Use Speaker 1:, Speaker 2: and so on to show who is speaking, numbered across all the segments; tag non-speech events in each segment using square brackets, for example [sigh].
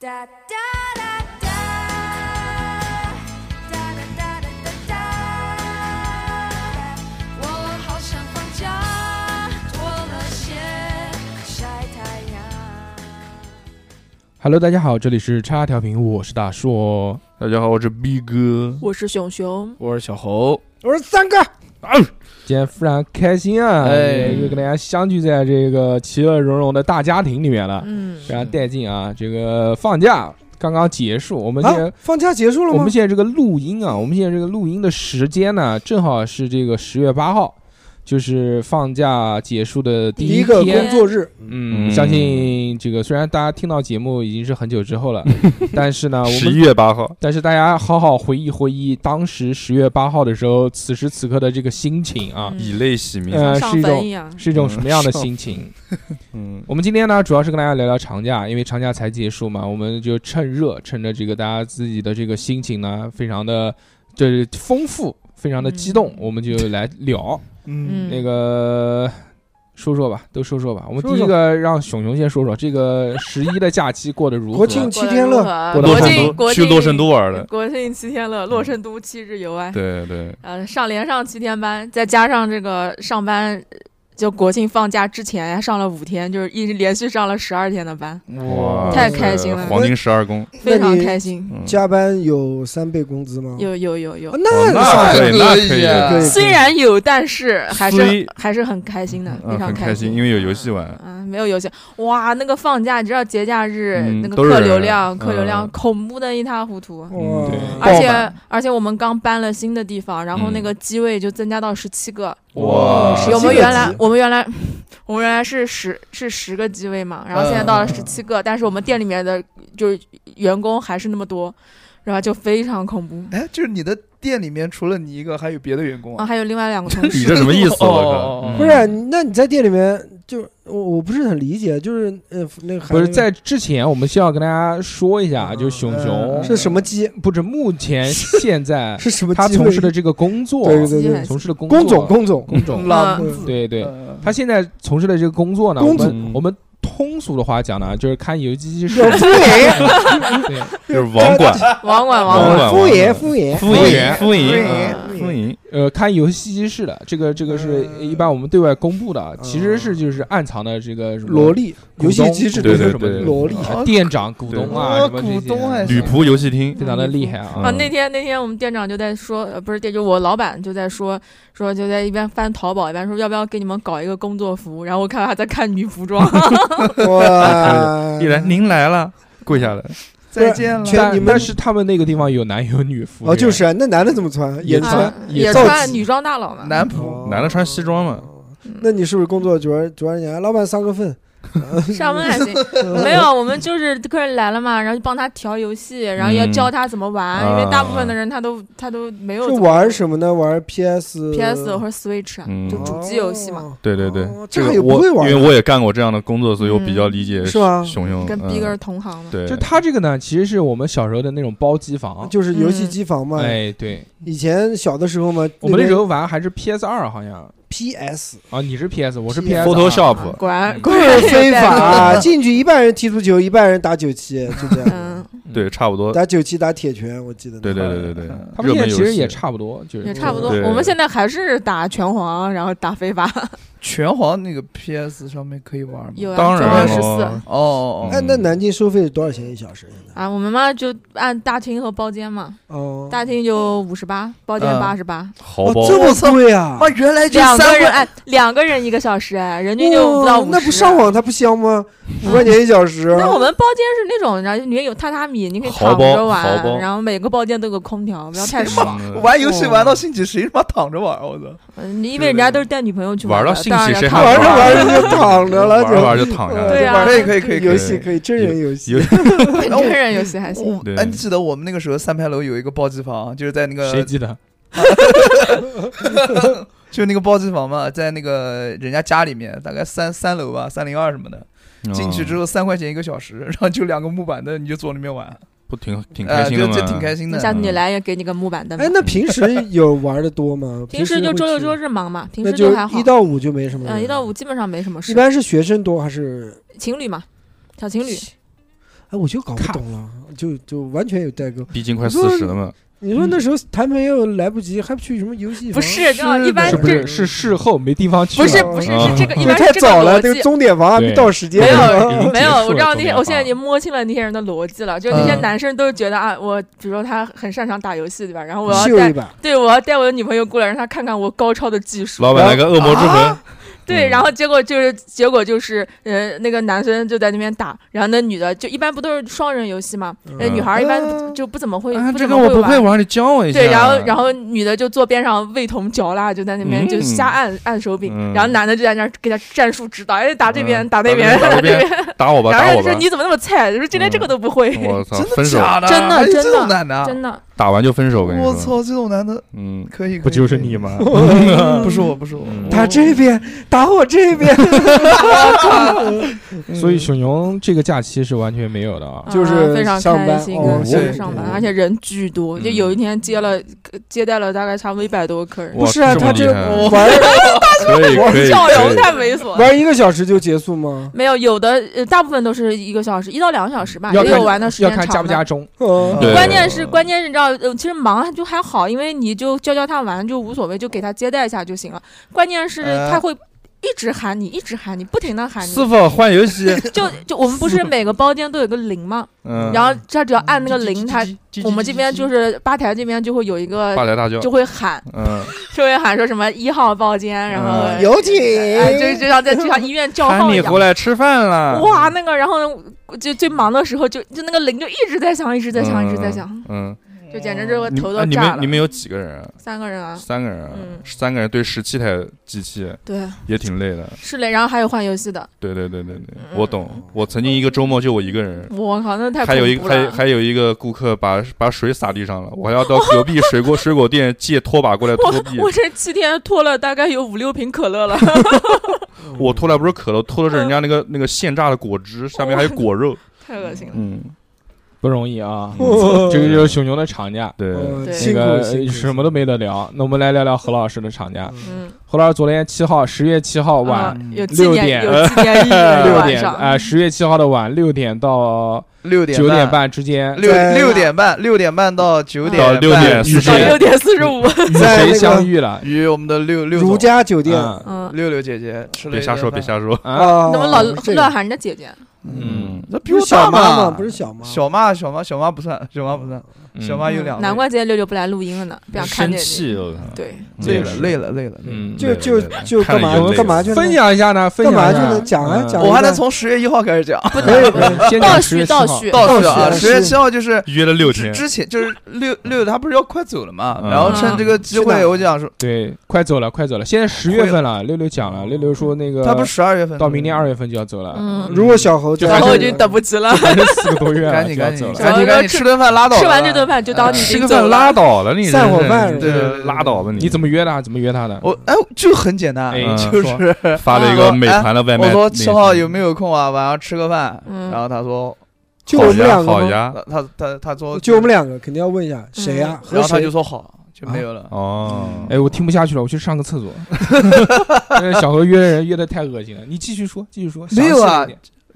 Speaker 1: 哒哒哒哒，哒哒哒哒哒哒，我好想放假，多了些晒太阳。
Speaker 2: Hello，大家好，这里是叉调频，我是大硕。
Speaker 3: 大家好，我是逼哥，啊
Speaker 4: 我是熊熊，
Speaker 3: 我是小猴。
Speaker 2: 我是三哥。今天非常开心啊，
Speaker 3: 哎
Speaker 2: 又跟大家相聚在这个其乐融融的大家庭里面了，
Speaker 4: 嗯，
Speaker 2: 非常带劲啊！这个放假刚刚结束，我们现在、
Speaker 5: 啊，放假结束了吗？
Speaker 2: 我们现在这个录音啊，我们现在这个录音的时间呢，正好是这个十月八号，就是放假结束的第
Speaker 5: 第一个
Speaker 2: 天。
Speaker 5: 工作日，
Speaker 2: 嗯，
Speaker 3: 嗯
Speaker 2: 相信这个虽然大家听到节目已经是很久之
Speaker 5: [laughs]
Speaker 2: 后了，但是呢，我
Speaker 3: 十
Speaker 2: 们
Speaker 3: 一月八号，
Speaker 2: 但是大家好好回忆回忆当时十月八号的时候，此时此刻的这个心情啊，
Speaker 4: 嗯
Speaker 3: 以泪洗面。
Speaker 2: 呃，
Speaker 4: 上
Speaker 2: 是一
Speaker 4: 坟一
Speaker 2: 种
Speaker 4: 样，
Speaker 2: 是一种什么样的心情？
Speaker 3: 嗯，
Speaker 2: 我们今天呢，主要是跟大家聊聊长假，因为长假才结束嘛，我们就趁热，趁着这个大家自己的这个心情呢，非常的这丰富，非常的激动，
Speaker 4: 嗯
Speaker 2: 我们就来聊
Speaker 4: 嗯
Speaker 2: 那个。说说吧，都说说吧。我们第
Speaker 5: 说
Speaker 2: 一
Speaker 5: 说
Speaker 2: 个让熊熊先说说这个十一的假期过得如何？
Speaker 5: 国庆七天了，
Speaker 4: 了
Speaker 2: 过得
Speaker 3: 洛
Speaker 4: 国
Speaker 2: 好
Speaker 3: 圣
Speaker 4: 庆
Speaker 3: 都
Speaker 4: 国
Speaker 3: 去
Speaker 4: 庆
Speaker 3: 洛圣都玩了。
Speaker 4: 国庆七天乐，洛圣都七日游啊，
Speaker 3: 对对，
Speaker 4: 呃，上连上七天班，再加上这个上班，就国庆放假之前还上了五天，就是一直连续上了十二天的班，
Speaker 3: 哇，
Speaker 4: 太开心了
Speaker 3: 这黄金十二宫，
Speaker 4: 非常
Speaker 5: 嗯那你
Speaker 4: 开心。
Speaker 3: 嗯
Speaker 5: 加班有三倍工资吗？
Speaker 4: 有有有
Speaker 5: 啊，
Speaker 4: 有，
Speaker 2: 哦
Speaker 5: 那
Speaker 3: 那
Speaker 5: 上
Speaker 3: 可以，那
Speaker 5: 班
Speaker 3: 可以的，
Speaker 5: 可以
Speaker 4: 虽然有，但是还
Speaker 3: 虽
Speaker 4: 是还是很开心的，非
Speaker 3: 嗯，
Speaker 4: 常
Speaker 3: 很开
Speaker 4: 心，
Speaker 3: 因为有游戏玩。
Speaker 4: 啊，没有游戏，哇，那个放假，你知道节假日、
Speaker 3: 嗯
Speaker 4: 那个
Speaker 3: 都是
Speaker 4: 客
Speaker 3: 人
Speaker 4: 流量，客流
Speaker 3: 嗯
Speaker 4: 量恐怖的一塌糊涂。
Speaker 5: 哇
Speaker 3: 对
Speaker 2: 爆
Speaker 4: 而
Speaker 2: 满
Speaker 4: 且而且我们刚搬了新的地方，然后那
Speaker 3: 嗯
Speaker 4: 个机位就增加到十七个。
Speaker 3: 哇
Speaker 5: 十
Speaker 3: 17
Speaker 4: 我
Speaker 5: 几
Speaker 4: 们
Speaker 5: 个
Speaker 4: 原来
Speaker 5: 级
Speaker 4: 我们原来我们原来是十是十个机位嘛，然后现在到了十
Speaker 3: 嗯
Speaker 4: 七个，但是我们店里面的就是员工还是那么多，然后就非常恐怖。
Speaker 6: 哎，就是你的店里面除了你一个，还有别的员工
Speaker 4: 啊，
Speaker 6: 啊？
Speaker 4: 还有另外两个
Speaker 3: [laughs]
Speaker 4: 同
Speaker 3: 你
Speaker 4: 事，
Speaker 3: 这什么意思？
Speaker 6: 哦
Speaker 3: 我
Speaker 6: 哦
Speaker 3: 靠
Speaker 6: 哦！
Speaker 3: 嗯
Speaker 5: 不是，那你在店里面就我我不是很理解，就是呃那个
Speaker 2: 不是
Speaker 5: 韩
Speaker 2: 在之前，我们先要跟大家说一下，就是熊熊
Speaker 6: 嗯
Speaker 5: 呃是什么鸡？
Speaker 2: 不止目前现
Speaker 5: [laughs]
Speaker 2: 在
Speaker 5: 是什么鸡
Speaker 2: 他
Speaker 5: 位？
Speaker 2: 从事的这个工作，
Speaker 5: 对对
Speaker 4: 对
Speaker 2: 从事的工作
Speaker 5: 工种工种
Speaker 2: 工种，
Speaker 4: 啊
Speaker 6: 老
Speaker 5: 嗯
Speaker 6: 子
Speaker 2: 对对，
Speaker 6: 嗯
Speaker 2: 他现在从事的这个工作呢，我
Speaker 5: 工作
Speaker 2: 们我们通俗的话讲呢，就是看游击机是
Speaker 5: 要敷衍，
Speaker 2: [laughs] 对
Speaker 3: 就是网管，
Speaker 4: 网管
Speaker 3: 网
Speaker 4: 管
Speaker 3: 管
Speaker 5: 敷
Speaker 2: 嗯
Speaker 5: 衍敷衍
Speaker 3: 敷
Speaker 4: [laughs]
Speaker 3: 衍，敷衍，
Speaker 5: 敷
Speaker 3: 嗯
Speaker 5: 衍
Speaker 3: 敷衍。
Speaker 2: 呃看游戏机室的，这个这个是
Speaker 5: 嗯
Speaker 2: 一般我们对外公布的，其实是就是暗藏的这个什么
Speaker 5: 萝莉
Speaker 2: 股
Speaker 5: 游
Speaker 2: 东
Speaker 5: 戏机制
Speaker 3: 对
Speaker 2: 什么
Speaker 3: 对
Speaker 2: 什么
Speaker 3: 对
Speaker 5: 萝莉
Speaker 2: 啊店长、股东啊，什
Speaker 6: 哦
Speaker 2: 么这些
Speaker 6: 股东还
Speaker 3: 女仆游戏厅，
Speaker 2: 非常的厉害
Speaker 3: 嗯
Speaker 2: 啊
Speaker 4: 啊，那天那天我们店长就在说，呃，不是店，就我老板就在说，说就在一边翻淘宝，一边说要不要给你们搞一个工作服，然后我看到他在看女
Speaker 3: [laughs]
Speaker 4: 服装，
Speaker 5: 哇
Speaker 2: [laughs]
Speaker 3: 依！然您嗯来了，跪下来。
Speaker 6: 再见了，
Speaker 5: 全
Speaker 2: 但
Speaker 5: 你们
Speaker 2: 但是他们那个地方有男有女服务
Speaker 5: 哦，
Speaker 2: 员
Speaker 5: 就是啊那男的怎么穿？
Speaker 2: 也
Speaker 5: 穿
Speaker 4: 啊
Speaker 2: 也
Speaker 4: 也
Speaker 5: 造
Speaker 4: 穿
Speaker 5: 极
Speaker 4: 女装大佬嘛，
Speaker 6: 男仆，
Speaker 5: 哦
Speaker 3: 男的穿西装嘛，
Speaker 5: 那你是不是工作主要主要人家老板上个分？
Speaker 4: 上门
Speaker 5: [laughs]
Speaker 4: 还行，
Speaker 5: 嗯
Speaker 4: 没有，我们就是客人来了嘛，然后就帮他调游戏，然后要教他怎么玩，
Speaker 3: 嗯
Speaker 4: 因为大部分的人他都
Speaker 3: 啊
Speaker 4: 他都没有
Speaker 5: 是
Speaker 4: 怎么
Speaker 5: 玩什么呢？玩 PS
Speaker 4: PS 或者 Switch 啊，
Speaker 3: 嗯
Speaker 4: 就主机游戏嘛，
Speaker 3: 对对对
Speaker 5: 哦，
Speaker 3: 这
Speaker 5: 这还
Speaker 3: 个
Speaker 5: 有不
Speaker 3: 我
Speaker 5: 会玩
Speaker 3: 因为
Speaker 5: 的
Speaker 3: 我也干过这样的工作，所以我比较理解
Speaker 5: 是吗
Speaker 3: 熊熊
Speaker 4: 嗯跟
Speaker 3: 嗯
Speaker 4: Big 是同行嘛。
Speaker 3: 对，
Speaker 2: 就他这个呢，其实是我们小时候的那种包机
Speaker 4: 哦
Speaker 2: 房，
Speaker 5: 啊就是游戏机房嘛。
Speaker 2: 哎，对，
Speaker 5: 以前小的时候嘛，
Speaker 2: 我们那
Speaker 5: 那
Speaker 2: 时
Speaker 5: 边
Speaker 2: 候玩还是 PS 二，好像 [laughs]
Speaker 5: PS
Speaker 2: 啊，你是 PS，我是
Speaker 5: PS2
Speaker 2: PS
Speaker 4: 啊
Speaker 3: Photoshop，
Speaker 4: 果然
Speaker 2: 嗯
Speaker 5: 更是 [laughs] 非法啊！
Speaker 4: 有代表
Speaker 5: 进去一半人踢足球，一半人打九七，就 [laughs] 这样。
Speaker 4: 嗯，
Speaker 3: 对，差不多，
Speaker 5: 打九七打铁拳，我记得。
Speaker 3: 对对对对对，
Speaker 2: 嗯他们现
Speaker 3: 热
Speaker 2: 在
Speaker 3: 门
Speaker 2: 其
Speaker 3: 游
Speaker 2: 实
Speaker 3: 戏
Speaker 2: 也差不多，就是
Speaker 4: 也差不多
Speaker 3: 对。
Speaker 4: 我们现在还是打拳皇，然后打非法，
Speaker 6: 拳皇那个 PS 上面可以玩吗？
Speaker 4: 有啊，
Speaker 3: 当
Speaker 4: 中二
Speaker 3: 然
Speaker 4: 十四
Speaker 3: 了，
Speaker 6: 哦
Speaker 3: 嗯
Speaker 6: 哦
Speaker 5: 哎，那南京收费是多少钱一小时？现在
Speaker 4: 啊，我们嘛就按大厅和包间嘛，
Speaker 5: 哦，
Speaker 4: 大厅就五十八，包间
Speaker 6: 嗯
Speaker 4: 八十八，
Speaker 3: 豪
Speaker 5: 哦
Speaker 3: 包，
Speaker 5: 这么贵啊
Speaker 2: 嗯
Speaker 6: 哦，！啊，原来就
Speaker 4: 两
Speaker 6: 三
Speaker 4: 个人
Speaker 6: 万，
Speaker 4: 哎，两个人一个小时哎，人均就不到
Speaker 5: 哇
Speaker 4: 五十。
Speaker 5: 那不上网它啊不香吗？五块钱一
Speaker 4: [laughs]
Speaker 5: 小时。
Speaker 4: 但我们包间是那种，然后里面有榻榻米，你可以
Speaker 3: 豪包
Speaker 4: 躺着
Speaker 3: 豪包
Speaker 4: 玩，然后每个包间都有空调，不要太爽。
Speaker 3: 嗯
Speaker 6: 玩游戏玩到兴起，谁他妈躺着玩？啊我
Speaker 2: 啊
Speaker 6: 操！
Speaker 4: 嗯，因为人家都是带女朋友去
Speaker 3: 玩
Speaker 4: 的，
Speaker 3: 到兴
Speaker 4: 当然
Speaker 3: 起
Speaker 4: 要
Speaker 3: 谁还
Speaker 4: 躺
Speaker 5: 玩
Speaker 3: 玩
Speaker 4: 着
Speaker 5: 着玩着就躺着了，
Speaker 3: 嗯 [laughs] 玩着玩
Speaker 5: 就
Speaker 3: 着就躺下
Speaker 4: 对
Speaker 3: 来，
Speaker 4: 啊
Speaker 6: 可以可以可以可
Speaker 5: 游
Speaker 6: 以。
Speaker 5: 戏可以真人游戏
Speaker 3: 有，
Speaker 4: 真人游戏还行。
Speaker 5: 哦
Speaker 6: 我
Speaker 3: 对
Speaker 6: 哎，你记得我们那个时候三牌楼有一个包机房，就是在那
Speaker 2: 谁
Speaker 6: 个
Speaker 2: 记得？
Speaker 6: 就是那个包机房嘛，在那个人家家里面，大概三三楼吧，三零二什么的。进去之
Speaker 3: 后
Speaker 6: 后三块钱一个小时，然后就两个木板凳，你就坐里面玩，
Speaker 3: 不挺挺
Speaker 6: 哎，
Speaker 3: 开心的
Speaker 6: 就
Speaker 3: 吗？
Speaker 6: 就挺开心
Speaker 4: 那
Speaker 6: 的。
Speaker 4: 下
Speaker 3: 嗯
Speaker 4: 次你来也给你个木板凳吧。
Speaker 5: 哎，那平时有玩的多吗？
Speaker 4: [laughs] 平时就周六周
Speaker 5: 日，
Speaker 4: 日忙嘛，平
Speaker 5: 那
Speaker 4: 时
Speaker 5: 就
Speaker 4: 还好嗯
Speaker 5: 一。到五就没什么人。
Speaker 4: 嗯，一到五基本上没什么事
Speaker 5: 一。般是学生多还是
Speaker 4: 情侣嘛，小情侣，
Speaker 5: 哎，我就搞不懂了，就就完全有代沟。
Speaker 3: 毕竟快四十了嘛，
Speaker 5: 你说那时候谈朋友来不及，还不去什么游戏
Speaker 4: 嗯不
Speaker 5: 房？
Speaker 4: 是，
Speaker 5: 是
Speaker 4: 知道一般
Speaker 2: 是
Speaker 5: 的
Speaker 2: 不
Speaker 4: 这
Speaker 2: 是是事后没地方去
Speaker 4: 不
Speaker 2: 了？
Speaker 4: 是不是
Speaker 3: 啊
Speaker 4: 是这个，一
Speaker 5: 这
Speaker 4: 般
Speaker 5: 嗯太
Speaker 4: 是这个
Speaker 5: 早了，
Speaker 4: 逻
Speaker 5: 这个
Speaker 4: 辑。
Speaker 5: 终点房还没
Speaker 2: 对
Speaker 5: 到时间
Speaker 4: 没
Speaker 5: 呢。
Speaker 2: 已
Speaker 3: [laughs]
Speaker 2: 经
Speaker 4: 有没有
Speaker 2: 结束，了
Speaker 4: 我知道
Speaker 2: 重
Speaker 4: 那些，
Speaker 2: 要
Speaker 4: 我现在
Speaker 2: 啊
Speaker 4: 已经摸清了那些人的逻辑了。就那些
Speaker 6: 嗯
Speaker 4: 男生都觉得啊，我比如说他很擅长打游戏，对吧？然后我要
Speaker 5: 秀一
Speaker 4: 带，
Speaker 5: 把，
Speaker 4: 对我要带我的女朋友过来，让她看看我高超的技术。
Speaker 3: 老板来个恶魔之魂，
Speaker 4: [laughs]
Speaker 3: 嗯
Speaker 4: 对，然后结果就是结果就是，呃，那个男生就在那边打，然后那女的就一般不都是双人游戏嘛，那、女孩儿一般
Speaker 6: 嗯
Speaker 4: 就不怎么会，
Speaker 3: 啊，
Speaker 4: 不
Speaker 3: 这
Speaker 4: 怎
Speaker 3: 个
Speaker 4: 么
Speaker 3: 我
Speaker 4: 会
Speaker 3: 不会
Speaker 4: 玩。
Speaker 3: 玩，你教我一下。啊
Speaker 4: 对，然后然后女的就坐边上味同嚼蜡，就在那边就
Speaker 3: 嗯
Speaker 4: 瞎按、按手柄，
Speaker 3: 嗯
Speaker 4: 然后男的就在那儿给他战术指导，哎，打这边，
Speaker 3: 嗯
Speaker 4: 打那
Speaker 3: 打那
Speaker 4: 打 [laughs]
Speaker 3: 边
Speaker 4: 边，
Speaker 3: 打我吧，
Speaker 4: 然
Speaker 3: 打
Speaker 4: 后
Speaker 3: 我
Speaker 4: 就
Speaker 3: 吧嗯
Speaker 4: 说，你怎么那么菜，就说就连这个都不会，
Speaker 3: 我操，
Speaker 6: 真
Speaker 3: 分
Speaker 6: 的
Speaker 3: 手，
Speaker 6: 假的？
Speaker 4: 真的
Speaker 6: 还有
Speaker 4: 真
Speaker 6: 这
Speaker 4: 的
Speaker 6: 种男的啊，
Speaker 4: 真的。
Speaker 3: 打完就分手，我跟你
Speaker 6: 我
Speaker 3: 说，
Speaker 6: 操，这种男的
Speaker 3: 嗯，
Speaker 6: 可以，
Speaker 2: 不就是
Speaker 6: 可以
Speaker 2: 你？吗？
Speaker 6: 可以不是我，不是我，
Speaker 3: 嗯
Speaker 6: 我
Speaker 5: 打这边，打我这边，
Speaker 2: [laughs] 所以熊熊这个假期是完全没有的啊。
Speaker 5: 就是
Speaker 4: 啊非常
Speaker 5: 上班
Speaker 4: 开心，
Speaker 5: 哦
Speaker 4: 对
Speaker 6: 对
Speaker 4: 上班，
Speaker 5: 对
Speaker 4: 而且人巨多，
Speaker 3: 嗯
Speaker 4: 就有一天接了接待了大概差不多一百多个客人，
Speaker 5: 不是啊，
Speaker 3: 这
Speaker 5: 他
Speaker 3: 么
Speaker 5: 这
Speaker 3: 厉害
Speaker 5: 玩
Speaker 3: 可以可以，
Speaker 4: 笑
Speaker 3: 可
Speaker 4: 容
Speaker 3: 以
Speaker 4: 太猥琐了。
Speaker 5: 玩一个小时就结束吗？
Speaker 4: 没有，有的呃，大部分都是一个小时，一到两个小时
Speaker 6: 嗯
Speaker 4: 吧，
Speaker 2: 要
Speaker 4: 也有
Speaker 2: 看
Speaker 4: 玩的时
Speaker 2: 要
Speaker 4: 间长
Speaker 2: 看加不
Speaker 4: 的
Speaker 2: 加钟，
Speaker 5: 嗯，
Speaker 3: 对
Speaker 4: 关键是关键是你知道，呃，其实忙就还好，因为你就教教他玩就无所谓，就给他接待一下就行了。关键是
Speaker 6: 哎
Speaker 4: 他会一直喊你，一直喊你，不停的喊你。
Speaker 3: 师傅换游
Speaker 4: [laughs]
Speaker 3: 戏，
Speaker 4: 就就我们不是每个包间都有个铃吗？
Speaker 3: 嗯，
Speaker 4: 然后他只要按那个铃，他我们这边就是吧台这边就会有一个
Speaker 3: 大来大叫，
Speaker 4: 就会喊，
Speaker 3: 嗯，
Speaker 4: 就会喊说什么一号包间，然后
Speaker 3: 嗯
Speaker 5: 有请
Speaker 4: 哎，就就像在就像医院叫
Speaker 3: 喊
Speaker 4: 号一
Speaker 3: 你
Speaker 4: 样
Speaker 3: 回。来吃饭了，
Speaker 4: 哇，那个，然后就最忙的时候就，就那个铃就一直在响，一直在响，一直在响，
Speaker 3: 嗯，
Speaker 4: 就简直这个
Speaker 3: 嗯，你
Speaker 4: 头
Speaker 3: 哎
Speaker 4: 都
Speaker 3: 你
Speaker 4: 炸了
Speaker 3: 们你。们有几个人啊？
Speaker 4: 三个人啊，
Speaker 3: 三个人啊
Speaker 4: 嗯，
Speaker 3: 三个人对十七台机器
Speaker 4: 对，
Speaker 3: 也挺累的。
Speaker 4: 是嘞。然后还有换游戏的，
Speaker 3: 对对对对对，
Speaker 4: 嗯
Speaker 3: 我懂。我曾经一个周末就我一个人，
Speaker 4: 我靠，那太
Speaker 3: 还有一
Speaker 4: 恐怖
Speaker 3: 还有
Speaker 4: 了。
Speaker 3: 还有一个顾客把把水洒地上了，我还要到隔壁水果水 [laughs] 果店借拖把过来拖地
Speaker 4: 我。我这七天拖了大概有五六瓶可
Speaker 3: [laughs]
Speaker 4: 乐了，
Speaker 3: 我拖来不是可乐，拖的是人家那
Speaker 6: 嗯
Speaker 3: 个那个现榨的果汁，下
Speaker 6: 哦
Speaker 3: 面还有果
Speaker 6: [laughs]
Speaker 3: 肉。
Speaker 4: 太恶心了。
Speaker 3: 嗯，
Speaker 2: 不容易啊。
Speaker 5: 哦
Speaker 2: 这个就是熊熊的长假，
Speaker 3: 对，
Speaker 5: 嗯
Speaker 6: 哦
Speaker 2: 那
Speaker 4: 对
Speaker 5: 辛苦
Speaker 2: 个
Speaker 5: 辛
Speaker 2: 呃
Speaker 5: 苦
Speaker 2: 什么都没得聊。那我们来聊聊何老师的长假。
Speaker 4: 嗯，
Speaker 2: 何老师昨天七号，十月七号
Speaker 4: 啊
Speaker 2: [laughs] 晚
Speaker 4: 有纪念
Speaker 2: 6点
Speaker 4: 有纪念意义
Speaker 3: [laughs]
Speaker 4: 的
Speaker 2: 六
Speaker 4: 晚
Speaker 2: 点，
Speaker 4: 上，
Speaker 2: 啊，十月七号的晚六点到
Speaker 6: 六点
Speaker 2: 九点，半之间，
Speaker 6: 六
Speaker 5: 在
Speaker 6: 六点半，六点半到九点
Speaker 3: 到
Speaker 6: 半
Speaker 3: 六点四十
Speaker 4: 到
Speaker 2: 对
Speaker 4: 六点四十五。
Speaker 2: 与
Speaker 5: 在那
Speaker 2: 谁
Speaker 5: 个
Speaker 2: 相遇了？
Speaker 6: 与我们的六六
Speaker 5: 如
Speaker 6: 总
Speaker 5: 家酒店
Speaker 2: 嗯
Speaker 4: 嗯， [laughs]
Speaker 6: 六六姐姐吃了
Speaker 3: 别
Speaker 6: 一
Speaker 3: 瞎
Speaker 6: 顿
Speaker 3: 说，别
Speaker 6: 饭
Speaker 3: 瞎说。
Speaker 2: 啊，
Speaker 6: 哦
Speaker 5: 啊，
Speaker 4: 怎么老
Speaker 5: 这
Speaker 4: 乱喊人家姐姐？
Speaker 3: 嗯，
Speaker 6: 那比
Speaker 5: 不
Speaker 6: 我
Speaker 5: 是
Speaker 6: 大
Speaker 5: 小妈妈，不是小妈，
Speaker 6: 小妈，小妈，小妈不算，小妈不算，
Speaker 2: 嗯
Speaker 6: 小妈有两位，
Speaker 4: 嗯难怪今天六六不来录音了呢，不想看
Speaker 3: 生
Speaker 4: 见你。
Speaker 3: 气，我靠
Speaker 4: 对，
Speaker 6: 累了，
Speaker 3: 嗯
Speaker 6: 累了，累了，累了。
Speaker 3: 嗯，
Speaker 5: 就就
Speaker 3: 累了
Speaker 5: 就干嘛
Speaker 3: 看了就累
Speaker 5: 干嘛去
Speaker 2: 嗯分享一下呢？分
Speaker 5: 干
Speaker 2: 享
Speaker 5: 嘛
Speaker 2: 一
Speaker 5: 就
Speaker 2: 下
Speaker 5: 能，讲啊
Speaker 2: 嗯
Speaker 5: 讲？
Speaker 6: 我还能从十月一号开始讲，
Speaker 4: 不
Speaker 5: 可以
Speaker 4: 能
Speaker 5: 可以
Speaker 2: 先
Speaker 4: 倒
Speaker 2: 讲十
Speaker 4: 序
Speaker 2: 月七号。
Speaker 4: 倒序，
Speaker 6: 倒数
Speaker 5: 倒
Speaker 6: 啊，
Speaker 5: 数
Speaker 6: 十月七号就是
Speaker 3: 约了六天，
Speaker 6: 之前就是六六，他不是要快走了嘛？
Speaker 3: 嗯
Speaker 6: 然后趁这个机
Speaker 5: 是
Speaker 6: 会，
Speaker 5: 的
Speaker 6: 我讲说，
Speaker 2: 对，快走了，快走了。现在十月份了，六六讲了，六六说那个
Speaker 6: 他不是十二月份
Speaker 2: 啊到明年二月份就要走了，
Speaker 4: 嗯，
Speaker 5: 如果小猴
Speaker 2: 就
Speaker 5: 在
Speaker 2: 还
Speaker 4: 然
Speaker 2: 是
Speaker 4: 后我就等不及了。
Speaker 2: 还是四个多月了
Speaker 6: 赶
Speaker 2: 就
Speaker 6: 紧
Speaker 2: 要
Speaker 6: 嗯赶紧
Speaker 2: 走了。
Speaker 6: 赶紧赶紧
Speaker 4: 吃
Speaker 6: 吃顿饭拉倒吧，
Speaker 4: 吃完这顿饭就当你已
Speaker 3: 吃
Speaker 4: 经
Speaker 3: 个
Speaker 4: 走
Speaker 3: 饭
Speaker 4: 了
Speaker 3: 拉。倒了，你人
Speaker 5: 散伙
Speaker 3: 生
Speaker 5: 饭
Speaker 3: 对
Speaker 6: 是吧
Speaker 3: 对，拉倒吧你！
Speaker 2: 你怎么约的？啊怎么约他的？
Speaker 6: 我哎，就很简单
Speaker 2: 哎，
Speaker 6: 就
Speaker 2: 说
Speaker 6: 是
Speaker 3: 发了一个美团的外卖？
Speaker 6: 啊哎我说七号有没
Speaker 3: 有？
Speaker 6: 有空啊？晚上吃个饭。
Speaker 4: 嗯
Speaker 6: 然后他说，
Speaker 5: 就我们
Speaker 6: 啊
Speaker 5: 两个
Speaker 3: 好
Speaker 5: 吗，
Speaker 3: 呀
Speaker 6: 他他他他说
Speaker 5: 就我们两个，肯定要问一下谁呀？和
Speaker 6: 然后他
Speaker 5: 谁
Speaker 6: 就？说好，就没有了。啊
Speaker 3: 哦，
Speaker 2: 哎，我听不下去了，我去上个
Speaker 6: [laughs]
Speaker 2: 厕所。但是小何约的人约的太恶心了，你继续说，继续说。
Speaker 6: 没有啊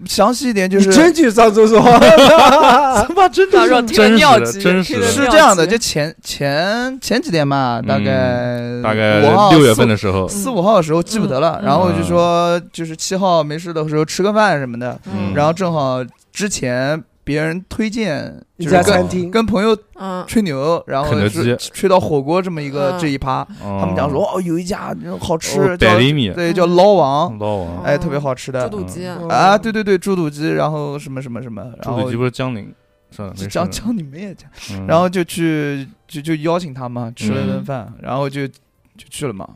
Speaker 2: 详细一点
Speaker 6: 详细一点就
Speaker 5: 你
Speaker 6: 是
Speaker 5: 真去上厕所？啊
Speaker 6: 他妈真
Speaker 4: 让让
Speaker 6: 是
Speaker 4: 听着
Speaker 3: 真实
Speaker 4: 尿
Speaker 3: 的
Speaker 4: 急，
Speaker 3: 真
Speaker 4: 听
Speaker 3: 实的
Speaker 4: 着
Speaker 6: 是
Speaker 4: 尿
Speaker 6: 这样的，
Speaker 4: 急
Speaker 6: 就前前前几天吧，大概
Speaker 3: 大概
Speaker 6: 5号
Speaker 3: 六月份的时候，
Speaker 6: 四五号的时候记不得了，
Speaker 4: 嗯
Speaker 6: 然后我就说就是七号没事的时候吃个饭什么的，
Speaker 3: 嗯
Speaker 6: 然后正好之前别人推荐
Speaker 5: 一
Speaker 6: 就是
Speaker 5: 家
Speaker 6: 跟
Speaker 5: 餐厅，
Speaker 6: 跟朋友
Speaker 4: 嗯，
Speaker 6: 吹牛，然后
Speaker 3: 肯德基
Speaker 6: 是吹到火锅这么一个
Speaker 4: 嗯
Speaker 6: 这一趴，
Speaker 3: 他
Speaker 6: 他们讲说哦有一家好吃，叫
Speaker 3: 百厘米
Speaker 6: 对
Speaker 4: 嗯
Speaker 6: 叫捞王，
Speaker 3: 捞王，
Speaker 6: 哎特别好吃
Speaker 4: 猪
Speaker 6: 的
Speaker 4: 肚鸡，
Speaker 5: 嗯
Speaker 6: 啊，对对对猪肚鸡，然后什么什么什么，然
Speaker 3: 猪肚
Speaker 6: 后
Speaker 3: 鸡不是江宁，算了，没事
Speaker 6: 讲
Speaker 3: 了
Speaker 6: 讲你们也讲。
Speaker 3: 嗯
Speaker 6: 哦然后就去就就邀请他嘛，吃了顿
Speaker 4: 嗯
Speaker 6: 饭，然后就就去了嘛，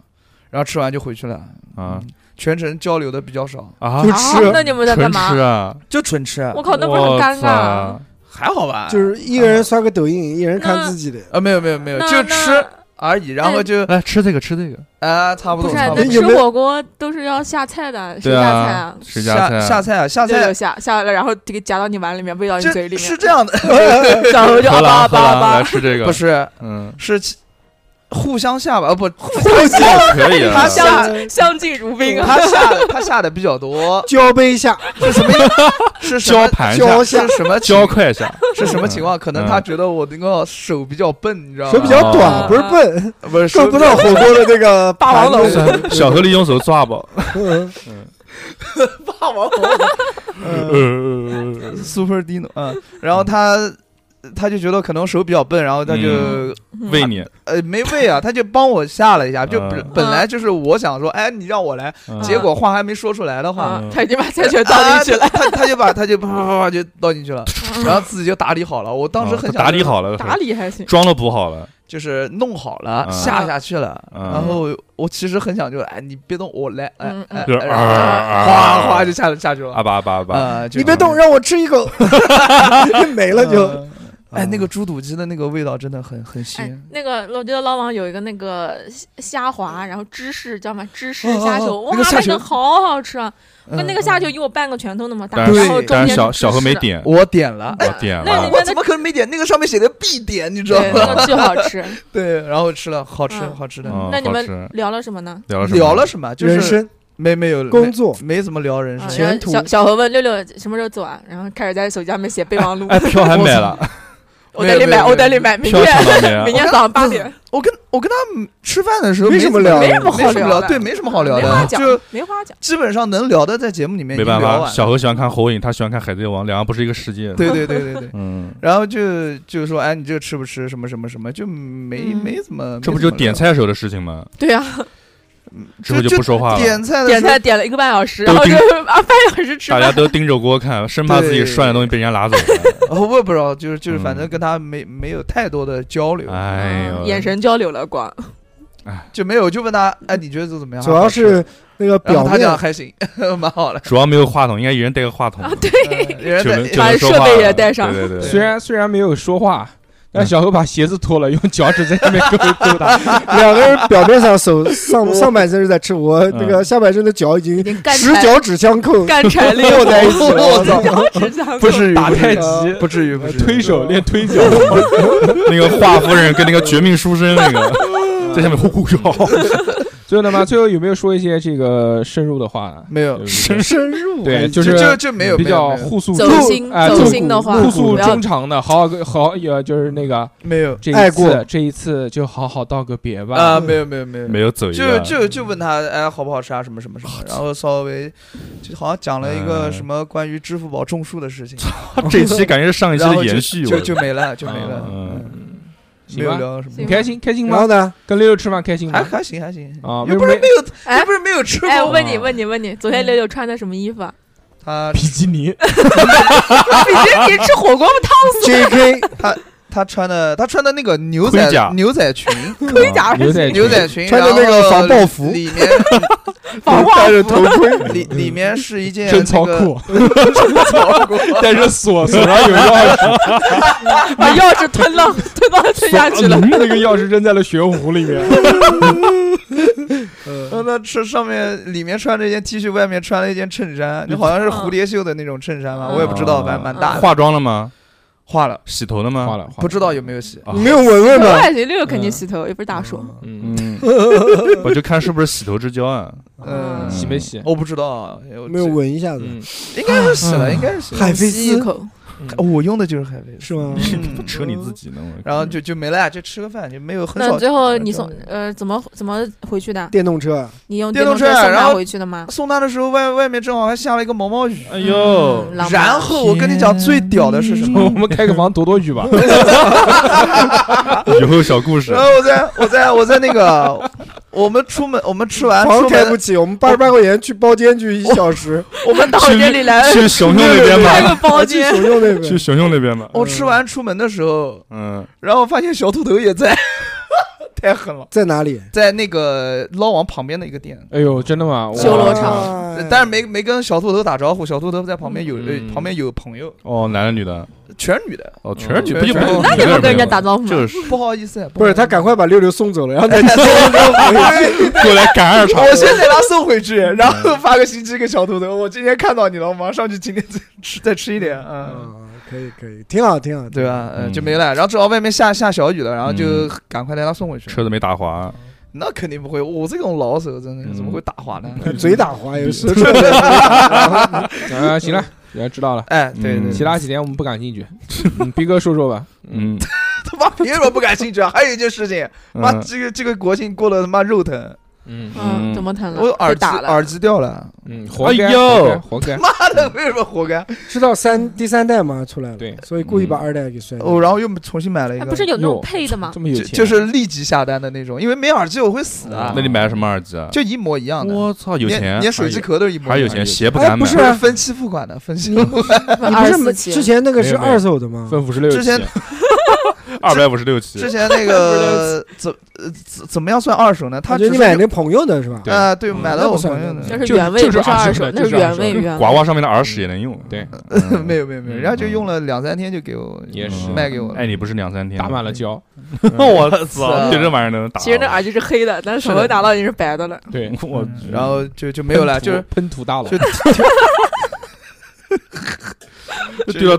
Speaker 6: 然后吃完就回去了，
Speaker 3: 啊
Speaker 6: 全程交流的比较少，
Speaker 3: 啊
Speaker 5: 就，
Speaker 4: 啊，那
Speaker 5: 吃，
Speaker 4: 你们在
Speaker 3: 纯
Speaker 4: 干嘛
Speaker 3: 吃？啊，
Speaker 6: 就纯吃，
Speaker 4: 我靠，那不是很尴尬
Speaker 3: 哇
Speaker 4: 啊？
Speaker 3: 塞？
Speaker 6: 还好吧，
Speaker 5: 就是一个人刷个抖音，一人看自己的。
Speaker 6: 啊没有没有没有，
Speaker 4: 那
Speaker 6: 就
Speaker 4: 那
Speaker 6: 吃而已，然后就
Speaker 3: 来吃这个，吃这个，
Speaker 6: 啊差不
Speaker 4: 不
Speaker 6: 多
Speaker 4: 是
Speaker 6: 差
Speaker 4: 那
Speaker 6: 不多
Speaker 5: 有
Speaker 4: 吃
Speaker 5: 没有
Speaker 4: 火锅都是要下菜的，谁
Speaker 3: 对
Speaker 4: 下菜
Speaker 3: 啊
Speaker 4: 啊，？
Speaker 3: 谁家
Speaker 6: 下
Speaker 3: 菜
Speaker 6: 下
Speaker 3: 啊？
Speaker 6: 菜啊下
Speaker 4: 六
Speaker 6: 菜
Speaker 4: 六。下下来，然后给夹到你碗里面，喂到你嘴
Speaker 6: 这
Speaker 4: 里
Speaker 6: 是
Speaker 4: 面，
Speaker 6: 这样的，
Speaker 4: 然后就
Speaker 3: 荷
Speaker 4: 啊吧
Speaker 3: 兰荷
Speaker 4: 啊吧啊
Speaker 3: 兰来
Speaker 4: 吧，
Speaker 3: 吃这个，
Speaker 6: 不是
Speaker 3: 嗯
Speaker 6: 是其互相下吧，呃不， [laughs]
Speaker 5: 互相
Speaker 3: 可以啊
Speaker 6: 他，下
Speaker 5: 呃
Speaker 4: 相敬如宾啊！
Speaker 6: 他下他下的比较多，
Speaker 5: 交杯下，
Speaker 6: 是什么？是什
Speaker 3: 交
Speaker 6: 么？
Speaker 3: 盘
Speaker 5: 交
Speaker 3: 下，
Speaker 6: 是什么情？
Speaker 3: 交快下，
Speaker 6: 是什么情况？可能
Speaker 3: 嗯
Speaker 6: 他觉得我那个手比较笨，你知道吗？
Speaker 5: 手比较短，
Speaker 4: 哦
Speaker 5: 不是笨，
Speaker 6: 不是手
Speaker 5: 够
Speaker 6: 比
Speaker 5: 不
Speaker 6: 较
Speaker 5: 到火锅的那
Speaker 6: [laughs]
Speaker 5: 个霸王龙。
Speaker 3: 小河里用手抓吧。
Speaker 5: 嗯
Speaker 6: 霸王龙
Speaker 5: 嗯
Speaker 3: 呃，
Speaker 6: Super Dino，嗯，然后他他就觉得可能手比较笨，然后他就、
Speaker 3: 嗯喂你，
Speaker 6: 呃没喂啊，他就帮我下了一下，就
Speaker 3: 嗯
Speaker 6: 本本来就是我想说，哎，你让我来，
Speaker 3: 嗯
Speaker 6: 结果话还没说出来的话，
Speaker 4: 啊，他已经把菜全倒进去了，
Speaker 6: 啊他他他就把他就啪啪啪啪就倒进去了，
Speaker 4: 嗯
Speaker 6: 然后自己就打理好了。我当时
Speaker 3: 啊
Speaker 6: 很
Speaker 3: 他
Speaker 6: 想
Speaker 3: 打理，好了，
Speaker 4: 打理还行。
Speaker 3: 装了补好了，
Speaker 6: 就是弄好了
Speaker 3: 嗯
Speaker 6: 下下去了，
Speaker 3: 嗯
Speaker 6: 然后我其实很想就哎你别动我来哎
Speaker 4: 嗯
Speaker 6: 哎，
Speaker 3: 就是
Speaker 6: 然
Speaker 3: 啊
Speaker 6: 后哗哗就下了下去
Speaker 3: 阿
Speaker 6: 了，
Speaker 3: 巴阿巴阿巴，
Speaker 6: 呃，
Speaker 5: 啊
Speaker 6: 就
Speaker 5: 你别动，让我吃一
Speaker 6: [laughs]
Speaker 5: 口，就没了就。
Speaker 6: 嗯哎那个猪肚鸡的那个味道真的很很
Speaker 4: 哎
Speaker 6: 鲜，，
Speaker 4: 那个我觉得老王有一个那个虾虾滑，然后芝士叫什么？芝士
Speaker 6: 哦哦
Speaker 4: 虾球，
Speaker 6: 哦
Speaker 4: 哇，
Speaker 6: 那个虾
Speaker 4: 那
Speaker 6: 球
Speaker 4: 个好好吃啊！
Speaker 6: 嗯
Speaker 4: 跟那个虾球，有我半个拳头那么大，
Speaker 3: 但
Speaker 6: 是
Speaker 4: 然后中
Speaker 3: 但
Speaker 4: 间
Speaker 3: 是小
Speaker 4: 是
Speaker 3: 小河没
Speaker 4: 芝士的，
Speaker 3: 点，
Speaker 6: 我点了。
Speaker 3: 我点
Speaker 4: 那
Speaker 3: 了
Speaker 4: 你，们
Speaker 6: 我怎么可能没点？那个上面写的必点，你知道
Speaker 4: 对，
Speaker 6: 吗？
Speaker 4: 那个巨好吃。
Speaker 6: 对，然后吃了，好吃，
Speaker 4: 嗯
Speaker 6: 好吃的。
Speaker 3: 嗯
Speaker 4: 那你
Speaker 3: 好
Speaker 4: 们
Speaker 3: 吃
Speaker 4: 聊了什么呢？
Speaker 3: 聊了什么
Speaker 6: 聊了什么？就
Speaker 5: 人
Speaker 6: 是
Speaker 5: 生、
Speaker 6: 没没有
Speaker 5: 工作，
Speaker 6: 没没怎么聊人
Speaker 4: 啊
Speaker 6: 生。
Speaker 5: 前途
Speaker 4: 然后小小何问六六什么时候走啊？然后开始在手机上面写备忘录。
Speaker 3: 哎，票还买了，
Speaker 4: 我得里
Speaker 6: 没有
Speaker 4: 买，我得里买，明
Speaker 3: 票抢
Speaker 4: 天
Speaker 3: 到
Speaker 4: 明
Speaker 3: 没啊？
Speaker 4: 天早上八点。
Speaker 6: 我跟我跟他吃饭的时候
Speaker 5: 没什
Speaker 6: 怎
Speaker 5: 么聊
Speaker 6: 没
Speaker 5: 的
Speaker 6: 什么好
Speaker 4: 没什么
Speaker 6: 聊
Speaker 4: 聊
Speaker 6: 的，
Speaker 4: 的
Speaker 6: 对，没什么好聊
Speaker 4: 没话
Speaker 6: 的，
Speaker 4: 讲
Speaker 6: 就，
Speaker 4: 没话讲。
Speaker 6: 基本上能聊的在节目里
Speaker 4: 哎
Speaker 6: 面
Speaker 3: 没办
Speaker 6: 已经聊
Speaker 3: 法，
Speaker 6: 完了
Speaker 3: 小何喜欢看火影，他喜欢看海贼王，两个不是一个世界的。。
Speaker 6: [laughs] 对对对对对
Speaker 3: 嗯，
Speaker 6: 然后就就说，哎，你这个吃不吃？什么什么什么，就没
Speaker 4: 嗯
Speaker 6: 没怎么。
Speaker 3: 这不
Speaker 6: 没
Speaker 3: 就
Speaker 6: 怎么
Speaker 3: 点菜时候的事情吗？
Speaker 4: 对呀，
Speaker 3: 之后就不说话
Speaker 6: 聊？
Speaker 3: 了，
Speaker 6: 点菜的
Speaker 4: 点
Speaker 6: 时候
Speaker 4: 菜点了一个半小时，
Speaker 3: 都
Speaker 4: 然后就
Speaker 3: 盯
Speaker 4: 啊半小时吃
Speaker 3: 大家
Speaker 4: 饭。
Speaker 3: 都盯着锅看，生怕自己涮的东西被人家拿走了。
Speaker 6: 哦我也不知道，就是就是，反正
Speaker 3: 嗯
Speaker 6: 跟他没没有太多的交
Speaker 3: [laughs]
Speaker 6: 流，
Speaker 3: 哎
Speaker 4: [laughs]
Speaker 3: 呦，
Speaker 4: 啊眼神交流了，光
Speaker 6: 就没有就问他，哎，你觉得这怎么样？
Speaker 5: 主要
Speaker 6: 好吃
Speaker 5: 是那个
Speaker 6: 啊然
Speaker 5: 表
Speaker 6: 后他讲
Speaker 5: 面，
Speaker 6: 还行， [laughs] 蛮好的。
Speaker 3: 主要没有话筒，应该一人带个话筒，
Speaker 4: 呃
Speaker 6: 嗯有人
Speaker 3: 就能
Speaker 6: 在
Speaker 3: 就能说
Speaker 4: 把
Speaker 3: 话
Speaker 4: 设备也
Speaker 3: 了
Speaker 4: 带上
Speaker 3: 对对对，
Speaker 2: 虽然虽然没有说话，但
Speaker 3: 嗯
Speaker 2: 小何把鞋子脱了，用脚趾在那边勾勾搭。
Speaker 5: 两个人表面上 [laughs] 手上上半身是在吃，我
Speaker 3: 嗯
Speaker 5: 那个下半身的脚已经
Speaker 4: 已经干
Speaker 5: 十
Speaker 4: 柴
Speaker 5: 脚指相扣，
Speaker 4: 干柴烈
Speaker 5: 落在一起了。
Speaker 6: 我
Speaker 5: 我
Speaker 6: 操
Speaker 5: 操！
Speaker 4: 只想
Speaker 2: 不至于，
Speaker 6: [laughs] 打
Speaker 2: 不
Speaker 6: 太
Speaker 2: 太
Speaker 5: 极
Speaker 2: 极，
Speaker 6: 不至于，不至于。
Speaker 2: [laughs] 推手练推脚，
Speaker 3: 那个华夫人跟那个绝命书生那个
Speaker 6: [laughs]
Speaker 3: 在下面呼呼叫， [laughs]
Speaker 2: 最后呢嘛，最后有没有说一些这个深入的话？
Speaker 6: [laughs] 没有，哎
Speaker 2: 深
Speaker 5: 深入
Speaker 2: 对，就是
Speaker 6: 就就就没有
Speaker 2: 比较
Speaker 6: 没有没有
Speaker 2: 互诉
Speaker 4: 走心
Speaker 2: 哎
Speaker 4: 走
Speaker 2: 露
Speaker 4: 心的话，
Speaker 2: 互
Speaker 4: 不
Speaker 2: 诉
Speaker 4: 要
Speaker 2: 衷肠的，好好好，也就是那个
Speaker 6: 没有
Speaker 2: 这
Speaker 5: 爱
Speaker 2: 一
Speaker 5: 过
Speaker 2: 次，这一次就好好道个别吧。
Speaker 6: 啊，没有没有没有
Speaker 3: 没有走一
Speaker 6: 就
Speaker 3: 个，
Speaker 6: 就就问他哎好不好吃啊什么什么什么，然后稍微就好像讲了一个
Speaker 3: 嗯
Speaker 6: 什么关于支付宝种树
Speaker 3: [laughs]
Speaker 6: 的事情，
Speaker 3: 这期感觉是上一期
Speaker 6: 然后
Speaker 3: 的
Speaker 6: 就
Speaker 3: 延续，
Speaker 6: 就
Speaker 3: 我
Speaker 6: 就没了就没了，
Speaker 3: 嗯
Speaker 6: 嗯没
Speaker 2: 行
Speaker 6: 有
Speaker 2: 吧，
Speaker 6: 聊什
Speaker 2: 你
Speaker 6: 么，
Speaker 2: 开心开心
Speaker 5: 然后
Speaker 2: 吗？
Speaker 5: 呢？
Speaker 2: 跟六六吃饭开心
Speaker 6: 还
Speaker 2: 吗？
Speaker 6: 还行还行，
Speaker 2: 啊，为什
Speaker 6: 又不
Speaker 2: 么
Speaker 6: 是没有，
Speaker 4: 哎
Speaker 6: 又不是没有吃
Speaker 4: 哎，我
Speaker 6: 过
Speaker 4: 问你，问你，问你，昨天六六穿的什么衣服啊？
Speaker 6: 他
Speaker 2: 比基 [laughs] 尼？
Speaker 4: 比基尼吃火锅不烫
Speaker 5: J [laughs] K
Speaker 6: 他穿的他穿的那个牛仔
Speaker 3: 盔甲
Speaker 6: 牛仔裙
Speaker 4: 盔甲
Speaker 2: 啊
Speaker 4: 还行
Speaker 2: 牛仔
Speaker 6: 牛仔裙，
Speaker 5: 穿的那个
Speaker 6: 然后
Speaker 5: 防爆服
Speaker 6: 里面
Speaker 4: 防
Speaker 5: 戴着头盔，
Speaker 6: 里里面是一件
Speaker 2: 贞操
Speaker 6: 那个
Speaker 2: 裤，
Speaker 6: 草裤，
Speaker 2: 带着锁，锁上有钥匙，
Speaker 4: 把钥匙吞了，吞到吞下去
Speaker 6: [laughs]
Speaker 4: 了。
Speaker 2: 嗯那个钥匙扔在了悬壶里面。
Speaker 6: 那他吃上面里面穿着一件 T 恤，外面穿了一件衬衫，就好像是蝴蝶袖的那种衬衫吧，
Speaker 4: 嗯
Speaker 6: 我也不知
Speaker 5: 哦
Speaker 6: 道，反正蛮大的。
Speaker 3: 化妆了吗？
Speaker 6: 化了，
Speaker 3: 洗头了吗？
Speaker 2: 画了，画
Speaker 6: 不
Speaker 2: 了
Speaker 6: 知道有没有洗。
Speaker 3: 啊
Speaker 5: [laughs] 你没有闻闻吗？
Speaker 4: 外景六六肯定洗头，又不是大叔。
Speaker 2: 嗯，
Speaker 3: 嗯， [laughs] 我就看是不是洗头之交啊，
Speaker 6: 嗯，
Speaker 2: 洗没洗？
Speaker 6: 我不知道，啊我
Speaker 5: 没有嗯闻一下子。
Speaker 2: 嗯， [laughs]
Speaker 6: 应该是洗了，应该是洗了。哦
Speaker 5: 海飞
Speaker 4: 吸一
Speaker 5: 丝
Speaker 4: 口，
Speaker 6: 我用的就是海飞丝，
Speaker 5: 是吗？
Speaker 6: 嗯
Speaker 3: 扯你自己呢。我
Speaker 6: 然后就就没了，就吃个饭，就没有很
Speaker 4: 那
Speaker 6: 少
Speaker 4: 最后你送
Speaker 6: 很少
Speaker 4: 呃怎么怎么回去的？
Speaker 5: 电动车，
Speaker 4: 你用
Speaker 6: 电
Speaker 4: 动
Speaker 6: 动
Speaker 4: 车
Speaker 6: 车
Speaker 4: 送
Speaker 6: 然
Speaker 4: 他
Speaker 6: 后
Speaker 4: 回去的吗？
Speaker 6: 送他的时候，外外面正好还下了一个毛毛雨。
Speaker 3: 哎呦
Speaker 4: 嗯，浪漫
Speaker 6: 然后我跟你讲最屌的是什么？
Speaker 2: 我们开个房躲躲雨
Speaker 6: [laughs]
Speaker 2: 吧。
Speaker 3: [laughs] 以后小故事
Speaker 6: 然，后我在我在我在那个我们出门，我们吃完
Speaker 5: 房
Speaker 6: 出
Speaker 5: 开
Speaker 6: 门
Speaker 5: 不起，我们八十八块钱去包间去一小时，
Speaker 4: 我们到这里
Speaker 6: 哎
Speaker 4: 来
Speaker 3: 去熊熊那边
Speaker 4: 开个
Speaker 3: 吧，
Speaker 4: [laughs] 包
Speaker 5: 啊去
Speaker 4: 间，
Speaker 5: 熊熊那
Speaker 3: 去
Speaker 5: 边。
Speaker 3: 熊熊那边吧。
Speaker 6: 我吃完出门的时候，
Speaker 3: 嗯，
Speaker 6: 然后发现小土豆也在， [laughs] 太狠了，
Speaker 5: 在哪里？
Speaker 6: 在那个捞王旁边的一个店，
Speaker 2: 哎呦，真的吗？哇
Speaker 4: 修罗场
Speaker 5: 场
Speaker 6: 但是没没跟小土豆打招呼，小土豆在旁边有、
Speaker 2: 嗯
Speaker 6: 呃旁边有朋友，
Speaker 3: 哦，男的女的，
Speaker 6: 全是女的，
Speaker 3: 哦，全是女的，
Speaker 6: 嗯全是
Speaker 3: 不就
Speaker 6: 全是
Speaker 4: 那怎么跟人家打招呼呢？
Speaker 3: 就是
Speaker 6: 不好意思，
Speaker 5: 不是他赶快把六六送走了，然后再
Speaker 3: 过来赶二场，
Speaker 6: 我先给他送回去，然后发个信息给小土豆，我今天看到你了，我马上去今天再吃再吃一点，嗯。
Speaker 5: [laughs] 啊，可以可以，挺好挺好，
Speaker 6: 对吧？嗯、
Speaker 3: 嗯
Speaker 6: 就没了。然后正好外面下下小雨了，然后就赶快带他送回去。
Speaker 2: 是吧
Speaker 3: 车子没打滑，
Speaker 6: 那肯定不会，我这种老手真的
Speaker 3: 嗯
Speaker 6: 怎么会打滑呢？
Speaker 5: 嘴打滑有 [laughs] 时候
Speaker 2: 啊，行了，也知道了。
Speaker 6: 哎，对对，
Speaker 3: 嗯
Speaker 2: 其他几点我们不感兴
Speaker 6: [laughs]
Speaker 2: 趣，嗯逼哥说说吧。
Speaker 3: 嗯，
Speaker 6: 他妈凭什么不感兴趣啊？还有一件事情，妈
Speaker 3: 嗯
Speaker 6: 这个这个国庆过得他妈肉疼，
Speaker 2: 嗯
Speaker 4: 嗯，
Speaker 3: 嗯
Speaker 4: 怎么疼了？
Speaker 6: 我耳
Speaker 4: 被
Speaker 6: 机
Speaker 4: 打了，
Speaker 6: 耳机掉了，
Speaker 2: 嗯，活该，
Speaker 3: 哎呦
Speaker 2: 活该活该。
Speaker 6: 妈的， [laughs] 为什么活该？
Speaker 3: 嗯
Speaker 5: 知道三第三代嘛出来了，
Speaker 2: 对嗯
Speaker 5: 所以故意把二代给摔
Speaker 6: 哦，
Speaker 5: 掉。
Speaker 6: 然后又重新买了一
Speaker 7: 哎，
Speaker 6: 个，
Speaker 7: 不是有那
Speaker 2: 哟
Speaker 7: 种配的吗？
Speaker 2: 这么有
Speaker 6: 就
Speaker 2: 钱，
Speaker 6: 就是立即下单的那种，因为没耳机我会死啊
Speaker 3: 那。你买的什么耳机啊？
Speaker 6: 就一模一样的，
Speaker 3: 我操，有
Speaker 6: 连
Speaker 3: 钱，哎
Speaker 6: 连手机壳都是一模
Speaker 3: 还
Speaker 6: 一
Speaker 3: 有
Speaker 6: 样的，
Speaker 3: 钱，鞋不敢
Speaker 5: 哎
Speaker 3: 买，嗯
Speaker 5: 不是
Speaker 6: 啊不是分期付款的，分期付款。
Speaker 5: 你
Speaker 4: 二
Speaker 5: 不
Speaker 4: 十
Speaker 5: 是没
Speaker 4: 四期
Speaker 5: 之前那个是
Speaker 2: 没有没有
Speaker 5: 二手的吗？
Speaker 2: 分五十六期，
Speaker 6: 之前
Speaker 3: 二百五十六期，
Speaker 6: [laughs] 之前
Speaker 3: [laughs]
Speaker 6: 那个怎呃怎怎么样算二手呢？他
Speaker 5: 我觉得你
Speaker 6: 只是
Speaker 5: 买那朋友的是吧？
Speaker 2: 对
Speaker 6: 啊，
Speaker 3: 嗯
Speaker 6: 对，买
Speaker 5: 那
Speaker 6: 了
Speaker 5: 不
Speaker 6: 我
Speaker 5: 算
Speaker 6: 朋友
Speaker 5: 那不
Speaker 6: 的
Speaker 5: 算。
Speaker 4: 那是
Speaker 2: 就
Speaker 4: 原味，
Speaker 2: 就是
Speaker 4: 不是
Speaker 2: 二
Speaker 4: 二
Speaker 2: 十
Speaker 4: 手
Speaker 2: 的，
Speaker 4: 那
Speaker 2: 就是是
Speaker 4: 原
Speaker 2: 二
Speaker 4: 味
Speaker 2: 手的
Speaker 4: 原
Speaker 3: 呱
Speaker 4: 味。
Speaker 3: 呱上面的耳屎也能用，
Speaker 2: 对，
Speaker 3: 嗯
Speaker 6: [laughs] 没有没有没有，人家就用了两三天就给我
Speaker 2: 也
Speaker 3: 是
Speaker 6: 卖给我了。 [laughs]
Speaker 3: 哎，你不是两三天
Speaker 2: 打满了，胶。
Speaker 3: 我操，
Speaker 6: 嗯
Speaker 3: 就这玩意儿能打，
Speaker 4: 其实那耳机是黑的，但是手
Speaker 6: 是的
Speaker 4: 头打到已经是白的了。
Speaker 2: 对，
Speaker 3: 我
Speaker 6: 嗯然后就就没有了，
Speaker 2: 喷涂
Speaker 6: 就是
Speaker 2: [laughs] 喷涂大佬
Speaker 6: 就。
Speaker 3: 对了，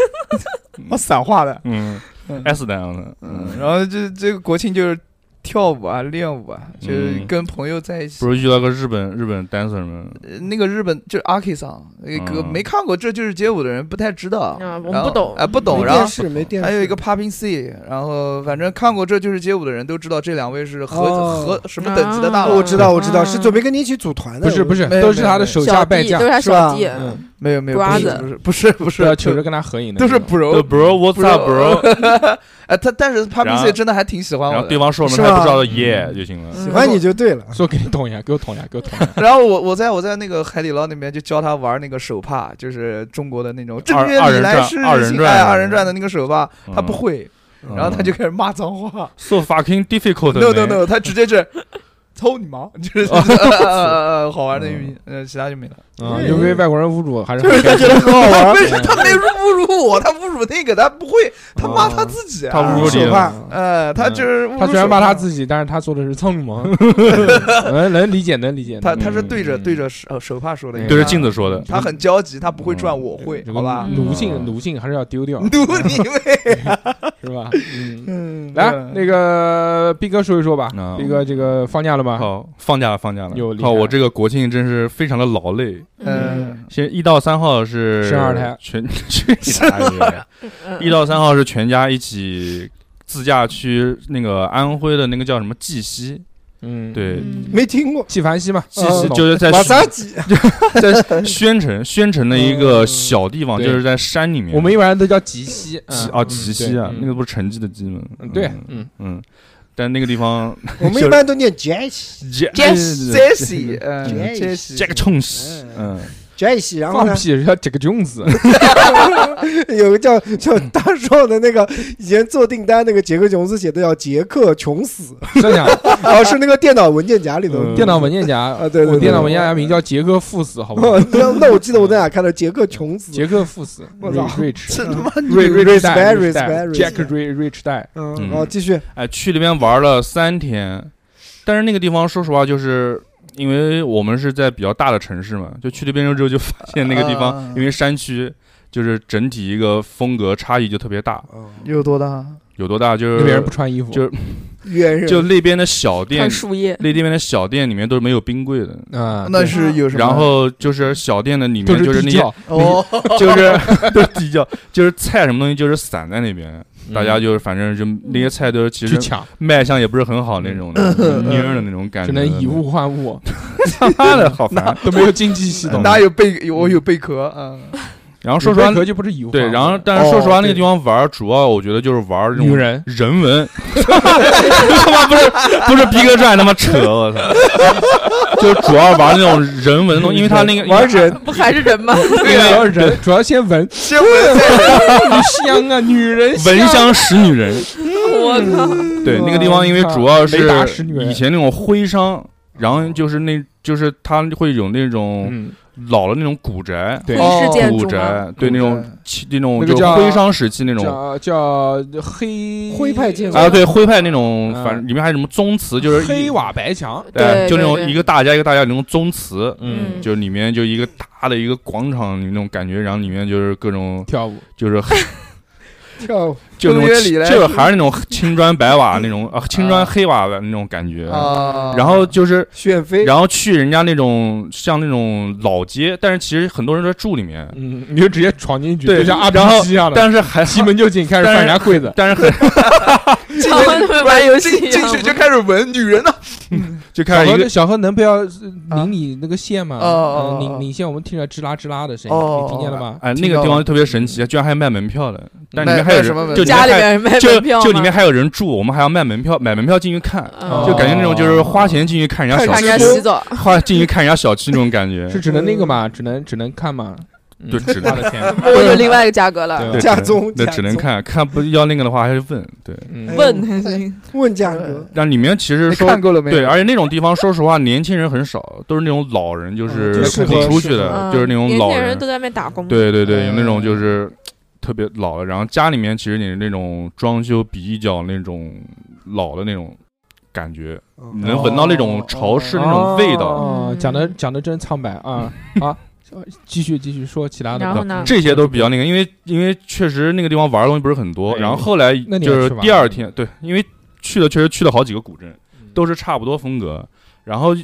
Speaker 6: [laughs] 我散化的。
Speaker 3: 嗯
Speaker 6: 嗯
Speaker 3: ，S 单了，嗯
Speaker 6: 嗯，，然后这这个国庆就是跳舞啊，练舞啊，就是
Speaker 3: 嗯
Speaker 6: 跟朋友在一起。
Speaker 3: 不是遇到个日本日本 dancer 吗？
Speaker 6: 呃那个日本就是阿 K 桑那个歌，
Speaker 3: 嗯
Speaker 6: 没看过《这就是街舞》的人不太知道。啊
Speaker 4: 嗯我们
Speaker 6: 然后
Speaker 4: 不懂
Speaker 6: 哎，不懂。
Speaker 5: 没
Speaker 6: 然
Speaker 5: 电
Speaker 6: 后哎
Speaker 5: 视没电视，
Speaker 6: 还有一个 Popping C，然后反正看过《这就是街舞》的人都知道这两位是何
Speaker 5: 哦
Speaker 6: 何什么等级的大
Speaker 4: 啊
Speaker 6: 佬。
Speaker 5: 我知道我知
Speaker 6: 嗯
Speaker 5: 道
Speaker 4: 啊
Speaker 5: 是准备跟你一起组团的，
Speaker 2: 不是不是，
Speaker 6: 没有
Speaker 2: 都是
Speaker 6: 没有
Speaker 2: 他的
Speaker 6: 没有
Speaker 2: 手下
Speaker 4: 小
Speaker 2: 败
Speaker 4: 弟
Speaker 2: 将
Speaker 4: 都，是他
Speaker 5: 是
Speaker 4: 小
Speaker 5: 吧
Speaker 4: 弟，
Speaker 2: 嗯，
Speaker 6: 没有没有，不
Speaker 4: Brother
Speaker 6: 是不是不
Speaker 3: 啊
Speaker 2: 是要
Speaker 6: 是
Speaker 2: 求
Speaker 6: 不
Speaker 2: 着
Speaker 6: 是，
Speaker 2: 跟他合影的
Speaker 6: 都
Speaker 2: 那
Speaker 6: 呃是
Speaker 2: 种，
Speaker 3: The
Speaker 6: bro。
Speaker 3: bro what's up bro？
Speaker 6: [laughs] 哎，他但是 Popping
Speaker 3: 然
Speaker 6: C
Speaker 3: 后
Speaker 6: 真的还挺喜欢
Speaker 3: 然
Speaker 6: 我
Speaker 3: 后对
Speaker 6: 的。
Speaker 3: 方说我们
Speaker 5: 是
Speaker 3: 还
Speaker 5: 吧
Speaker 3: 不知道
Speaker 6: 嗯
Speaker 3: 的耶就行了，
Speaker 5: 喜欢你就
Speaker 6: [laughs]
Speaker 5: 对了。
Speaker 2: 说给你捅一下，给我捅一下，给我捅一下。
Speaker 6: 然后我我在我在那个海底捞那边就教他玩那个手帕，就是中国的那种正月
Speaker 3: 二
Speaker 6: 里
Speaker 3: 人
Speaker 6: 来
Speaker 3: 转
Speaker 6: 是
Speaker 3: 二人
Speaker 6: 新
Speaker 3: 转
Speaker 6: 哎二人转的那个手帕，他不
Speaker 3: 嗯
Speaker 6: 会，然后他就开始骂脏话。
Speaker 3: so fucking difficult
Speaker 6: no no
Speaker 3: man
Speaker 6: no，他直接是操你妈，就是呃好玩的一名，呃，其他就没了。
Speaker 2: 啊，
Speaker 5: 嗯
Speaker 2: 又被外国人侮辱，还是
Speaker 5: 就是他觉得
Speaker 6: 哦
Speaker 5: 很好玩，
Speaker 6: 为什么他没侮辱我？他侮辱那个，他不会，他骂他自己
Speaker 3: 他
Speaker 6: 啊。
Speaker 3: 侮辱你
Speaker 5: 手
Speaker 3: 了，
Speaker 5: 帕
Speaker 6: 呃，他就是侮辱
Speaker 2: 嗯他虽然骂他
Speaker 6: 己，
Speaker 2: 自己，但是他做的是蹭萌， [laughs] 能能理解，能理解。
Speaker 6: 他
Speaker 2: 能
Speaker 6: 他是
Speaker 2: 嗯
Speaker 6: 对着
Speaker 2: 嗯
Speaker 6: 对着手呃手帕说的
Speaker 2: 对，
Speaker 3: 对着镜子说的，
Speaker 6: 他很焦急，他不会转，我会，
Speaker 2: 嗯这个
Speaker 6: 好吧？嗯
Speaker 2: 奴性奴性还是要丢掉，
Speaker 6: 努 [laughs] 你妹！
Speaker 2: 是吧？嗯，
Speaker 6: 嗯
Speaker 2: 来，那个毕哥说一说吧
Speaker 3: 嗯。
Speaker 2: 毕哥这个放假了吗？
Speaker 3: 好，放假了，放假了
Speaker 2: 又。厉害
Speaker 3: 靠，我这个国庆真是非常的劳累。
Speaker 6: 嗯，
Speaker 3: 先一到三号是
Speaker 2: 生二胎
Speaker 3: 全 [laughs] 去你大爷！一到三号是全家一起自驾去那个安徽的那个叫什么绩溪，
Speaker 2: 嗯，，
Speaker 3: 对，
Speaker 5: 没听过。啊
Speaker 2: 纪梵希嘛，
Speaker 3: 绩溪
Speaker 2: 嗯
Speaker 3: 就是在
Speaker 5: 马萨
Speaker 2: [laughs]
Speaker 3: 宣
Speaker 5: 吉，
Speaker 3: 在宣 [laughs] 城，宣城的一
Speaker 6: 嗯
Speaker 3: 个小地方，
Speaker 2: 对
Speaker 3: 就是在山里面。
Speaker 2: 我们一般人都叫极西，
Speaker 3: 绩
Speaker 2: 嗯
Speaker 3: 啊，绩溪啊，
Speaker 2: 嗯
Speaker 3: 那个不是成绩的绩吗？
Speaker 2: 嗯对
Speaker 3: 嗯，
Speaker 2: 嗯，
Speaker 3: 嗯，但那个
Speaker 2: [laughs]
Speaker 3: 地方哎
Speaker 5: 我们一般都念 Jazz
Speaker 6: [laughs] Jesse，嗯
Speaker 5: Jesse
Speaker 3: 这个冲西，嗯，
Speaker 5: Jazz，然后
Speaker 2: 放
Speaker 5: 呢，
Speaker 2: 屁是要这个粽
Speaker 5: [laughs]
Speaker 2: 子，
Speaker 5: 有个叫叫大壮的那个以前做订单那个杰克琼斯写的叫杰克穷死，
Speaker 2: 真
Speaker 5: [laughs]
Speaker 2: 的。 [laughs]
Speaker 5: 然后是那个电脑文件夹里头
Speaker 3: 嗯。
Speaker 2: 电脑文件夹
Speaker 5: 啊对对
Speaker 2: 我
Speaker 5: 对
Speaker 2: 电脑文件夹名叫杰克富斯，好不好
Speaker 5: 哦？那那我记得我在哪看到杰克穷死，
Speaker 2: 杰克富斯
Speaker 5: 我操
Speaker 2: ，rich
Speaker 6: 这他妈
Speaker 2: rich
Speaker 5: Rich
Speaker 2: rich 戴
Speaker 5: Dad，
Speaker 2: rich
Speaker 5: Rich Dad，Rich
Speaker 2: Jack
Speaker 5: Dad
Speaker 2: rich rich 戴，
Speaker 5: 嗯，
Speaker 3: 嗯
Speaker 5: 然后继续
Speaker 3: 哎，去那边玩了三天，但是那个地方说实话，就是因为我们是在比较大的城市嘛，就去那边之后就发现那个地方，
Speaker 2: 嗯
Speaker 6: 啊
Speaker 3: 因为山区，就是整体一个风格差异就特别大，
Speaker 6: 有多大？
Speaker 3: 有多大就
Speaker 2: 那边人不
Speaker 3: 是
Speaker 2: 穿衣服，
Speaker 3: 呃就
Speaker 5: 猿人
Speaker 3: 就那边的小店
Speaker 4: 看，树叶，
Speaker 3: 那边的小店里面都是没有冰柜的，
Speaker 2: 啊，
Speaker 6: 那是有什么？
Speaker 3: 然后就是小店的里
Speaker 2: 都
Speaker 3: 面
Speaker 2: 是
Speaker 3: 就是那
Speaker 2: 地
Speaker 3: 些
Speaker 2: 窖，
Speaker 6: 哦，
Speaker 2: [laughs]
Speaker 3: 就是都是比较就是菜什么东西就是散在那边，大家
Speaker 2: 嗯
Speaker 3: 就是反正就那些菜都是其
Speaker 2: 去
Speaker 3: 实
Speaker 2: 抢，
Speaker 3: 卖相也不是很好那种
Speaker 2: [laughs]
Speaker 3: 的，蔫儿的那种感
Speaker 2: 只
Speaker 3: 觉，
Speaker 2: 能以物换物， [laughs]
Speaker 3: 他的好烦。
Speaker 2: 都没有经济系
Speaker 6: [laughs]
Speaker 2: 统。
Speaker 6: 哪有贝？有我有贝壳，嗯，
Speaker 3: 嗯然后说实话
Speaker 2: 贝，壳就不是以物换
Speaker 3: 对，
Speaker 2: 物哦
Speaker 3: 然后但是说实话，那个地方玩儿主要我觉得就是玩儿这
Speaker 2: 女
Speaker 3: 种
Speaker 2: 人
Speaker 3: 人文， [laughs] 他妈不是不是逼哥传他妈扯，我操，就是主要玩儿那种人文的东西，因为他那个
Speaker 5: 玩人，
Speaker 4: 不还是人吗？
Speaker 2: 主要人主要先闻
Speaker 6: 先
Speaker 2: [laughs]
Speaker 6: 闻再
Speaker 2: 香啊，女人
Speaker 3: 闻香识女人，
Speaker 4: 我靠！
Speaker 2: [laughs]
Speaker 3: 对，那个地方因为主要是
Speaker 2: 雷达识女人
Speaker 3: 以前那种徽
Speaker 2: 嗯
Speaker 3: 商，然后就是那就是他会有那种
Speaker 2: 嗯，
Speaker 3: 老的那种古宅，
Speaker 2: 对
Speaker 4: 徽式建
Speaker 3: 古
Speaker 4: 筑吗？
Speaker 3: 宅，对那
Speaker 6: 古
Speaker 3: 种
Speaker 6: 宅
Speaker 3: 其那种
Speaker 2: 那个
Speaker 3: 就
Speaker 2: 叫
Speaker 3: 徽商时期那种
Speaker 2: 叫叫黑
Speaker 6: [laughs]
Speaker 5: 徽派建筑
Speaker 3: 啊，对徽派那种，
Speaker 2: 嗯
Speaker 3: 反正里面还有什么宗祠，就是一
Speaker 2: 黑，瓦白墙，
Speaker 3: 对，
Speaker 4: 对
Speaker 3: 就那
Speaker 4: 对
Speaker 3: 种
Speaker 4: 对
Speaker 3: 一个大家一个大家那种宗祠，
Speaker 2: 嗯，
Speaker 4: 嗯
Speaker 3: 就里面就一个大的一个广场那种感觉，然后里面就是各种
Speaker 2: [laughs] 跳舞
Speaker 3: 就是。
Speaker 5: 跳舞
Speaker 3: 就那
Speaker 6: 公
Speaker 3: 种
Speaker 6: 约
Speaker 3: 青
Speaker 6: 里来
Speaker 3: 就还是那种青砖白瓦那种啊，青砖黑瓦的那种感觉。
Speaker 6: 啊，
Speaker 3: 然后就是，
Speaker 5: 选妃，
Speaker 3: 然后去人家那种像那种老街，但是其实很多人都在住里面，
Speaker 2: 嗯，你就直接闯进去，
Speaker 3: 对
Speaker 2: 就像阿
Speaker 3: 然后
Speaker 2: 皮西一样的，
Speaker 3: 但是还
Speaker 2: 西门就进，开始翻人家柜子，
Speaker 3: 但是很
Speaker 6: 进
Speaker 4: 然后他们玩游戏
Speaker 6: 进进去就开始闻女人呢，
Speaker 3: 就
Speaker 2: 小
Speaker 3: 开始一
Speaker 2: 何
Speaker 3: 个
Speaker 2: 小何能不要呃
Speaker 6: 啊
Speaker 2: 拧你那个线吗？
Speaker 6: 哦哦
Speaker 2: 嗯拧
Speaker 6: 哦
Speaker 2: 拧线，我们听着吱啦吱啦的声
Speaker 6: 哦
Speaker 2: 音，你听见了吗？
Speaker 3: 哎，那
Speaker 6: 听
Speaker 3: 个
Speaker 6: 到
Speaker 3: 地
Speaker 6: 了
Speaker 3: 方特别神奇，居然还卖门票的，但里
Speaker 6: 卖
Speaker 3: 面还有
Speaker 6: 卖什
Speaker 3: 人
Speaker 6: 么门
Speaker 3: 就里面
Speaker 4: 家
Speaker 6: 票
Speaker 4: 里
Speaker 3: 还
Speaker 4: 面卖
Speaker 3: 就
Speaker 4: 门票
Speaker 3: 就
Speaker 4: 吗
Speaker 3: 里面还有人住，我们还要卖门票，买门票进去看，
Speaker 4: 嗯
Speaker 3: 就感觉那种就是花钱进去看人家
Speaker 4: 看
Speaker 3: 小
Speaker 4: 人家洗
Speaker 3: 区，
Speaker 4: 澡，
Speaker 3: 花进去看人家小区那种感觉，
Speaker 2: 是只能那个嘛，只能只能看嘛，嗯
Speaker 3: 就哎只能
Speaker 2: 花了钱。
Speaker 3: [laughs]
Speaker 4: 摸就另外一个价格了。
Speaker 2: 对
Speaker 5: 假宗
Speaker 3: 那
Speaker 5: 假
Speaker 3: 只能
Speaker 5: 宗
Speaker 3: 看看不要那个的话还是问，对，
Speaker 2: 嗯
Speaker 4: 问，
Speaker 5: 问价格，
Speaker 3: 但里面其实
Speaker 6: 你
Speaker 3: 说
Speaker 6: 看够了没有？
Speaker 3: 对，而且那种地方，说实话，年轻人很少，都是那种老人，就
Speaker 5: 嗯
Speaker 3: 是
Speaker 5: 就
Speaker 2: 适
Speaker 3: 肯定
Speaker 2: 合
Speaker 3: 出去
Speaker 5: 适
Speaker 3: 的
Speaker 5: 合，
Speaker 4: 嗯
Speaker 3: 就是那种
Speaker 4: 年
Speaker 3: 老
Speaker 4: 轻人都在外面打工。
Speaker 3: 对对对，有那种
Speaker 6: 嗯
Speaker 3: 就是特别老的，然后家里面其实你那种装修比较那种老的那种感觉，
Speaker 5: 嗯
Speaker 3: 你能闻到那种潮湿那种味道。
Speaker 2: 哦
Speaker 4: 嗯
Speaker 2: 讲的讲的真苍白啊！好，继续继续说其他
Speaker 4: 然
Speaker 2: 的
Speaker 4: 后
Speaker 2: 吧。
Speaker 4: 呢？
Speaker 3: 这些都比较那个，因为因为确实那个地方玩的东西不是很多，
Speaker 2: 哎
Speaker 3: 然后后来
Speaker 2: 那你
Speaker 3: 就
Speaker 2: 还
Speaker 3: 是
Speaker 2: 去玩
Speaker 3: 第
Speaker 2: 了
Speaker 3: 二天，对，因为去了确实去了好几个古镇，都是差不多风格，然后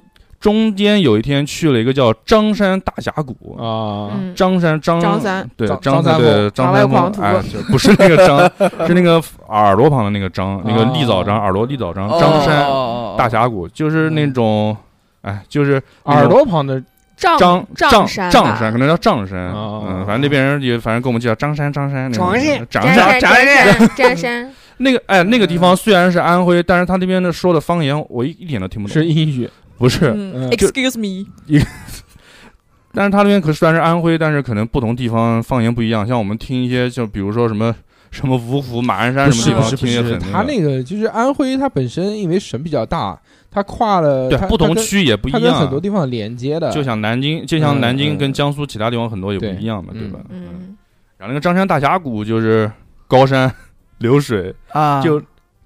Speaker 3: 中间有一天去了一个叫张山大峡谷，
Speaker 2: 啊，
Speaker 4: 嗯，
Speaker 3: 张山张
Speaker 4: 张三
Speaker 3: 对
Speaker 2: 张
Speaker 3: 张
Speaker 2: 张三
Speaker 3: 对张
Speaker 4: 外
Speaker 3: 三
Speaker 4: 狂
Speaker 3: 丰，
Speaker 4: 徒
Speaker 3: 哎，就不是那个
Speaker 2: [laughs]
Speaker 3: 张，是那个耳朵旁的那个张，那个
Speaker 2: 哦
Speaker 3: 立早张，耳朵立早张，
Speaker 6: 哦
Speaker 3: 张山大
Speaker 6: 哦
Speaker 3: 峡谷，就是那种，哎，就是那
Speaker 2: 嗯
Speaker 3: 种
Speaker 2: 耳朵旁的
Speaker 4: 张
Speaker 3: 张
Speaker 4: 丈
Speaker 3: 山
Speaker 4: 山
Speaker 3: 丈
Speaker 4: 吧
Speaker 3: 山，可能叫丈山，
Speaker 2: 哦
Speaker 3: 嗯，反正那边人也反正跟我们介绍张山张山那种
Speaker 5: 张山
Speaker 3: 张山
Speaker 4: 张山张山张山，
Speaker 3: 那个哎那个
Speaker 2: 嗯
Speaker 3: 地方虽然是安徽，但是他那边的说的方言我一一点都听不懂，
Speaker 2: 是英语，
Speaker 3: 不是？
Speaker 4: 嗯
Speaker 2: 嗯
Speaker 4: ，Excuse me，
Speaker 3: 但是他那边可虽然是安徽，但是可能不同地方方言不一样。像我们听一些，就比如说什么什么芜湖、马鞍山
Speaker 2: 不
Speaker 3: 什么
Speaker 2: 是不
Speaker 3: 地方，
Speaker 2: 是不
Speaker 3: 听也
Speaker 2: 是，
Speaker 3: 很
Speaker 2: 他那个就是安徽，它本身因为省比较大，它跨了
Speaker 3: 对
Speaker 2: 它
Speaker 3: 不同
Speaker 2: 它跟
Speaker 3: 区也不一
Speaker 2: 它跟很
Speaker 3: 样啊
Speaker 2: 多。地方连接的，
Speaker 3: 就像南京，就像南京跟江苏其他地方很多也不
Speaker 2: 对
Speaker 3: 一样嘛，对吧？
Speaker 4: 嗯，
Speaker 3: 然后那个张山大峡谷就是高山流水，
Speaker 6: 啊，
Speaker 3: 就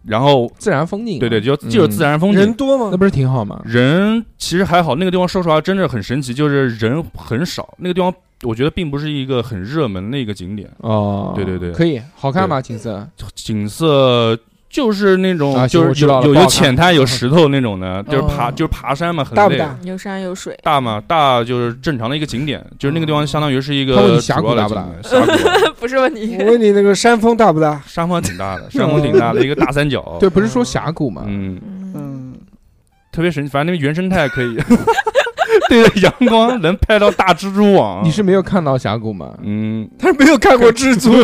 Speaker 3: 然后
Speaker 2: 自然风景嘛，啊嗯
Speaker 3: 对对，就就是自然风
Speaker 5: 人
Speaker 3: 景。
Speaker 5: 多
Speaker 2: 那
Speaker 5: 吗？
Speaker 2: 不是挺好吗？
Speaker 3: 人其实还好，那个地方说实话真的很神奇，就是人很少。那个地方我觉得并不是一个很热门的一个景点，
Speaker 2: 哦，
Speaker 3: 对对对
Speaker 2: 可以，好看吗？景色
Speaker 3: 景色就是那种，
Speaker 2: 啊行
Speaker 3: 就
Speaker 2: 我
Speaker 3: 是
Speaker 2: 知道
Speaker 3: 有
Speaker 2: 了不
Speaker 3: 有
Speaker 2: 好看
Speaker 3: 有浅滩有石头那种的，就是爬
Speaker 6: 哦
Speaker 3: 就是爬山嘛，很
Speaker 5: 大不
Speaker 3: 累。
Speaker 5: 大？
Speaker 4: 有山有水，
Speaker 3: 大嘛，大就是正常的一个景点，就是那个地
Speaker 4: 哦
Speaker 3: 方相当于是一个
Speaker 2: 他问你
Speaker 3: 主
Speaker 2: 峡谷
Speaker 3: 要的
Speaker 2: 大不
Speaker 3: 景点
Speaker 4: [laughs]
Speaker 3: 峡谷
Speaker 4: [laughs] 不是问题
Speaker 5: 我。问你，那个山峰大不大？
Speaker 3: 山峰挺大的，山峰挺大的一个大三角。
Speaker 2: 对，不是说峡谷吗？
Speaker 3: 哦嗯，
Speaker 4: 嗯，
Speaker 6: 嗯，
Speaker 3: 特别神奇，反正那边原生
Speaker 2: [laughs]
Speaker 3: 态可以对着阳光能拍到大蜘蛛网。
Speaker 2: 你是没有看到峡谷吗？
Speaker 3: 嗯，
Speaker 5: 他没有看过
Speaker 3: [laughs]
Speaker 5: 蜘蛛，
Speaker 6: [laughs]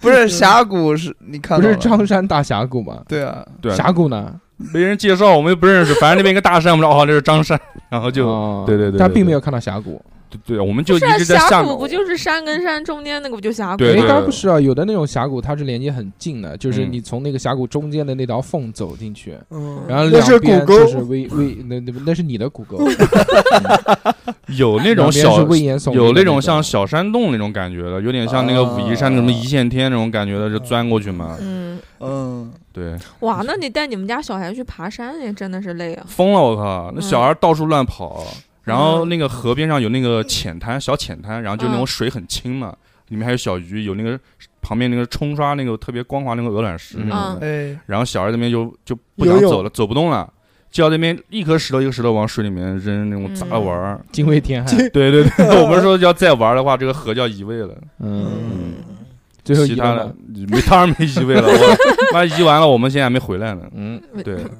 Speaker 6: 不是峡谷是，你看
Speaker 2: 不
Speaker 6: 到
Speaker 2: 是
Speaker 6: 了
Speaker 2: 张山大峡谷吗？
Speaker 6: 对啊，
Speaker 3: 对啊，
Speaker 2: 峡谷呢？
Speaker 3: 没人介绍，我们又不认识，反正那边一个大山，我们说哦，这是张山，然后就
Speaker 2: 就
Speaker 3: 对对对
Speaker 2: 他
Speaker 3: 对
Speaker 2: 哦并
Speaker 3: 对
Speaker 2: 没有看到峡谷。
Speaker 3: 对对，我们
Speaker 4: 不
Speaker 3: 就一
Speaker 4: 是啊
Speaker 3: 直在
Speaker 4: 峡
Speaker 3: 下
Speaker 4: 谷，
Speaker 3: 面
Speaker 4: 不就是山跟山中间那个不就峡谷？
Speaker 3: 对
Speaker 2: 哎
Speaker 3: 对
Speaker 2: 当然不是啊，有的那种峡谷它是连接很近的，就是
Speaker 3: 嗯
Speaker 2: 你从那个峡谷中间的那条缝走进去，
Speaker 5: 嗯
Speaker 2: 然后
Speaker 5: 那是
Speaker 2: 两
Speaker 5: 骨
Speaker 2: 边
Speaker 5: 沟
Speaker 2: 就是危危那那那是你的骨沟，
Speaker 3: 有 [laughs] 那种
Speaker 2: 两边是
Speaker 3: 小
Speaker 2: 危言耸听的
Speaker 3: 有
Speaker 2: 那
Speaker 3: 种像
Speaker 2: [laughs]
Speaker 3: 小山洞那种感觉的，有点像那个武夷山那什么一线天那种感觉的，就钻过去嘛。
Speaker 4: 嗯，
Speaker 6: 嗯，
Speaker 3: 对，
Speaker 4: 哇，那你带你们家小孩去爬山也真的是累啊。
Speaker 3: 疯了我靠，那
Speaker 4: 嗯
Speaker 3: 小孩到处乱跑，然后
Speaker 4: 嗯
Speaker 3: 那个河边上有那个浅滩，小浅滩，然后就那种
Speaker 4: 嗯
Speaker 3: 水很清嘛，里面还有小鱼，有那个旁边那个冲刷那个特别光滑那个鹅卵石那种的，
Speaker 6: 哎，
Speaker 3: 然后小孩那边就就不
Speaker 5: 游
Speaker 3: 想
Speaker 5: 泳
Speaker 3: 走了，走不动了。就要那边一颗石头一个石头往水里面扔，那种砸着玩儿。
Speaker 2: 惊为天海。
Speaker 3: 对对对，我们说要再玩的话，这个河就要移位了。
Speaker 2: 嗯，
Speaker 3: 嗯，
Speaker 2: 最后
Speaker 3: 其
Speaker 2: 一
Speaker 3: 他
Speaker 2: 个
Speaker 3: 的嗯
Speaker 2: 呢，
Speaker 3: [laughs] 没当然没移位了，我妈移完了，我们现在还没回
Speaker 2: [laughs]
Speaker 3: 来呢。
Speaker 2: 嗯，
Speaker 3: 对，
Speaker 4: 啊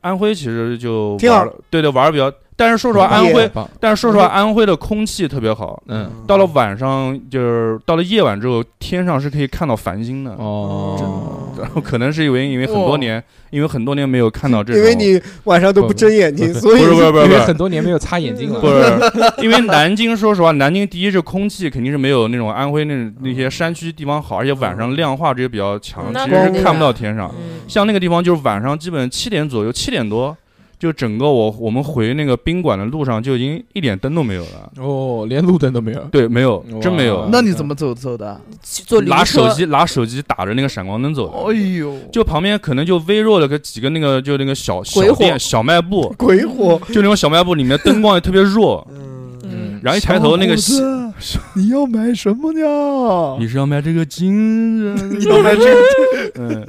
Speaker 3: 安徽其实就
Speaker 5: 挺
Speaker 3: 玩
Speaker 5: 好
Speaker 3: 儿，对对，玩的比较。但是说实话，
Speaker 5: 很
Speaker 3: 安
Speaker 5: 野
Speaker 3: 徽，
Speaker 2: 棒，
Speaker 3: 但是说实话，安徽的空气特别好。
Speaker 2: 嗯，
Speaker 3: 到了晚上，就是到了夜晚之后，天上是可以看到繁星的。
Speaker 2: 嗯哦，
Speaker 3: 然后可能是因为因为很多年，因为很多年没有看到这种，
Speaker 5: 因为你晚上都不睁眼睛，
Speaker 2: 不
Speaker 5: 所
Speaker 3: 不
Speaker 5: 以
Speaker 3: 是不是不是
Speaker 2: 因
Speaker 3: 不
Speaker 2: 为
Speaker 3: 是
Speaker 2: 很多年没有擦眼睛了，
Speaker 3: 不是，因为南京，说实话，南京第一是空气肯定是没有那种安徽那种那些山区地方好，而且晚上量化这些比较强，
Speaker 4: 那
Speaker 3: 其实
Speaker 4: 肯定
Speaker 3: 是看不
Speaker 4: 的
Speaker 3: 到天上。
Speaker 4: 嗯，
Speaker 3: 像那个地方就是晚上基本七点左右，七点多，就整个我我们回那个宾馆的路上就已经一点灯都没有了。
Speaker 2: 哦，连路灯都没有。
Speaker 3: 对，没有，
Speaker 2: 哇
Speaker 3: 真没有。
Speaker 6: 那你怎么走走的？
Speaker 4: 去坐驴
Speaker 3: 拿手
Speaker 4: 车，
Speaker 3: 机拿手机打着那个闪光灯走
Speaker 6: 哎
Speaker 3: 的，
Speaker 6: 呦，
Speaker 3: 就旁边可能就微弱的个几个那个就那个小小
Speaker 4: 鬼火
Speaker 3: 店小卖部，
Speaker 5: 鬼火，
Speaker 3: 就那种小卖部里面灯光也特别弱，
Speaker 5: 嗯
Speaker 4: 嗯，
Speaker 3: 然后一抬头那个
Speaker 6: 小
Speaker 3: 夕
Speaker 6: 伙子 [laughs] 你要买什么呢？
Speaker 3: 你是要卖这个金
Speaker 6: [laughs]
Speaker 3: 人？
Speaker 6: 你要买这个？
Speaker 3: 嗯，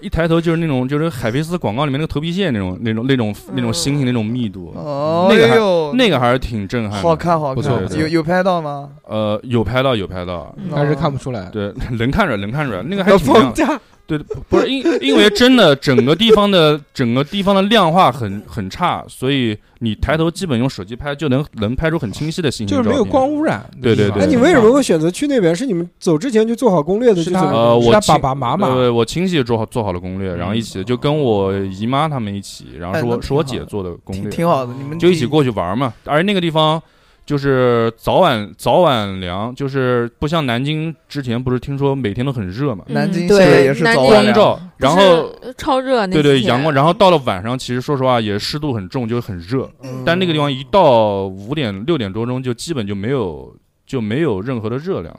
Speaker 3: 一抬头就是那种就是海飞丝广告里面那个头皮屑那种那种那种那种星星那种密度，
Speaker 6: 嗯哦
Speaker 3: 那个还
Speaker 6: 呦，
Speaker 3: 那个还是挺震撼的。
Speaker 6: 好看好
Speaker 2: 不错
Speaker 3: 不
Speaker 6: 看，
Speaker 3: 错
Speaker 6: 有有拍到吗？
Speaker 3: 呃，有拍到有拍到，
Speaker 2: 但是看不出来。
Speaker 3: 对，能看出来能看出来，那个还
Speaker 5: 要
Speaker 3: 挺
Speaker 5: 放
Speaker 3: 亮。
Speaker 5: 假，
Speaker 3: 对，不是因因为真的整个地方的整个地方的量化很 [laughs] 很差，所以你抬头基本用手机拍就能能拍出很清晰的星
Speaker 2: 就
Speaker 3: 星
Speaker 2: 是没有
Speaker 3: 照片
Speaker 2: 光污染的
Speaker 3: 对
Speaker 2: 地
Speaker 3: 对
Speaker 2: 方。
Speaker 3: 对
Speaker 5: 哎，
Speaker 3: 对
Speaker 5: 你为什么会选择去那边？是你们走之前就做好攻略的？
Speaker 2: 是
Speaker 5: 就
Speaker 2: 他
Speaker 5: 走
Speaker 3: 呃
Speaker 2: 是
Speaker 3: 我呃
Speaker 2: 他
Speaker 3: 亲
Speaker 2: 爸爸妈妈，
Speaker 3: 对，我亲戚做好做好了攻略，然后一起就跟我姨妈他们一起，然后
Speaker 6: 哎
Speaker 3: 是
Speaker 6: 那
Speaker 3: 我
Speaker 6: 挺
Speaker 3: 是我
Speaker 6: 好
Speaker 3: 姐
Speaker 6: 的
Speaker 3: 做的攻
Speaker 6: 挺
Speaker 3: 略，
Speaker 6: 挺好的，你们
Speaker 3: 就一
Speaker 6: 自己
Speaker 3: 起过去玩嘛。而那个地方就是早晚早晚凉，就是不像南京之前不是听说每天都很热嘛，
Speaker 6: 南
Speaker 4: 嗯
Speaker 6: 京
Speaker 4: 啊
Speaker 6: 现在
Speaker 4: 对
Speaker 6: 也是
Speaker 4: 南
Speaker 6: 早
Speaker 4: 京
Speaker 3: 光
Speaker 6: 晚凉
Speaker 3: 照，然后
Speaker 4: 就是超热那
Speaker 3: 对对
Speaker 4: 天
Speaker 3: 阳光，然后到了晚上，其实说实话也湿度很重，就很热。但那个地方一到五点六点多钟，就基本就没有就没有任何的热量，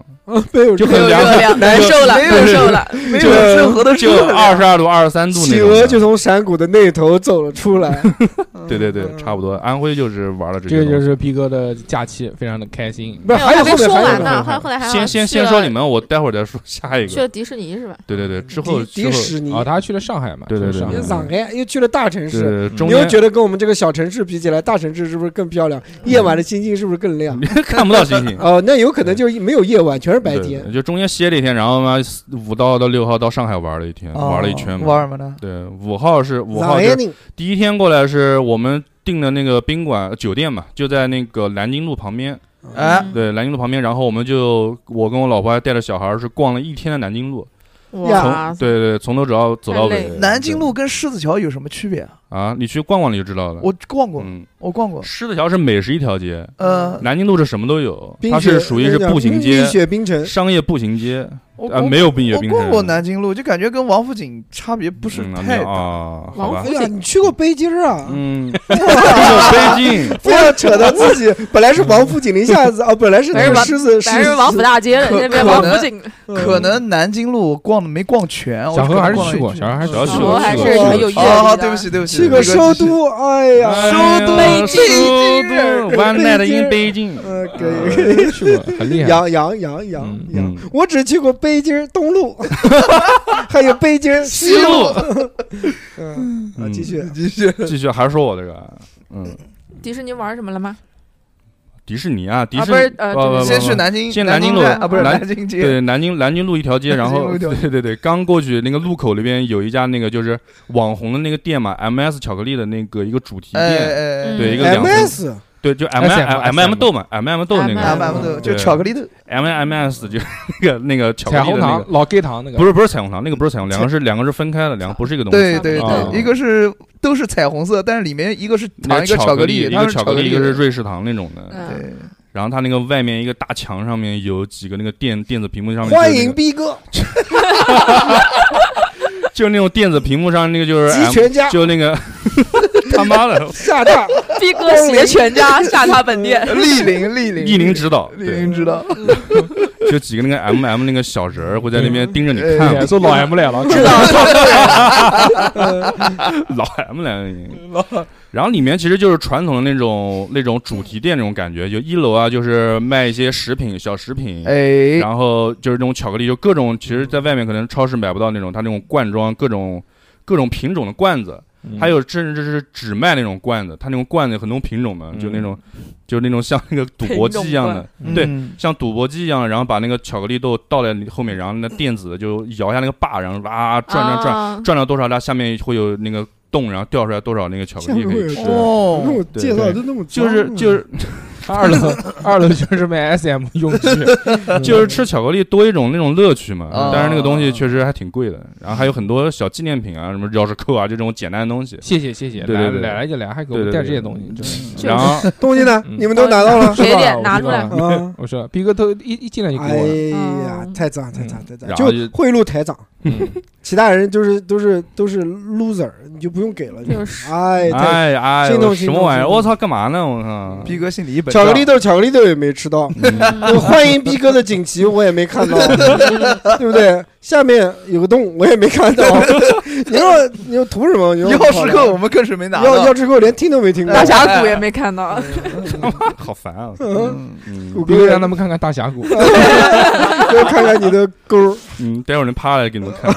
Speaker 5: 没有
Speaker 3: 就
Speaker 4: 没有
Speaker 3: 很凉
Speaker 4: 热量，难受了，难受了。
Speaker 6: 没有任何的
Speaker 3: 就
Speaker 6: 热量
Speaker 3: 二十二度、二十三度那
Speaker 5: 企
Speaker 3: 种
Speaker 5: 鹅
Speaker 3: 的。
Speaker 5: 就从山谷的那头走了出来。
Speaker 3: 对对对，差不多。安徽就是玩了这
Speaker 2: 这
Speaker 3: 些
Speaker 2: 个就
Speaker 3: 东西。
Speaker 2: 是逼哥的假期，非常的开心。
Speaker 5: 不是，
Speaker 4: 没
Speaker 5: 还有
Speaker 4: 没
Speaker 5: 后面
Speaker 4: 说
Speaker 5: 还有
Speaker 4: 完
Speaker 5: 后
Speaker 4: 呢，
Speaker 5: 面
Speaker 4: 后来后来还好像
Speaker 3: 先先
Speaker 4: 去
Speaker 3: 先
Speaker 4: 了
Speaker 3: 说你们，我待会儿再说下一
Speaker 4: 去了
Speaker 3: 个。
Speaker 4: 迪士尼是吧？
Speaker 3: 对对对，之后啊之
Speaker 5: 迪迪
Speaker 3: 后
Speaker 5: 士尼，
Speaker 2: 哦，他去了上海嘛？
Speaker 3: 对对
Speaker 2: 去了
Speaker 3: 对
Speaker 5: 又
Speaker 3: 对
Speaker 2: 上
Speaker 5: 上
Speaker 2: 海。
Speaker 5: 海又去了大城市，
Speaker 3: 是中
Speaker 5: 你又
Speaker 3: 间
Speaker 5: 觉得跟我们这个小城市比起来，大城市是不是更漂亮？夜晚的星星是不是更亮？
Speaker 3: [laughs] 看不到星
Speaker 5: [laughs]
Speaker 3: 星。
Speaker 5: 哦，那有可能就没有夜晚，全是白
Speaker 3: 嗯对
Speaker 5: 天。
Speaker 3: 就中间歇了一天，然后嘛，五到到六号到上海玩了一天，玩了一圈
Speaker 6: 哦
Speaker 3: 嘛。
Speaker 6: 玩什么
Speaker 4: 嗯
Speaker 6: 呢？
Speaker 3: 对，五号是五
Speaker 5: 上
Speaker 3: 号
Speaker 5: 海
Speaker 3: 是
Speaker 5: 呢
Speaker 3: 第一天过来是我们订的那个宾馆酒店嘛，就在那个南京路旁边。
Speaker 6: 哎，
Speaker 4: 嗯，
Speaker 3: 对，南京路旁边，然后我们就我跟我老婆还带着小孩儿是逛了一天的南京路，
Speaker 4: 哇
Speaker 6: 啊
Speaker 3: 从，对对，从头只要走到尾
Speaker 4: 太。累
Speaker 6: 南京路跟狮子桥有什么区别啊？
Speaker 3: 啊，你去逛逛你就知道了。
Speaker 6: 我逛过，
Speaker 3: 嗯，
Speaker 6: 我逛过，
Speaker 3: 狮子桥是美食一条街，
Speaker 6: 呃，
Speaker 3: 南京路是什么都有，
Speaker 5: 冰
Speaker 3: 它
Speaker 5: 雪
Speaker 3: 是属于是
Speaker 5: 那叫
Speaker 3: 步行街
Speaker 5: 冰、雪冰城，
Speaker 3: 商业步行街
Speaker 6: 我
Speaker 3: 啊，
Speaker 6: 我
Speaker 3: 没有冰雪
Speaker 6: 我
Speaker 3: 冰
Speaker 6: 逛过
Speaker 3: 城。
Speaker 6: 南京路，就感觉跟王府井差别不是
Speaker 3: 嗯
Speaker 6: 太大。
Speaker 3: 啊，好吧
Speaker 5: 哎，呀，你去过北京啊？
Speaker 6: [laughs]
Speaker 3: 嗯，没有北京，
Speaker 5: 非要扯到自己，本来是王府井，一下子哦，本来是那
Speaker 4: 本来是
Speaker 5: 个
Speaker 4: 王
Speaker 5: 狮子，狮
Speaker 4: 反正
Speaker 5: 子
Speaker 4: 是王府大街的
Speaker 6: 可
Speaker 4: 那边
Speaker 6: 可
Speaker 4: 王府
Speaker 6: 能
Speaker 4: 井，
Speaker 6: 可能南京路我逛的没逛全，
Speaker 2: 小何还是
Speaker 6: 我只
Speaker 2: 去过，
Speaker 6: 逛了
Speaker 2: 小何还
Speaker 6: 一圈
Speaker 2: 是
Speaker 3: 小何去
Speaker 4: 然
Speaker 3: 过
Speaker 4: 后嗯还
Speaker 3: 去
Speaker 4: 是
Speaker 3: 过
Speaker 4: 很
Speaker 3: 去过
Speaker 4: 有阅历
Speaker 6: 哦，
Speaker 4: 的。啊
Speaker 6: 对不起，对不起，
Speaker 5: 去过首都，哎
Speaker 6: 啊
Speaker 5: 呀，
Speaker 3: 哎呀
Speaker 6: 首都
Speaker 3: 首都，One night in 北京。
Speaker 5: 呃，可以可以，
Speaker 2: 去过，很厉害。
Speaker 5: 杨杨杨杨
Speaker 3: 嗯
Speaker 5: 杨，
Speaker 3: 嗯
Speaker 5: 我只去过北京东路， [laughs] 还有北京西路。 [laughs] 嗯，好，继续继续，
Speaker 3: 嗯继续还是说我这
Speaker 6: [laughs]
Speaker 3: 个，嗯，
Speaker 4: 迪士尼玩什么了吗？
Speaker 3: 迪士尼啊，迪
Speaker 4: 啊
Speaker 3: 士
Speaker 4: 不是
Speaker 3: 尼，
Speaker 4: 呃
Speaker 3: 不不不
Speaker 6: 先去
Speaker 3: 不
Speaker 6: 南京，
Speaker 3: 先
Speaker 6: 南
Speaker 3: 南京路
Speaker 6: 站啊，不是
Speaker 3: 南
Speaker 6: 南京街，
Speaker 3: 对南京南京路一条街，
Speaker 6: 南
Speaker 3: 然
Speaker 6: 京路
Speaker 3: 后 [laughs]
Speaker 6: 一条街
Speaker 3: 对对对，刚过去那个路口那边有一家那个就是网红的那个店嘛，MS 巧克力的那个一个主题
Speaker 6: 哎哎
Speaker 3: 店，
Speaker 6: 哎哎
Speaker 4: 嗯
Speaker 3: 对一个两
Speaker 5: M
Speaker 3: 分
Speaker 5: S
Speaker 3: 对就 M
Speaker 2: SM
Speaker 3: M M 豆嘛，M M 豆那个
Speaker 6: 啊，买不得，就巧克力豆，
Speaker 3: M M S 就那个那 [laughs] 个巧克
Speaker 2: 彩
Speaker 3: 力的
Speaker 2: 虹
Speaker 3: 那
Speaker 2: 糖
Speaker 3: 个，
Speaker 2: 老 gay 糖那个
Speaker 3: 不是不是彩虹糖，那个不是彩虹，两
Speaker 6: 彩
Speaker 3: 个是两个是分开的，两个不是一个东西。
Speaker 6: 对对
Speaker 3: 啊
Speaker 6: 对，一个是都是彩虹色，但是里面一个是
Speaker 3: 那
Speaker 6: 糖，一个巧克力，
Speaker 3: 一
Speaker 6: 它
Speaker 3: 个
Speaker 6: 是
Speaker 3: 巧克
Speaker 6: 克
Speaker 3: 力，
Speaker 6: 力，
Speaker 3: 一个是瑞士糖那种的。
Speaker 4: 嗯，
Speaker 6: 对，
Speaker 3: 然后它那个外面一个大墙上面有几个那个电电子屏幕上面，
Speaker 5: 欢迎，逼哥
Speaker 3: 就是那种电子屏幕上那个就是
Speaker 5: 集
Speaker 3: M-
Speaker 5: 全家
Speaker 3: 就那
Speaker 5: [laughs]
Speaker 3: 个他妈的
Speaker 5: 下大
Speaker 3: [laughs]
Speaker 4: 逼哥携全家下榻本店，
Speaker 6: [laughs] 立林
Speaker 3: [laughs]
Speaker 6: 立林
Speaker 3: 意林指导，
Speaker 6: 立
Speaker 3: 对，
Speaker 6: 林知道，
Speaker 3: 就几个那个 M M 那个小人儿会在那边盯着你
Speaker 6: 嗯
Speaker 3: 看，
Speaker 2: 哎说老 M 来了，知
Speaker 3: 老 M 来了。然后里面其实就是传统的那种那种主题店那种感觉，就一楼啊就是卖一些食品小食品，
Speaker 6: 哎，
Speaker 3: 然后就是那种巧克力，就各种其实在外面可能超市买不到那种，它那种罐装各种各种品种的罐子，还有甚至是只卖那种罐子，它那种罐子有很多品种的，
Speaker 2: 嗯
Speaker 3: 就那种 [laughs] 就是那种像那个赌博机一样的，对，
Speaker 6: 嗯
Speaker 3: 像赌博机一样的，然后把那个巧克力豆倒在后面，然后那电子的就摇下那个把，然后哇转转转，
Speaker 4: 转，
Speaker 3: 转到多少它下面会有那个洞，然后掉出来多少那个巧克力可以吃
Speaker 5: 下面会，有啊
Speaker 6: 哦
Speaker 5: 跟，我介绍就那么
Speaker 3: 就是就是
Speaker 5: 嗯
Speaker 2: 二
Speaker 3: [laughs]
Speaker 2: 楼二楼就是卖 SM 用具，
Speaker 3: 就是吃巧克力多一种那种乐趣嘛
Speaker 6: 啊，
Speaker 3: 但是那个东西确实还挺贵的，然后还有很多小纪念品啊，什么钥匙扣啊这种简单的东西。
Speaker 2: 谢谢谢谢，
Speaker 3: 对
Speaker 2: 来
Speaker 3: 对对
Speaker 2: 来了就来，还给我
Speaker 3: 对
Speaker 2: 们
Speaker 3: 对
Speaker 2: 带
Speaker 3: 对
Speaker 2: 这些东西，真是。
Speaker 4: 是
Speaker 3: 然
Speaker 5: [laughs]
Speaker 3: 后
Speaker 5: 东西呢，
Speaker 2: 嗯
Speaker 5: 你们都拿到了
Speaker 4: 铁点
Speaker 2: 我
Speaker 4: 拿
Speaker 2: 知
Speaker 4: 出
Speaker 2: 道
Speaker 4: 来
Speaker 2: 了 [laughs]
Speaker 5: 啊？
Speaker 2: 我说逼哥都一一进来就给
Speaker 5: 哎
Speaker 2: 我了，
Speaker 5: 呀，
Speaker 4: 嗯
Speaker 5: 太赞太赞
Speaker 2: 嗯
Speaker 5: 太赞！
Speaker 3: 然后就
Speaker 5: 贿赂台长，
Speaker 2: 嗯
Speaker 5: 其他人就是都是都是 loser，你就不用给了。你
Speaker 4: 就是
Speaker 5: 哎，太
Speaker 3: 哎哎，
Speaker 5: 心动
Speaker 3: 我
Speaker 5: 心
Speaker 3: 什么
Speaker 5: 动
Speaker 3: 玩意
Speaker 5: 心
Speaker 3: 儿？
Speaker 5: 动
Speaker 3: 我操，干嘛呢？我操！
Speaker 6: 逼哥心里一本
Speaker 5: 巧
Speaker 6: 账
Speaker 5: 克力豆，巧克力豆也没吃到。
Speaker 3: 嗯
Speaker 5: 欢迎逼哥的锦旗我也没看到，对不对？下面有个洞，我也没看到。你说你说图什么？你说
Speaker 6: 钥匙扣我们更是没拿到。
Speaker 5: 钥钥匙扣连听都没听过。
Speaker 4: 大
Speaker 5: [laughs]
Speaker 4: 峡谷也没看到，
Speaker 3: 好烦 [laughs] 啊！
Speaker 6: 嗯
Speaker 5: 谷
Speaker 3: 嗯
Speaker 2: 不如
Speaker 5: 歌
Speaker 2: 让他们看看大峡谷。
Speaker 5: 多看看你的勾儿。
Speaker 3: [laughs] 嗯，待会儿能趴下来给你们
Speaker 4: [laughs]
Speaker 3: 看。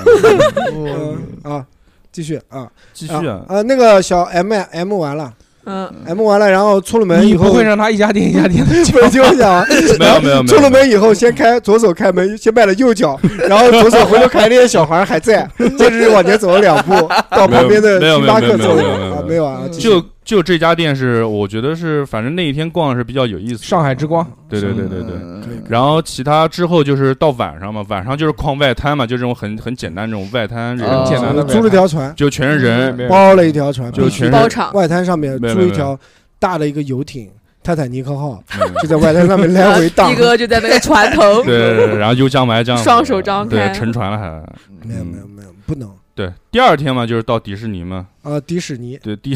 Speaker 5: 嗯啊，继续啊，
Speaker 3: 继
Speaker 5: 啊
Speaker 3: 续啊，
Speaker 5: 啊，那个小 M M 完了
Speaker 4: 嗯，
Speaker 5: ，M 完了，然后出了门
Speaker 2: 你
Speaker 5: 以
Speaker 2: 不
Speaker 5: 后
Speaker 2: 会，
Speaker 5: [laughs]
Speaker 2: 让他一家店一家店的
Speaker 5: 不是听我讲啊，
Speaker 3: 没有没有没
Speaker 5: 出了
Speaker 3: 有，
Speaker 5: 门以后先开左手开门，先迈了右脚，然后左手回头看那些小孩
Speaker 3: [laughs]
Speaker 5: 还在，接着就往前走了两步，到旁边的
Speaker 3: 没有
Speaker 5: 星
Speaker 3: 没有
Speaker 5: 巴
Speaker 3: 没有
Speaker 5: 克走
Speaker 3: 没有没有没有
Speaker 5: 了啊，没有啊，继续
Speaker 3: 就就这家店是，我觉得是，反正那一天逛是比较有意思的。
Speaker 2: 上海之光，
Speaker 3: 对对对对对。
Speaker 5: 嗯
Speaker 6: 对
Speaker 3: 然后其他之后就是到晚上嘛，晚上就是逛外滩嘛，就这种很很简单这种外滩这种，
Speaker 6: 啊
Speaker 2: 很简单的
Speaker 5: 我租了条船，
Speaker 3: 就全是人，
Speaker 2: 没有
Speaker 5: 包了一条船，
Speaker 3: 就全是
Speaker 4: 包场，
Speaker 5: 外滩上面
Speaker 3: 没有
Speaker 5: 租
Speaker 3: 没有
Speaker 5: 一条大的一个游艇，泰坦尼克号
Speaker 3: 嗯
Speaker 5: 就在外滩
Speaker 3: [laughs]
Speaker 5: 上面来回荡
Speaker 4: 一。哥就在那个船头，
Speaker 3: 对，然后又江埋江，
Speaker 4: 双手张
Speaker 3: 对
Speaker 4: 开，
Speaker 3: 沉船了还。
Speaker 5: 嗯没有没有没有，不能
Speaker 3: 对，第二天嘛，就是到迪士尼嘛。
Speaker 5: 啊，迪士尼
Speaker 3: 对，第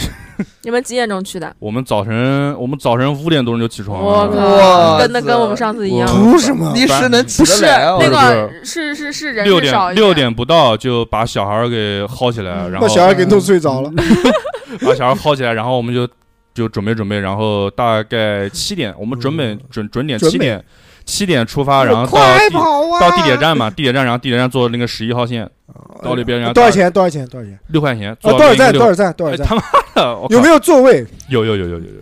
Speaker 4: 你们几点钟去的？
Speaker 3: 我们早晨，我们早晨五点多钟就起床
Speaker 4: 我
Speaker 3: 了，
Speaker 6: 哇
Speaker 4: 靠，跟那跟我们上次一样
Speaker 3: 我，
Speaker 5: 图什么？
Speaker 6: 你是能起
Speaker 4: 不
Speaker 6: 得
Speaker 4: 是
Speaker 6: 来啊？
Speaker 4: 那
Speaker 3: 不是
Speaker 4: 个是是是人
Speaker 3: 六
Speaker 4: 是少
Speaker 3: 点
Speaker 4: 一
Speaker 3: 六点不到就把小孩儿给薅起来，然后
Speaker 5: 嗯把小孩给弄睡着了。
Speaker 3: 把小孩薅起来，然后我们就就准备准备，然后大概七点，我们准备准准点
Speaker 5: 嗯准
Speaker 3: 七点七点出发，
Speaker 5: 我
Speaker 3: 然后到
Speaker 5: 快
Speaker 3: 地
Speaker 5: 跑啊！哎
Speaker 3: 到地铁站嘛，地铁站，然后地铁站坐那个十一号线，到那边然后
Speaker 5: 呃多少钱？多少钱？多少钱？
Speaker 3: 六块钱，
Speaker 5: 啊，
Speaker 3: 坐
Speaker 5: 多少站？
Speaker 3: 六
Speaker 5: 多少站？多少站？
Speaker 3: 哎他妈的，我靠
Speaker 5: 有没有座位？
Speaker 3: 有有有有有有，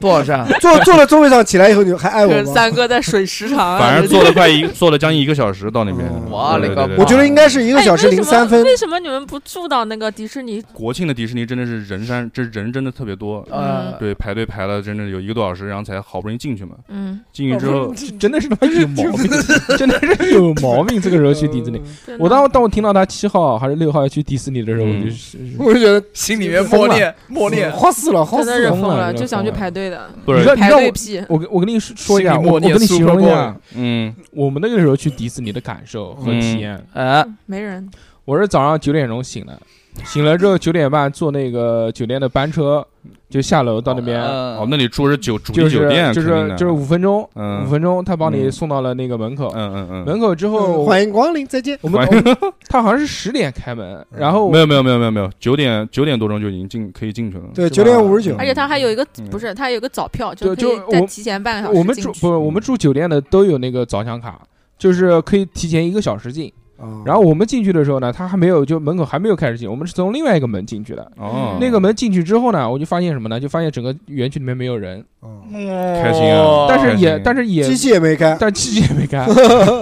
Speaker 6: 多少站？
Speaker 5: 坐坐了座位上起来以后，你还哎爱我
Speaker 4: 就是
Speaker 5: 吗？
Speaker 4: 三哥在水池塘啊，
Speaker 3: 反正 [laughs]
Speaker 4: 人家
Speaker 3: 坐了快一坐了将近一个小时到那边
Speaker 5: 嗯。
Speaker 6: 哇
Speaker 3: 对对
Speaker 6: 勒个
Speaker 3: 对对啊
Speaker 5: 我觉得应该是一
Speaker 4: 一
Speaker 5: 个小时零三分。
Speaker 4: 哎为什么你们不住到那个迪士尼？
Speaker 3: 国庆的迪士尼真的是人山，这人真的特别多。
Speaker 6: 呃，
Speaker 3: 对，排队排了真的有一个多小时，然后才好不容易进去嘛。
Speaker 4: 嗯，
Speaker 3: 进去之
Speaker 5: 哦
Speaker 3: 后，
Speaker 2: 真的是他妈有毛
Speaker 3: [laughs]
Speaker 2: 病，真的是有毛病。这个时候去迪士尼，
Speaker 3: 嗯
Speaker 4: 真的
Speaker 2: 我当当我听到他七号还是六号要去迪士尼的时候，
Speaker 3: 嗯
Speaker 2: 我就是
Speaker 5: 我就觉得
Speaker 6: 心里面默念 [laughs] 默念，
Speaker 5: 花 [laughs] 死了，花
Speaker 4: 真的
Speaker 5: 死
Speaker 4: 是
Speaker 5: 了。 [laughs]
Speaker 4: 疯
Speaker 2: 疯了
Speaker 4: 了，
Speaker 2: 真的
Speaker 4: 就想去
Speaker 2: 疯了
Speaker 4: 排队的
Speaker 3: 不是
Speaker 2: 你，说
Speaker 4: 排
Speaker 2: 你知道
Speaker 4: 队
Speaker 2: 我
Speaker 4: 屁。
Speaker 2: 我跟我跟你说说一下，
Speaker 6: 心里
Speaker 2: 我
Speaker 6: 默
Speaker 2: 我
Speaker 6: 念
Speaker 2: 跟你形容一
Speaker 6: Super
Speaker 2: 下
Speaker 6: Bowl
Speaker 3: 嗯，
Speaker 2: 我们那个时候去迪士尼的感受和体验。
Speaker 4: 嗯
Speaker 6: 哎，
Speaker 4: 没人，
Speaker 2: 我是早上九点钟醒的，醒了之后九点半坐那个酒店的班车就下楼到那边，
Speaker 4: 呃
Speaker 3: 哦
Speaker 6: 哦，
Speaker 3: 那里住的是酒主
Speaker 2: 就
Speaker 3: 题
Speaker 2: 是
Speaker 3: 酒店，
Speaker 2: 就是
Speaker 3: 肯定的
Speaker 2: 就是五分钟，
Speaker 3: 嗯
Speaker 2: 五分钟他把你
Speaker 3: 嗯
Speaker 2: 送到了那个门口，
Speaker 3: 嗯嗯嗯，
Speaker 2: 哦门口之后
Speaker 5: 欢迎光临，再见。
Speaker 2: 我们我他好像是十点开门，然后
Speaker 3: 嗯没有没有没有没有没有，九点九点多钟就已经进可以进去了。
Speaker 5: 对，
Speaker 2: 是
Speaker 5: 九
Speaker 2: 吧
Speaker 5: 点五十九
Speaker 4: 而。且他还有一个
Speaker 3: 嗯
Speaker 4: 不是，他有一个早票，
Speaker 2: 对
Speaker 4: 就可
Speaker 2: 就
Speaker 4: 以再
Speaker 2: 我
Speaker 4: 提前半个小
Speaker 2: 我
Speaker 4: 时
Speaker 2: 们
Speaker 4: 哎进
Speaker 2: 住
Speaker 4: 去
Speaker 2: 不。我们住酒店的都有那个早抢卡，就是可以提前一个小时进。
Speaker 3: 嗯
Speaker 5: 啊
Speaker 2: 然后我们进去的时候呢，他还没有就门口还没有开始进，我们是从另外一个门进去的。
Speaker 3: 哦，
Speaker 2: 那个门进去之后呢，我就发现什么呢？就发现整个园区里面没有人，
Speaker 5: 嗯
Speaker 6: 开
Speaker 3: 心啊
Speaker 2: 但是也
Speaker 3: 开心
Speaker 2: 但是也
Speaker 5: 机器也没开，
Speaker 2: 但机器也没
Speaker 5: [laughs]
Speaker 2: 开，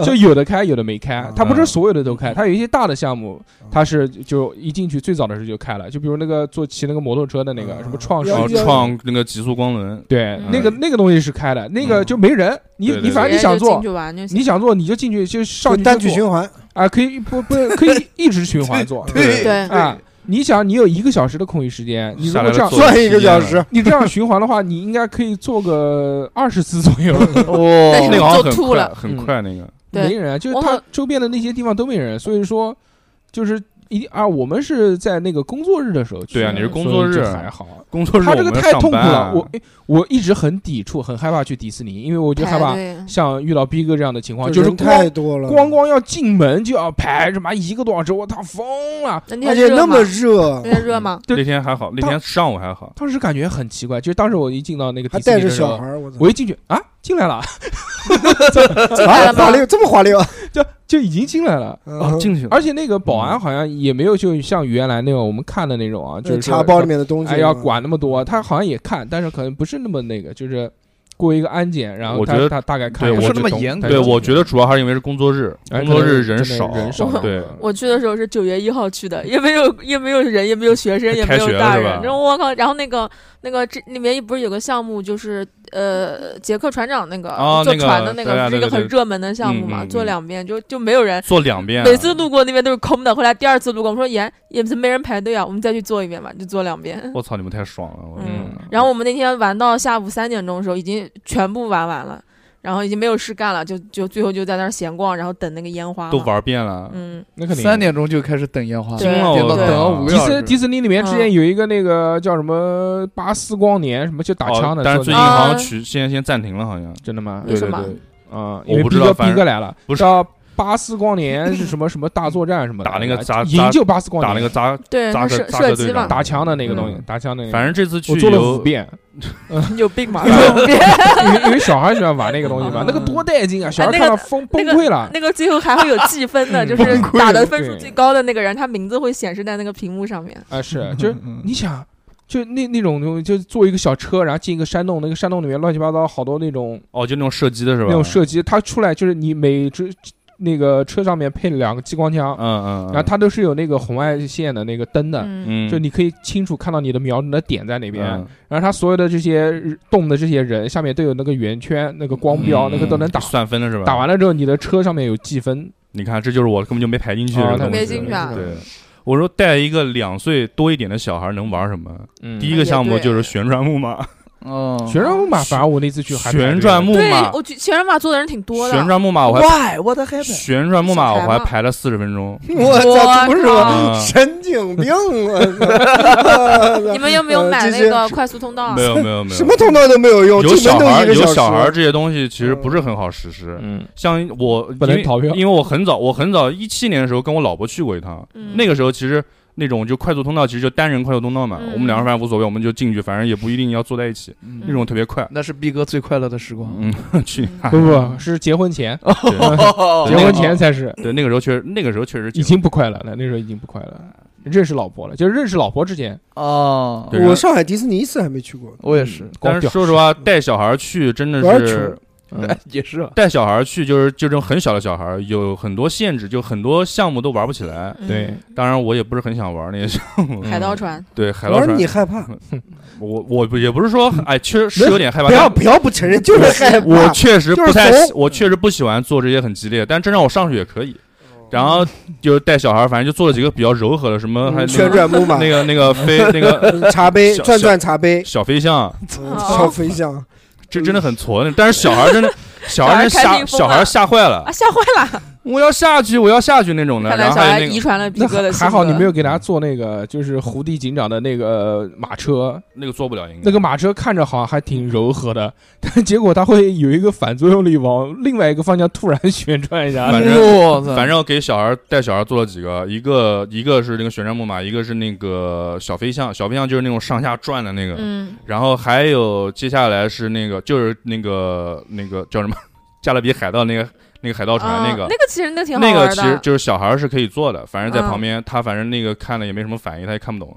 Speaker 2: 就有的开，有的没开
Speaker 3: 哦
Speaker 5: 嗯。
Speaker 2: 它不是所有的都开，它有一些大的项目
Speaker 5: 嗯，
Speaker 2: 它是就一进去最早的时候就开了，就比如那个坐骑那个摩托车的那个
Speaker 5: 嗯
Speaker 2: 什么创世
Speaker 3: 然
Speaker 5: 要
Speaker 3: 后，哦创那个极速光轮，
Speaker 2: 对
Speaker 4: 嗯，
Speaker 2: 那个那个东西是开的，那个就没人，你
Speaker 3: 嗯对对
Speaker 2: 你
Speaker 3: 对
Speaker 2: 反正你想
Speaker 4: 直接就
Speaker 2: 做
Speaker 4: 进去，玩就行。
Speaker 2: 你想做你就进去就上
Speaker 5: 就
Speaker 2: 去
Speaker 5: 单曲
Speaker 2: 就做
Speaker 5: 循环。
Speaker 2: 啊，可以不不可以一直循环
Speaker 3: [laughs]
Speaker 2: 做
Speaker 6: 对
Speaker 3: 哎
Speaker 4: 对
Speaker 2: 啊。你想你有一个小时的空余时间，你如
Speaker 3: 下
Speaker 2: 果
Speaker 3: 来了
Speaker 2: 这样
Speaker 3: 做
Speaker 5: 算一个小时，
Speaker 2: 你这样循环的话，你应该可以做个二十次左右。
Speaker 4: 但是
Speaker 3: 那个好像
Speaker 4: 做
Speaker 3: 很
Speaker 4: 吐
Speaker 3: 快
Speaker 4: 了嗯
Speaker 3: 很快那个，
Speaker 4: 对
Speaker 2: [laughs] 没人，啊就是
Speaker 4: 我
Speaker 2: 它
Speaker 4: 好
Speaker 2: 周边的那些地方都没人，所以说就是一啊，我们是在那个工作日的时候去的，
Speaker 3: 对啊你是工作日
Speaker 2: 所以就还好。
Speaker 3: 工作日
Speaker 2: 他这个
Speaker 3: 我们
Speaker 2: 太
Speaker 3: 上
Speaker 2: 痛苦
Speaker 3: 班
Speaker 2: 了，
Speaker 3: 啊
Speaker 2: 我诶我一直很抵触，很害怕去迪士尼，因为我就害怕
Speaker 4: 排
Speaker 2: 像遇到逼哥这样的情况，就是
Speaker 5: 人
Speaker 2: 光
Speaker 5: 太多了，
Speaker 2: 光光要进门就要排什么一个多小时，我操疯了！
Speaker 4: 队，
Speaker 5: 而且那么
Speaker 4: 热，
Speaker 5: 热
Speaker 4: 那，天热吗？
Speaker 2: 对
Speaker 3: 那天还好，那天上午还好，
Speaker 2: 当时感觉很奇怪，就是当时我一进到那个
Speaker 5: 还
Speaker 2: 迪士
Speaker 5: 带
Speaker 2: 尼
Speaker 5: 着
Speaker 2: 的时
Speaker 5: 小
Speaker 2: 候
Speaker 5: 孩，儿，我操！
Speaker 2: 我一进去啊，进来了， [laughs]
Speaker 4: 来 [laughs] 了
Speaker 5: 啊，
Speaker 4: 吗
Speaker 5: 滑溜这么滑溜，
Speaker 2: 就就已经进来了。
Speaker 5: 嗯
Speaker 3: 哦，
Speaker 6: 嗯
Speaker 3: 进去了，
Speaker 2: 而且那个保安好像也没有，就像原来那种我们看的那种啊，就是说
Speaker 5: 茶包里面的东西嗯
Speaker 2: 哎，要管那么多，他好像也看，但是可能不是那么那个，就是过一个安检，然后
Speaker 3: 我
Speaker 2: 他
Speaker 3: 觉得
Speaker 2: 他大概看
Speaker 3: 对
Speaker 2: 一下
Speaker 3: 我
Speaker 2: 就
Speaker 6: 觉得
Speaker 2: 懂
Speaker 6: 严
Speaker 2: 他
Speaker 6: 格
Speaker 3: 对，
Speaker 2: 就懂
Speaker 3: 我觉得主要还是因为是工作日，
Speaker 2: 哎
Speaker 3: 工作日
Speaker 2: 可能
Speaker 3: 人
Speaker 2: 真的
Speaker 3: 少，
Speaker 2: 人少，
Speaker 3: 对，
Speaker 4: 我去的时候是九月一号去的，也没有也没有人，也没有学生，也没
Speaker 3: 开
Speaker 4: 有
Speaker 3: 学了
Speaker 4: 大
Speaker 3: 是
Speaker 4: 人
Speaker 3: 吧。
Speaker 4: 然后我靠，然后那个那个这里面不是有个项目，就是呃杰克船长那个、
Speaker 3: 啊
Speaker 4: 坐
Speaker 3: 那个
Speaker 4: 船的那
Speaker 3: 对啊
Speaker 4: 个，不是
Speaker 3: 对
Speaker 4: 一个
Speaker 3: 对
Speaker 4: 很热门的项目
Speaker 3: 嗯
Speaker 4: 嘛，
Speaker 3: 嗯嗯
Speaker 4: 坐两边就就没有人。
Speaker 3: 坐两遍啊，
Speaker 4: 每次路过那边都是空的，后来第二次路过，我们说也也没人排队啊，我们再去坐一遍吧，就坐两遍。
Speaker 3: 我操，你们太爽了，我
Speaker 4: 嗯
Speaker 3: 嗯，
Speaker 4: 然后我们那天玩到下午三点钟的时候，已经全部玩完了，然后已经没有事干了，就就最后就在那儿闲逛，然后等那个烟花嘛。
Speaker 3: 都玩遍了，
Speaker 4: 嗯，
Speaker 2: 那肯定
Speaker 6: 三。点钟就开始等烟花，
Speaker 4: 对
Speaker 6: 点到
Speaker 3: 惊了我哦
Speaker 6: 等了五个
Speaker 2: 迪
Speaker 6: 小
Speaker 2: 士
Speaker 6: 时。
Speaker 2: 迪士尼里面之前有一个那个叫什么巴斯光年什么就打
Speaker 3: 哦
Speaker 2: 枪的，
Speaker 3: 但是
Speaker 2: 做
Speaker 3: 最
Speaker 2: 那
Speaker 3: 近
Speaker 2: 个
Speaker 3: 好像
Speaker 4: 啊
Speaker 3: 取现在先暂停了，好像，
Speaker 2: 真的吗？
Speaker 4: 为
Speaker 3: 对
Speaker 4: 什
Speaker 3: 对
Speaker 4: 么
Speaker 3: 对，
Speaker 2: 啊，
Speaker 3: 我
Speaker 2: 因为
Speaker 3: 不知
Speaker 2: 逼
Speaker 3: 道
Speaker 2: 哥
Speaker 3: 反
Speaker 2: 逼
Speaker 3: 正
Speaker 2: 哥来了，
Speaker 3: 不是
Speaker 2: 到巴斯光年是什么什么大作战什么的，
Speaker 3: 打那个砸砸
Speaker 2: 营救巴斯光
Speaker 3: 打
Speaker 2: 年，
Speaker 3: 那个砸
Speaker 4: 对，
Speaker 3: 砸
Speaker 4: 那
Speaker 3: 车
Speaker 4: 射
Speaker 3: 砸
Speaker 4: 射
Speaker 3: 车
Speaker 4: 击
Speaker 3: 队
Speaker 4: 嘛
Speaker 2: [laughs]
Speaker 3: 长，
Speaker 2: 打枪的那个东西
Speaker 4: 嗯，
Speaker 2: 打枪的那个。
Speaker 3: 反正这次去
Speaker 2: 我做了
Speaker 3: 有
Speaker 2: 五遍，
Speaker 4: 你有病 [laughs] 吧？
Speaker 2: 因为因为小孩喜欢玩那个东西嘛
Speaker 4: 嗯，
Speaker 2: 那个多带劲啊！小孩
Speaker 4: 那
Speaker 2: 看
Speaker 4: 个
Speaker 2: 到疯崩
Speaker 4: 那个
Speaker 2: 溃了。
Speaker 4: 那个最后还会有计分的，就是
Speaker 5: 崩溃
Speaker 4: 打
Speaker 5: 了
Speaker 4: 的分数
Speaker 2: 对
Speaker 4: 最高的那个人，他名字会显示在那个屏幕上面。
Speaker 2: 啊，
Speaker 6: 嗯
Speaker 2: 是，就是你想，就那那种东西，就坐一个小车，然后进一个山洞，那个山洞里面乱七八糟好多那种
Speaker 3: 哦，就那种射击的是吧？
Speaker 2: 那种，射击，它出来就是你每只那个车上面配两个激光枪，
Speaker 3: 嗯嗯，
Speaker 2: 然后它都是有那个红外线的那个灯的。
Speaker 4: 嗯，
Speaker 3: 嗯，
Speaker 2: 就你可以清楚看到你的瞄准的点在哪边，
Speaker 3: 嗯
Speaker 2: 然后它所有的这些动的这些人下面都有那个圆圈、那个光标，
Speaker 3: 嗯
Speaker 2: 那个都能打。
Speaker 3: 算分了是吧？
Speaker 2: 打完了之后，你的车上面有计分，
Speaker 3: 你看，这就是我根本就没排进去，
Speaker 2: 啊
Speaker 3: 这个
Speaker 2: 他
Speaker 3: 东
Speaker 4: 没
Speaker 3: 西
Speaker 4: 进去啊
Speaker 3: 对，我说带一个两岁多一点的小孩能玩什么？
Speaker 2: 嗯
Speaker 3: 第一个项目就是旋转木马，
Speaker 6: 哦，
Speaker 2: 旋转木马，反正我那次去还排队
Speaker 3: 旋转木
Speaker 4: 对
Speaker 3: 马，
Speaker 4: 我觉旋转木马做的人挺多的。
Speaker 3: 旋转木马我还
Speaker 6: Why what happened？
Speaker 3: 旋转木马我
Speaker 4: 小孩
Speaker 3: 还
Speaker 4: 嘛
Speaker 3: 排了四十分钟，
Speaker 5: 我操，不是我
Speaker 3: 啊
Speaker 5: 神经病！我操
Speaker 4: [laughs] 你们有没有
Speaker 5: 呃
Speaker 4: 买
Speaker 5: 这
Speaker 4: 那
Speaker 5: 些
Speaker 4: 个快速通道
Speaker 3: 没？有没有没有，
Speaker 5: 什么通道都没有用，
Speaker 3: 有
Speaker 5: 进
Speaker 3: 小
Speaker 5: 门都
Speaker 3: 孩
Speaker 5: 一
Speaker 3: 儿
Speaker 5: 个
Speaker 3: 有
Speaker 5: 小
Speaker 3: 小孩儿
Speaker 5: 时。
Speaker 3: 这些东西其实不是很好实施，
Speaker 2: 嗯，
Speaker 3: 像我
Speaker 2: 不能
Speaker 3: 因为
Speaker 2: 逃票
Speaker 3: 因为我很早，我很早一七年的时候跟我老婆去过一趟，
Speaker 4: 嗯
Speaker 3: 那个时候其实那种就快速通道，其实就单人快速通道嘛，
Speaker 4: 嗯
Speaker 3: 我们两个人反正无所谓，我们就进去，反正也不一定要坐在一起，那
Speaker 6: 嗯
Speaker 3: 种特别快。
Speaker 6: 那是逼哥最快乐的时光。
Speaker 3: 嗯， [laughs] 去你
Speaker 2: 不不是结婚前，嗯哦结婚前才是，
Speaker 3: 对，那个时候确实，那个时候确实
Speaker 2: 已
Speaker 3: 紧
Speaker 2: 经不快乐了，那时候已经不快乐了。认识老婆了，就是认识老婆之前，
Speaker 6: 哦，
Speaker 3: 对
Speaker 5: 我上海迪士尼一次还没去过，
Speaker 6: 我也是，
Speaker 2: 光
Speaker 3: 但是
Speaker 2: 屌
Speaker 3: 说实话，带小孩儿去真的
Speaker 5: 玩儿
Speaker 3: 是
Speaker 5: 球
Speaker 2: [laughs] 嗯
Speaker 6: 也是啊。
Speaker 3: 带小孩儿去，就是就这种很小的小孩儿，有很多限制，就很多项目都玩不起来。
Speaker 4: 嗯
Speaker 2: 对，
Speaker 3: 当然，我也不是很想玩那些项目。
Speaker 4: 海盗船，
Speaker 3: 对，海
Speaker 5: 我
Speaker 3: 盗
Speaker 5: 说
Speaker 3: 船
Speaker 5: 你，害
Speaker 3: 嗯
Speaker 5: 怕，
Speaker 3: 我我不也不是说，哎，确实是有点害怕。
Speaker 5: 不要
Speaker 3: 但
Speaker 5: 不要不承认，就是害
Speaker 3: 我
Speaker 5: 怕。
Speaker 3: 确实
Speaker 5: 就
Speaker 3: 不
Speaker 5: 是
Speaker 3: 太
Speaker 5: 怂
Speaker 3: 喜，我确实不喜欢做这些很激烈，但真让我上去也可以。然后就是带小孩儿，反正就做了几个比较柔和的，什么还
Speaker 5: 嗯
Speaker 3: 有
Speaker 5: 旋转木马
Speaker 3: 那、个那个飞那个
Speaker 5: 茶杯
Speaker 3: 小
Speaker 5: 转转茶杯，
Speaker 3: 小飞象，
Speaker 4: 哦
Speaker 5: 嗯小飞象，
Speaker 3: 这真的很挫的。但是小孩儿真的，小孩儿真
Speaker 4: 小孩儿开
Speaker 3: 吓
Speaker 4: 屏风
Speaker 3: 小孩儿
Speaker 4: 了
Speaker 3: 吓坏了
Speaker 4: 啊，，吓坏了！
Speaker 3: 我要下去，我要下去那种的。
Speaker 4: 看
Speaker 3: 然
Speaker 4: 来
Speaker 3: 后
Speaker 4: 小
Speaker 3: 还
Speaker 4: 孩
Speaker 3: 有那
Speaker 4: 遗
Speaker 3: 个
Speaker 4: 传了逼
Speaker 2: 那
Speaker 4: 哥的
Speaker 2: 还
Speaker 4: 性格。
Speaker 2: 还好你没有给他做那个，就是胡迪警长的那个马车，
Speaker 3: 那个做不了，应该
Speaker 2: 那个马车看着好像还挺柔和的， [laughs] 但结果它会有一个反作用力往另外一个方向突然旋转一下 [laughs]
Speaker 3: 反，正
Speaker 6: 我操，
Speaker 3: 反正给小孩带小孩做了几个，一个一个是那个旋转木马，一个是那个小飞象，小飞象就是那种上下转的那个，
Speaker 4: 嗯，
Speaker 3: 然后还有接下来是那个就是那个那个叫什么 [laughs] 加勒比海盗那个那个海盗船、
Speaker 4: 啊
Speaker 3: 那个。
Speaker 4: 那个其实那挺好
Speaker 3: 那
Speaker 4: 玩
Speaker 3: 个
Speaker 4: 的。
Speaker 3: 其实就是小孩是可以做的，反正在
Speaker 4: 嗯
Speaker 3: 旁边，他反正那个看了也没什么反应，他也看不懂，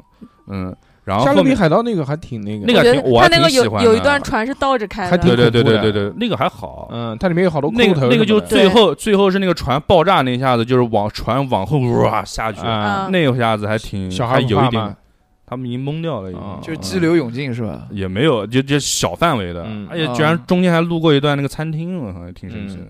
Speaker 3: 嗯，然后
Speaker 2: 加
Speaker 3: 后
Speaker 2: 勒比
Speaker 3: 面
Speaker 2: 海盗那个还挺那个，
Speaker 3: 那个
Speaker 4: 我觉
Speaker 3: 挺
Speaker 4: 得
Speaker 3: 我
Speaker 4: 他
Speaker 3: 还
Speaker 4: 那个
Speaker 3: 挺
Speaker 4: 有
Speaker 3: 喜欢
Speaker 4: 有
Speaker 3: 的
Speaker 4: 一段船是倒着开
Speaker 2: 还
Speaker 4: 的，
Speaker 2: 挺
Speaker 3: 对对对
Speaker 2: 恐怖的
Speaker 3: 对对对，那个还好，
Speaker 2: 嗯，它里面有好多
Speaker 3: 那
Speaker 2: 空
Speaker 3: 个
Speaker 2: 投，
Speaker 3: 那个就
Speaker 4: 对
Speaker 3: 最后最后是那个船爆炸那一下子，就是往船往后哇下去，
Speaker 2: 啊
Speaker 4: 嗯，
Speaker 3: 那一下子还挺
Speaker 2: 小孩
Speaker 3: 还
Speaker 2: 不
Speaker 3: 有
Speaker 2: 怕
Speaker 3: 一点
Speaker 2: 吗，
Speaker 3: 他们已经懵掉了，已经嗯
Speaker 2: 啊
Speaker 6: 就是激流勇进是吧？
Speaker 3: 也没有，就就小范围的
Speaker 2: 嗯，
Speaker 3: 而且
Speaker 6: 啊
Speaker 3: 居然中间还路过一段那个餐厅，我靠，挺神奇的。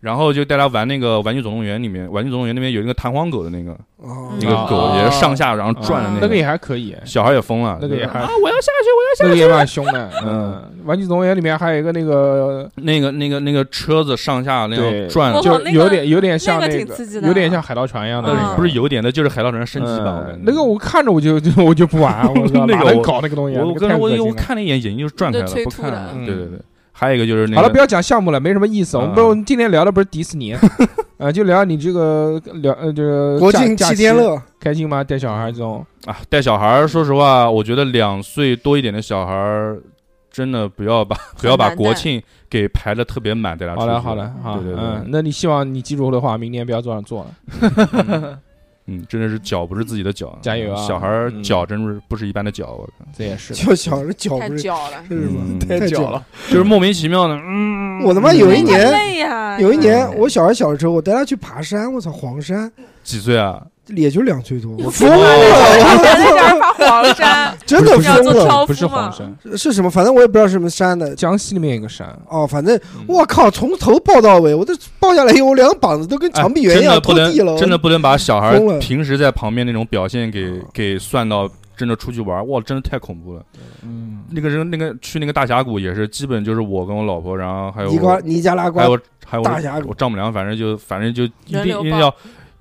Speaker 3: 然后就带他玩那个《玩具总动员》里面，《玩具总动员》那边有一个弹簧狗的那个，
Speaker 5: 哦
Speaker 4: 嗯
Speaker 3: 那个狗
Speaker 6: 啊
Speaker 3: 也是上下然后转的
Speaker 2: 嗯
Speaker 3: 那
Speaker 2: 那个
Speaker 3: 个，
Speaker 2: 也还可以，
Speaker 3: 小孩也疯了，
Speaker 2: 那个也
Speaker 3: 就是
Speaker 2: 还
Speaker 3: 啊，我要下去，
Speaker 2: 那个也蛮凶的，嗯，《玩具总动员》里面还有一个那个
Speaker 3: 我要那个那个那个车子上下那样
Speaker 2: 对
Speaker 3: 转
Speaker 4: 我，
Speaker 2: 就
Speaker 4: 靠哦那个
Speaker 2: 有点有点像
Speaker 4: 那个
Speaker 2: 那
Speaker 4: 挺刺激的
Speaker 2: 有点像海盗船一样的
Speaker 4: 嗯
Speaker 2: 那个，
Speaker 3: 不是有点的，就是海盗船升级版，我感
Speaker 2: 嗯那
Speaker 3: 觉
Speaker 2: 个我看着我就 [laughs] 就我就不
Speaker 3: [laughs]
Speaker 2: 玩，啊我操，
Speaker 3: 那个
Speaker 2: 哪能
Speaker 3: 我
Speaker 2: 搞那个东西啊？
Speaker 3: 我
Speaker 2: 那
Speaker 3: 我
Speaker 2: 个
Speaker 3: 跟
Speaker 2: 太
Speaker 3: 我
Speaker 2: 恶心
Speaker 3: 我
Speaker 2: 了
Speaker 3: 看了一眼，眼睛就转开了，
Speaker 4: 就催
Speaker 3: 不
Speaker 4: 吐
Speaker 3: 看
Speaker 4: 的
Speaker 3: 了。
Speaker 2: 嗯
Speaker 3: 对对对，还有一个就是那个，
Speaker 2: 好了，不要讲项目了，没什么意思。我们
Speaker 3: 嗯
Speaker 2: 不，我们今天聊的不是迪士
Speaker 3: [laughs]
Speaker 2: 尼，啊，就聊你这个聊呃，这个
Speaker 5: 国
Speaker 2: 假
Speaker 5: 庆
Speaker 2: 假
Speaker 5: 七天乐，
Speaker 2: 开心吗？带小孩这种，
Speaker 3: 啊，带小孩儿，说实话，我觉得两岁多一点的小孩儿，真的不要
Speaker 4: [laughs]
Speaker 3: 把不要把
Speaker 4: 难带
Speaker 3: 国庆给排的特别满，带他出
Speaker 2: 好
Speaker 3: 去。
Speaker 2: 了好了，好，
Speaker 3: 对对对
Speaker 2: 嗯，那你希望你记住的话，明年不要这样做了。
Speaker 3: 嗯，真的是脚不是自己的脚，
Speaker 2: 加油啊
Speaker 3: 小孩儿
Speaker 2: 嗯
Speaker 3: 脚真是不是一般的脚，我靠，
Speaker 2: 这也是的，
Speaker 5: 就小时候脚
Speaker 4: 太
Speaker 5: 不是
Speaker 4: 脚了，
Speaker 5: 是吗
Speaker 3: 嗯？
Speaker 5: 太
Speaker 6: 久
Speaker 5: 久。
Speaker 6: 了，
Speaker 3: 就是莫名其妙的，嗯，
Speaker 5: [laughs] 我他妈有一
Speaker 4: 太
Speaker 5: 年，
Speaker 4: 累呀！
Speaker 5: 有一年我小孩小的时候，我带他去爬山，我操，黄山
Speaker 3: 几岁啊？
Speaker 5: 也就两岁多，我
Speaker 4: 疯
Speaker 5: 疯
Speaker 4: 了在
Speaker 5: 了，
Speaker 4: 那边
Speaker 5: 我
Speaker 4: 爬黄
Speaker 5: [laughs]
Speaker 4: 山，
Speaker 5: 操， [laughs] 真的
Speaker 4: 不是要
Speaker 5: 疯
Speaker 4: 做
Speaker 5: 了，
Speaker 4: 超
Speaker 2: 不是
Speaker 4: 夫嘛
Speaker 2: 黄？山，
Speaker 5: 是什么？反正我也不知道是什么山的。
Speaker 2: 江西里面有个山，啊
Speaker 5: 哦，反正
Speaker 3: 嗯
Speaker 5: 我靠，从头抱到尾，我这抱下来以后，我两个膀子都跟长臂猿一
Speaker 3: 哎真
Speaker 5: 样
Speaker 3: 的不
Speaker 5: 拖
Speaker 3: 能
Speaker 5: 地了，
Speaker 3: 真的不能把小孩
Speaker 5: 疯
Speaker 3: 儿
Speaker 5: 了
Speaker 3: 平时在旁边那种表现给给算到真的出去玩儿，哇，真的太恐怖了。
Speaker 6: 嗯，
Speaker 3: 那个人那个去那个大峡谷也是，基本就是我跟我老婆，然后还有
Speaker 5: 尼
Speaker 3: 我
Speaker 5: 瓜尼加拉
Speaker 3: 还
Speaker 5: 瓜
Speaker 3: 有还有我
Speaker 5: 大峡谷
Speaker 3: 我丈母娘，反正就反正就一定
Speaker 4: 轮流
Speaker 3: 一定
Speaker 4: 抱
Speaker 3: 要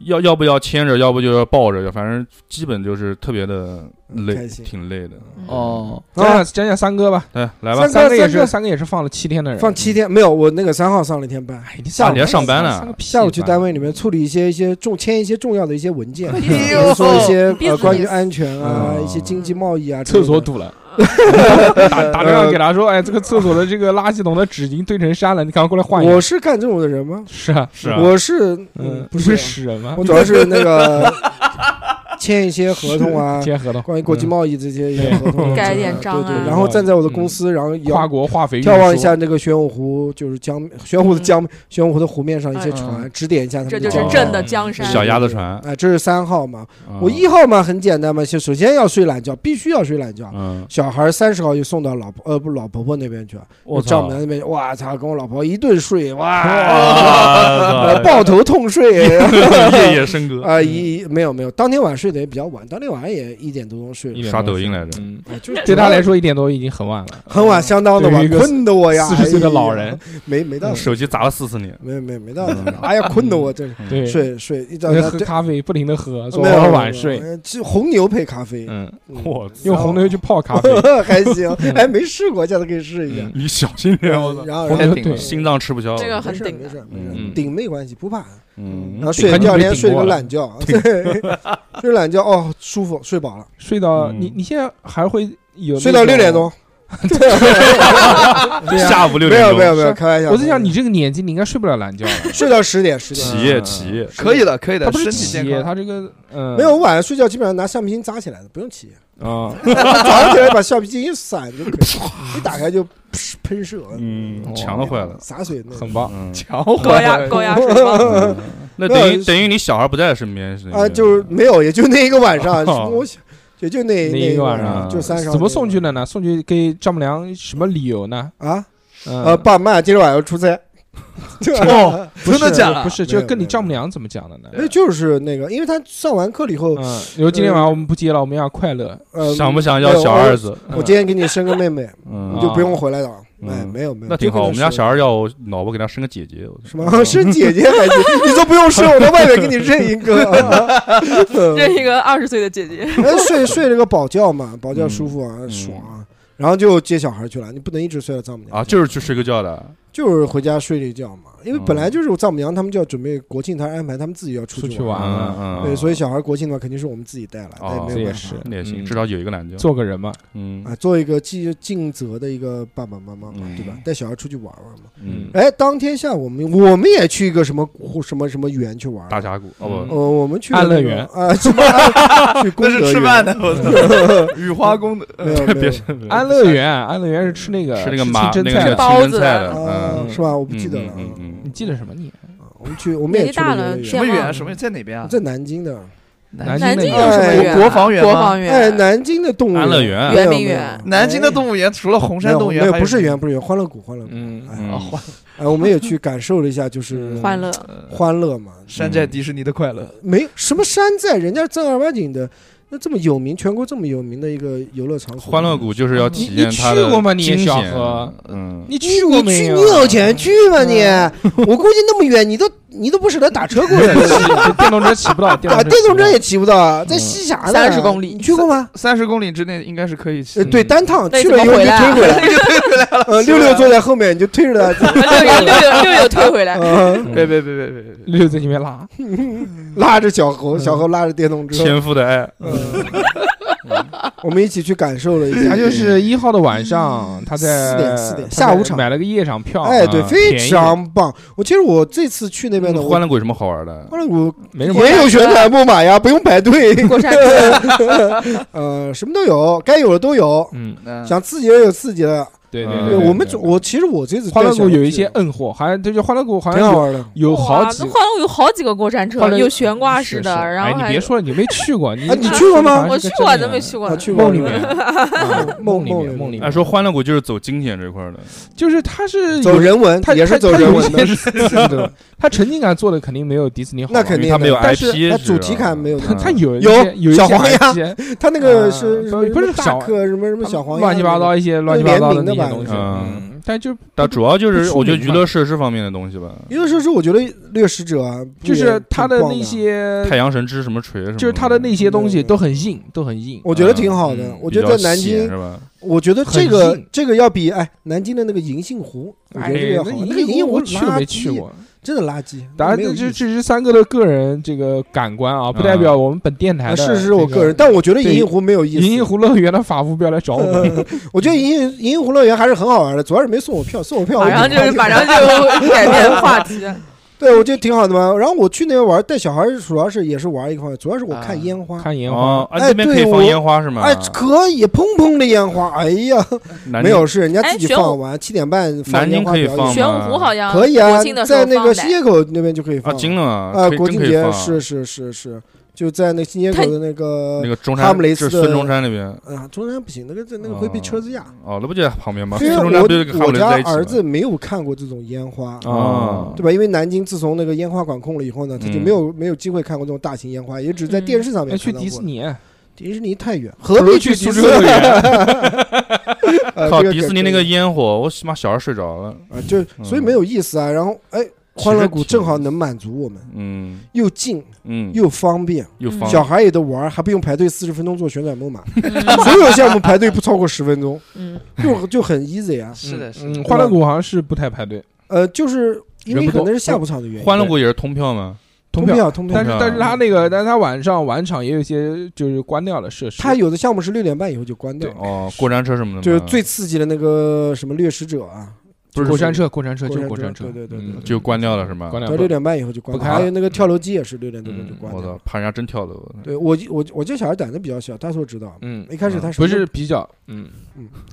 Speaker 3: 要要不要牵着，要不就要抱着，反正基本就是特别的累，
Speaker 5: 开心
Speaker 3: 挺累的。
Speaker 4: 嗯，
Speaker 6: 哦，
Speaker 2: 讲讲啊讲讲三哥吧，
Speaker 3: 对，来吧
Speaker 5: 三，
Speaker 2: 三哥也
Speaker 5: 三哥
Speaker 2: 是三哥也是放了七天的人，
Speaker 5: 放七天没有，我那个三号上了一天班，
Speaker 2: 哎，你
Speaker 5: 下午
Speaker 2: 三
Speaker 5: 你
Speaker 3: 还上班呢
Speaker 2: 三个屁
Speaker 5: 下午去
Speaker 2: 班
Speaker 5: 单位里面处理一些一些重签一些重要的一些文件，比
Speaker 4: 哎
Speaker 5: 如说一些
Speaker 4: 呦
Speaker 5: 呃关于
Speaker 4: business
Speaker 5: 安全啊、
Speaker 2: 嗯
Speaker 5: 一些经济贸易啊之类
Speaker 2: [laughs] 厕
Speaker 5: 的。
Speaker 2: 所堵
Speaker 5: [laughs]
Speaker 2: 了，打打电话给他说，哎，这个厕所的这个垃圾桶的纸已经堆成山了，你赶快过来换一个。
Speaker 5: 我是干这种的人吗？
Speaker 2: 是啊，
Speaker 3: 是啊，
Speaker 5: 我是
Speaker 2: 嗯
Speaker 5: 嗯，，
Speaker 2: 不
Speaker 5: 不
Speaker 2: 是
Speaker 5: 是，
Speaker 2: 屎人吗
Speaker 5: 我？主要是那个签一些合同啊，
Speaker 2: 签合同，
Speaker 5: 关于国际贸易这些一些
Speaker 4: [laughs]
Speaker 5: 合同啊，
Speaker 4: 盖一
Speaker 5: 之类的
Speaker 4: 点章
Speaker 5: 对
Speaker 4: 啊
Speaker 5: 对，然后站在我的公司，然后
Speaker 2: 嗯跨
Speaker 5: 遥
Speaker 2: 国化肥运输
Speaker 5: 啊眺望一下，那个玄武湖，就是江玄武湖的江玄武湖的湖面上一些
Speaker 4: 嗯
Speaker 5: 船，指点一下他
Speaker 4: 这
Speaker 5: 们
Speaker 4: 就
Speaker 5: 的
Speaker 4: 是啊
Speaker 5: 江。
Speaker 4: 朕的江山。
Speaker 3: 小鸭子船。
Speaker 5: 哎，这是三号嘛？
Speaker 2: 啊
Speaker 3: 嗯
Speaker 5: 我一号嘛，很简单嘛，就首先要睡懒觉，必须要睡懒
Speaker 2: 啊
Speaker 5: 觉。
Speaker 3: 嗯，
Speaker 5: 小孩三十号就送到老婆呃不老婆婆那边去了，
Speaker 3: 我操
Speaker 5: 丈母，娘那边，哇操，跟我老婆一顿睡，
Speaker 3: 哇
Speaker 2: 哎
Speaker 5: 哇， [laughs] 抱头痛睡，
Speaker 3: 啊
Speaker 2: [laughs] 嗯
Speaker 3: 夜夜笙歌，
Speaker 5: 啊一没有没有，当天晚上睡得也比较晚，当天晚上也一点多钟睡了，
Speaker 2: 一点
Speaker 3: 刷
Speaker 2: 多
Speaker 3: 抖
Speaker 2: 钟
Speaker 3: 音来着
Speaker 2: 嗯，
Speaker 5: 哎
Speaker 4: [laughs]
Speaker 5: 就是
Speaker 2: 对他来说一点多已经很晚了。
Speaker 5: 很晚，相当的
Speaker 2: 对于
Speaker 5: 晚，
Speaker 2: 一个
Speaker 5: 困得我呀，
Speaker 2: 40岁的
Speaker 5: 哎呀
Speaker 2: 老人，嗯
Speaker 5: 没没到，
Speaker 3: 手机砸了四十年。
Speaker 5: 没没没到，
Speaker 3: 嗯
Speaker 5: 哎呀，困得我真是
Speaker 2: 对，
Speaker 5: 睡睡一早
Speaker 2: 那喝
Speaker 5: 对
Speaker 2: 咖啡不停的喝，说
Speaker 5: 没有
Speaker 2: 晚
Speaker 5: 没有
Speaker 2: 晚睡
Speaker 5: 没，有就红牛配咖啡， [laughs]
Speaker 2: 嗯，
Speaker 5: 嗯
Speaker 3: 我
Speaker 2: 用红牛去泡
Speaker 5: [laughs]
Speaker 2: 咖啡，
Speaker 5: 还行，哎，没试过，下次可以试一下
Speaker 2: 嗯。
Speaker 3: [laughs] 你小心点，啊我操，
Speaker 5: 然后
Speaker 2: 红
Speaker 5: 然
Speaker 2: 牛
Speaker 5: 后
Speaker 2: 对，
Speaker 3: 心脏吃不消。
Speaker 4: 这个很
Speaker 5: 没事
Speaker 4: 顶
Speaker 5: 没
Speaker 4: 的，
Speaker 5: 事没事，
Speaker 2: 嗯
Speaker 5: 顶没关系，不怕。
Speaker 3: 嗯，
Speaker 5: 然后啊睡
Speaker 2: 顶
Speaker 5: 第二
Speaker 2: 还
Speaker 5: 天
Speaker 2: 是
Speaker 5: 睡
Speaker 2: 没顶过
Speaker 5: 了个
Speaker 2: 了
Speaker 5: 懒觉， [laughs] 睡懒觉哦，舒服，睡饱了，
Speaker 2: 睡到
Speaker 3: 嗯
Speaker 2: 你你现在还会有
Speaker 5: 睡到
Speaker 2: 那种
Speaker 5: 六点。钟。
Speaker 2: 对啊
Speaker 3: 下午六
Speaker 5: 没
Speaker 3: 点
Speaker 5: 有
Speaker 3: 钟
Speaker 5: 没有没有，开玩笑。
Speaker 2: 我在想，你这个年纪，你应该睡不了懒觉了。啊
Speaker 5: [laughs] 睡到十点十点
Speaker 3: 起夜起夜，
Speaker 6: 可以的，可以
Speaker 2: 他
Speaker 6: 的，
Speaker 2: 不是
Speaker 6: 身体
Speaker 2: 起
Speaker 6: 健
Speaker 2: 夜，
Speaker 6: 康。
Speaker 2: 他这个嗯，
Speaker 5: 没有，我晚上睡觉基本上拿橡皮筋扎起来的，不用起夜。
Speaker 2: 啊，
Speaker 5: 早上起来把橡皮筋一散
Speaker 2: [laughs]
Speaker 5: 就可以，一打开就噗喷射，
Speaker 3: 嗯，强
Speaker 5: 哦
Speaker 3: 的坏
Speaker 5: [laughs]
Speaker 3: 了，
Speaker 5: 洒水那种。
Speaker 2: 很棒。
Speaker 3: 嗯，
Speaker 6: 强
Speaker 4: 高
Speaker 6: 化
Speaker 4: 压高压水泵，
Speaker 3: 那等
Speaker 5: 没
Speaker 3: 于
Speaker 5: 有
Speaker 3: 等于你小孩不在身边是那个
Speaker 5: 啊，就是没有，也就那一个晚
Speaker 3: [laughs]
Speaker 5: 上，
Speaker 3: 哦
Speaker 5: 我也就那
Speaker 2: 那
Speaker 5: 一
Speaker 2: 一个晚
Speaker 5: 上，
Speaker 3: 上
Speaker 5: 就三十号。
Speaker 2: 怎么送去的呢？送去给丈母娘什么理由呢？
Speaker 5: 啊？呃，
Speaker 3: 嗯
Speaker 2: 呃，
Speaker 5: 爸妈今天晚上要
Speaker 3: [laughs]
Speaker 5: 出差。 [laughs]
Speaker 6: 哦，
Speaker 5: 不是
Speaker 6: 真的假
Speaker 2: 不
Speaker 6: 的？
Speaker 2: 是，
Speaker 5: 没有
Speaker 2: 就跟你丈母娘怎么讲的呢？
Speaker 5: 那就是那个，因为他上完课了以后，
Speaker 2: 嗯，比如今天晚上我们不接了，我们要快乐。
Speaker 5: 呃，
Speaker 3: 想不想要小儿子？
Speaker 2: 嗯
Speaker 5: 我今天给你生个妹妹，
Speaker 3: 嗯
Speaker 5: 你就不用回来了。哎，
Speaker 3: 嗯
Speaker 5: 没有没有，
Speaker 3: 那挺好，
Speaker 5: 就
Speaker 3: 我
Speaker 5: 跟
Speaker 3: 们家
Speaker 5: 他说
Speaker 3: 小孩要我老婆给他生个姐姐，我操
Speaker 5: 什么
Speaker 3: [laughs]
Speaker 5: 是姐姐还行，你都不用生，我在外面给你认一
Speaker 3: [laughs]
Speaker 5: 个，嗯
Speaker 4: 认一个二十岁的姐姐，
Speaker 5: 哎睡睡了个饱觉嘛，饱觉
Speaker 3: 嗯
Speaker 5: 舒服啊，爽。然后就接小孩去了，你不能一直睡到丈母娘
Speaker 3: 啊，就是去睡个觉的，
Speaker 5: 就是回家睡一觉嘛，因为
Speaker 3: 嗯
Speaker 5: 本来就是我丈母娘他们就要准备国庆，他安排他们自己要出
Speaker 2: 出去
Speaker 5: 玩，
Speaker 2: 玩
Speaker 3: 嗯
Speaker 2: 了，
Speaker 3: 嗯，
Speaker 5: 对，
Speaker 3: 嗯
Speaker 5: 所以小孩国庆的话肯定是我们自己带了，
Speaker 3: 哦
Speaker 2: 这
Speaker 5: 那也没有
Speaker 2: 也
Speaker 5: 办
Speaker 2: 是
Speaker 5: 法
Speaker 3: 那也行，
Speaker 2: 嗯
Speaker 3: 至少有一个懒觉。
Speaker 2: 做个人嘛。
Speaker 3: 嗯
Speaker 5: 啊，做一个尽尽责的一个爸爸妈妈嘛，
Speaker 3: 嗯
Speaker 5: 对吧？带小孩出去玩玩嘛。
Speaker 3: 嗯，
Speaker 5: 哎，当天下午我们我们也去一个什么湖什么什么园去玩，
Speaker 3: 大峡谷哦
Speaker 5: 呃，我们去
Speaker 2: 安乐
Speaker 5: 那个
Speaker 2: 园
Speaker 5: 啊，去安去功德
Speaker 6: 那是吃
Speaker 5: 园
Speaker 6: 饭的，我操！雨花功德，
Speaker 5: 没有
Speaker 3: 不，
Speaker 5: 没
Speaker 3: 别
Speaker 5: 有
Speaker 3: 是
Speaker 2: 安乐园，安乐园是吃那个
Speaker 3: 那个
Speaker 2: 清
Speaker 3: 马那
Speaker 2: 真
Speaker 3: 个
Speaker 2: 菜
Speaker 3: 叫
Speaker 2: 的。
Speaker 4: 包
Speaker 3: 清真
Speaker 4: 子
Speaker 3: 菜的，
Speaker 5: 啊
Speaker 3: 嗯，
Speaker 5: 是吧？我不
Speaker 3: 嗯
Speaker 5: 记得了。
Speaker 3: 嗯
Speaker 5: 嗯
Speaker 3: 嗯
Speaker 2: 你记得什么你？
Speaker 5: 我们去，我们也去了
Speaker 4: 年纪大了
Speaker 5: 游乐园
Speaker 6: 什么
Speaker 4: 健
Speaker 6: 园？
Speaker 4: 忘
Speaker 6: 什么在哪边啊？
Speaker 5: 在南京的。
Speaker 2: 南
Speaker 4: 南
Speaker 2: 京
Speaker 4: 京
Speaker 2: 那
Speaker 4: 有
Speaker 2: 个
Speaker 4: 什么
Speaker 5: 哎
Speaker 4: 园啊？
Speaker 6: 国防园吗
Speaker 4: 国防园，
Speaker 5: 哎，南京的动物园
Speaker 3: 安乐园
Speaker 5: 没有
Speaker 4: 圆明
Speaker 5: 没有
Speaker 4: 园
Speaker 6: 南京的
Speaker 5: 哎
Speaker 6: 动物园除了红山
Speaker 5: 没有
Speaker 6: 动物
Speaker 5: 没
Speaker 6: 园，
Speaker 5: 有
Speaker 6: 还
Speaker 5: 不是
Speaker 6: 什么
Speaker 5: 园，不是园，欢乐谷，欢乐谷。
Speaker 2: 嗯
Speaker 5: 哎
Speaker 3: 嗯
Speaker 6: 啊，欢
Speaker 5: 哎，我
Speaker 4: [laughs]
Speaker 5: 们也去感受了一下，就是
Speaker 4: 欢乐， [laughs]
Speaker 5: 欢乐嘛。
Speaker 6: 山寨迪士尼的快乐。
Speaker 5: 没什么山寨，人家正儿八经的，那这么有名，全国这么有名的一个游乐场所，
Speaker 3: 欢乐谷就是要体验它
Speaker 2: 你你去
Speaker 3: 的
Speaker 2: 过吗你
Speaker 3: 惊
Speaker 2: 小
Speaker 3: 险
Speaker 2: 何，
Speaker 3: 嗯，
Speaker 2: 你
Speaker 5: 你
Speaker 2: 去过
Speaker 5: 你
Speaker 2: 没
Speaker 5: 去
Speaker 2: 有？啊
Speaker 5: 你有钱去吗你？ [laughs] 我估计那么远，你都你都不舍得打车
Speaker 2: [laughs]
Speaker 5: 过来，
Speaker 2: 骑电动车骑不到，电
Speaker 5: 打
Speaker 2: 动
Speaker 5: 电动车
Speaker 2: 骑
Speaker 5: 也骑不到啊，在西峡呢
Speaker 4: 30公里
Speaker 5: 你去过吗？
Speaker 6: 三十公里之内应该是可以
Speaker 5: 呃，
Speaker 6: 去。
Speaker 5: 对，单趟
Speaker 4: 那
Speaker 5: 去
Speaker 4: 怎么
Speaker 5: 了以后你
Speaker 4: 回
Speaker 5: 就
Speaker 4: 来
Speaker 5: 推
Speaker 4: 啊 [laughs]
Speaker 5: 回来，呃，六六坐在后面，你就推着他，
Speaker 4: 六友六友六友退回来，
Speaker 5: 呃，
Speaker 2: 不
Speaker 6: 别
Speaker 2: 到。
Speaker 6: 别别别别别别！
Speaker 2: 六在前面拉，
Speaker 5: 拉着小猴，小猴拉着电动车，
Speaker 3: 天赋的爱，
Speaker 5: 嗯
Speaker 2: [laughs]
Speaker 5: 我们一起去感受了一下
Speaker 2: 他，就是一号的晚上，他在
Speaker 5: 4点4
Speaker 2: 他
Speaker 5: 点
Speaker 2: 在
Speaker 5: 下午场
Speaker 2: 买了个夜场票，
Speaker 5: 哎，对，
Speaker 2: 啊
Speaker 5: 非
Speaker 2: 便宜嗯
Speaker 5: 常棒。我其实我这次去那边的，
Speaker 3: 嗯欢
Speaker 5: 我
Speaker 3: 乐谷有什么好玩的？
Speaker 5: 欢乐谷
Speaker 2: 没什么
Speaker 5: 也有旋转木马呀，不用排队，
Speaker 4: 过山车，
Speaker 5: [laughs] 呃，什么都有，该有的都有，
Speaker 2: 嗯，
Speaker 6: 嗯
Speaker 5: 想刺激也有刺激的。
Speaker 2: 对对
Speaker 3: 嗯
Speaker 5: 对
Speaker 2: 对，
Speaker 5: 我们
Speaker 2: 对
Speaker 5: 主我其实我这次
Speaker 2: 欢乐
Speaker 5: 带小
Speaker 2: 谷
Speaker 5: 孩
Speaker 2: 有一
Speaker 5: 去
Speaker 2: 些摁货，好像这就欢乐谷好像
Speaker 5: 挺好
Speaker 2: 有
Speaker 5: 玩的。
Speaker 2: 有好
Speaker 4: 哇
Speaker 2: 几
Speaker 4: 那花龙有好几个过山
Speaker 2: 花
Speaker 4: 车，
Speaker 2: 龙
Speaker 4: 有悬挂式
Speaker 2: 是
Speaker 4: 的，
Speaker 2: 是
Speaker 4: 然
Speaker 2: 哎
Speaker 4: 后
Speaker 2: 你
Speaker 4: 还
Speaker 2: 别说了，你没去过，你
Speaker 5: 啊你去过吗
Speaker 2: 你
Speaker 4: 我去过，
Speaker 2: 还是个真人
Speaker 4: 怎么没去
Speaker 5: 啊
Speaker 4: 过？
Speaker 5: 去过
Speaker 2: 梦里面， [laughs]
Speaker 5: 啊梦
Speaker 2: 里
Speaker 5: 梦
Speaker 2: 面，梦里
Speaker 5: 面
Speaker 2: 面。
Speaker 3: 哎，说欢乐谷就是走金钱这块
Speaker 5: [laughs]
Speaker 3: 儿的，
Speaker 2: 就是他是
Speaker 5: 走
Speaker 2: 有，
Speaker 5: 人文
Speaker 2: 他
Speaker 5: 也是
Speaker 2: 他
Speaker 5: 走
Speaker 2: 他
Speaker 5: 人
Speaker 2: 有一
Speaker 5: 文的
Speaker 2: 些，
Speaker 5: [laughs]
Speaker 2: 是啊他沉浸感做的肯定没有迪士尼好
Speaker 5: 那
Speaker 2: 玩，
Speaker 5: 肯
Speaker 3: 因
Speaker 5: 定
Speaker 3: 为
Speaker 5: 的
Speaker 3: 它没有
Speaker 5: 但是
Speaker 3: IP
Speaker 5: 它
Speaker 3: 是啊嗯
Speaker 5: 主
Speaker 3: 吧
Speaker 5: 题感没有
Speaker 2: 他
Speaker 5: 它
Speaker 2: 他啊有一
Speaker 5: 有
Speaker 2: 些有一
Speaker 5: 小
Speaker 2: 些
Speaker 5: 黄鸭
Speaker 2: IP
Speaker 5: 他那个
Speaker 2: 啊
Speaker 5: 是
Speaker 2: 不是
Speaker 5: 大
Speaker 2: 小
Speaker 5: 客什么什么
Speaker 2: 他
Speaker 5: 小黄鸭
Speaker 2: 乱七八
Speaker 5: 那个
Speaker 2: 糟一些乱七八糟
Speaker 5: 联名
Speaker 2: 那
Speaker 5: 的
Speaker 2: 些
Speaker 5: 吧
Speaker 2: 东西，
Speaker 3: 嗯，
Speaker 2: 但就
Speaker 3: 但主要就
Speaker 2: 不
Speaker 3: 是
Speaker 2: 出
Speaker 3: 我觉得
Speaker 2: 名
Speaker 3: 娱
Speaker 2: 嘛
Speaker 3: 乐设施方面的东西吧，
Speaker 5: 有的时候是我觉得掠食者啊，
Speaker 2: 就是他
Speaker 5: 的啊
Speaker 2: 的那，
Speaker 5: 呃
Speaker 2: 些，
Speaker 3: 太阳神之什么锤什么，
Speaker 2: 就是他的那些东西
Speaker 5: 对对
Speaker 2: 都很硬，都很硬。
Speaker 5: 我觉得挺好的
Speaker 2: 嗯。
Speaker 5: 我觉得在南
Speaker 3: 比较
Speaker 5: 京
Speaker 3: 闲是，吧？
Speaker 5: 我觉得
Speaker 2: 很
Speaker 5: 这个
Speaker 2: 硬
Speaker 5: 这个要比哎南京的那个银杏湖，我觉得这个
Speaker 2: 哎
Speaker 5: 要好。那个银
Speaker 2: 银
Speaker 5: 杏湖
Speaker 2: 我去都
Speaker 5: 垃
Speaker 2: 没
Speaker 5: 圾
Speaker 2: 去，过。
Speaker 5: 真的垃圾。
Speaker 2: 当然，
Speaker 5: 没
Speaker 2: 这
Speaker 5: 有意
Speaker 2: 这这
Speaker 5: 思
Speaker 2: 是三哥的个人这个感官啊，不代表我们本电台
Speaker 5: 啊
Speaker 2: 的这。
Speaker 5: 是是我个人，但我觉得银杏湖没有意思。
Speaker 2: 银杏湖乐园的法务不要来找我们。
Speaker 5: [laughs] 我觉得银杏银杏湖乐园还是很好玩的，主要是没送我票，送 [laughs] 我票我
Speaker 4: 马上
Speaker 5: 就
Speaker 4: 就马上就改变话题，
Speaker 5: [laughs] 对我觉得挺好的嘛。然后我去那边玩，带小孩主要是也是玩一块，主要是我
Speaker 2: 啊
Speaker 5: 看烟花，
Speaker 2: 看烟花
Speaker 3: 哦，，啊，
Speaker 5: 哎
Speaker 3: 那边可以
Speaker 5: 对
Speaker 3: 放
Speaker 5: 我
Speaker 3: 烟花是吗？
Speaker 5: 哎，可以砰砰的烟花，哎呀，
Speaker 3: 南
Speaker 5: 没
Speaker 3: 京
Speaker 5: 有是人家自己
Speaker 4: 哎玄
Speaker 5: 放
Speaker 4: 武
Speaker 5: 完，七点半放
Speaker 3: 南京
Speaker 5: 烟花
Speaker 3: 可以
Speaker 5: 表
Speaker 3: 放
Speaker 5: 演，
Speaker 4: 玄武湖好像
Speaker 5: 可以啊
Speaker 4: 国庆的，时候
Speaker 5: 在那个
Speaker 4: 放
Speaker 5: 新
Speaker 4: 的
Speaker 5: 街口那边就可以
Speaker 3: 啊，
Speaker 5: 放。
Speaker 3: 惊了啊
Speaker 5: 啊，
Speaker 3: 可以
Speaker 5: 国
Speaker 3: 真
Speaker 5: 庆
Speaker 3: 可以
Speaker 5: 节
Speaker 3: 放
Speaker 5: 是是是是，就在那新街口
Speaker 4: 它
Speaker 5: 的那个
Speaker 3: 那个中
Speaker 5: 哈
Speaker 3: 山，
Speaker 5: 姆雷
Speaker 3: 就是
Speaker 5: 斯的
Speaker 3: 孙中山那边。
Speaker 5: 啊，中山不行，那个在那个会被
Speaker 3: 哦
Speaker 5: 车子压。
Speaker 3: 哦，那不就在旁边吗？
Speaker 5: 因
Speaker 3: 孙
Speaker 5: 为
Speaker 3: 中山不就跟
Speaker 5: 啊我
Speaker 3: 哈姆
Speaker 5: 我
Speaker 3: 雷斯在一
Speaker 5: 家
Speaker 3: 起吗
Speaker 5: 儿子没嗯有看过这种烟花，
Speaker 3: 哦
Speaker 5: 对吧？因为南京自从那个烟花管控了以后呢，他就
Speaker 3: 嗯哎
Speaker 5: 没有没有机会看过这种大型烟花，也只在电视上
Speaker 2: 那
Speaker 5: 面
Speaker 2: 哎去
Speaker 5: 看到
Speaker 2: 迪士
Speaker 5: 过。
Speaker 2: 尼，
Speaker 5: 迪士尼太远，何
Speaker 2: 如
Speaker 5: 必
Speaker 2: 去
Speaker 5: 迪
Speaker 2: 苏
Speaker 5: 士
Speaker 2: 州乐
Speaker 3: [laughs]
Speaker 5: 尼？
Speaker 2: [laughs] 园
Speaker 5: 呃
Speaker 3: 靠
Speaker 5: 这个
Speaker 3: 迪
Speaker 5: 可
Speaker 3: 士尼
Speaker 5: 可
Speaker 3: 那
Speaker 5: 以
Speaker 3: 个烟火，我妈小孩睡着了。
Speaker 5: 啊，就所以没有意思啊。然后哎，
Speaker 3: 其
Speaker 5: 欢乐
Speaker 3: 实
Speaker 5: 谷
Speaker 3: 挺
Speaker 5: 正好能满足我们，
Speaker 3: 嗯
Speaker 5: 又近
Speaker 3: 嗯，
Speaker 5: 又方便，
Speaker 3: 又
Speaker 4: 嗯
Speaker 3: 放
Speaker 5: 小孩也都玩，还不用排队四十分钟做旋转
Speaker 3: [laughs]
Speaker 5: 木马，
Speaker 4: 嗯
Speaker 5: [laughs] 所有项目排队不超过十分钟，
Speaker 4: 嗯，
Speaker 5: 就就很 easy 啊。
Speaker 6: 是的，是的
Speaker 2: 嗯，欢乐谷好像是不太排队，
Speaker 5: 呃，就是因为
Speaker 3: 人不
Speaker 5: 可
Speaker 3: 多
Speaker 5: 能是下午场的原因，
Speaker 3: 欢乐谷也是通票吗？
Speaker 5: 通
Speaker 2: 票。
Speaker 5: 票通票
Speaker 2: 但，是
Speaker 3: 通票
Speaker 2: 但是他那个，但是他晚上晚场也有一些就是关掉了设施。
Speaker 5: 它有的项目是六点半以后就关掉
Speaker 2: 对，嗯
Speaker 3: 哦，过山车什么的吗，
Speaker 5: 就是最刺激的那个什么掠食者啊，
Speaker 3: 不是
Speaker 2: 过山车，过山车就是过
Speaker 5: 过
Speaker 2: 山
Speaker 5: 山
Speaker 2: 车
Speaker 5: 车，对对对
Speaker 2: 嗯
Speaker 5: 对
Speaker 3: 就关掉了是吗？
Speaker 2: 关
Speaker 5: 到
Speaker 2: 掉
Speaker 5: 六
Speaker 2: 了。
Speaker 5: 点半以后就关
Speaker 2: 不
Speaker 5: 掉，
Speaker 2: 开了
Speaker 5: 还有那个跳楼机也是六点多钟就
Speaker 2: 嗯
Speaker 5: 关
Speaker 3: 我
Speaker 5: 掉
Speaker 3: 操
Speaker 5: 了。，
Speaker 3: 怕人家真跳楼。
Speaker 5: 对我我我这小孩胆子比较小，他说知道，
Speaker 2: 嗯，
Speaker 5: 一开始他
Speaker 2: 不是比较，嗯，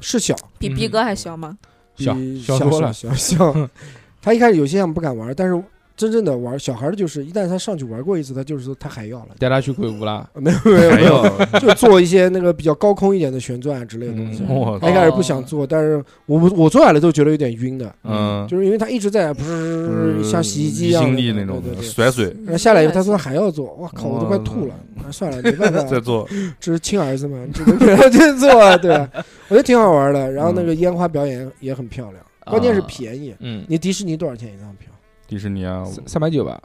Speaker 5: 是小，
Speaker 4: 比逼哥还小吗？
Speaker 2: 小
Speaker 5: 比
Speaker 2: 小
Speaker 5: 小
Speaker 2: 多了
Speaker 5: 小
Speaker 2: [laughs]
Speaker 5: 小。小他一开始有些项目不敢玩，但是真正的玩小孩儿就是，一旦他上去玩过一次，他就是说他还要了，
Speaker 2: 带他去鬼屋啦。
Speaker 5: 没有没有
Speaker 3: 还
Speaker 5: 没有，
Speaker 3: 有，
Speaker 5: 就做一些那个比较高空一点的旋转啊之类的东西
Speaker 2: 嗯。
Speaker 3: 我
Speaker 5: 他一
Speaker 3: 操，
Speaker 5: 开始不想做，但是我不我坐下来都觉得有点晕的，
Speaker 3: 嗯，
Speaker 5: 就是因为他一直在噗
Speaker 3: 嗯
Speaker 5: 像洗衣机一样
Speaker 3: 离心
Speaker 5: 的
Speaker 3: 力那种嗯
Speaker 5: 对对对
Speaker 3: 甩水
Speaker 5: 然后下来以后，他
Speaker 4: 嗯
Speaker 5: 说还要做，哇靠，我都快
Speaker 3: 哇，
Speaker 5: 吐了。啊算了，没办
Speaker 3: [laughs]
Speaker 5: 法
Speaker 3: 在做，
Speaker 5: 这是亲儿子嘛，只能 [laughs] 给他去做啊，对吧？我觉得挺好玩的。然后那个烟花表演也很漂亮， [laughs] 关键是便宜。
Speaker 2: 嗯，
Speaker 5: 你迪士尼多少钱一张票？
Speaker 3: 迪士尼啊，
Speaker 5: 嗯
Speaker 2: 三三百九吧，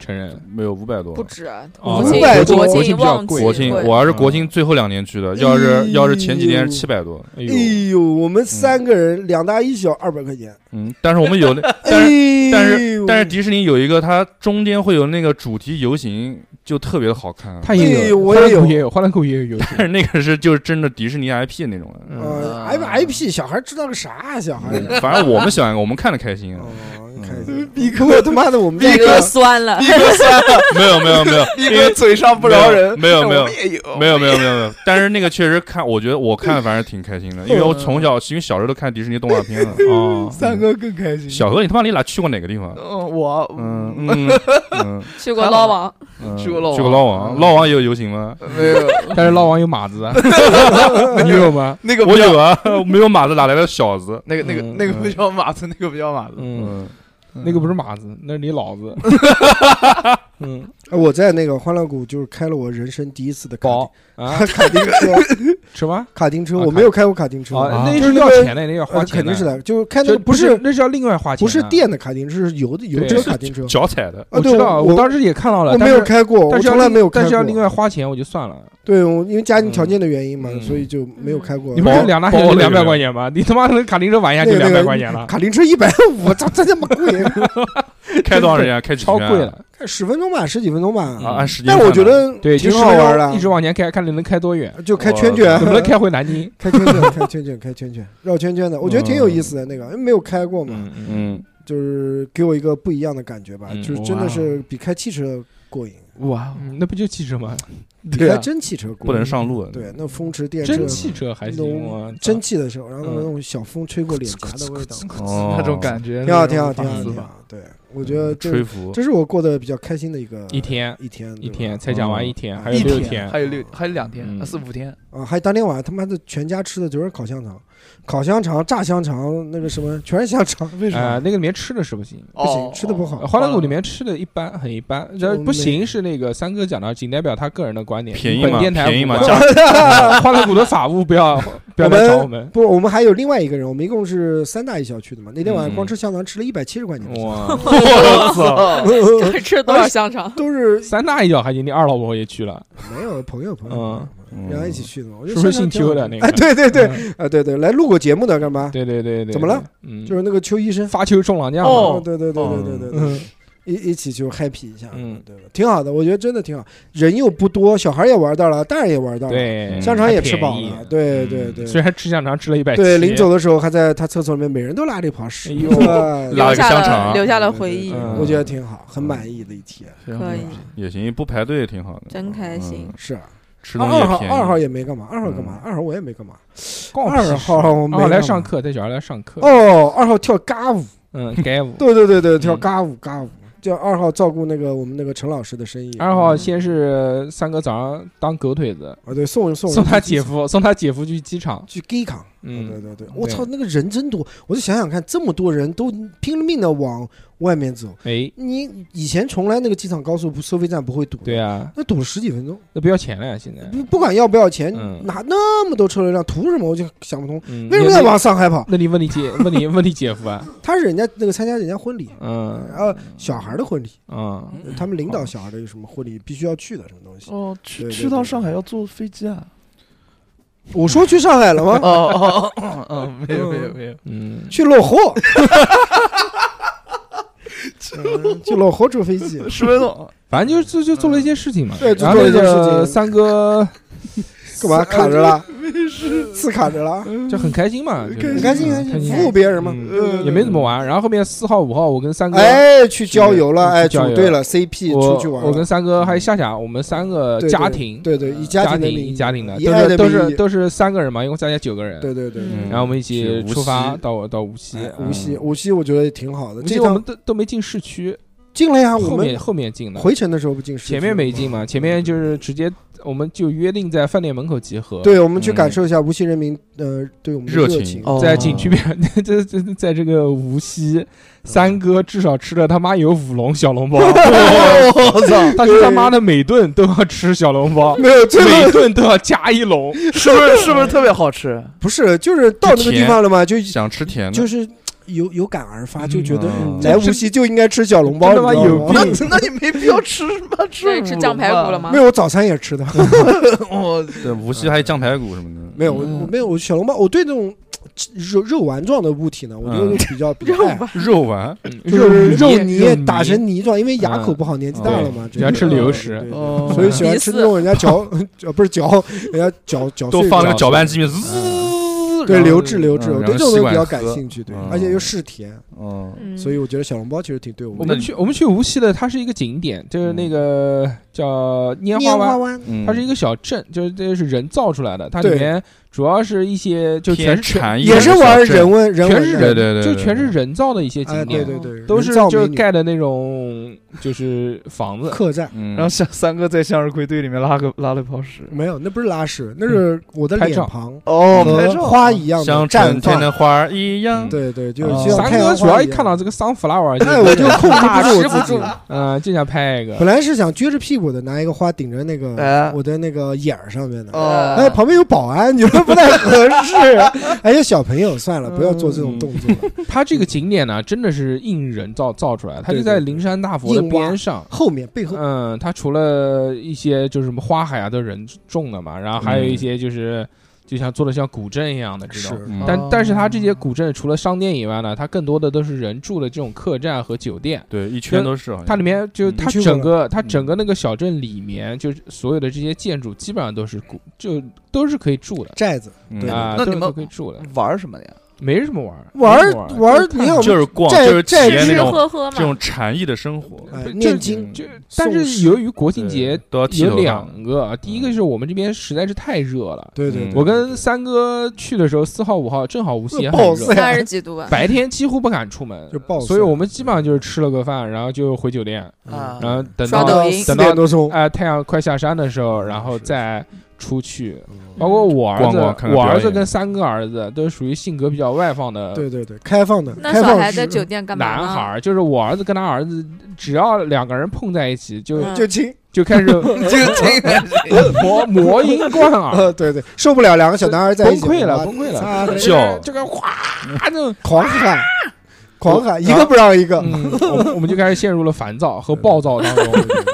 Speaker 2: 成人。
Speaker 3: 没有五百多
Speaker 4: 不。止，
Speaker 2: 哦
Speaker 4: 国庆
Speaker 5: 500多
Speaker 4: 国
Speaker 5: 国
Speaker 2: 庆
Speaker 4: 庆
Speaker 2: 比较
Speaker 4: 旺季
Speaker 2: 贵
Speaker 3: 国庆，
Speaker 4: 贵
Speaker 3: 我要是国庆最后两年去的，要
Speaker 6: 哎
Speaker 3: 是要是前几天七百多，
Speaker 2: 哎呦，
Speaker 5: 哎呦，我们三个人两大一小，二百块钱。
Speaker 3: 嗯，但是我们有那，嗯但是
Speaker 5: 哎
Speaker 3: 但
Speaker 5: 是
Speaker 3: 但是迪士尼有一个，它中间会有那个主题游行，就特别的好看。啊
Speaker 2: 他也
Speaker 5: 哎
Speaker 2: 有，
Speaker 5: 呦我
Speaker 2: 欢
Speaker 5: 也
Speaker 2: 乐谷
Speaker 5: 有
Speaker 2: 也有，欢乐谷也
Speaker 5: [laughs]
Speaker 2: 有游戏。
Speaker 3: 但是那个是就是真的迪士尼 IP 那种的，
Speaker 2: 嗯
Speaker 5: 呃，I I P 小孩知道个啥？啊小
Speaker 6: 哎
Speaker 5: 孩。
Speaker 3: 嗯反正我们想一个，我们看着开心。啊
Speaker 2: 嗯
Speaker 5: 哦，看一下，不过他妈的我们
Speaker 4: 逼
Speaker 5: 这
Speaker 4: 哥
Speaker 5: 个
Speaker 4: 酸
Speaker 5: [laughs]
Speaker 4: 了，
Speaker 3: 没有没有没有，
Speaker 6: 一
Speaker 3: 因为
Speaker 6: 个嘴上 [laughs] 不饶人，
Speaker 3: 没有没有
Speaker 6: 我也有，
Speaker 3: 没有没有没有没有，但是那个确实看，我觉得我看了反正挺开心的，因为我从小因为小时候都看迪士尼动画片了。
Speaker 2: 哦，
Speaker 6: 三哥更开心。
Speaker 3: 小何，你他妈你俩去过哪个地方？
Speaker 6: 嗯，我
Speaker 3: 嗯嗯嗯
Speaker 4: 去过捞王， [laughs]
Speaker 3: 嗯，
Speaker 6: 去过老王
Speaker 3: 去过老王，老王也有游行吗？
Speaker 6: 没有
Speaker 2: 但是老王有马
Speaker 5: [laughs]
Speaker 2: 子，你有吗？
Speaker 6: 那个不
Speaker 3: 我
Speaker 6: 叫
Speaker 3: 有啊， [laughs] 没有马子哪来的小子？
Speaker 6: 那个那个
Speaker 2: 嗯
Speaker 6: 那个不叫马子，那个不叫马子。
Speaker 2: 嗯，
Speaker 3: 嗯，
Speaker 2: 那个不是马子，那是你老子。 [laughs] 嗯，
Speaker 5: 呃我在那个欢乐谷就是开了我人生第一次的卡
Speaker 2: 宝啊，
Speaker 5: 丁 [laughs] 卡丁车，
Speaker 2: 什么？
Speaker 5: 卡丁车
Speaker 2: 啊
Speaker 5: 我没有开过卡丁车，
Speaker 2: 啊，那
Speaker 5: 就是那
Speaker 2: 要
Speaker 5: 个
Speaker 2: 钱的，那个要花
Speaker 5: 呃
Speaker 2: 钱
Speaker 5: 肯定是
Speaker 2: 的，
Speaker 5: 的，就是开那
Speaker 2: 就
Speaker 5: 个
Speaker 2: 不
Speaker 5: 不是
Speaker 2: 那是要另外花钱，啊
Speaker 5: 不是。电的卡丁车，是油的油
Speaker 2: 对
Speaker 5: 车卡丁车。
Speaker 3: 脚踩 [laughs] 的，
Speaker 5: 啊，
Speaker 2: 我
Speaker 5: 对，
Speaker 2: 知道，
Speaker 5: 我
Speaker 2: 我当时也看到了，
Speaker 5: 我
Speaker 2: 但
Speaker 5: 没
Speaker 2: 是
Speaker 5: 有，开过，我
Speaker 2: 但是要
Speaker 5: 从来
Speaker 2: 另
Speaker 5: 没有开
Speaker 2: 但
Speaker 5: 过。嗯
Speaker 2: 是要另外花钱，我就算了。
Speaker 5: 对，我因为家庭条件的原因嘛
Speaker 2: 嗯，
Speaker 5: 所以就没有开过。
Speaker 2: 你不
Speaker 3: 包
Speaker 2: 是两大
Speaker 3: 包
Speaker 2: 就
Speaker 3: 了
Speaker 2: 两
Speaker 3: 这
Speaker 2: 百
Speaker 3: 个
Speaker 2: 块钱吗？你他妈的卡丁车玩一下就
Speaker 5: 那个
Speaker 2: 两
Speaker 5: 那
Speaker 2: 百
Speaker 5: 个
Speaker 2: 块钱了，
Speaker 5: 哦卡丁车一百五，操，这他妈贵，
Speaker 3: 开多长时间？开几
Speaker 2: 超
Speaker 3: 圈
Speaker 2: 贵了。
Speaker 5: 看十分钟吧，十几分钟
Speaker 2: 嗯
Speaker 5: 吧。
Speaker 3: 啊！按时间
Speaker 5: 但
Speaker 3: 看的，
Speaker 5: 我觉得
Speaker 2: 对，
Speaker 5: 挺
Speaker 2: 就
Speaker 5: 好玩
Speaker 2: 10分钟一直
Speaker 5: 的，
Speaker 2: 往前开，看你能开多
Speaker 5: [laughs]
Speaker 2: 远，
Speaker 5: 就开圈
Speaker 3: 我
Speaker 5: 圈， [laughs]
Speaker 2: 能不能开回南京？
Speaker 5: 开圈圈，开圈圈，开圈圈，绕圈圈的，我觉得挺有意思的那个，因为没有开过嘛，
Speaker 2: 嗯，
Speaker 3: 嗯，
Speaker 5: 就是给我一个不一样的感觉吧，
Speaker 2: 嗯
Speaker 5: 就是真
Speaker 2: 哇
Speaker 5: 的是比开汽车
Speaker 2: [laughs]
Speaker 5: 过瘾，
Speaker 6: 哇，
Speaker 2: 嗯那不就汽车吗？
Speaker 5: 比
Speaker 2: 啊
Speaker 5: 开真汽车过
Speaker 3: 不
Speaker 5: 瘾
Speaker 3: 能。上路。啊
Speaker 5: 对，那风驰电
Speaker 2: 真
Speaker 5: 掣，
Speaker 2: 汽车还行，我操
Speaker 5: 蒸汽的时候，然后
Speaker 2: 嗯
Speaker 5: 那种小风吹过脸颊的味道，
Speaker 3: 哦，
Speaker 6: 那种感觉
Speaker 5: 挺好，挺好，挺
Speaker 6: 那
Speaker 5: 好，
Speaker 6: 种
Speaker 5: 挺
Speaker 6: 法
Speaker 5: 好。对，我觉得
Speaker 3: 吹
Speaker 5: 这
Speaker 3: 拂
Speaker 5: 这是我过得比较开心的一个
Speaker 2: 嗯一天
Speaker 5: 一天
Speaker 2: 一
Speaker 5: 对吧
Speaker 2: 天才讲完一天，
Speaker 5: 嗯
Speaker 2: 还
Speaker 6: 一
Speaker 2: 有六
Speaker 6: 天，还有六，还有两天，
Speaker 2: 嗯
Speaker 6: 啊四五天，
Speaker 5: 啊！还有当天晚上他妈的全家吃的全是烤香肠，烤香肠、炸香肠，那个什么全是香肠，为什
Speaker 2: 啊，
Speaker 5: 么
Speaker 2: 那个里面吃的是不行。
Speaker 5: 不行
Speaker 6: 哦
Speaker 5: 吃的不好
Speaker 2: 呃欢乐谷里面吃的一般，很一般。这
Speaker 5: 就
Speaker 2: 不
Speaker 5: 没
Speaker 2: 行是那个三哥讲的，仅代表他个人的观点。
Speaker 3: 便宜
Speaker 2: 本
Speaker 3: 嘛，
Speaker 2: 电台
Speaker 3: 便宜嘛，
Speaker 2: [laughs] 无关
Speaker 3: 价
Speaker 2: 欢乐谷的法务不要不要来找我们。
Speaker 3: [laughs]
Speaker 5: 不，我们还有另外一个人，我们一共是三大一小区的嘛。那天晚
Speaker 2: 嗯
Speaker 5: 上光吃香肠吃了一百七十块钱的香
Speaker 2: 哇，
Speaker 3: [laughs] 我操！
Speaker 5: 肠，
Speaker 4: 吃了多少香肠？
Speaker 5: [laughs] 都是
Speaker 2: [laughs] 三大一小还行，你二老婆也去了，
Speaker 5: 没有朋友朋友
Speaker 2: 嗯，
Speaker 5: 然后一起去的嘛。我觉
Speaker 2: 是
Speaker 5: 得
Speaker 2: 不是
Speaker 5: 香
Speaker 2: 姓
Speaker 5: 肠挺
Speaker 2: 邱
Speaker 5: 好
Speaker 2: 的那个？
Speaker 5: 哎，对对对，
Speaker 2: 嗯，
Speaker 5: 啊对对，来录过节目的干嘛？
Speaker 2: 对对对对，
Speaker 5: 怎么了？
Speaker 2: 嗯，
Speaker 5: 就是那个邱医生。啊
Speaker 2: 发球中郎将。
Speaker 6: 哦
Speaker 5: 对对对对对对对，
Speaker 2: 嗯，
Speaker 5: 一一起就 happy 一下，
Speaker 2: 嗯
Speaker 5: 对吧？挺好的，我觉得真的挺好，人又不多，小孩也玩到了，大人也玩到了，
Speaker 2: 对，
Speaker 5: 嗯
Speaker 2: 嗯
Speaker 5: 香肠也吃饱
Speaker 2: 还便
Speaker 5: 了
Speaker 2: 宜，
Speaker 5: 对对
Speaker 2: 嗯虽
Speaker 5: 对。
Speaker 2: 然吃香肠吃了一百，
Speaker 5: 对，临走的时候还在他厕所里面，每人都拉了一泡屎，
Speaker 2: 哎呦
Speaker 5: 是吧
Speaker 3: 拉
Speaker 4: 留
Speaker 3: 了个
Speaker 4: 下
Speaker 3: 香肠
Speaker 5: 啊
Speaker 4: 了留下了回忆，
Speaker 2: 嗯
Speaker 5: 我觉得挺好，很满意的一天。
Speaker 4: 可以，
Speaker 3: 也行，不排队也挺好的，
Speaker 4: 真开心
Speaker 3: 嗯。
Speaker 5: 是啊，
Speaker 3: 吃东西
Speaker 5: 二
Speaker 3: 也
Speaker 5: 号
Speaker 3: 便宜。嗯
Speaker 5: 二号也没干嘛，二号干嘛？二号我也没干嘛。
Speaker 2: 逛屁
Speaker 5: 二
Speaker 2: 事
Speaker 5: 号我没
Speaker 2: 二号哦来
Speaker 5: 干嘛
Speaker 2: 上课，带小孩来上课。
Speaker 5: 哦，二号跳嘎舞，
Speaker 2: 嗯，该舞。
Speaker 5: [laughs] 对对对对，跳
Speaker 2: 嗯
Speaker 5: 嘎舞嘎舞，叫二号照顾那个我们那个陈老师的生意。
Speaker 2: 二号先是三哥早上当狗腿子，
Speaker 5: 啊，对，送送
Speaker 2: 送他姐夫送他姐夫去机场。
Speaker 5: 去 gay 扛。
Speaker 2: 嗯
Speaker 5: 对对对，我
Speaker 2: 对
Speaker 5: 操，那个人真多！我就想想看，这么多人都拼了命的往外面走，
Speaker 2: 哎，
Speaker 5: 你以前从来那个机场高速不收费站不会堵，
Speaker 2: 对，啊，
Speaker 5: 那堵了十几分钟，
Speaker 2: 那不要钱了呀，现在。
Speaker 5: 不不管要不要钱，
Speaker 2: 嗯
Speaker 5: 哪那么多车流量，图什么？我就想不通，
Speaker 2: 嗯，
Speaker 5: 为什么
Speaker 2: 那
Speaker 5: 要
Speaker 2: 你
Speaker 5: 往上海跑？
Speaker 2: 那你问你姐，问你问你姐夫啊？
Speaker 5: 他是人家那个参加人家婚礼，
Speaker 2: 嗯
Speaker 5: 呃，小孩的婚礼，
Speaker 2: 嗯，
Speaker 5: 他们领导小孩的有什么婚礼必须要去的什么东西？
Speaker 6: 哦，
Speaker 5: 对
Speaker 6: 去
Speaker 5: 对
Speaker 6: 去趟上海要坐飞机啊？
Speaker 5: 我说去上海
Speaker 2: [laughs]
Speaker 5: 了吗？
Speaker 6: [laughs] 哦哦哦，没有没有没有，
Speaker 2: 嗯，
Speaker 5: 去落后，嗯去落后坐飞机。
Speaker 6: 十分钟。
Speaker 2: 反正就就就做了一件事情嘛。
Speaker 5: 对就
Speaker 2: 然后
Speaker 5: 做了
Speaker 2: 那
Speaker 5: 一件事
Speaker 2: 个
Speaker 5: 情
Speaker 2: 三哥
Speaker 5: 干嘛卡着了？刺卡着了，
Speaker 2: 就很开心嘛，就是
Speaker 5: 很开心，
Speaker 2: 嗯
Speaker 5: 开
Speaker 2: 开
Speaker 5: 心，
Speaker 2: 心
Speaker 5: 服务别人嘛。
Speaker 2: 嗯
Speaker 5: 对
Speaker 2: 也没怎么。玩。然后后面四号、五号，我跟三
Speaker 5: 对
Speaker 2: 哥
Speaker 5: 对，哎，去郊游了，
Speaker 2: 嗯去
Speaker 5: 哎，
Speaker 2: 郊游
Speaker 5: 组队了，CP
Speaker 2: 我
Speaker 5: 出去玩了。嗯
Speaker 2: 我跟三哥还有夏夏，我们三个
Speaker 5: 对对
Speaker 2: 家庭，
Speaker 5: 对对，以
Speaker 2: 家
Speaker 5: 庭的名义，
Speaker 2: 庭家庭的，
Speaker 5: 以
Speaker 2: 都
Speaker 5: 爱
Speaker 2: 是
Speaker 5: 的
Speaker 2: 都
Speaker 5: 名
Speaker 2: 是
Speaker 5: 义。
Speaker 2: 都是三个人嘛，一共加起来九个人。
Speaker 5: 对对对，
Speaker 4: 嗯
Speaker 2: 然后我们一起
Speaker 3: 去无锡
Speaker 2: 出发到到无锡
Speaker 5: 哎，
Speaker 2: 嗯
Speaker 5: 无锡，无锡我觉得挺好的。
Speaker 2: 无
Speaker 5: 这
Speaker 2: 锡我们
Speaker 5: 趟
Speaker 2: 都都没进市区，
Speaker 5: 进了呀，我
Speaker 2: 后
Speaker 5: 们
Speaker 2: 面后面进的，
Speaker 5: 回程的时候不进市区
Speaker 2: 前面没进
Speaker 5: 吗
Speaker 2: 嘛，前面就是直接我们就约定在饭店门口集合，，
Speaker 5: 对，我们去感受一下无锡人民呃对我们的
Speaker 3: 热
Speaker 5: 情
Speaker 3: 情。
Speaker 6: 哦
Speaker 2: 在景区边， [laughs] 这这这在这个无锡，三哥至少吃了他妈有五笼小
Speaker 5: [laughs]
Speaker 2: 笼包，
Speaker 5: 哦
Speaker 6: 我操！
Speaker 2: 但是他妈的每顿都要吃小笼包，
Speaker 5: 没有，这
Speaker 2: 每
Speaker 5: 个
Speaker 2: 顿都要加一笼，
Speaker 6: [laughs] 是不是是不是特别好吃？
Speaker 5: 不是，就是到那个地方了嘛，就
Speaker 3: 想吃甜的，
Speaker 5: 就是有有感而发，就觉得
Speaker 3: 嗯
Speaker 5: 来无锡就应该吃小笼包，
Speaker 2: 真他妈
Speaker 5: 你知道
Speaker 2: 有
Speaker 5: 吗
Speaker 2: 病
Speaker 6: 那 [laughs] 那你没必要吃什么
Speaker 4: 对，
Speaker 6: 吃
Speaker 4: 吃酱排骨了？吗
Speaker 5: 没？有，我早餐也吃的，
Speaker 6: 我
Speaker 3: 对无锡还有酱排骨什么的。
Speaker 5: 没有，我
Speaker 2: 嗯
Speaker 5: 我没有，我小笼包，我对那种肉肉丸状的物体呢，我觉得
Speaker 3: 嗯
Speaker 5: 比较比较
Speaker 4: 肉
Speaker 5: 爱，
Speaker 4: 吧，
Speaker 3: 肉丸，
Speaker 5: 就是肉
Speaker 2: 泥嗯
Speaker 5: 泥打成泥状，因为牙口不好，年纪大了嘛，
Speaker 2: 喜欢吃流食
Speaker 5: 啊对对对
Speaker 6: 哦，
Speaker 5: 所以喜欢吃那种人家嚼， [laughs] 嚼不是嚼，人家嚼嚼
Speaker 3: 多
Speaker 5: 碎
Speaker 3: 放那
Speaker 5: 的
Speaker 3: 个搅拌机，
Speaker 2: 滋
Speaker 5: 对流质流质，
Speaker 3: 嗯
Speaker 5: 我
Speaker 3: 然后
Speaker 5: 对这种
Speaker 3: 吸
Speaker 5: 东西
Speaker 3: 管
Speaker 5: 比较
Speaker 3: 喝
Speaker 5: 感兴趣，对
Speaker 3: 嗯，
Speaker 5: 而且又嗜甜，
Speaker 3: 嗯，
Speaker 4: 嗯
Speaker 5: 所以我觉得小笼包其实挺对我
Speaker 2: 我
Speaker 5: 们
Speaker 2: 们去我们去无锡的，它是一个景点，就是那个叫拈花湾，
Speaker 5: 湾
Speaker 3: 嗯
Speaker 2: 它是一个小镇，就是这是人造出来的，它里
Speaker 5: 对
Speaker 2: 面主要是一些就全
Speaker 3: 偏
Speaker 2: 是全
Speaker 3: 禅意
Speaker 5: 也
Speaker 3: 的
Speaker 5: 是
Speaker 3: 小
Speaker 5: 玩
Speaker 3: 镇
Speaker 5: 人文人
Speaker 2: 全
Speaker 5: 文
Speaker 2: 是
Speaker 5: 的，
Speaker 2: 人，
Speaker 3: 对对对对
Speaker 2: 就全是人造的一些
Speaker 5: 哎，
Speaker 2: 景
Speaker 5: 对
Speaker 2: 点，
Speaker 5: 对对，
Speaker 2: 都
Speaker 5: 人
Speaker 2: 是
Speaker 5: 造
Speaker 2: 就
Speaker 5: 美
Speaker 2: 是
Speaker 5: 女
Speaker 2: 盖的那种就是房子，
Speaker 5: 客栈。
Speaker 3: 嗯，
Speaker 6: 然后三三哥在向日葵堆里面拉个拉了泡屎。
Speaker 5: 没有，那不是拉屎，那是我的
Speaker 2: 嗯拍
Speaker 5: 脸
Speaker 2: 照
Speaker 5: 庞
Speaker 6: 哦拍
Speaker 5: 和
Speaker 6: 照
Speaker 5: 花一样的
Speaker 3: 像
Speaker 5: 绽
Speaker 3: 春天
Speaker 5: 放。
Speaker 3: 的花儿一样。
Speaker 5: 对对，就
Speaker 6: 哦
Speaker 5: 是像
Speaker 2: 三
Speaker 5: 太
Speaker 2: 哥
Speaker 5: 阳
Speaker 2: 主要
Speaker 5: 花
Speaker 2: 一看到
Speaker 5: 样。
Speaker 2: 这个桑弗拉瓦，
Speaker 5: 哎，我就控制不住我自己。
Speaker 2: 嗯，就想拍一
Speaker 5: 本
Speaker 2: 个，
Speaker 5: 来是想撅着屁股的，拿一个花顶着那个
Speaker 6: 哎
Speaker 5: 我的那个眼儿上面的。
Speaker 4: 啊
Speaker 6: 哦
Speaker 5: 哎，旁边有保安，你说不太合适。 [laughs] 哎呀，小朋友，算了，不要做这种动作了。
Speaker 2: 它这个景点呢，真的是硬人造造出来的，它就
Speaker 5: 对
Speaker 2: 在
Speaker 5: 对
Speaker 2: 灵山大佛的
Speaker 5: 硬挖
Speaker 2: 边上，
Speaker 5: 后面背后，
Speaker 2: 嗯，它除了一些就是什么花海啊都是人种的嘛，然后还有一些就是、就像做的像古镇一样的这种。
Speaker 5: 是
Speaker 3: 嗯
Speaker 2: 但
Speaker 6: 哦
Speaker 2: 但是它这些古镇除了商店以外呢，它更多的都是人住的这种客栈和酒店。
Speaker 3: 对，一圈都是。好像
Speaker 2: 它里面就
Speaker 3: 嗯
Speaker 2: 它
Speaker 5: 你去过
Speaker 2: 整个它整个那个小镇里面，就是所有的这些建筑基本上都是古，就都是可以住的
Speaker 5: 寨子
Speaker 3: 嗯
Speaker 5: 对
Speaker 2: 啊，都
Speaker 6: 那你
Speaker 2: 是
Speaker 6: 们
Speaker 2: 都可以住的，
Speaker 6: 玩什么的呀？
Speaker 2: 没什么玩儿
Speaker 5: 玩
Speaker 2: 没
Speaker 5: 儿
Speaker 2: 什么玩
Speaker 5: 玩儿
Speaker 2: 就，是
Speaker 5: 你
Speaker 2: 看
Speaker 5: 看我
Speaker 3: 就
Speaker 5: 们
Speaker 3: 是逛，
Speaker 5: 在
Speaker 3: 就是体
Speaker 5: 在
Speaker 3: 验那
Speaker 4: 吃
Speaker 3: 种
Speaker 4: 喝喝
Speaker 3: 这种
Speaker 4: 嘛，
Speaker 3: 禅意的生活。
Speaker 5: 哎
Speaker 2: 就
Speaker 5: 念经
Speaker 2: 就但是
Speaker 5: 诵
Speaker 2: 由于国庆
Speaker 3: 对
Speaker 2: 节
Speaker 3: 都要剃
Speaker 2: 有
Speaker 3: 头
Speaker 2: 两个，第一个是我们这边实在是太热了。
Speaker 5: 对对，
Speaker 3: 嗯
Speaker 5: 对
Speaker 2: 我跟三哥去的时候，四号五号正好无锡也很
Speaker 5: 暴
Speaker 2: 热
Speaker 5: 晒，
Speaker 4: [laughs] 三十几度啊吧。
Speaker 5: [laughs]
Speaker 2: 白天几乎不敢出门
Speaker 5: 就，暴晒
Speaker 2: 所以我们基本上就是吃了个饭，然后就回酒店，
Speaker 5: 嗯
Speaker 6: 啊 [laughs]
Speaker 2: 然后等
Speaker 4: 刷
Speaker 2: 到哎
Speaker 4: 抖
Speaker 5: 到
Speaker 4: 音
Speaker 5: 四点多钟，
Speaker 2: 啊、太阳快下山的时候，然后再出去，包括我儿子，
Speaker 3: 逛逛看看
Speaker 2: 我
Speaker 3: 表
Speaker 2: 儿子
Speaker 3: 演
Speaker 2: 跟三个儿子都是属于性格比较外放的
Speaker 5: 对对对，开放的，
Speaker 4: 那
Speaker 5: 开
Speaker 4: 小
Speaker 5: 放
Speaker 4: 孩
Speaker 5: 式
Speaker 4: 在酒店干嘛呢？
Speaker 2: 男孩儿，就是我儿子跟他儿子，只要两个人碰在一起，就
Speaker 4: 嗯
Speaker 5: 就亲，
Speaker 2: 就开始
Speaker 6: 就这个
Speaker 2: 魔魔音贯耳，
Speaker 5: 呃，对对，受不了，两个小男孩在
Speaker 2: 啊崩
Speaker 5: 一起
Speaker 2: 溃了，
Speaker 5: 哇
Speaker 2: 崩溃了，
Speaker 5: 擦的
Speaker 3: 叫
Speaker 2: 这个哗，那
Speaker 5: 狂喊，狂喊，一
Speaker 2: 然后
Speaker 5: 个不让一个，
Speaker 2: 嗯，我们我们就开始陷入了烦躁和暴躁当中。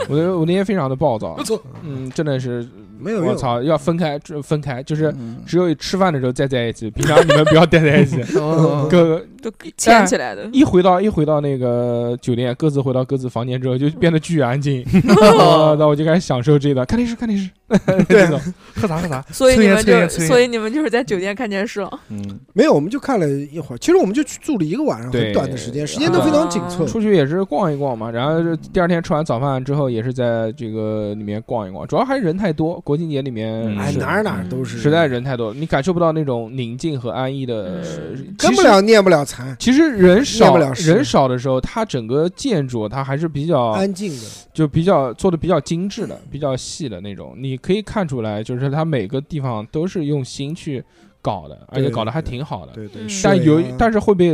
Speaker 2: 我那我那天非常的暴躁，嗯，真的是
Speaker 5: 没有
Speaker 2: 我
Speaker 5: 用，嗯
Speaker 2: 操，要分开，这分开就是
Speaker 6: 嗯 [laughs]
Speaker 2: 只有吃饭的时候再在一起，平常你们不要待在一起。
Speaker 6: 哦
Speaker 2: 各
Speaker 4: 都牵起来的。
Speaker 5: [laughs]
Speaker 2: 一回到一回到那个酒店，各自回到各自房间之后，就变得巨安
Speaker 5: [laughs]
Speaker 2: 静。
Speaker 5: 哦
Speaker 2: 呃那我就开始享受这段，看电视，看电视，这种
Speaker 6: 喝啥喝啥，
Speaker 4: [laughs] 所以你们
Speaker 6: 抽
Speaker 4: 就
Speaker 6: 烟抽烟抽烟
Speaker 4: 所以你们就是在酒店看电视了。
Speaker 3: [laughs] 嗯，
Speaker 5: 没有，我们就看了一会儿，其实我们就去住了一个晚上，
Speaker 2: 对
Speaker 5: 很短的时间，时间都非常紧凑
Speaker 4: 嗯。
Speaker 2: 出去也是逛一逛嘛，然后就第二天吃完早饭之后，也是在这个里面逛一逛，主要还是人太多。国庆节里面
Speaker 3: 嗯
Speaker 5: 哎，
Speaker 2: 是
Speaker 5: 哪儿哪儿都是，
Speaker 2: 实在人太多，你感受不到那种宁静和安逸的。呃
Speaker 4: 嗯
Speaker 2: 其
Speaker 5: 跟不
Speaker 2: 实
Speaker 5: 了，念不了残，
Speaker 2: 其实人
Speaker 5: 念
Speaker 2: 少
Speaker 5: 不了诗
Speaker 2: 人少的时候，它整个建筑它还是比较
Speaker 5: 安静的。
Speaker 2: 就比较做的比较精致的、比较细的那种，你可以看出来，就是它每个地方都是用心去搞的，而且搞得还挺好的。
Speaker 5: 对对
Speaker 4: 嗯，
Speaker 5: 水啊
Speaker 2: 但有但是会被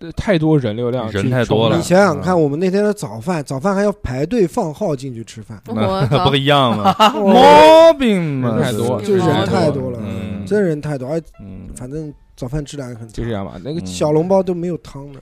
Speaker 2: 呃太多人流量去
Speaker 3: 人太多
Speaker 2: 冲
Speaker 3: 了
Speaker 2: 淡
Speaker 5: 你想想看，我们那天的早饭，早饭还要排队放号进去吃饭，
Speaker 4: [laughs] 我
Speaker 3: 那
Speaker 4: 靠
Speaker 2: 嗯
Speaker 3: 不一
Speaker 2: [laughs]
Speaker 3: 样嘛，
Speaker 5: 哇
Speaker 3: 毛病嘛，
Speaker 2: 人太多，
Speaker 5: 就是人太多了
Speaker 3: 嗯，
Speaker 5: 真人太多，而
Speaker 3: 嗯，
Speaker 5: 反正早饭质量也很
Speaker 2: 就
Speaker 5: 差
Speaker 2: 这。样吧。那个
Speaker 3: 嗯
Speaker 5: 小笼包都没有汤的，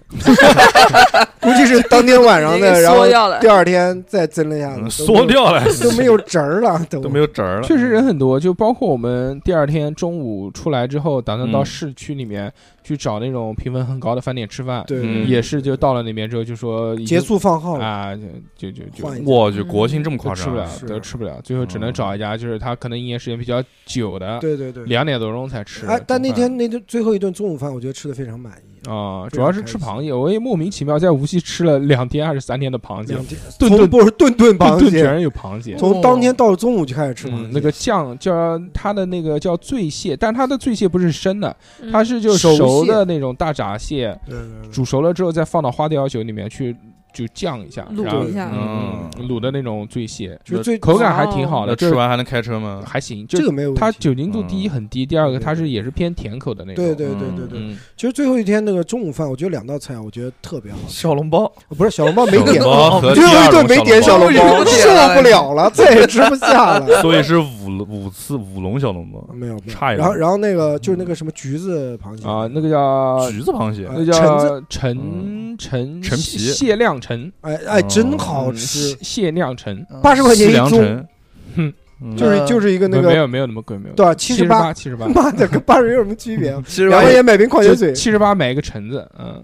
Speaker 5: 估计是当天晚上
Speaker 4: 已经 [laughs]
Speaker 5: 的，然后
Speaker 4: 缩掉了
Speaker 5: 第二天再蒸了一下
Speaker 3: 嗯
Speaker 5: 子，
Speaker 3: 缩掉了，
Speaker 5: [laughs] 都没有汁儿了，都
Speaker 3: 都没有汁儿了，
Speaker 2: 确实人很多，就包括我们第二天中午出来之后，打算到
Speaker 3: 嗯
Speaker 2: 市区里面去找那种评分很高的饭店吃饭，
Speaker 5: 对
Speaker 3: 嗯
Speaker 2: 也是就到了那边之后就说已经
Speaker 5: 结束放号了，
Speaker 2: 啊，就就就就
Speaker 5: 换一家
Speaker 3: 我去，国庆这么
Speaker 2: 都
Speaker 3: 夸
Speaker 2: 吃
Speaker 3: 张
Speaker 2: 不
Speaker 3: 啊，
Speaker 2: 了，
Speaker 5: 是
Speaker 2: 都吃不了，最后只能
Speaker 3: 嗯
Speaker 2: 找一家，就是他可能营业时间比较久的，
Speaker 5: 对对对。
Speaker 2: 两点多钟才吃。
Speaker 5: 哎，但那
Speaker 2: 中饭
Speaker 5: 天那顿最后一顿中午饭，我觉得吃的非常满意，
Speaker 2: 啊，
Speaker 5: 非
Speaker 2: 主要
Speaker 5: 常
Speaker 2: 是
Speaker 5: 开
Speaker 2: 吃
Speaker 5: 心
Speaker 2: 螃蟹，我也莫名其妙在无锡吃了两天还是三天的螃蟹
Speaker 5: 两，天
Speaker 2: 顿
Speaker 5: 从
Speaker 2: 顿
Speaker 5: 不是顿顿
Speaker 2: 顿
Speaker 5: 螃
Speaker 2: 顿全
Speaker 5: 蟹，
Speaker 2: 是有螃蟹。
Speaker 5: 从当天到中午就开始吃螃
Speaker 2: 嗯
Speaker 5: 蟹，，
Speaker 2: 那个酱叫它的那个叫醉蟹，但它的醉蟹不是生的，
Speaker 4: 嗯
Speaker 2: 它是就
Speaker 5: 熟
Speaker 2: 熟
Speaker 5: 蟹
Speaker 2: 的那种大闸蟹，
Speaker 5: 对对对
Speaker 2: 煮熟了之后再放到花雕酒里面去就酱一下，然后
Speaker 4: 卤一下，
Speaker 2: 嗯，
Speaker 3: 嗯
Speaker 2: 卤的那种醉蟹，
Speaker 5: 就最
Speaker 2: 口感还挺
Speaker 5: 哦
Speaker 2: 好的，
Speaker 3: 那
Speaker 2: 就
Speaker 3: 吃
Speaker 2: 是
Speaker 3: 完还能开车
Speaker 5: 啊
Speaker 3: 吗？
Speaker 2: 还行，就
Speaker 5: 这个没有问题
Speaker 2: 它酒精度第一
Speaker 3: 嗯
Speaker 2: 很低，第二个
Speaker 5: 对
Speaker 2: 它是也是偏甜口的那种。
Speaker 5: 对对对
Speaker 3: 嗯
Speaker 5: 对对，
Speaker 2: 嗯，
Speaker 5: 其实最后一天那个中午饭，我觉得两道菜我觉得特别好，哦
Speaker 6: 小笼包，
Speaker 5: 不是小笼包没
Speaker 3: 小
Speaker 5: 点
Speaker 3: 笼，包和第
Speaker 5: 最后一
Speaker 3: 二
Speaker 5: 顿
Speaker 3: 种
Speaker 5: 没点小
Speaker 3: 小
Speaker 5: 笼包，
Speaker 6: 哦
Speaker 5: 受不了了，再也吃不下
Speaker 3: [laughs]
Speaker 5: 了。啊
Speaker 3: 所以是五五次五龙小笼包，
Speaker 5: 没有没有，
Speaker 3: 差一点
Speaker 5: 然后然后那个就是那个什么橘子螃蟹
Speaker 2: 啊，，那个叫
Speaker 3: 橘子螃蟹
Speaker 5: 啊，
Speaker 2: 那
Speaker 5: 橙
Speaker 2: 叫
Speaker 5: 子
Speaker 2: 陈陈
Speaker 3: 陈嗯皮
Speaker 2: 蟹酿橙，
Speaker 5: 哎哎，真好
Speaker 2: 嗯
Speaker 5: 吃，
Speaker 2: 蟹酿橙，
Speaker 6: 嗯
Speaker 5: 八十块
Speaker 3: 西
Speaker 5: 钱
Speaker 3: 凉
Speaker 5: 一盅，
Speaker 3: 城，
Speaker 2: [laughs] 哼
Speaker 3: 嗯
Speaker 5: 就是就是一个那
Speaker 2: 没没
Speaker 5: 个
Speaker 2: 有没有那么贵，没有
Speaker 5: 多少
Speaker 2: 七
Speaker 5: 七十八，
Speaker 2: 八七十八，
Speaker 5: [laughs] 妈的跟八十有什么区别啊？
Speaker 6: 其实
Speaker 5: 两块钱买瓶矿泉水，
Speaker 2: 七十八买一个橙子，嗯，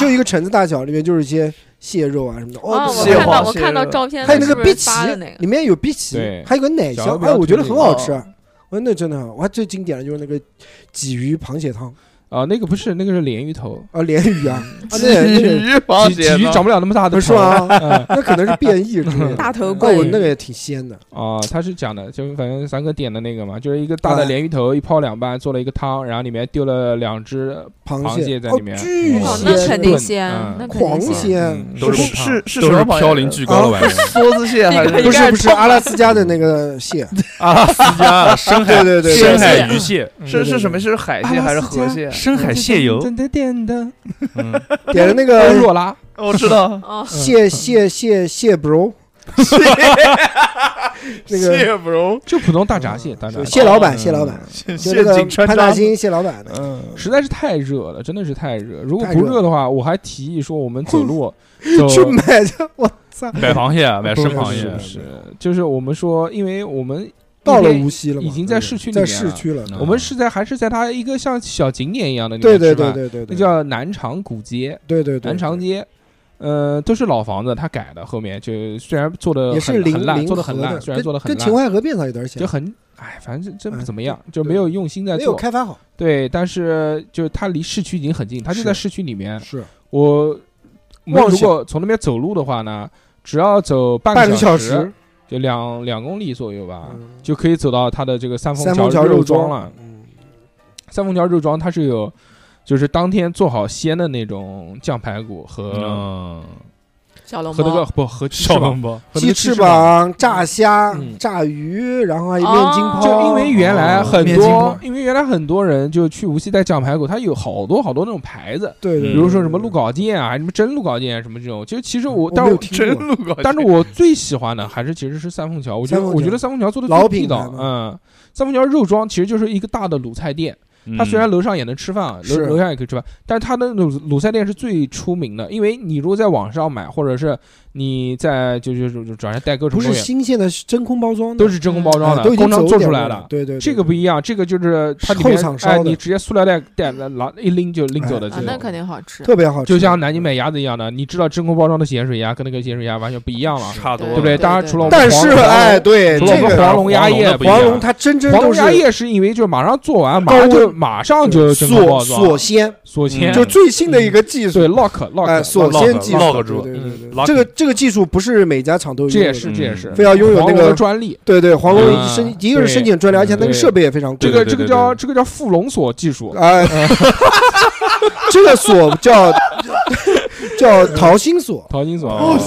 Speaker 5: 就一个橙子大小，里面就是一些蟹肉啊什么的。
Speaker 4: 啊，
Speaker 5: 哦，
Speaker 4: 我
Speaker 5: 蟹
Speaker 4: 看
Speaker 5: 黄
Speaker 4: 到
Speaker 6: 蟹
Speaker 4: 我看到
Speaker 6: 蟹
Speaker 4: 照片，
Speaker 5: 还有那
Speaker 4: 是
Speaker 5: 个
Speaker 4: 不
Speaker 5: 碧
Speaker 4: 是
Speaker 5: 琪
Speaker 4: 发的那个，
Speaker 5: 里面有碧琪
Speaker 2: 对，
Speaker 5: 还有个奶
Speaker 2: 小
Speaker 5: 香，
Speaker 2: 的
Speaker 5: 哎，我觉得
Speaker 2: 比较
Speaker 5: 很
Speaker 2: 特
Speaker 5: 好
Speaker 6: 别
Speaker 5: 吃
Speaker 6: 哦。
Speaker 5: 我那真的很好，我还最经典的就是那个鲫鱼螃蟹汤
Speaker 2: 啊，那个不是那个是鲢鱼头，
Speaker 5: 啊，鲢鱼啊，啊
Speaker 4: 嗯
Speaker 5: 那那个
Speaker 6: 鲫鱼螃
Speaker 3: 哦
Speaker 2: 鲫鲫
Speaker 6: 蟹
Speaker 2: 鱼
Speaker 6: 呢
Speaker 2: 长不了那么大的
Speaker 5: 不是
Speaker 2: 头
Speaker 5: 吗？
Speaker 2: 嗯
Speaker 5: [laughs] 那可能是变异之类的。
Speaker 4: 大头
Speaker 5: 哦，我
Speaker 4: 龟，
Speaker 5: 那个也挺鲜的，
Speaker 2: 啊，他是讲的，就反正三哥点的那个嘛，就是一个大的
Speaker 5: 哎
Speaker 2: 鲢鱼头，一泡两半，做了一个汤，然后里面丢了两只
Speaker 5: 螃
Speaker 2: 螃蟹在
Speaker 5: 哦
Speaker 2: 里面
Speaker 5: 巨
Speaker 2: 哦
Speaker 4: 哦，
Speaker 5: 鲜
Speaker 4: 那
Speaker 5: 的，
Speaker 4: 肯定
Speaker 2: 炖
Speaker 4: 鲜
Speaker 2: 嗯，
Speaker 4: 那肯
Speaker 5: 狂
Speaker 4: 定鲜。
Speaker 5: 鲜。
Speaker 2: 嗯
Speaker 3: 都是
Speaker 4: [laughs]
Speaker 6: 是是
Speaker 3: 都
Speaker 6: 什
Speaker 3: 是
Speaker 6: 么螃蟹
Speaker 3: 嘌呤巨高的玩意儿，
Speaker 6: 梭子 [laughs] 蟹还
Speaker 4: 这个
Speaker 6: 是
Speaker 5: 不
Speaker 4: 应该
Speaker 5: 是
Speaker 4: 是
Speaker 5: 不是
Speaker 4: 臭，
Speaker 5: 阿拉斯加的那个蟹，
Speaker 3: 阿拉斯加深海
Speaker 5: 对啊对对，
Speaker 3: 深
Speaker 5: 对
Speaker 3: 海鱼蟹，
Speaker 6: 是是什么？是海蟹还是河蟹？
Speaker 3: 深海蟹油，
Speaker 2: 真的点的
Speaker 3: 嗯
Speaker 5: 点的那
Speaker 2: 欧
Speaker 5: 个
Speaker 2: 若拉，
Speaker 6: [laughs] 我知道
Speaker 2: 嗯
Speaker 4: 哦，
Speaker 5: 蟹蟹蟹蟹 bro，那个
Speaker 6: 蟹 bro，
Speaker 2: 就普通大闸蟹，大闸蟹。嗯
Speaker 5: 蟹老板蟹老板，就
Speaker 6: [laughs] 蟹
Speaker 5: 那个
Speaker 6: 井川
Speaker 5: 潘大
Speaker 6: 张，
Speaker 5: 星蟹老板的，
Speaker 6: 嗯，
Speaker 2: 实在是太热了，真的是太热。如果
Speaker 5: 太
Speaker 2: 不
Speaker 5: 热
Speaker 2: 热的话，我还提议说我们走路
Speaker 5: [laughs] 去
Speaker 2: 走
Speaker 5: 买去，我操，
Speaker 3: [laughs] 买螃蟹啊，买生
Speaker 5: 不
Speaker 3: 螃
Speaker 5: 是
Speaker 2: 是，
Speaker 3: 蟹
Speaker 2: 是，就是我们说，因为我们
Speaker 5: 到了
Speaker 2: 那边
Speaker 5: 无锡了嘛，
Speaker 2: 已经在市区里
Speaker 5: 在
Speaker 2: 面
Speaker 5: 市
Speaker 2: 了
Speaker 5: 区了，
Speaker 3: 嗯
Speaker 2: 我们是在还是在它一个像小景点一样的地
Speaker 5: 对
Speaker 2: 方
Speaker 5: 对
Speaker 2: 吃
Speaker 5: 对
Speaker 2: 饭，
Speaker 5: 对对，对
Speaker 2: 那叫南长古街、
Speaker 5: 对对对
Speaker 2: 南长街。呃，都是老房子，它改的，后面就虽然做的
Speaker 5: 也是临
Speaker 2: 很烂，
Speaker 5: 临
Speaker 2: 做的
Speaker 5: 河
Speaker 2: 很烂，虽然
Speaker 5: 跟
Speaker 2: 做的很
Speaker 5: 跟秦
Speaker 2: 烂，
Speaker 5: 淮河边上有点像
Speaker 2: 就，很哎，反正真
Speaker 5: 哎
Speaker 2: 不怎么样，就
Speaker 5: 对
Speaker 2: 没有用心在
Speaker 5: 没有
Speaker 2: 做。
Speaker 5: 开发好，
Speaker 2: 对，但是就是它离市区已经很近，它就是在市区里面，
Speaker 5: 是
Speaker 2: 我我们
Speaker 5: 妄
Speaker 2: 如
Speaker 5: 想
Speaker 2: 果从那边走路的话呢，只要走半
Speaker 5: 半
Speaker 2: 个
Speaker 5: 个
Speaker 2: 小
Speaker 5: 小
Speaker 2: 时，
Speaker 5: 时，
Speaker 2: 就两两公里左右吧，
Speaker 5: 嗯
Speaker 2: 就可以走到它的这个三
Speaker 5: 三
Speaker 2: 桥
Speaker 5: 凤桥
Speaker 2: 肉
Speaker 5: 庄
Speaker 2: 了。，
Speaker 5: 嗯
Speaker 2: 三凤桥肉庄它是有，就是当天做好鲜的那种酱排骨和
Speaker 3: 嗯，
Speaker 4: 小笼
Speaker 2: 和那个
Speaker 4: 包，
Speaker 2: 不和
Speaker 3: 小笼
Speaker 2: 包，和那
Speaker 5: 鸡
Speaker 2: 个
Speaker 5: 翅
Speaker 2: 翅，
Speaker 5: 膀、炸虾
Speaker 2: 嗯、
Speaker 5: 炸鱼，然后还有
Speaker 4: 哦
Speaker 5: 面筋泡。
Speaker 2: 就因为原来很
Speaker 7: 面筋
Speaker 2: 多
Speaker 5: 哦
Speaker 7: 锅，
Speaker 2: 因为原来很多人就去无锡带酱排骨，它有好多好多那种牌子，
Speaker 5: 对，对
Speaker 2: 比如说什么鹿角店啊，还是什么真鹿角店啊，什么这种。就其实我，
Speaker 5: 我
Speaker 2: 但
Speaker 5: 没
Speaker 2: 是
Speaker 5: 有
Speaker 2: 我
Speaker 5: 听过。
Speaker 6: 鹿搞
Speaker 2: 但是我最喜欢的还是其实是三凤桥，我觉得
Speaker 5: 三凤桥
Speaker 2: 我觉得三凤桥做的
Speaker 5: 老
Speaker 2: 最地
Speaker 5: 品牌
Speaker 2: 道。嗯，三凤桥肉庄其实就是一个大的鲁菜店，
Speaker 3: 嗯
Speaker 2: 它虽然楼上也能吃饭啊，楼
Speaker 5: 是
Speaker 2: 楼下也可以吃饭，但是它的鲁鲁菜店是最出名的，因为你如果在网上买，或者是你在就就就就找人代购什么
Speaker 5: 不是
Speaker 2: 东西，
Speaker 5: 新鲜的，是真空包装的，
Speaker 2: 都是真空包装
Speaker 5: 哎
Speaker 2: 的，
Speaker 5: 都已经
Speaker 2: 工厂
Speaker 5: 走
Speaker 2: 做
Speaker 5: 点
Speaker 2: 出来
Speaker 5: 味
Speaker 2: 了。
Speaker 5: 对对，对
Speaker 2: 这个不一样，这个就是它里
Speaker 5: 后
Speaker 2: 面
Speaker 5: 厂烧
Speaker 2: 哎，
Speaker 5: 的哎
Speaker 2: 你直接塑料袋袋拿一拎就拎走的
Speaker 4: 啊
Speaker 2: 这，
Speaker 4: 那
Speaker 2: 种。
Speaker 4: 肯定好吃。
Speaker 5: 特别好吃，
Speaker 2: 就像南京买鸭子一样的，你知道真空包装的咸水鸭跟那个咸水鸭完全不一样了，
Speaker 3: 差多
Speaker 2: 对
Speaker 3: 了，
Speaker 2: 不对？
Speaker 4: 对
Speaker 2: 当然
Speaker 4: 对
Speaker 2: 除了我们
Speaker 5: 但
Speaker 2: 黄
Speaker 5: 是
Speaker 2: 龙
Speaker 5: 哎，对
Speaker 2: 除
Speaker 5: 这
Speaker 2: 了我们
Speaker 5: 个
Speaker 2: 黄龙鸭
Speaker 3: 黄
Speaker 2: 叶
Speaker 3: 龙不一样
Speaker 5: 黄龙它真真
Speaker 2: 黄
Speaker 5: 都
Speaker 2: 龙
Speaker 5: 是
Speaker 2: 鸭叶是因为就马上做完，马
Speaker 5: 高
Speaker 2: 上就
Speaker 5: 温
Speaker 2: 马上就真空包
Speaker 5: 锁
Speaker 2: 装
Speaker 5: 锁
Speaker 2: 了，
Speaker 5: 鲜，
Speaker 2: 锁鲜
Speaker 3: 嗯
Speaker 5: 就最新的一个技术，
Speaker 2: 对 lock lock，
Speaker 5: 哎，锁
Speaker 3: ，lock，
Speaker 5: 鲜技术
Speaker 3: lock 住
Speaker 5: 对对对对
Speaker 3: 嗯
Speaker 5: 这个这个技术不是每家厂都有，
Speaker 2: 这也是
Speaker 5: 的
Speaker 2: 这也是
Speaker 5: 嗯非要拥有
Speaker 2: 黄
Speaker 5: 那
Speaker 2: 龙的
Speaker 5: 个
Speaker 2: 专利。
Speaker 5: 对对，黄龙
Speaker 2: 嗯
Speaker 5: 申一个是申
Speaker 2: 对嗯
Speaker 5: 请专利，而且那
Speaker 2: 对
Speaker 5: 个设备也非常
Speaker 2: 这
Speaker 5: 贵，
Speaker 2: 个
Speaker 3: 对对
Speaker 2: 这个
Speaker 3: 对
Speaker 2: 叫
Speaker 3: 对
Speaker 2: 这个叫附龙锁技术，
Speaker 5: 哎，这个锁
Speaker 2: [laughs]
Speaker 5: 叫叫桃心锁，
Speaker 2: 淘金锁
Speaker 3: 哦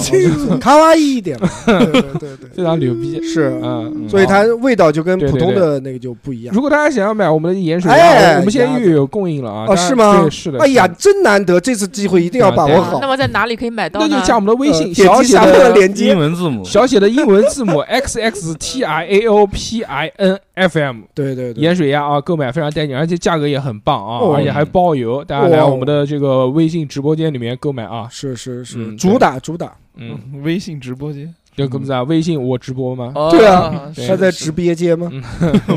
Speaker 5: 卡哇伊一点嘛，对对对对，
Speaker 2: 非常牛 [laughs] 逼。
Speaker 5: 是，
Speaker 2: 嗯，
Speaker 5: 所以它味道就跟
Speaker 2: 对
Speaker 5: 普
Speaker 2: 对
Speaker 5: 通
Speaker 2: 对
Speaker 5: 的那个就不一样。
Speaker 2: 如果大家想要买我们的盐水
Speaker 5: 哎
Speaker 2: 鸭，我们现在
Speaker 5: 鸭
Speaker 2: 又
Speaker 5: 子
Speaker 2: 有供应了啊。大
Speaker 5: 哦
Speaker 2: 家
Speaker 5: 是吗
Speaker 2: 对，是的。
Speaker 5: 哎呀，
Speaker 2: 是的，
Speaker 5: 真难得，这次机会一定要把
Speaker 2: 对
Speaker 5: 握
Speaker 4: 啊
Speaker 5: 好
Speaker 4: 那。么在哪里可以买到
Speaker 2: 那
Speaker 4: 呢
Speaker 2: 就？加我们的微
Speaker 5: 呃
Speaker 2: 信，
Speaker 5: 点
Speaker 2: 小
Speaker 5: 击
Speaker 2: 写
Speaker 5: 下方的
Speaker 2: 的嗯
Speaker 5: 链接
Speaker 3: 英，文字母，
Speaker 2: 小写的英文字母 [laughs] x x t i a o p i n f m。
Speaker 5: 对对对，
Speaker 2: 盐水鸭啊，购买非常带劲，而且价格也很棒啊，
Speaker 5: 哦
Speaker 2: 而且还包邮。大家来
Speaker 5: 哇
Speaker 2: 我们的这个微信直播间里面购买啊，
Speaker 5: 是是是，
Speaker 2: 嗯
Speaker 5: 主打主打，
Speaker 2: 嗯，
Speaker 6: 微信直播间，
Speaker 2: 这哥们子啊，微信我直播吗？
Speaker 6: 哦
Speaker 5: 对啊
Speaker 2: 对
Speaker 5: 他在直憋街吗？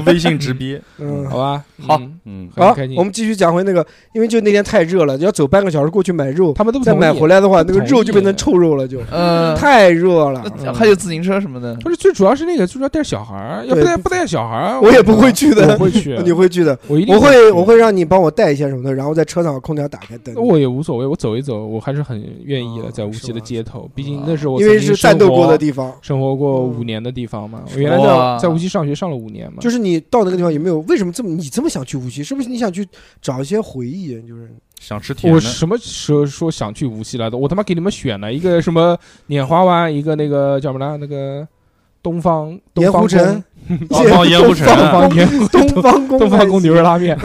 Speaker 3: 微信直逼，
Speaker 5: 嗯，
Speaker 2: 好吧，
Speaker 3: 好
Speaker 2: 嗯，
Speaker 3: [laughs] 嗯，
Speaker 2: 很
Speaker 5: 好
Speaker 2: 开心，
Speaker 5: 我们继续讲回那个，因为就那天太热了，要走半个小时过去买肉，
Speaker 2: 他们都不
Speaker 5: 再
Speaker 2: 同
Speaker 5: 买
Speaker 2: 意
Speaker 5: 回来的话，那
Speaker 2: 不
Speaker 5: 个
Speaker 2: 同
Speaker 5: 肉就
Speaker 2: 意呃
Speaker 5: 变成臭肉了，就
Speaker 6: 嗯，
Speaker 5: 太热了。
Speaker 6: 那还有自行车什么的，
Speaker 2: 嗯不是最主要是那个，最主要带小孩儿，要不
Speaker 5: 对
Speaker 2: 带不带小孩儿，
Speaker 5: 我也不会去
Speaker 2: 我
Speaker 5: 的，，
Speaker 2: 会去啊
Speaker 5: [laughs] 你会去的，
Speaker 2: 我一定
Speaker 5: 我会
Speaker 2: 去
Speaker 5: 我，会让你帮我带一些什么的，然后在车上空调打开等你。
Speaker 2: 我也无所谓，我走一走，我还是很愿意的，
Speaker 5: 哦
Speaker 2: 在无
Speaker 5: 是
Speaker 2: 锡的
Speaker 5: 吧
Speaker 2: 街头，毕竟那是我
Speaker 5: 因为
Speaker 2: 曾经
Speaker 5: 是战斗
Speaker 2: 生活
Speaker 5: 过的地方，
Speaker 2: 生活过
Speaker 5: 嗯
Speaker 2: 五年的地方嘛，我原来在
Speaker 6: 哇
Speaker 2: 在无锡上学上了五年嘛，
Speaker 5: 就是你到那个地方有没有？为什么这么你这么想去无锡？是不是你想去找一些回忆？啊就是
Speaker 3: 想吃甜
Speaker 2: 我
Speaker 3: 的，
Speaker 2: 什么时候说想去无锡来的？我他妈给你们选了一个什么拈花湾，一个那个叫什么来？那个东方东
Speaker 5: 盐
Speaker 2: 方宫，
Speaker 5: 湖城，
Speaker 3: 东方盐湖城
Speaker 2: 东方盐
Speaker 5: 东方
Speaker 2: [laughs]
Speaker 5: 宫，
Speaker 2: 东方宫牛肉拉
Speaker 5: [laughs]
Speaker 2: 面，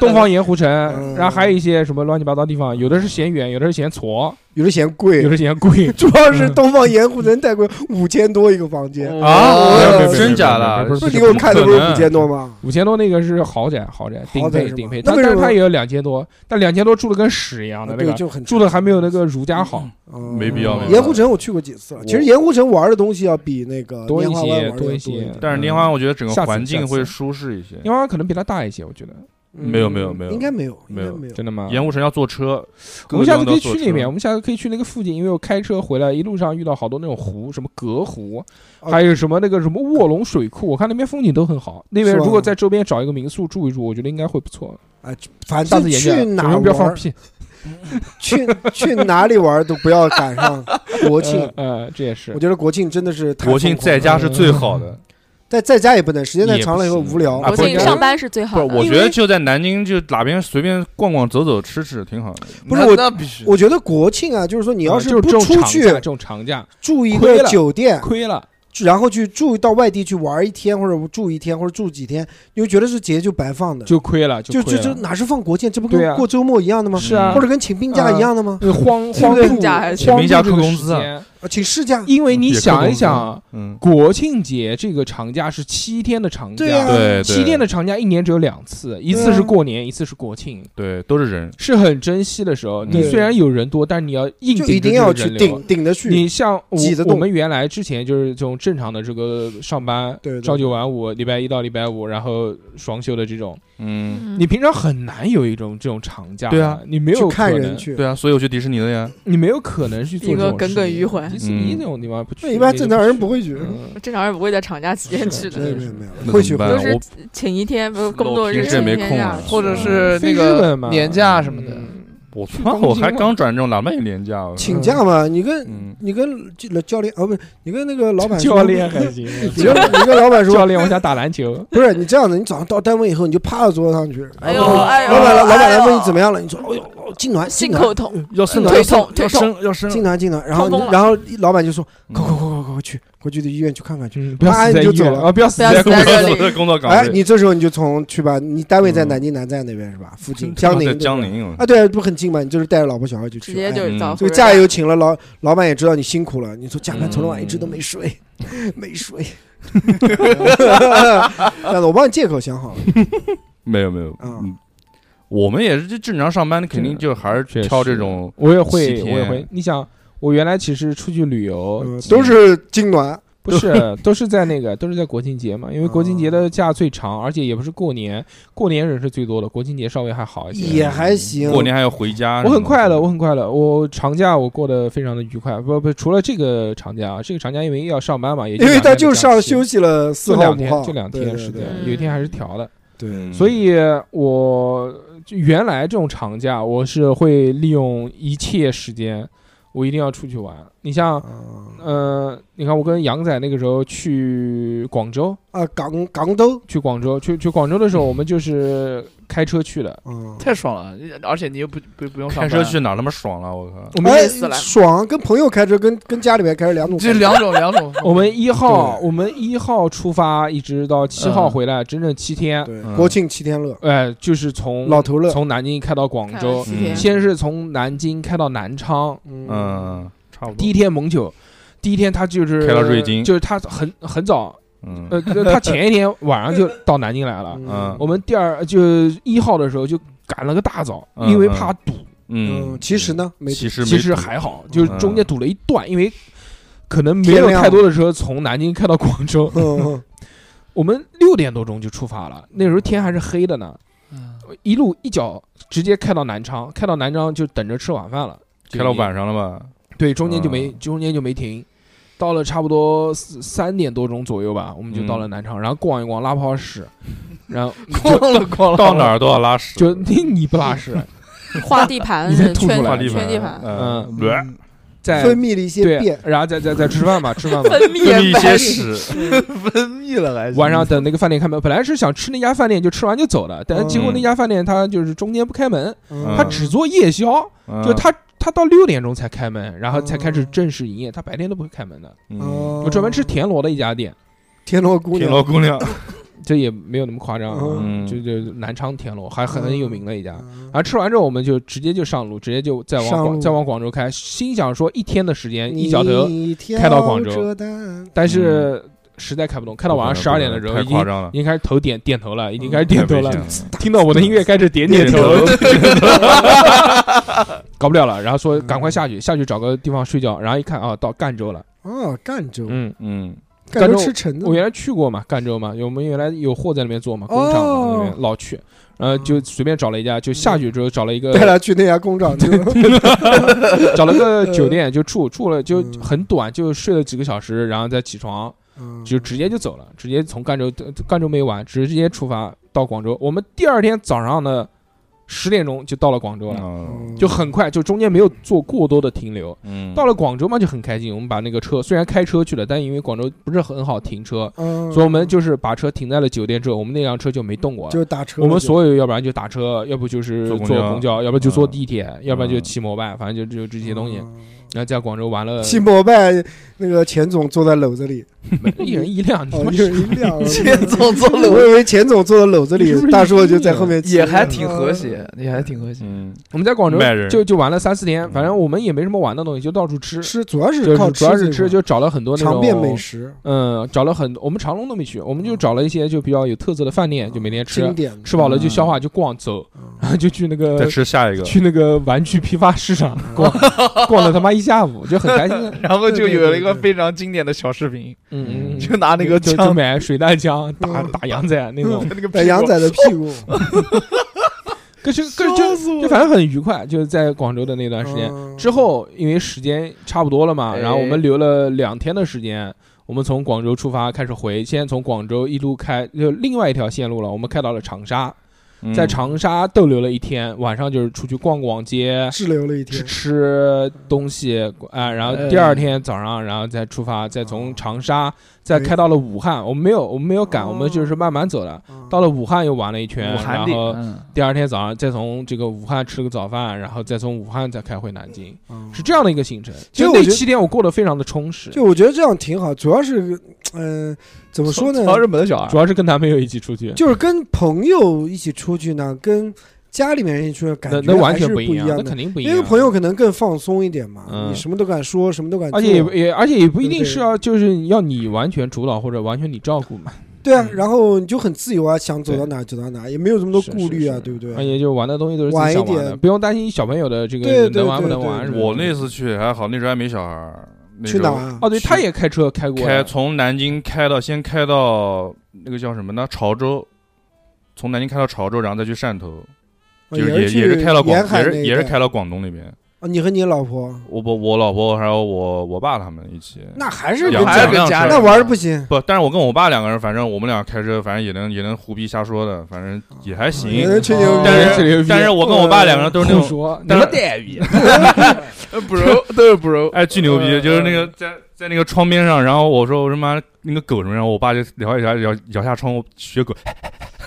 Speaker 2: 东方盐湖城
Speaker 5: 嗯，
Speaker 2: 然后还有一些什么乱七八糟地方，有的是嫌远，有的是嫌矬，
Speaker 5: 有的嫌
Speaker 2: 有
Speaker 5: 贵，
Speaker 2: 的嗯嫌贵
Speaker 5: [laughs] 。主要是东方盐湖城带过五千多一个房间，
Speaker 2: 嗯
Speaker 3: 啊
Speaker 5: 没有没有没有没有
Speaker 3: 真假的？
Speaker 2: 不是不
Speaker 5: 不是
Speaker 2: 是
Speaker 5: 你给我看的不是
Speaker 3: 不可能
Speaker 5: 五千多吗？
Speaker 2: 五千多那个是豪宅，豪宅顶
Speaker 5: 豪宅
Speaker 2: 配
Speaker 5: 是吧
Speaker 2: 顶配，
Speaker 5: 那
Speaker 2: 但
Speaker 5: 为
Speaker 2: 但
Speaker 5: 什
Speaker 2: 是
Speaker 5: 么
Speaker 2: 它也有两千多，但两千多住的跟屎一样的那
Speaker 5: 啊对，
Speaker 2: 个，
Speaker 5: 就很
Speaker 2: 住的还没有那个如家好，
Speaker 5: 嗯
Speaker 3: 没必要没必要
Speaker 5: 盐湖城我去过几次了，其实盐湖城玩的东西要比那个
Speaker 2: 多一
Speaker 5: 拈花湾
Speaker 2: 些
Speaker 5: 玩的
Speaker 2: 多一
Speaker 5: 要
Speaker 2: 些
Speaker 5: 点。
Speaker 3: 但是
Speaker 2: 嗯
Speaker 3: 莲花，我觉得整个
Speaker 2: 下次
Speaker 3: 环
Speaker 2: 下
Speaker 3: 境
Speaker 2: 次
Speaker 3: 会舒适一些。
Speaker 2: 拈花可能比它大一些，我觉得
Speaker 5: 嗯
Speaker 3: 没有没有没有
Speaker 5: 应该没有，应
Speaker 3: 没
Speaker 5: 该
Speaker 3: 有
Speaker 5: 没有。
Speaker 2: 真的吗？
Speaker 3: 盐湖城要坐车，
Speaker 2: 我
Speaker 3: 各个
Speaker 2: 们
Speaker 3: 地
Speaker 2: 下次可
Speaker 3: 方都
Speaker 2: 以
Speaker 3: 要坐
Speaker 2: 去那
Speaker 3: 车
Speaker 2: 边，我们下次可以去那个附近，因为我开车回来，一路上遇到好多那种湖，什么隔湖，
Speaker 5: 哦
Speaker 2: 还有什么那个什么卧龙水库，我看那边风景都很好。那边
Speaker 5: 是吧
Speaker 2: 如果在周边找一个民宿住一住，我觉得应该会不错。
Speaker 5: 哎反
Speaker 2: 下次
Speaker 5: 正
Speaker 2: 研究
Speaker 5: 去
Speaker 2: 一下，
Speaker 5: 哪
Speaker 2: 首
Speaker 5: 玩
Speaker 2: 先不要放屁。
Speaker 5: 去去哪里玩都不要赶
Speaker 2: [laughs]
Speaker 5: 上国庆。
Speaker 2: 呃，呃这也是
Speaker 5: 我。觉得国庆真的是太
Speaker 3: 国庆
Speaker 5: 疯狂了
Speaker 3: 在家是最好
Speaker 2: 嗯
Speaker 3: 的。
Speaker 5: 在在家也不能，时间太
Speaker 2: 也
Speaker 5: 长
Speaker 2: 不
Speaker 5: 了以后
Speaker 2: 行
Speaker 5: 无聊。
Speaker 3: 啊
Speaker 4: 国
Speaker 3: 不
Speaker 4: 庆上班是最
Speaker 3: 不
Speaker 4: 好
Speaker 3: 是，
Speaker 4: 的。
Speaker 3: 我
Speaker 2: 因
Speaker 3: 觉
Speaker 2: 为
Speaker 3: 得就在南京，就哪边随便逛逛、走走、吃吃，挺好的。
Speaker 5: 不是
Speaker 6: 那
Speaker 5: 我
Speaker 6: 那必须，
Speaker 5: 我觉得国庆啊，就是说你要
Speaker 2: 呃
Speaker 5: 是
Speaker 2: 就是这
Speaker 5: 不
Speaker 2: 种
Speaker 5: 出
Speaker 2: 长
Speaker 5: 去
Speaker 2: 假这种长假
Speaker 5: 住一
Speaker 2: 亏
Speaker 5: 个
Speaker 2: 了
Speaker 5: 酒店，
Speaker 2: 亏了，
Speaker 5: 然后去住到外地去玩一天，或者住一天，或者住几天，你就觉得是节就白放的，
Speaker 2: 就亏了，
Speaker 5: 就
Speaker 2: 亏
Speaker 5: 就就
Speaker 2: 了。
Speaker 5: 哪是放国庆，这不
Speaker 2: 对
Speaker 5: 跟
Speaker 2: 啊
Speaker 5: 过周末一样的吗？
Speaker 2: 是啊
Speaker 5: 或，者跟请病假一样的吗？
Speaker 2: 那荒
Speaker 5: 对
Speaker 2: 荒
Speaker 5: 不对
Speaker 2: 度
Speaker 4: 假还是
Speaker 2: 荒
Speaker 3: 请病假
Speaker 2: 度这个
Speaker 3: 扣工
Speaker 2: 时
Speaker 3: 资啊
Speaker 2: 间
Speaker 5: 啊，请事假，
Speaker 2: 因为你
Speaker 3: 也扣
Speaker 2: 想
Speaker 3: 工
Speaker 2: 一
Speaker 3: 资
Speaker 2: 想，
Speaker 3: 嗯，
Speaker 2: 国庆节这个长假是七天的长假，
Speaker 5: 对啊
Speaker 3: 对
Speaker 2: 嗯七天
Speaker 3: 对
Speaker 2: 的长假一年只有两次，一次是过年，一次是国庆，
Speaker 3: 对，都是人。
Speaker 2: 是很珍惜的时候。你
Speaker 5: 对
Speaker 2: 虽然有人多，但是你要硬
Speaker 5: 就
Speaker 2: 顶
Speaker 5: 一
Speaker 2: 着
Speaker 5: 定
Speaker 2: 这
Speaker 5: 要
Speaker 2: 个
Speaker 5: 去
Speaker 2: 人流
Speaker 5: 顶。顶得去。
Speaker 2: 你像我
Speaker 5: 挤得，动
Speaker 2: 我们原来之前就是这种正常的这个上班，
Speaker 5: 对对
Speaker 2: 朝九晚五，礼拜一到礼拜五，然后双休的这种，
Speaker 3: 嗯，
Speaker 4: 嗯
Speaker 2: 你平常很难有一种这种长假的。
Speaker 3: 对啊
Speaker 2: 你没
Speaker 5: 去
Speaker 2: 有
Speaker 5: 看
Speaker 2: 可
Speaker 5: 人
Speaker 2: 能，
Speaker 5: 去，
Speaker 3: 对啊，所以我去迪士尼了呀。
Speaker 2: 你没有可能去做
Speaker 4: 一
Speaker 2: 这
Speaker 4: 个
Speaker 2: 种
Speaker 4: 耿
Speaker 2: 事
Speaker 4: 耿
Speaker 2: 情
Speaker 4: 于怀
Speaker 2: 迪士尼
Speaker 3: 嗯
Speaker 2: 那种地方不去，
Speaker 5: 那一般
Speaker 2: 也
Speaker 5: 正
Speaker 2: 就
Speaker 5: 常人不会去，
Speaker 2: 嗯
Speaker 4: 正常人不会在长假期间去
Speaker 5: 没有
Speaker 4: 的，
Speaker 5: 没有没有
Speaker 3: 那
Speaker 5: 会
Speaker 3: 怎
Speaker 5: 去
Speaker 3: 么办啊
Speaker 5: 会
Speaker 4: 都
Speaker 5: 去
Speaker 4: 是
Speaker 3: 我
Speaker 4: 请一天，不是工作
Speaker 3: 我
Speaker 4: 日
Speaker 3: 平时也
Speaker 4: 请一
Speaker 3: 没
Speaker 4: 天
Speaker 3: 空
Speaker 4: 假
Speaker 3: 啊
Speaker 6: 或者是
Speaker 2: 飞
Speaker 6: 呃那
Speaker 2: 日
Speaker 6: 个
Speaker 2: 本嘛
Speaker 6: 年假什么的，
Speaker 2: 嗯
Speaker 3: 我
Speaker 2: 去
Speaker 3: 操！
Speaker 2: 东
Speaker 3: 我
Speaker 2: 京
Speaker 3: 还
Speaker 2: 了
Speaker 3: 刚转正，哪边有年假啊？
Speaker 5: 请假嘛。你跟
Speaker 3: 嗯，
Speaker 5: 你跟教教练哦，不是你跟那个老板说
Speaker 2: 教练还
Speaker 5: [laughs]
Speaker 2: 行，
Speaker 5: 你跟你跟老板说
Speaker 2: 教练我想打篮球，
Speaker 5: 不是你这样的，你早上到单位以后你就趴到桌子上去，
Speaker 4: 哎呦哎呦，
Speaker 5: 老板来老板来
Speaker 4: 哎呦
Speaker 5: 问你怎么样了，你说哎呦，哦痉挛，
Speaker 4: 心
Speaker 5: 痉挛
Speaker 4: 口痛，
Speaker 5: 要伸
Speaker 4: 腿
Speaker 5: 要伸
Speaker 4: 痛，腿痛，
Speaker 7: 生要生
Speaker 5: 痉挛痉挛，然后
Speaker 4: 痛风了
Speaker 5: 然后老板就说
Speaker 3: 嗯
Speaker 5: 快快快快快快去，快去医院去看看去。
Speaker 2: 嗯，不要
Speaker 5: 啪
Speaker 2: 死在
Speaker 5: 你就
Speaker 2: 医院
Speaker 5: 走了
Speaker 2: 啊！不要死
Speaker 4: 不要
Speaker 2: 在
Speaker 4: 死在这
Speaker 3: 我的
Speaker 4: 里，
Speaker 3: 工作岗
Speaker 5: 哎，
Speaker 3: 位，
Speaker 5: 你这时候你就从去吧，你单位在
Speaker 3: 嗯
Speaker 5: 南京南站那边是吧？附近
Speaker 3: 他
Speaker 5: 江
Speaker 3: 妈
Speaker 5: 宁
Speaker 3: 在
Speaker 5: 对
Speaker 3: 江
Speaker 5: 吧
Speaker 3: 宁，
Speaker 5: 啊，对，不很近嘛？你就是带着老婆小孩就
Speaker 4: 直
Speaker 5: 去，
Speaker 4: 接
Speaker 5: 哎
Speaker 4: 就
Speaker 3: 嗯
Speaker 4: 找
Speaker 5: 这个假又请了，老老板也知道你辛苦了。你说加班从昨晚一直都没睡，没睡。但是我帮你借口想好了，
Speaker 3: 没有没有，
Speaker 5: 啊
Speaker 3: 嗯，我们也是就正常上班，肯定就还是
Speaker 2: 确实
Speaker 3: 挑这种
Speaker 2: 我也
Speaker 3: 西
Speaker 2: 会，
Speaker 3: 天
Speaker 2: 我也会。你想，我原来其实出去旅
Speaker 5: 嗯
Speaker 2: 游
Speaker 5: 都是痉挛，
Speaker 2: 不是都是在那个都是在国庆节嘛，因为国庆节的假最长，而且也不是过年，过年人是最多的，国庆节稍微还好一些。
Speaker 5: 也还行。
Speaker 3: 过年还要回家，
Speaker 2: 我很快乐，我很快乐，我长假我过得非常的愉快。不不，除了这个长假啊，这个长假因为又要上班嘛，也
Speaker 5: 因为他就上
Speaker 2: 休
Speaker 5: 休息了四
Speaker 2: 就
Speaker 5: 号
Speaker 2: 两
Speaker 5: 五
Speaker 2: 天
Speaker 5: 号，，
Speaker 2: 就两
Speaker 5: 对
Speaker 2: 天
Speaker 5: 对
Speaker 2: 是的
Speaker 5: 对，
Speaker 4: 对
Speaker 2: 有一天还是调的。
Speaker 3: 嗯，
Speaker 2: 所以我就原来这种长假，我是会利用一切时间，我一定要出去玩。你像，
Speaker 5: 啊
Speaker 2: 呃，你看我跟杨仔那个时候去广州，
Speaker 5: 啊，港港都，
Speaker 2: 去广州，去去广州的时候，我们就是开车去的。
Speaker 5: 嗯，
Speaker 6: 太爽了，而且你又不不不用上
Speaker 3: 开
Speaker 6: 班
Speaker 3: 车去哪儿他妈爽了，我靠！
Speaker 2: 我们，
Speaker 5: 哎
Speaker 4: 累死了，
Speaker 5: 爽，跟朋友开车，跟跟家里面开车两种感
Speaker 6: 这
Speaker 5: 觉，
Speaker 6: 两种两种
Speaker 2: 我们一号，
Speaker 5: 哦对嗯
Speaker 2: 我们一号出发，一直到七号回来，整整七天。
Speaker 5: 对，
Speaker 3: 嗯
Speaker 5: 国庆七天乐，
Speaker 2: 哎，就是从
Speaker 5: 老头乐，
Speaker 2: 从南京开到广
Speaker 4: 看了
Speaker 2: 州，
Speaker 4: 七天
Speaker 3: 嗯
Speaker 2: 先是从南京开到南昌，
Speaker 5: 嗯，
Speaker 3: 嗯，差不
Speaker 2: 第一。
Speaker 3: 多
Speaker 2: 天蒙酒，第一天他就是
Speaker 3: 开到瑞金
Speaker 2: 就是他很很早，
Speaker 3: 嗯
Speaker 2: 呃，他前一天晚上就到南京来了。
Speaker 3: 嗯
Speaker 2: 我们第二就一号的时候就赶了个大早，
Speaker 3: 嗯
Speaker 2: 因为怕堵，
Speaker 5: 嗯，其实，呢，没
Speaker 3: 其实没嗯
Speaker 2: 其实还好，就是中间堵了一段，因为可能没
Speaker 5: 天
Speaker 2: 有
Speaker 5: 亮
Speaker 2: 太多的车从南京开到广州。 [laughs]
Speaker 5: 嗯，
Speaker 2: 我们六点多钟就出发了，那时候天还是黑的呢，
Speaker 6: 嗯
Speaker 2: 一路一脚直接开到南昌，开到南昌就等着吃晚饭了，就
Speaker 3: 开到
Speaker 2: 已经
Speaker 3: 晚上了吧？
Speaker 2: 对，中间就没、
Speaker 3: 嗯
Speaker 2: 中间就没停，到了差不多四三点多钟左右吧，我们就
Speaker 3: 嗯
Speaker 2: 到了南昌，然后逛一逛拉泡
Speaker 3: [laughs]
Speaker 2: 屎，然后
Speaker 6: 逛了逛了，
Speaker 3: 到哪儿都要拉屎，
Speaker 2: 就你 [laughs] 你不拉
Speaker 3: [laughs]
Speaker 2: 屎，
Speaker 4: 画地盘，
Speaker 2: 你在
Speaker 4: 圈
Speaker 2: 吐出来
Speaker 3: 画
Speaker 4: 圈
Speaker 3: 地盘，
Speaker 4: 地盘，
Speaker 2: 嗯
Speaker 3: 对，
Speaker 2: 在
Speaker 5: 分泌了一些
Speaker 2: 对啊
Speaker 5: 便，，
Speaker 2: 然后再再再吃饭吧，吃饭吧。
Speaker 3: 分泌一些
Speaker 4: 泌
Speaker 3: 屎， [laughs]
Speaker 6: 分泌了还是
Speaker 2: 晚上等那个饭店开门，本来是想吃那家饭店就吃完就走的，但是结果
Speaker 3: 嗯
Speaker 2: 那家饭店它就是中间不开门，
Speaker 5: 嗯
Speaker 2: 它只做夜宵，就
Speaker 3: 就
Speaker 2: 它它到六点钟才开门，然后才开始正式营业，它白天都不会开门的。
Speaker 3: 嗯，
Speaker 5: 哦
Speaker 2: 我专门吃田螺的一家店，
Speaker 5: 田螺姑
Speaker 3: 天
Speaker 5: 娘，
Speaker 3: 老姑娘，
Speaker 2: 这也没有那么夸张啊，
Speaker 3: 嗯
Speaker 2: 就就南昌田螺还很
Speaker 5: 嗯
Speaker 2: 有名的一家。
Speaker 5: 嗯
Speaker 2: 然后吃完之后，我们就直接就上路，直接就再往
Speaker 5: 上
Speaker 2: 广
Speaker 5: 路
Speaker 2: 再往广州开，心想说一天的时间哎一脚头，
Speaker 5: 你
Speaker 2: 开到广州
Speaker 5: 挑着担
Speaker 2: 但是实在开不动，开到晚上十二点的时候
Speaker 3: 太
Speaker 2: 已
Speaker 3: 夸
Speaker 2: 经
Speaker 3: 张了
Speaker 2: 已，经开始头点点头了，已经开始
Speaker 5: 嗯
Speaker 2: 点头了，听到我的音乐开始点
Speaker 3: 点
Speaker 2: [laughs] 点头，
Speaker 3: 头，
Speaker 2: 搞不了了，然后说赶快下去，下去找个地方睡觉，然后一看啊，到赣州了，
Speaker 5: 哦，赣州，
Speaker 2: 嗯。
Speaker 3: 嗯，
Speaker 5: 赣州
Speaker 2: 赣州
Speaker 5: 吃橙子
Speaker 2: 我，原来去过嘛，赣州嘛，有我们原来有货在那边做嘛，工厂嘛
Speaker 5: 哦
Speaker 2: 那边老去，然后就随便找了一家，就下去之后找了一个
Speaker 5: 带他去那家工厂去， [laughs]
Speaker 2: 找了个酒店就住，住了就
Speaker 5: 嗯
Speaker 2: 很短，就睡了几个小时，然后再起床，
Speaker 5: 嗯
Speaker 2: 就直接就走了，直接从赣州赣州没玩，直接出发到广州。我们第二天早上的十点钟就到了广州了，
Speaker 3: 嗯
Speaker 2: 就很快，就中间没有做过多的停留。
Speaker 3: 嗯，
Speaker 2: 到了广州嘛就很开心，我们把那个车虽然开车去了，但因为广州不是很好停车，
Speaker 5: 嗯，
Speaker 2: 所以我们就是把车停在了酒店之后，我们那辆车就没动过了。
Speaker 5: 就打车了就，
Speaker 2: 我们所有要不然就打车，要不就是坐
Speaker 3: 坐公交
Speaker 2: 公交，要不就坐地铁，要不然就
Speaker 3: 嗯
Speaker 2: 骑摩拜，反正就就这些东西。
Speaker 5: 嗯
Speaker 2: 然后在广州玩了，
Speaker 5: 西摩拜那个钱总坐在篓
Speaker 2: [laughs]
Speaker 5: 子里，
Speaker 2: 一人一辆，你
Speaker 5: 哦
Speaker 2: 妈，
Speaker 5: 一人一
Speaker 2: [laughs]
Speaker 5: 辆，
Speaker 6: 钱总坐
Speaker 5: [laughs] 我
Speaker 6: 楼，
Speaker 5: 以为钱总坐在篓子
Speaker 2: 是不
Speaker 5: 里，
Speaker 2: 是
Speaker 5: 大叔就在后面骑
Speaker 6: 也还挺和谐，也还挺和谐。
Speaker 3: 嗯，
Speaker 2: 我们在广州
Speaker 3: 卖人
Speaker 2: 就就玩了三四天，
Speaker 3: 嗯
Speaker 2: 反正我们也没什么玩的东西，就到处吃，
Speaker 5: 哦吃主要
Speaker 2: 就是
Speaker 5: 靠
Speaker 2: 是主要是吃，
Speaker 5: 这
Speaker 2: 就找了很多
Speaker 5: 种
Speaker 2: 那种
Speaker 5: 尝遍美食，
Speaker 2: 嗯，找了很我们长隆都没去，我们就找了一些就比较有特色的饭
Speaker 5: 哦
Speaker 2: 店，就每天吃
Speaker 5: 经，典的嗯
Speaker 2: 吃饱了就消化就逛走， [laughs] 然后就去那
Speaker 3: 再
Speaker 2: 个
Speaker 3: 吃下一个，
Speaker 2: 呃去那个玩具批发市场
Speaker 5: 嗯
Speaker 2: 逛， [laughs] 逛了他妈一下午，就很开
Speaker 5: [laughs]
Speaker 2: 心的。
Speaker 6: 然后就有了一个非常经典的小视频，
Speaker 2: 嗯嗯，
Speaker 6: 就拿那个
Speaker 2: 就
Speaker 6: 枪
Speaker 2: 就买水弹枪打
Speaker 5: 嗯
Speaker 2: 打羊仔那
Speaker 6: [laughs]
Speaker 2: 种，
Speaker 6: 那个
Speaker 5: 把羊仔的屁股，
Speaker 2: [laughs] 可是可是
Speaker 6: 笑
Speaker 2: 就
Speaker 6: 死我
Speaker 2: 就反正很愉快，就是在广州的那段时间。
Speaker 5: 嗯
Speaker 2: 之后因为时间差不多了嘛，
Speaker 6: 哎
Speaker 2: 然后我们留了两天的时间，我们从广州出发开始回，先从广州一路开就另外一条线路了，我们开到了长沙，
Speaker 3: 嗯
Speaker 2: 在长沙逗留了一天，晚上就是出去逛逛街，
Speaker 5: 滞留了一
Speaker 2: 吃
Speaker 5: 天，
Speaker 2: 吃东西啊、然后第二天早上，然后再出发，再从长沙再开到了武汉。我们没有，我们没有赶，
Speaker 5: 哦
Speaker 2: 我们就是慢慢走的。
Speaker 5: 嗯
Speaker 2: 到了武汉又玩了一圈，
Speaker 6: 武汉
Speaker 2: 然
Speaker 6: 的，
Speaker 2: 后
Speaker 6: 嗯
Speaker 2: 第二天早上再从这个武汉吃了个早饭，然后再从武汉再开回南京，
Speaker 5: 嗯
Speaker 2: 是这样的一个行程。
Speaker 5: 就
Speaker 2: 就
Speaker 5: 我
Speaker 2: 那
Speaker 5: 觉得
Speaker 2: 七天我过得非常的充实，
Speaker 5: 就我觉得这样挺好，主要是，嗯，怎么说呢？
Speaker 6: 曹日本的小 [laughs] 孩
Speaker 2: 主，要是跟男朋友一起出去，
Speaker 5: 就是跟朋友一起出去呢，跟家里面人一起出去，感
Speaker 2: 那
Speaker 5: 觉
Speaker 2: 那完
Speaker 5: 还是
Speaker 2: 全
Speaker 5: 不
Speaker 2: 一样，
Speaker 5: 样
Speaker 2: 那
Speaker 5: 的。
Speaker 2: 肯定不一
Speaker 5: 因
Speaker 2: 样。
Speaker 5: 为朋友可能更放松一点嘛，
Speaker 2: 嗯
Speaker 5: 你什么都敢说，什么都敢做，
Speaker 2: 而且也不也，而且也不一定
Speaker 5: 对
Speaker 2: 是要就是要你完全主导或者完全你照顾嘛，
Speaker 5: 对啊，
Speaker 2: 嗯
Speaker 5: 然后你就很自由啊，想走到哪儿走到哪儿，也没有这么多
Speaker 2: 是
Speaker 5: 顾虑啊，
Speaker 2: 是是
Speaker 5: 对不对？
Speaker 2: 而且就玩的东西都是自己
Speaker 5: 晚一
Speaker 2: 想玩
Speaker 5: 点
Speaker 2: 的，不用担心小朋友的这
Speaker 5: 对
Speaker 2: 个
Speaker 5: 对
Speaker 2: 能玩不
Speaker 5: 对
Speaker 2: 能
Speaker 5: 对
Speaker 2: 玩什么的。
Speaker 3: 我那次去还好，那时候还没小孩儿。那
Speaker 5: 去
Speaker 3: 时
Speaker 5: 哪
Speaker 3: 候
Speaker 5: 儿啊？
Speaker 2: 哦，对，他也开车开过
Speaker 3: 开
Speaker 2: 来，
Speaker 3: 从南京开到先开到那个叫什么呢？潮州，从南京开到潮州，然后再去汕头，
Speaker 5: 哦
Speaker 3: 就是也
Speaker 5: 也
Speaker 3: 也是
Speaker 5: 去
Speaker 3: 开到广
Speaker 5: 沿，海
Speaker 3: 也
Speaker 5: 那
Speaker 3: 是
Speaker 5: 一
Speaker 3: 也是
Speaker 5: 带
Speaker 3: 开到广东那边。
Speaker 5: 啊，你和你老婆
Speaker 3: 我我我老婆还有我我爸他们一起，
Speaker 5: 那还是
Speaker 3: 也
Speaker 5: 跟
Speaker 3: 还是
Speaker 5: 家
Speaker 3: 跟家
Speaker 5: 那
Speaker 3: 人
Speaker 5: 玩儿不行，
Speaker 3: 不，但是我跟我爸两个人，反正我们俩开车，反正也能也能胡逼瞎说的，反正
Speaker 6: 啊
Speaker 3: 也还
Speaker 5: 也
Speaker 3: 行。
Speaker 5: 能吹
Speaker 2: 哦
Speaker 5: 牛逼。
Speaker 3: 但
Speaker 2: 吹牛
Speaker 3: 是
Speaker 2: 逼
Speaker 3: 但是我跟我爸两个人都是那
Speaker 2: 不
Speaker 3: 种，
Speaker 2: 说
Speaker 3: 但是
Speaker 2: 待遇，
Speaker 3: [laughs]
Speaker 6: bro [laughs] 都是嗯 bro，
Speaker 3: 哎，巨牛逼，就是那个在在那个窗边上，然后我说我他妈那个狗什么，然后我爸就摇一摇摇摇下窗户学狗，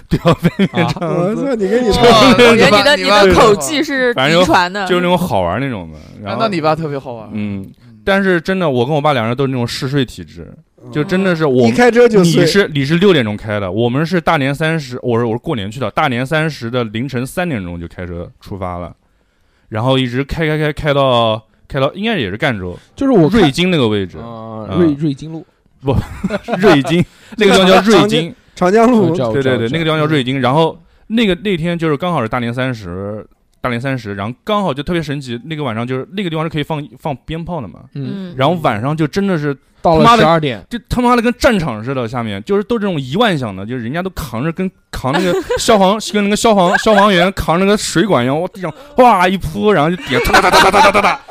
Speaker 3: 对吧？
Speaker 2: 啊
Speaker 5: 我操，你跟你
Speaker 6: 哇
Speaker 5: 这
Speaker 4: 我觉得你的你
Speaker 6: 哦你爸
Speaker 4: 的口技是
Speaker 3: 反正有
Speaker 4: 遗传的，
Speaker 3: 就是那种好玩那种的。然
Speaker 6: 难
Speaker 3: 后
Speaker 6: 道啊你爸特别好玩？
Speaker 3: 嗯，但是真的，我跟我爸两人都是那种嗜睡体质，
Speaker 6: 哦
Speaker 3: 就真的是我
Speaker 5: 一开车就
Speaker 3: 你
Speaker 5: 睡，
Speaker 3: 是你是六点钟开的，我们是大年三十，我是我是过年去的，大年三十的凌晨三点钟就开车出发了，然后一直开开开开到开到应该也是赣州
Speaker 2: 就是我
Speaker 3: 瑞金那个位置，
Speaker 2: 啊
Speaker 3: 嗯
Speaker 2: 瑞瑞金路，
Speaker 3: 瑞金那个地方叫瑞金，
Speaker 5: 长江
Speaker 2: 我
Speaker 5: 路
Speaker 2: 知道
Speaker 3: 对对对，那个地
Speaker 2: 方
Speaker 3: 方叫瑞金。然后那个那天就是刚好是大年三十，大年三十，然后刚好就特别神奇，那个晚上就是那个地方是可以放放鞭炮的嘛，
Speaker 2: 嗯，
Speaker 4: 嗯，
Speaker 3: 然后晚上就真的是
Speaker 2: 到
Speaker 3: 妈
Speaker 2: 了
Speaker 3: 的
Speaker 2: 十二点，
Speaker 3: 就他妈的跟战场似的，下面就是都这种一万响的，就是人家都扛着跟扛那个 [laughs] 消防跟那个消防消防员扛着个水管一样，往地上哇一铺，然后就底下哒哒哒哒哒哒哒哒，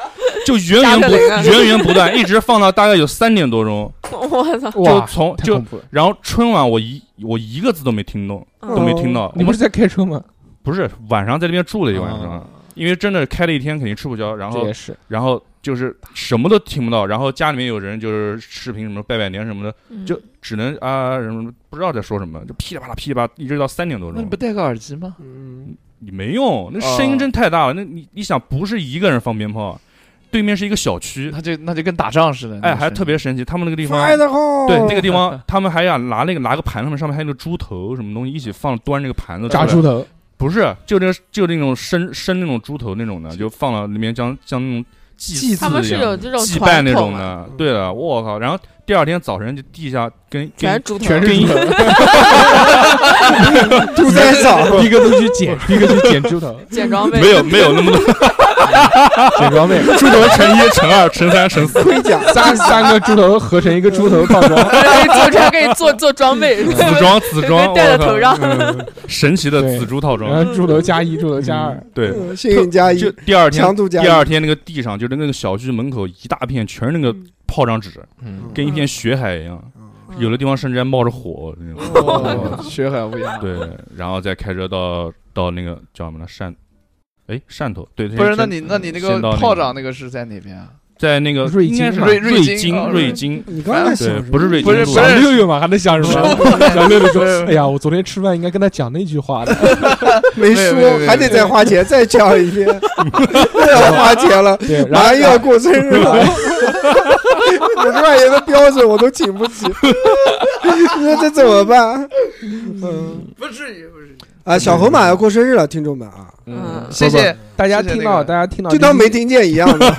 Speaker 3: 就源源
Speaker 4: 加
Speaker 3: 不
Speaker 4: 特林啊
Speaker 3: 源源不断，一直放到大概有三点多钟，
Speaker 4: 我操，
Speaker 3: 就
Speaker 2: 哇，
Speaker 3: 从
Speaker 2: 太
Speaker 3: 就
Speaker 2: 恐怖了。哦
Speaker 3: 然后春晚我一我一个字都没听懂，都没听到，我
Speaker 2: 你不
Speaker 3: 们
Speaker 2: 是在开车吗？
Speaker 3: 不是晚上在那边住了一晚上
Speaker 2: 啊，
Speaker 3: 因为真的开了一天肯定吃不消，然
Speaker 2: 这
Speaker 3: 后
Speaker 2: 也是
Speaker 3: 然后就是什么都听不到，然后家里面有人就是视频什么拜拜年什么的。
Speaker 4: 嗯
Speaker 3: 就只能啊什么不知道在说什么，就噼里啪啦噼里啪啦，一直到三点多
Speaker 6: 那你
Speaker 3: 钟
Speaker 6: 不，戴个耳机吗？
Speaker 5: 嗯，
Speaker 3: 你没用，那声音真太大了。那你你想，不是一个人放鞭炮，对面是一个小区，
Speaker 6: 那就那就跟打仗似的。
Speaker 3: 哎，还特
Speaker 6: [laughs]
Speaker 3: 别神奇，他们那个地方。
Speaker 5: 快的号，
Speaker 3: 对那个地方，他们还要拿那个拿个盘子，他们上面还有那个猪头什么东西，一起放端这个盘子出
Speaker 2: 炸
Speaker 3: 来。
Speaker 2: 猪头，
Speaker 3: 不是，就那个就那种生生那种猪头那种的，就放了里面像像那种祭祀
Speaker 4: 他们
Speaker 3: 一
Speaker 4: 是
Speaker 3: 样
Speaker 4: 有这种
Speaker 3: 祭拜那种
Speaker 4: 的，
Speaker 3: 的。对的，我靠！然后第二天早晨就地下跟跟
Speaker 4: 全竹头，
Speaker 2: 全是猪头， [laughs]
Speaker 5: 猪三嫂，
Speaker 2: 一个都去捡，一个去捡猪 [laughs] 头，
Speaker 4: 捡装备，
Speaker 3: 没 [laughs] 有没有那么多，
Speaker 2: 捡装备，
Speaker 3: 猪头乘一乘二乘三乘四，
Speaker 5: 盔甲，
Speaker 2: 三三个猪头合成一个猪头套装，
Speaker 4: 做出来可以做做装备，
Speaker 3: 紫嗯
Speaker 4: [laughs]
Speaker 3: 装紫装，
Speaker 4: 戴在
Speaker 3: 我靠嗯
Speaker 4: 头上，
Speaker 2: 嗯
Speaker 3: 神奇的
Speaker 2: 对
Speaker 3: 紫珠套装
Speaker 2: 然，后猪头加一，猪头加二，
Speaker 3: 对。
Speaker 5: 嗯幸运加一
Speaker 3: 就，第二天
Speaker 5: 强，度加一
Speaker 3: 第，二天那个地上就是那个小区门口一大片全是那个炮仗纸，
Speaker 2: 嗯，
Speaker 3: 跟一片血海一样，有
Speaker 4: 嗯
Speaker 3: 的地方甚至还冒着火那种。
Speaker 2: 嗯
Speaker 6: 哦，血海无涯。
Speaker 3: 对，然后再开车到到那个叫什么呢？汕，哎，汕头，对，
Speaker 6: 不是，
Speaker 3: 先
Speaker 6: 那你那你那个
Speaker 3: 先到那
Speaker 6: 炮
Speaker 3: 个
Speaker 6: 仗那个是在哪边啊？
Speaker 3: 在那个
Speaker 2: 瑞
Speaker 3: 应该
Speaker 2: 金
Speaker 3: 是
Speaker 2: 嘛
Speaker 3: 瑞
Speaker 6: 瑞金
Speaker 3: 金
Speaker 6: 哦
Speaker 3: 瑞
Speaker 6: 瑞
Speaker 3: 金，
Speaker 5: 你刚才想
Speaker 3: 对
Speaker 5: 什，么
Speaker 3: 不是瑞
Speaker 6: 不
Speaker 3: 金
Speaker 6: 是
Speaker 3: 路
Speaker 6: 不
Speaker 2: 小
Speaker 6: 是
Speaker 2: 六六嘛，还能想什么？小六六说：“哎呀，我昨天吃饭应该跟他讲那句话的。
Speaker 5: 没
Speaker 6: 没有没有没
Speaker 5: 说，
Speaker 6: 有
Speaker 5: 还得再花钱再讲一 [laughs] 遍，又要花钱了”，
Speaker 2: [laughs] 对， [laughs] 然
Speaker 5: 马
Speaker 2: 后
Speaker 5: 上又要过生日啊了。五十块钱的标准我都请不起， [laughs] 你说这怎么办？嗯
Speaker 6: 不至于，不至于。
Speaker 5: 啊，小河马要过生日了，听众们啊，
Speaker 2: 嗯，
Speaker 6: 谢
Speaker 2: 不
Speaker 6: 谢
Speaker 2: 不。大家
Speaker 6: 谢谢
Speaker 2: 听
Speaker 6: 那
Speaker 2: 到，
Speaker 6: 个
Speaker 2: 大家听到
Speaker 5: 就
Speaker 2: 这期，
Speaker 5: 当没听见一样的。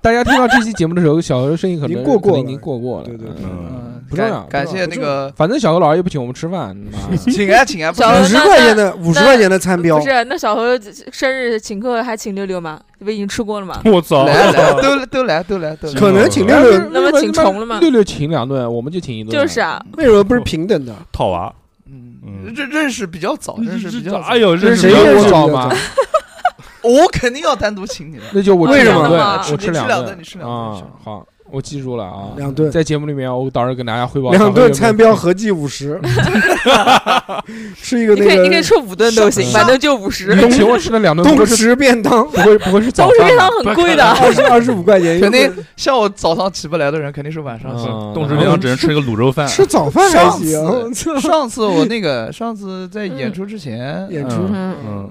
Speaker 2: 大家听到这期节目的时候，小何生意可能
Speaker 5: 已经过
Speaker 2: 可能
Speaker 5: 过
Speaker 2: 已经
Speaker 5: 了
Speaker 2: 过过了，
Speaker 5: 对对对
Speaker 2: 嗯
Speaker 6: 嗯，
Speaker 2: 不重要
Speaker 6: 感
Speaker 2: 不
Speaker 6: 感
Speaker 2: 重
Speaker 6: 谢
Speaker 2: 要
Speaker 6: 那个，
Speaker 2: 反正小何老师也不请我们吃饭，妈
Speaker 6: 请啊请啊，不
Speaker 4: 小
Speaker 5: 五
Speaker 4: 何
Speaker 6: 能
Speaker 5: 十块钱的五十块钱的餐标
Speaker 4: 不，是，那小何生日请客还请六六吗？不已经吃过了吗？
Speaker 3: 我操，
Speaker 6: 来来都都来都来都来，
Speaker 5: 可能请六
Speaker 2: 要
Speaker 5: 六
Speaker 2: 是
Speaker 4: 那么请重了吗
Speaker 2: 六六请两顿，我们就请一顿，
Speaker 4: 就是啊，
Speaker 5: 为什么不是平等的？
Speaker 3: 套娃，
Speaker 6: 嗯
Speaker 3: 嗯，
Speaker 6: 认认识比较早，认识比较早。
Speaker 3: 哎，呦，
Speaker 2: 这
Speaker 3: 认
Speaker 2: 是谁
Speaker 3: 识
Speaker 5: 比较
Speaker 2: 跟我
Speaker 5: 早
Speaker 2: 找
Speaker 5: 比较
Speaker 2: 嘛
Speaker 5: 早？
Speaker 6: 我肯定要单独请你的。
Speaker 2: 那就我
Speaker 4: 为
Speaker 2: 吃
Speaker 4: 什么
Speaker 2: 两顿
Speaker 4: 嘛
Speaker 2: 我
Speaker 6: 你吃两
Speaker 2: 两
Speaker 6: 顿你吃两顿
Speaker 2: 啊
Speaker 6: 是吧，
Speaker 2: 好，我记住了啊。
Speaker 5: 两顿，
Speaker 2: 在节目里面，我到时候跟大家汇报
Speaker 5: 两
Speaker 2: 小黑有没
Speaker 5: 顿
Speaker 2: 有
Speaker 5: 餐标合计五十，吃一个
Speaker 7: 你可
Speaker 5: 那
Speaker 7: 以你可以
Speaker 5: 个
Speaker 7: 吃五顿都行，
Speaker 5: 上
Speaker 7: 反正就五十。
Speaker 2: [laughs]
Speaker 4: [laughs]
Speaker 2: 你请我吃的两顿不
Speaker 5: 东
Speaker 2: 会是
Speaker 5: 石便当，
Speaker 2: 不会不会是早
Speaker 7: 东石
Speaker 2: 饭
Speaker 7: 便
Speaker 2: 吧
Speaker 7: 当？很贵的，
Speaker 5: 二十二十五块钱，
Speaker 6: 肯定像我早上起不来的人，肯定是晚上吃。
Speaker 2: 嗯
Speaker 3: 冻食便当只能吃一个卤肉饭，
Speaker 5: 吃早饭还行。
Speaker 6: 上
Speaker 5: 操
Speaker 6: 上次我那个上次在演出之前，
Speaker 5: 演出
Speaker 3: 嗯
Speaker 4: 嗯，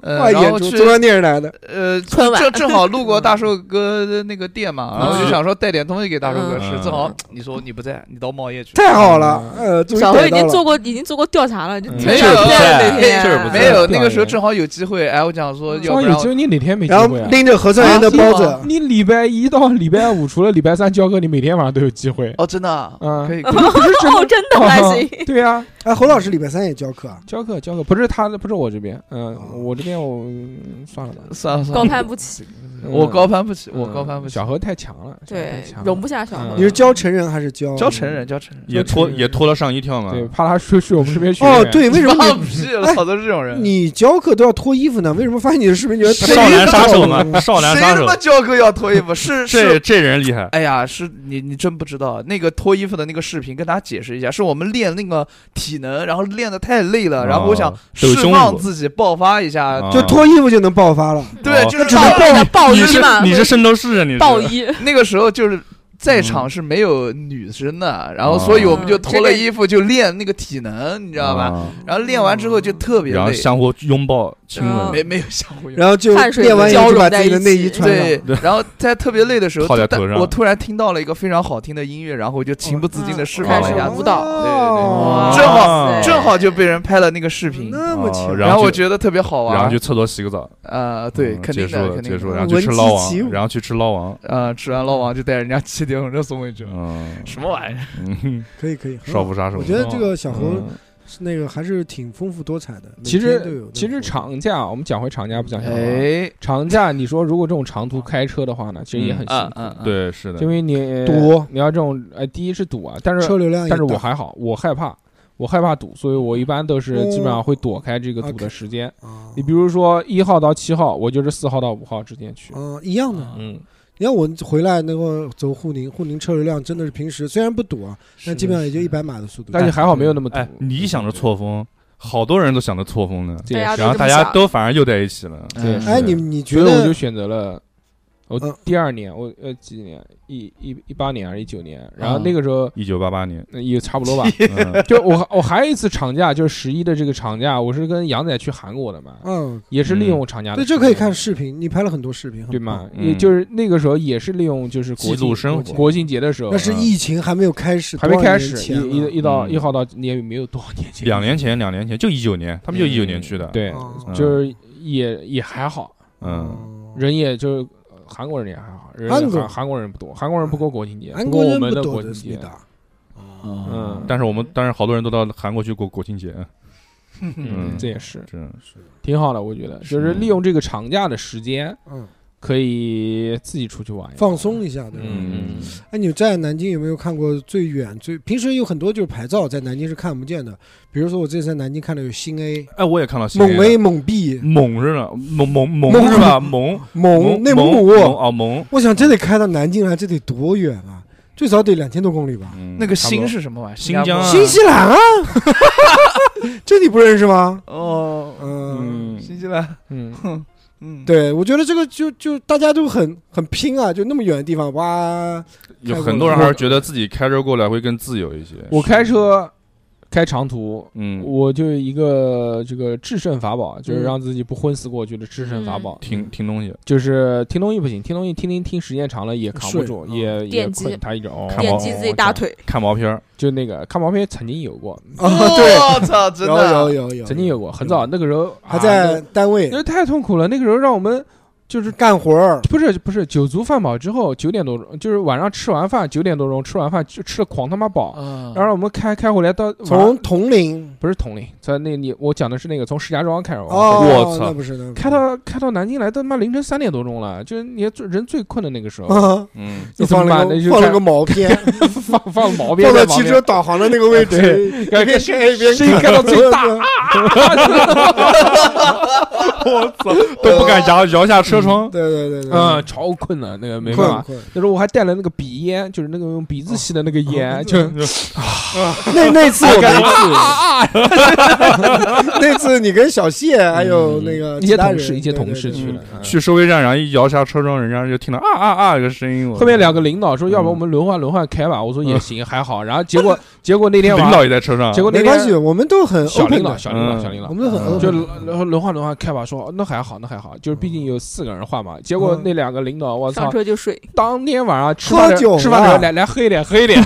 Speaker 3: 嗯，
Speaker 6: 呃，
Speaker 5: 哇，
Speaker 6: 然
Speaker 5: 演
Speaker 6: 后
Speaker 5: 出
Speaker 6: 去
Speaker 5: 中央电视台的，
Speaker 6: 呃，
Speaker 7: 春晚
Speaker 6: 正正好路过大寿哥的那个店嘛，然后我就想说带点东西给大寿哥吃，
Speaker 3: 嗯
Speaker 6: 正好你说你不在，你到茂业去。
Speaker 5: 太好了，呃，终于
Speaker 4: 小
Speaker 5: 逮
Speaker 4: 辉已
Speaker 5: 到
Speaker 4: 经做
Speaker 5: 了。
Speaker 4: 过已经做过调查了，就
Speaker 2: 嗯
Speaker 4: 挺
Speaker 6: 没有
Speaker 4: 好的
Speaker 7: 在
Speaker 4: 那
Speaker 7: 那
Speaker 4: 天
Speaker 7: 天
Speaker 3: 确实不在
Speaker 4: [laughs]
Speaker 6: [laughs] 没有，
Speaker 2: 不
Speaker 6: 那个时候
Speaker 2: 在
Speaker 6: 正好有机会，哎，我讲说要
Speaker 2: 哇，
Speaker 6: 不
Speaker 2: 有
Speaker 6: 然
Speaker 2: 只有你哪天没
Speaker 5: 然
Speaker 2: 机
Speaker 5: 后
Speaker 2: 会啊？
Speaker 5: 拎着合算员的包
Speaker 6: 啊
Speaker 5: 子，
Speaker 2: 你礼拜一到礼拜五，除了礼拜三教课，你每天晚上都有机
Speaker 4: [laughs]
Speaker 2: 会。
Speaker 6: 哦，真的啊
Speaker 2: 嗯
Speaker 6: 可以，
Speaker 2: 不是真
Speaker 7: 哦，真的还行。
Speaker 2: 啊对啊，
Speaker 5: 哎，侯老师礼拜三也教课啊，
Speaker 2: 教课教课，不是他的，不是我这边，嗯
Speaker 5: 哦，
Speaker 2: 我这边我嗯算了吧，
Speaker 6: 算了
Speaker 4: 高
Speaker 6: 算了，
Speaker 4: 攀不起，
Speaker 2: 嗯
Speaker 6: 我高攀不起，我
Speaker 2: 嗯
Speaker 6: 高攀不起
Speaker 2: 小，何太强了，小何太
Speaker 4: 对
Speaker 2: 强，了
Speaker 4: 容不下小
Speaker 2: 嗯
Speaker 4: 辉。
Speaker 5: 你是教成人还是教？哦
Speaker 6: 教成人教成人，
Speaker 3: 也脱也脱了上衣跳嘛，
Speaker 2: 对，怕他睡睡我们这边学
Speaker 5: 哦，
Speaker 2: 员，
Speaker 5: 对，为什 [laughs] 么
Speaker 6: 放
Speaker 5: 你
Speaker 6: 屁了，操，都是这种人，
Speaker 5: 你教课都要脱衣服呢？为什么发现你的视频觉得
Speaker 3: 少
Speaker 2: 啊
Speaker 3: 男杀手嘛，少男
Speaker 6: 谁
Speaker 3: 杀
Speaker 6: 他
Speaker 3: 手
Speaker 6: 妈，教课要脱衣
Speaker 3: [laughs]
Speaker 6: 服？是是
Speaker 3: 这这人厉害，
Speaker 6: 哎呀，是你你真不知道那个脱衣服的那个视频，跟大家解释一下，是我们练那个体能，然后练的太累了，然后我想
Speaker 3: 哦
Speaker 6: 释
Speaker 3: 抖胸
Speaker 6: 放
Speaker 3: 部
Speaker 6: 自己，爆发一下。
Speaker 3: 啊
Speaker 5: 就脱衣服就能爆发了？
Speaker 6: 对，
Speaker 3: 哦
Speaker 6: 就是
Speaker 5: 只能
Speaker 6: 大
Speaker 4: 为了暴
Speaker 3: 你
Speaker 4: 衣
Speaker 3: 是
Speaker 4: 嘛，
Speaker 3: 你是圣斗士啊，你是
Speaker 4: 暴衣，
Speaker 6: 那个时候就是。在场是没有女生的，然后
Speaker 3: 哦
Speaker 6: 所以我们就脱
Speaker 7: 这
Speaker 6: 了
Speaker 7: 个
Speaker 6: 衣服就练那个体能，你知道吧？
Speaker 3: 啊
Speaker 6: 然后练完之后就特别
Speaker 3: 然后
Speaker 6: 累，
Speaker 3: 相互拥抱亲
Speaker 4: 嗯
Speaker 3: 吻，
Speaker 6: 没没有相互
Speaker 5: 然后就
Speaker 4: 汗水
Speaker 5: 练完以
Speaker 4: 交
Speaker 5: 后就
Speaker 4: 融
Speaker 5: 把
Speaker 4: 在
Speaker 5: 自己的
Speaker 4: 一
Speaker 5: 内
Speaker 4: 起
Speaker 5: 衣穿上。
Speaker 6: 对，然后在特别累的时候，
Speaker 3: 套在
Speaker 6: 突
Speaker 3: 头
Speaker 6: 然
Speaker 3: 上
Speaker 6: 我突然听到了一个非常好听的音乐，然后我就情不自禁的
Speaker 3: 嗯
Speaker 6: 释放
Speaker 4: 开
Speaker 6: 了
Speaker 4: 始
Speaker 6: 一下
Speaker 4: 舞蹈
Speaker 5: 哦
Speaker 6: 对对对正好
Speaker 3: 啊
Speaker 6: 正好就被人拍了那个视频，
Speaker 5: 那么巧，
Speaker 3: 哦
Speaker 6: 然
Speaker 3: 然后
Speaker 6: 后
Speaker 3: 就
Speaker 6: 我觉得特别好玩。
Speaker 3: 然后去厕所洗个澡，
Speaker 6: 呃，啊对，
Speaker 3: 嗯
Speaker 6: 肯
Speaker 3: 结
Speaker 6: 定
Speaker 3: 束
Speaker 6: 的，
Speaker 3: 了
Speaker 6: 肯
Speaker 3: 结
Speaker 6: 定的
Speaker 3: 束了，然后去吃
Speaker 5: 闻
Speaker 3: 捞
Speaker 5: 鸡起舞
Speaker 3: 王，然后去吃捞王，
Speaker 6: 呃，吃完捞王就带人家七点五热送回去了，
Speaker 3: 嗯，
Speaker 6: 什么玩意儿？
Speaker 3: 嗯
Speaker 5: 可以可以。很
Speaker 3: 少
Speaker 5: 好
Speaker 3: 妇
Speaker 2: 啊
Speaker 3: 杀手，
Speaker 5: 我觉得这个小猴
Speaker 2: 嗯。
Speaker 5: 是那个还是挺丰富多彩的。每
Speaker 2: 其
Speaker 5: 天都有
Speaker 2: 实
Speaker 5: 那
Speaker 2: 其实
Speaker 5: 种
Speaker 2: 长假，我们讲回长假不讲小何，
Speaker 6: 哎，
Speaker 2: 长假你说如果这种长
Speaker 5: 啊
Speaker 2: 途开车的话呢，其实也很辛
Speaker 6: 嗯
Speaker 2: 苦，
Speaker 6: 嗯，嗯，
Speaker 3: 对是的
Speaker 2: 因，为你
Speaker 5: 堵，
Speaker 2: 你要这种呃，第一是堵啊，但是
Speaker 5: 车流量
Speaker 2: 但
Speaker 5: 也大，
Speaker 2: 是我还好，我害怕。我害怕堵，所以我一般都是
Speaker 5: 哦
Speaker 2: 基本上会躲开这个堵的
Speaker 5: OK
Speaker 2: 时间。
Speaker 5: 啊
Speaker 2: 你比如说一号到七号，我就是四号到五号之间去。
Speaker 5: 啊一样的。
Speaker 2: 嗯，
Speaker 5: 你看我回来那会走沪宁，沪宁车流量真的是平时虽然不堵啊，但基本上也就一百码的速度。
Speaker 2: 但是还好没有那么堵。
Speaker 3: 哎，你想着错峰，好多人都想着错峰呢，
Speaker 2: 这也是
Speaker 4: 大家都
Speaker 3: 然后
Speaker 4: 这
Speaker 3: 大
Speaker 4: 么
Speaker 3: 家
Speaker 4: 想
Speaker 3: 都反而又在一起了，
Speaker 2: 对
Speaker 6: 嗯
Speaker 5: 啊哎，你你
Speaker 2: 所
Speaker 5: 觉
Speaker 2: 以我
Speaker 5: 得
Speaker 2: 就选择了我
Speaker 5: 嗯
Speaker 2: 第二年，我呃几年一一一八年还是一九年，然后
Speaker 6: 啊
Speaker 2: 那个时候
Speaker 3: 一九八
Speaker 2: [laughs]
Speaker 3: 八年，
Speaker 2: 呃也差不多吧。
Speaker 3: 嗯
Speaker 2: 就我我还有一次长假，就是十一的这个长假，我是跟杨仔去韩国的嘛，
Speaker 5: 嗯，
Speaker 2: 也是利用长假的
Speaker 5: 对，
Speaker 2: 时间。
Speaker 5: 这可以看视频，你拍了很多视频，很
Speaker 2: 对吗？
Speaker 3: 嗯
Speaker 2: 也就是那个时候也是利用就是国
Speaker 3: 记录
Speaker 2: 庆
Speaker 3: 生活
Speaker 2: 国庆节的时候
Speaker 5: 棒？那，是疫情还没有开始，
Speaker 2: 嗯还没
Speaker 5: 多少
Speaker 2: 开
Speaker 5: 年
Speaker 2: 始，
Speaker 5: 前
Speaker 2: 一
Speaker 5: 了
Speaker 2: 一一到
Speaker 3: 嗯
Speaker 2: 一号到你也没有多少年前，
Speaker 3: 两年前，两年前就一九年，他们就一九年去的，，
Speaker 2: 对，
Speaker 5: 哦
Speaker 3: 嗯
Speaker 2: 就是也也还好，
Speaker 3: 嗯，
Speaker 2: 人也就是呃韩国人也还好，人
Speaker 5: 韩国
Speaker 2: 韩韩国人不多，韩国人不过国庆节，
Speaker 5: 韩
Speaker 2: 不
Speaker 5: 国
Speaker 2: 过我
Speaker 5: 人
Speaker 2: 们的
Speaker 5: 懂
Speaker 2: 国
Speaker 5: 得
Speaker 2: 庆
Speaker 5: 思密
Speaker 2: 节，
Speaker 5: 达，啊
Speaker 2: 嗯，
Speaker 3: 但是我们，但是好多人都到韩国去过国庆节，嗯
Speaker 2: 嗯，这也是
Speaker 3: 这
Speaker 2: 挺好的，我觉得就是利用这个长假的时间，
Speaker 5: 嗯，
Speaker 2: 可以自己出去玩一玩
Speaker 5: 放，松一下，对吧？
Speaker 2: 嗯，
Speaker 5: 哎，你在南京有没有看过最远最？平时有很多就是牌照在南京是看不见的，比如说我这次在南京看到有新 A、
Speaker 3: 哎，我也看到新闻
Speaker 5: 蒙 A、蒙 B、
Speaker 3: 猛是吧？猛猛
Speaker 5: 猛
Speaker 3: 猛是吧？猛
Speaker 5: 蒙内蒙
Speaker 3: 猛
Speaker 5: 古，
Speaker 3: 啊猛，
Speaker 5: 我想这得开到南京来，这得多远啊？最少得两千多公里吧？
Speaker 3: 嗯
Speaker 6: 那个
Speaker 3: 差不多
Speaker 6: 新是什么玩意儿？
Speaker 3: 新疆啊
Speaker 5: 新西兰啊，
Speaker 6: [laughs]
Speaker 5: [laughs] 这你不认识吗？
Speaker 6: 哦，
Speaker 5: 嗯，
Speaker 3: 嗯，
Speaker 6: 新西兰，
Speaker 2: 嗯，
Speaker 6: 嗯，
Speaker 5: 对，我觉得这个就就大家都很很拼啊，就那么远的地方，哇，
Speaker 3: 有很多人还是觉得自己开车过来会更自由一些。
Speaker 2: 我开车开长途，
Speaker 3: 嗯，
Speaker 2: 我就一个这个制胜法宝，就是
Speaker 5: 嗯
Speaker 2: 让自己不昏死过去的制胜法宝，
Speaker 3: 听听东西，
Speaker 2: 就是听东西不行，听东西听听听时间长了也扛不住，
Speaker 5: 睡嗯
Speaker 2: 也也
Speaker 4: 电击
Speaker 2: 困，他一种
Speaker 3: 看
Speaker 7: 点
Speaker 3: 毛
Speaker 7: 击自己大，腿，
Speaker 3: 看毛片儿，
Speaker 2: 就那个看毛片曾经有过，
Speaker 3: [laughs]
Speaker 5: 啊，对，
Speaker 6: 我哦操，真
Speaker 5: 有
Speaker 6: 的啊
Speaker 5: 有有有，
Speaker 2: 曾经有过，很早那个时候
Speaker 5: 还
Speaker 2: 啊
Speaker 5: 在单位
Speaker 2: 那那太痛苦了，那个时候让我们就是。
Speaker 5: 干活儿，
Speaker 2: 不是不是，酒足饭饱之后九点多钟，就是晚上吃完饭九点多钟吃完饭就吃的狂他妈饱，
Speaker 6: 啊
Speaker 2: 然后我们开开回来到晚上
Speaker 5: 从铜陵
Speaker 2: 不是铜陵，在那里我讲的是那个从石家庄开始往回
Speaker 5: 哦，
Speaker 3: 我操
Speaker 5: 那不是那不是
Speaker 2: 开到开到南京来，都他妈凌晨三点多钟了，就是你最人最困的那个时
Speaker 5: [laughs]
Speaker 2: 候，
Speaker 5: [laughs] 啊，
Speaker 3: 嗯，
Speaker 2: 你
Speaker 5: 就
Speaker 2: 怎
Speaker 5: 放
Speaker 2: 么
Speaker 5: 了
Speaker 2: 办？
Speaker 5: 个
Speaker 2: 那就
Speaker 5: 放了
Speaker 2: 开
Speaker 5: 个毛
Speaker 2: [laughs]
Speaker 5: 片，
Speaker 2: 放放毛病，
Speaker 5: 放在
Speaker 2: 毛
Speaker 5: 汽
Speaker 2: 病
Speaker 5: 车导航的那个位置，
Speaker 2: [laughs]
Speaker 5: 一
Speaker 2: 对
Speaker 5: [laughs] 边开一边
Speaker 2: 声音开到最大，
Speaker 5: 对
Speaker 3: 我操，都不敢摇摇下车车窗，
Speaker 5: [laughs] 对对对对，
Speaker 2: 嗯，超困的那个没办
Speaker 5: 困哦
Speaker 2: 法。
Speaker 5: 困。
Speaker 2: 那时候我还带了那个鼻烟，就是那个用鼻子吸的那个烟，就
Speaker 5: [laughs]
Speaker 2: 啊
Speaker 5: 那那
Speaker 2: [laughs]
Speaker 5: 次我没去， [laughs] 那次你跟小谢还有那个
Speaker 2: 嗯一些
Speaker 5: 其他
Speaker 2: 同
Speaker 5: 人
Speaker 2: 事一些同事
Speaker 5: 对对
Speaker 2: 去
Speaker 5: 对
Speaker 2: 的。嗯
Speaker 3: 去收费站，然后一摇下车窗，人家就听到啊啊啊这个声音。我
Speaker 2: 后面两个领导说，
Speaker 3: 嗯
Speaker 2: 要不我们轮换轮换开吧？我说也行，还好。然后结
Speaker 3: [laughs]
Speaker 2: 果结果那天晚
Speaker 3: 领
Speaker 2: 上，
Speaker 3: 导也在车上，
Speaker 2: 结果那
Speaker 5: 没关系，
Speaker 2: 天
Speaker 5: 我们都很
Speaker 2: 小
Speaker 5: open
Speaker 2: 领导
Speaker 5: 的，
Speaker 2: 小领导
Speaker 3: 嗯
Speaker 2: 小领导
Speaker 5: 我。们都很
Speaker 3: 嗯
Speaker 5: open
Speaker 2: 就
Speaker 5: 的
Speaker 2: 轮轮轮换轮换开吧，说哦那还好，那还好，就是毕竟有四个人换嘛。结果
Speaker 5: 嗯
Speaker 2: 那两个领导，我
Speaker 4: 上
Speaker 2: 操，
Speaker 4: 车就睡，
Speaker 2: 当天晚上吃饭的
Speaker 5: 喝酒啊
Speaker 2: 吃饭的时候
Speaker 5: 了
Speaker 2: 来来喝一点，喝一
Speaker 5: [laughs]
Speaker 2: 点，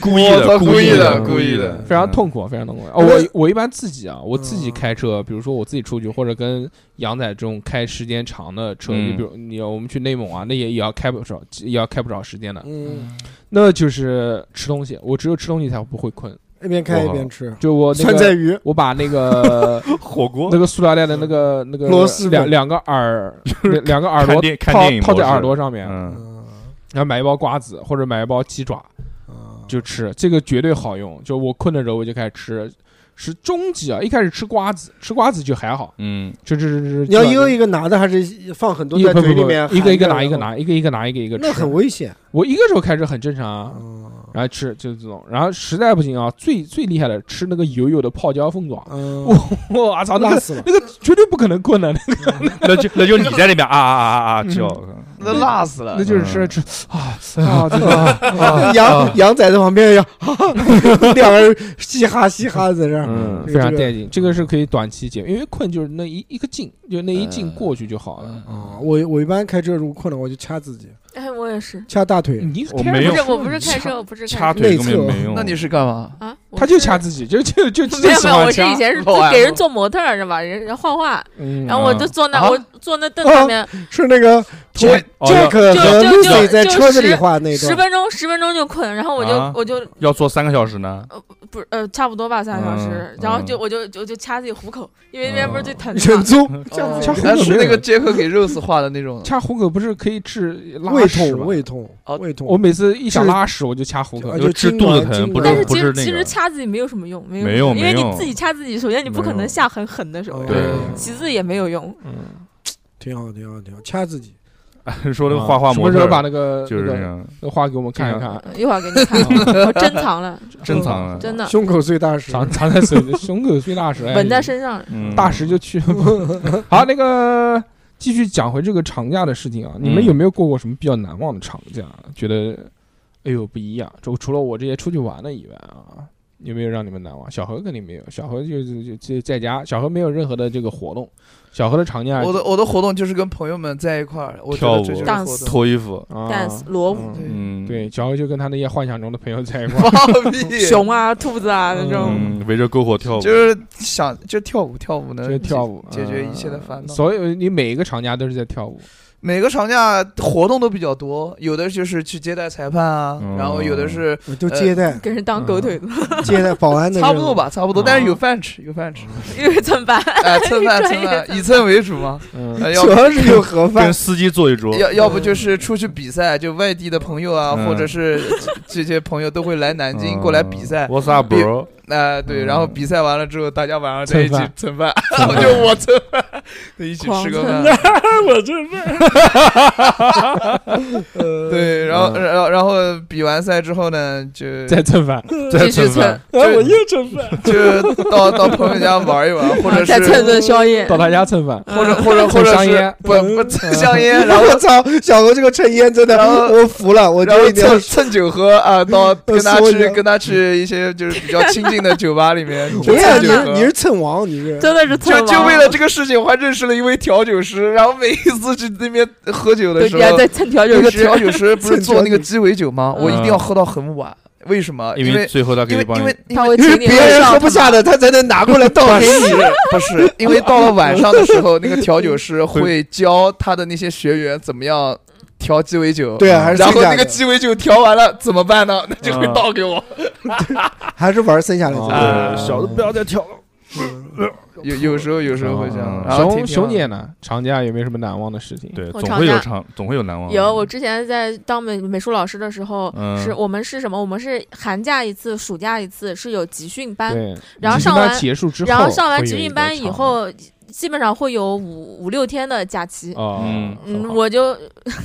Speaker 3: 故意
Speaker 6: 我
Speaker 3: 的，
Speaker 6: 操故意
Speaker 3: 的，
Speaker 6: 的
Speaker 3: 故
Speaker 6: 故意
Speaker 3: 的
Speaker 6: 的，
Speaker 2: 非常痛苦，非常痛苦。哦、我我一般自己啊，我自己开车，
Speaker 5: 嗯
Speaker 2: 比如说我自己出去，或者跟杨仔这种开时间长的车，就
Speaker 3: 嗯
Speaker 2: 比如你我们去内蒙啊，那也也要开不少，也要开不少时间的。
Speaker 5: 嗯，
Speaker 2: 那就是吃东西，我只有吃东西才不会困。
Speaker 5: 一边开一边吃
Speaker 2: 就我那
Speaker 5: 酸菜
Speaker 2: 个，
Speaker 5: 鱼，
Speaker 2: 我把那个
Speaker 3: 嗯火锅
Speaker 2: 那个塑料袋的那个那个
Speaker 5: 螺蛳粉
Speaker 2: 两两个耳，两两个耳
Speaker 3: 看
Speaker 2: 朵
Speaker 3: 电看
Speaker 2: 套
Speaker 3: 电影
Speaker 2: 套在
Speaker 3: 模式
Speaker 2: 耳朵上面，
Speaker 3: 嗯，
Speaker 5: 嗯
Speaker 2: 然后买一包瓜子或者买一包鸡爪，
Speaker 5: 嗯
Speaker 2: 就吃，这个绝对好用。就我困的时候我就开始吃，是终极啊！一开始吃瓜子，吃瓜子就还好，
Speaker 3: 嗯，
Speaker 2: 就这这这，
Speaker 5: 你要一个一个拿的，还是放很多
Speaker 2: 一
Speaker 5: 在
Speaker 2: 个不
Speaker 5: 嘴
Speaker 2: 不
Speaker 5: 里
Speaker 2: 不，
Speaker 5: 面？
Speaker 2: 一个一个
Speaker 5: 含
Speaker 2: 拿，
Speaker 5: 着
Speaker 2: 一个，拿，一个一个拿，一个一个
Speaker 5: 那
Speaker 2: 吃
Speaker 5: 很。危险。
Speaker 2: 我一个时候开始很正常啊，
Speaker 5: 嗯
Speaker 2: 然后吃就这种，然后实在不行啊，最最厉害的吃那个油油的泡椒凤爪，
Speaker 5: 嗯，
Speaker 2: 我操，那嗯
Speaker 5: 辣
Speaker 2: 个
Speaker 5: 死了！
Speaker 2: 那个绝对不可能困的，那
Speaker 3: 那就那就你在那边啊啊啊啊啊
Speaker 2: 嗯
Speaker 3: 叫，
Speaker 6: 那辣死了
Speaker 2: 那。就是吃
Speaker 3: 嗯
Speaker 2: 吃啊啊，
Speaker 3: [laughs]
Speaker 2: 真的
Speaker 5: 嗯
Speaker 2: 啊
Speaker 5: 杨杨仔在旁边呀， [laughs] 两个人嘻哈嘻哈在这儿。
Speaker 2: 嗯，非
Speaker 5: 这个
Speaker 2: 常
Speaker 5: 这个
Speaker 2: 带劲。这个是可以短期解决，因为困就是那一一个劲，就那一劲
Speaker 6: 嗯
Speaker 2: 过去就好了。嗯
Speaker 5: 啊，我我一般开车如果困了，我就掐自己，
Speaker 4: 哎，我也是，
Speaker 5: 掐大腿。
Speaker 2: 你
Speaker 3: 我
Speaker 2: 开
Speaker 3: 没
Speaker 2: 着
Speaker 3: 有
Speaker 2: 车
Speaker 3: 用
Speaker 4: 不是我不是开车，我不是开
Speaker 3: 掐
Speaker 4: 车
Speaker 3: 腿根本没用。
Speaker 6: 那你是干嘛？
Speaker 4: 啊，我
Speaker 2: 他就是掐自己，就就就就
Speaker 4: 没有
Speaker 2: 喜
Speaker 4: 没有，
Speaker 2: 欢
Speaker 4: 我是
Speaker 2: 掐
Speaker 4: 以。前是
Speaker 6: 哦哎
Speaker 4: 给人做模特儿，是吧？人人画画，
Speaker 2: 嗯
Speaker 4: 然后我就坐那，
Speaker 6: 啊
Speaker 4: 我坐那凳子上面
Speaker 5: 是那个
Speaker 3: 就
Speaker 5: Jack
Speaker 3: 哦要
Speaker 5: Jack 和
Speaker 4: 就就
Speaker 5: Lucy 在
Speaker 4: 就
Speaker 5: 车子里
Speaker 4: 十
Speaker 5: 画那
Speaker 4: 十
Speaker 5: 段，
Speaker 4: 分钟，十分钟就困，然后我就
Speaker 3: 啊
Speaker 4: 我就
Speaker 3: 要坐三个小时呢，
Speaker 4: 不是呃差不多吧，三个小时
Speaker 3: 嗯，
Speaker 4: 然后
Speaker 3: 嗯
Speaker 4: 就我就就就掐自己虎口，因为那边不是最疼
Speaker 5: 忍
Speaker 4: 吗？
Speaker 5: 住， [laughs]
Speaker 6: 哦
Speaker 2: 掐胡子
Speaker 6: 那是
Speaker 2: 没
Speaker 6: 那
Speaker 2: 有
Speaker 6: 个
Speaker 5: 啊
Speaker 6: 杰克给 Rose 画的那种。
Speaker 2: 掐虎口不是可以治拉
Speaker 5: 胃
Speaker 2: 屎
Speaker 5: 痛
Speaker 2: 吗？
Speaker 5: 胃痛
Speaker 6: 哦
Speaker 5: 胃痛。
Speaker 2: 我每次一想
Speaker 5: 是
Speaker 2: 拉屎我就呃掐虎口
Speaker 5: 啊，
Speaker 3: 就
Speaker 5: 就
Speaker 3: 治
Speaker 5: 痉
Speaker 3: 肚子
Speaker 5: 挛
Speaker 3: 疼，
Speaker 5: 痉
Speaker 3: 不
Speaker 5: 挛
Speaker 4: 但是
Speaker 3: 不
Speaker 4: 其
Speaker 3: 是
Speaker 4: 实
Speaker 3: 那
Speaker 4: 其实
Speaker 3: 个，
Speaker 4: 掐自己没有什么用，没
Speaker 3: 没
Speaker 4: 有
Speaker 3: 用
Speaker 4: 什么用，因为
Speaker 3: 没用
Speaker 4: 你自己掐自己，首先你不可
Speaker 3: 没用
Speaker 4: 能下很狠的手，
Speaker 3: 对
Speaker 4: 其次也没有用。
Speaker 2: 嗯，
Speaker 5: 哦哎挺好，挺好，挺好，掐自己。
Speaker 3: 说那个画画
Speaker 2: 什
Speaker 3: 模
Speaker 2: 么时
Speaker 3: 特
Speaker 2: 候把
Speaker 3: 儿
Speaker 2: 那个
Speaker 3: 就是
Speaker 2: 那
Speaker 3: 这
Speaker 2: 个
Speaker 3: 样，
Speaker 2: 那个画给我们看一看？
Speaker 4: 嗯一会儿给
Speaker 3: [laughs]
Speaker 4: 你看，我珍藏了，
Speaker 3: 啊哦珍藏啊了，
Speaker 4: 真的
Speaker 5: 胸口碎大石，
Speaker 2: 藏藏在手里，胸口碎大石，哎
Speaker 4: 纹在身上。
Speaker 3: 嗯，
Speaker 2: 大石就去。 [laughs] 好，那个继续讲回这个长假的事情啊，你们
Speaker 3: 嗯
Speaker 2: 有没有过过什么比较难忘的长假？觉得哎呦不一样，就除了我这些出去玩的以外啊。有没有让你们难忘？小何肯定没有，小何就就就就在家，小何没有任何的这个活动，小何的长假
Speaker 6: 我的我的活动就是跟朋友们在一块儿，我觉
Speaker 3: 跳
Speaker 6: 得
Speaker 3: 舞
Speaker 6: 这就是
Speaker 4: 当
Speaker 6: 活动。
Speaker 3: 脱衣服，
Speaker 2: 啊
Speaker 4: dance 罗舞
Speaker 2: 嗯
Speaker 3: 嗯，
Speaker 2: 对，小何就跟他那些幻想中的朋友在一块儿，
Speaker 6: 放屁！
Speaker 4: 熊啊、兔子啊那种，
Speaker 3: 嗯，围着篝火跳舞，
Speaker 6: 就是想就跳舞，跳
Speaker 3: [laughs]
Speaker 6: 舞能
Speaker 2: 就
Speaker 6: 解
Speaker 2: 跳舞，
Speaker 6: 解决
Speaker 2: 嗯
Speaker 6: 一切的烦恼。
Speaker 2: 所以你每一个长假都是在跳舞，
Speaker 6: 每个长假活动都比较多，有的就是去接待裁判啊，
Speaker 3: 嗯
Speaker 6: 然后有的是
Speaker 5: 我都接待
Speaker 4: 跟人当狗腿子，
Speaker 5: [laughs] 接待保安的，
Speaker 6: 差不多。吧，差不多，
Speaker 2: 嗯
Speaker 6: 但是有饭吃，有饭吃，
Speaker 4: [laughs] 因为怎么办？
Speaker 6: 哎，蹭饭
Speaker 4: 专
Speaker 6: 蹭
Speaker 4: 业
Speaker 6: 饭，
Speaker 4: 蹭
Speaker 6: 以蹭为主嘛。
Speaker 2: 嗯
Speaker 6: 哎要
Speaker 5: 主
Speaker 6: 不
Speaker 5: 要是有盒
Speaker 3: 跟
Speaker 5: 饭，
Speaker 3: 司机坐一桌，
Speaker 6: 要要不就是出去比赛，就外地的朋友啊，
Speaker 3: 嗯
Speaker 6: 或者是这这些朋友都会来南京过来比赛。
Speaker 3: What's up, bro？
Speaker 6: 哎，对，
Speaker 3: 嗯
Speaker 6: 然后比赛完了之后，大家晚上在一起蹭饭，
Speaker 3: 蹭饭
Speaker 6: 就 [laughs] 我蹭饭，一起吃个
Speaker 4: 狂
Speaker 6: 饭，对，然后
Speaker 3: 嗯
Speaker 6: 然后然后比完赛之后呢，就
Speaker 2: [laughs] [laughs] 在蹭饭，
Speaker 3: [laughs] 在
Speaker 4: 嗯继续
Speaker 3: 蹭饭，
Speaker 6: 就
Speaker 5: 吃饭，
Speaker 6: 就到到朋友家玩一玩，或者
Speaker 4: 再蹭
Speaker 6: 是
Speaker 4: 顿宵夜，
Speaker 2: 到他家蹭饭，
Speaker 6: 或者或者或
Speaker 2: 蹭
Speaker 6: 者
Speaker 2: 香
Speaker 6: 是
Speaker 2: 烟，
Speaker 6: 不不蹭香烟，然后
Speaker 5: [laughs] 我操，小何这个抽烟真的
Speaker 6: 然，后
Speaker 5: 我服了，我
Speaker 6: 然
Speaker 5: 就
Speaker 6: 后
Speaker 5: 一定要
Speaker 6: 蹭蹭酒喝啊，到跟他
Speaker 5: 说一
Speaker 6: 去
Speaker 5: 下
Speaker 6: 跟他去一些就是比较亲近的酒吧里面
Speaker 5: 我
Speaker 6: 去
Speaker 5: 跟你讲，
Speaker 6: 蹭
Speaker 5: 你
Speaker 6: 酒
Speaker 5: 是你
Speaker 6: 喝
Speaker 5: 是。蹭王，你是
Speaker 4: 真的是蹭
Speaker 6: 就就
Speaker 4: 王
Speaker 6: 为了这个事情，我还认识了一位调酒师。然后每一次去那边喝酒的
Speaker 4: 对，
Speaker 6: 时
Speaker 4: 你还
Speaker 6: 候，
Speaker 4: 在蹭调
Speaker 6: 那
Speaker 4: 酒
Speaker 6: 个
Speaker 4: 师
Speaker 6: 调，酒师不是做那个鸡尾酒吗？
Speaker 4: 嗯
Speaker 6: 我一定要喝到很晚。为什么？因
Speaker 3: 因为最后他可
Speaker 6: 因
Speaker 3: 以
Speaker 6: 为
Speaker 3: 帮
Speaker 6: 因
Speaker 3: 你
Speaker 6: 为因
Speaker 4: 他
Speaker 6: 为
Speaker 4: 会请你
Speaker 5: 别
Speaker 4: 喝
Speaker 5: 人
Speaker 4: 上
Speaker 5: 喝不下的，他才能拿过来倒给你。
Speaker 6: 不是因为到了晚上的时候，那个调酒师会教他的那些学员怎么样调鸡尾酒。
Speaker 5: 对啊，还是
Speaker 6: 然
Speaker 5: 剩
Speaker 6: 后
Speaker 5: 下
Speaker 6: 那个
Speaker 5: 的，
Speaker 6: 鸡尾酒调完了怎么办呢？那就会倒给
Speaker 4: [laughs]
Speaker 6: 我。
Speaker 5: 还是玩剩下呃的。
Speaker 2: 啊
Speaker 3: 哦对
Speaker 2: 嗯
Speaker 3: 小子不要再跳了，
Speaker 6: 有有时候有时候会这样
Speaker 3: 嗯。
Speaker 6: 然后啊
Speaker 2: 熊
Speaker 6: 挺挺好
Speaker 2: 熊
Speaker 6: 的
Speaker 2: 姐呢？长假有没有什么难忘的事情？
Speaker 3: 对，
Speaker 4: 我
Speaker 3: 总
Speaker 4: 吵
Speaker 3: 会有
Speaker 4: 架
Speaker 3: 长，总会有难忘的，
Speaker 4: 有，我之前在当美美术老师的时候，
Speaker 3: 嗯
Speaker 4: 是我们是什么？我们是寒假一次，暑假一次，是有集训班，
Speaker 2: 对，
Speaker 4: 啊然后
Speaker 2: 集训
Speaker 4: 上
Speaker 2: 班
Speaker 4: 完
Speaker 2: 结束之后，
Speaker 4: 然后上完集训班以，后。基本上会有五五六天的假期。
Speaker 2: 哦，
Speaker 3: 嗯
Speaker 4: 嗯，我就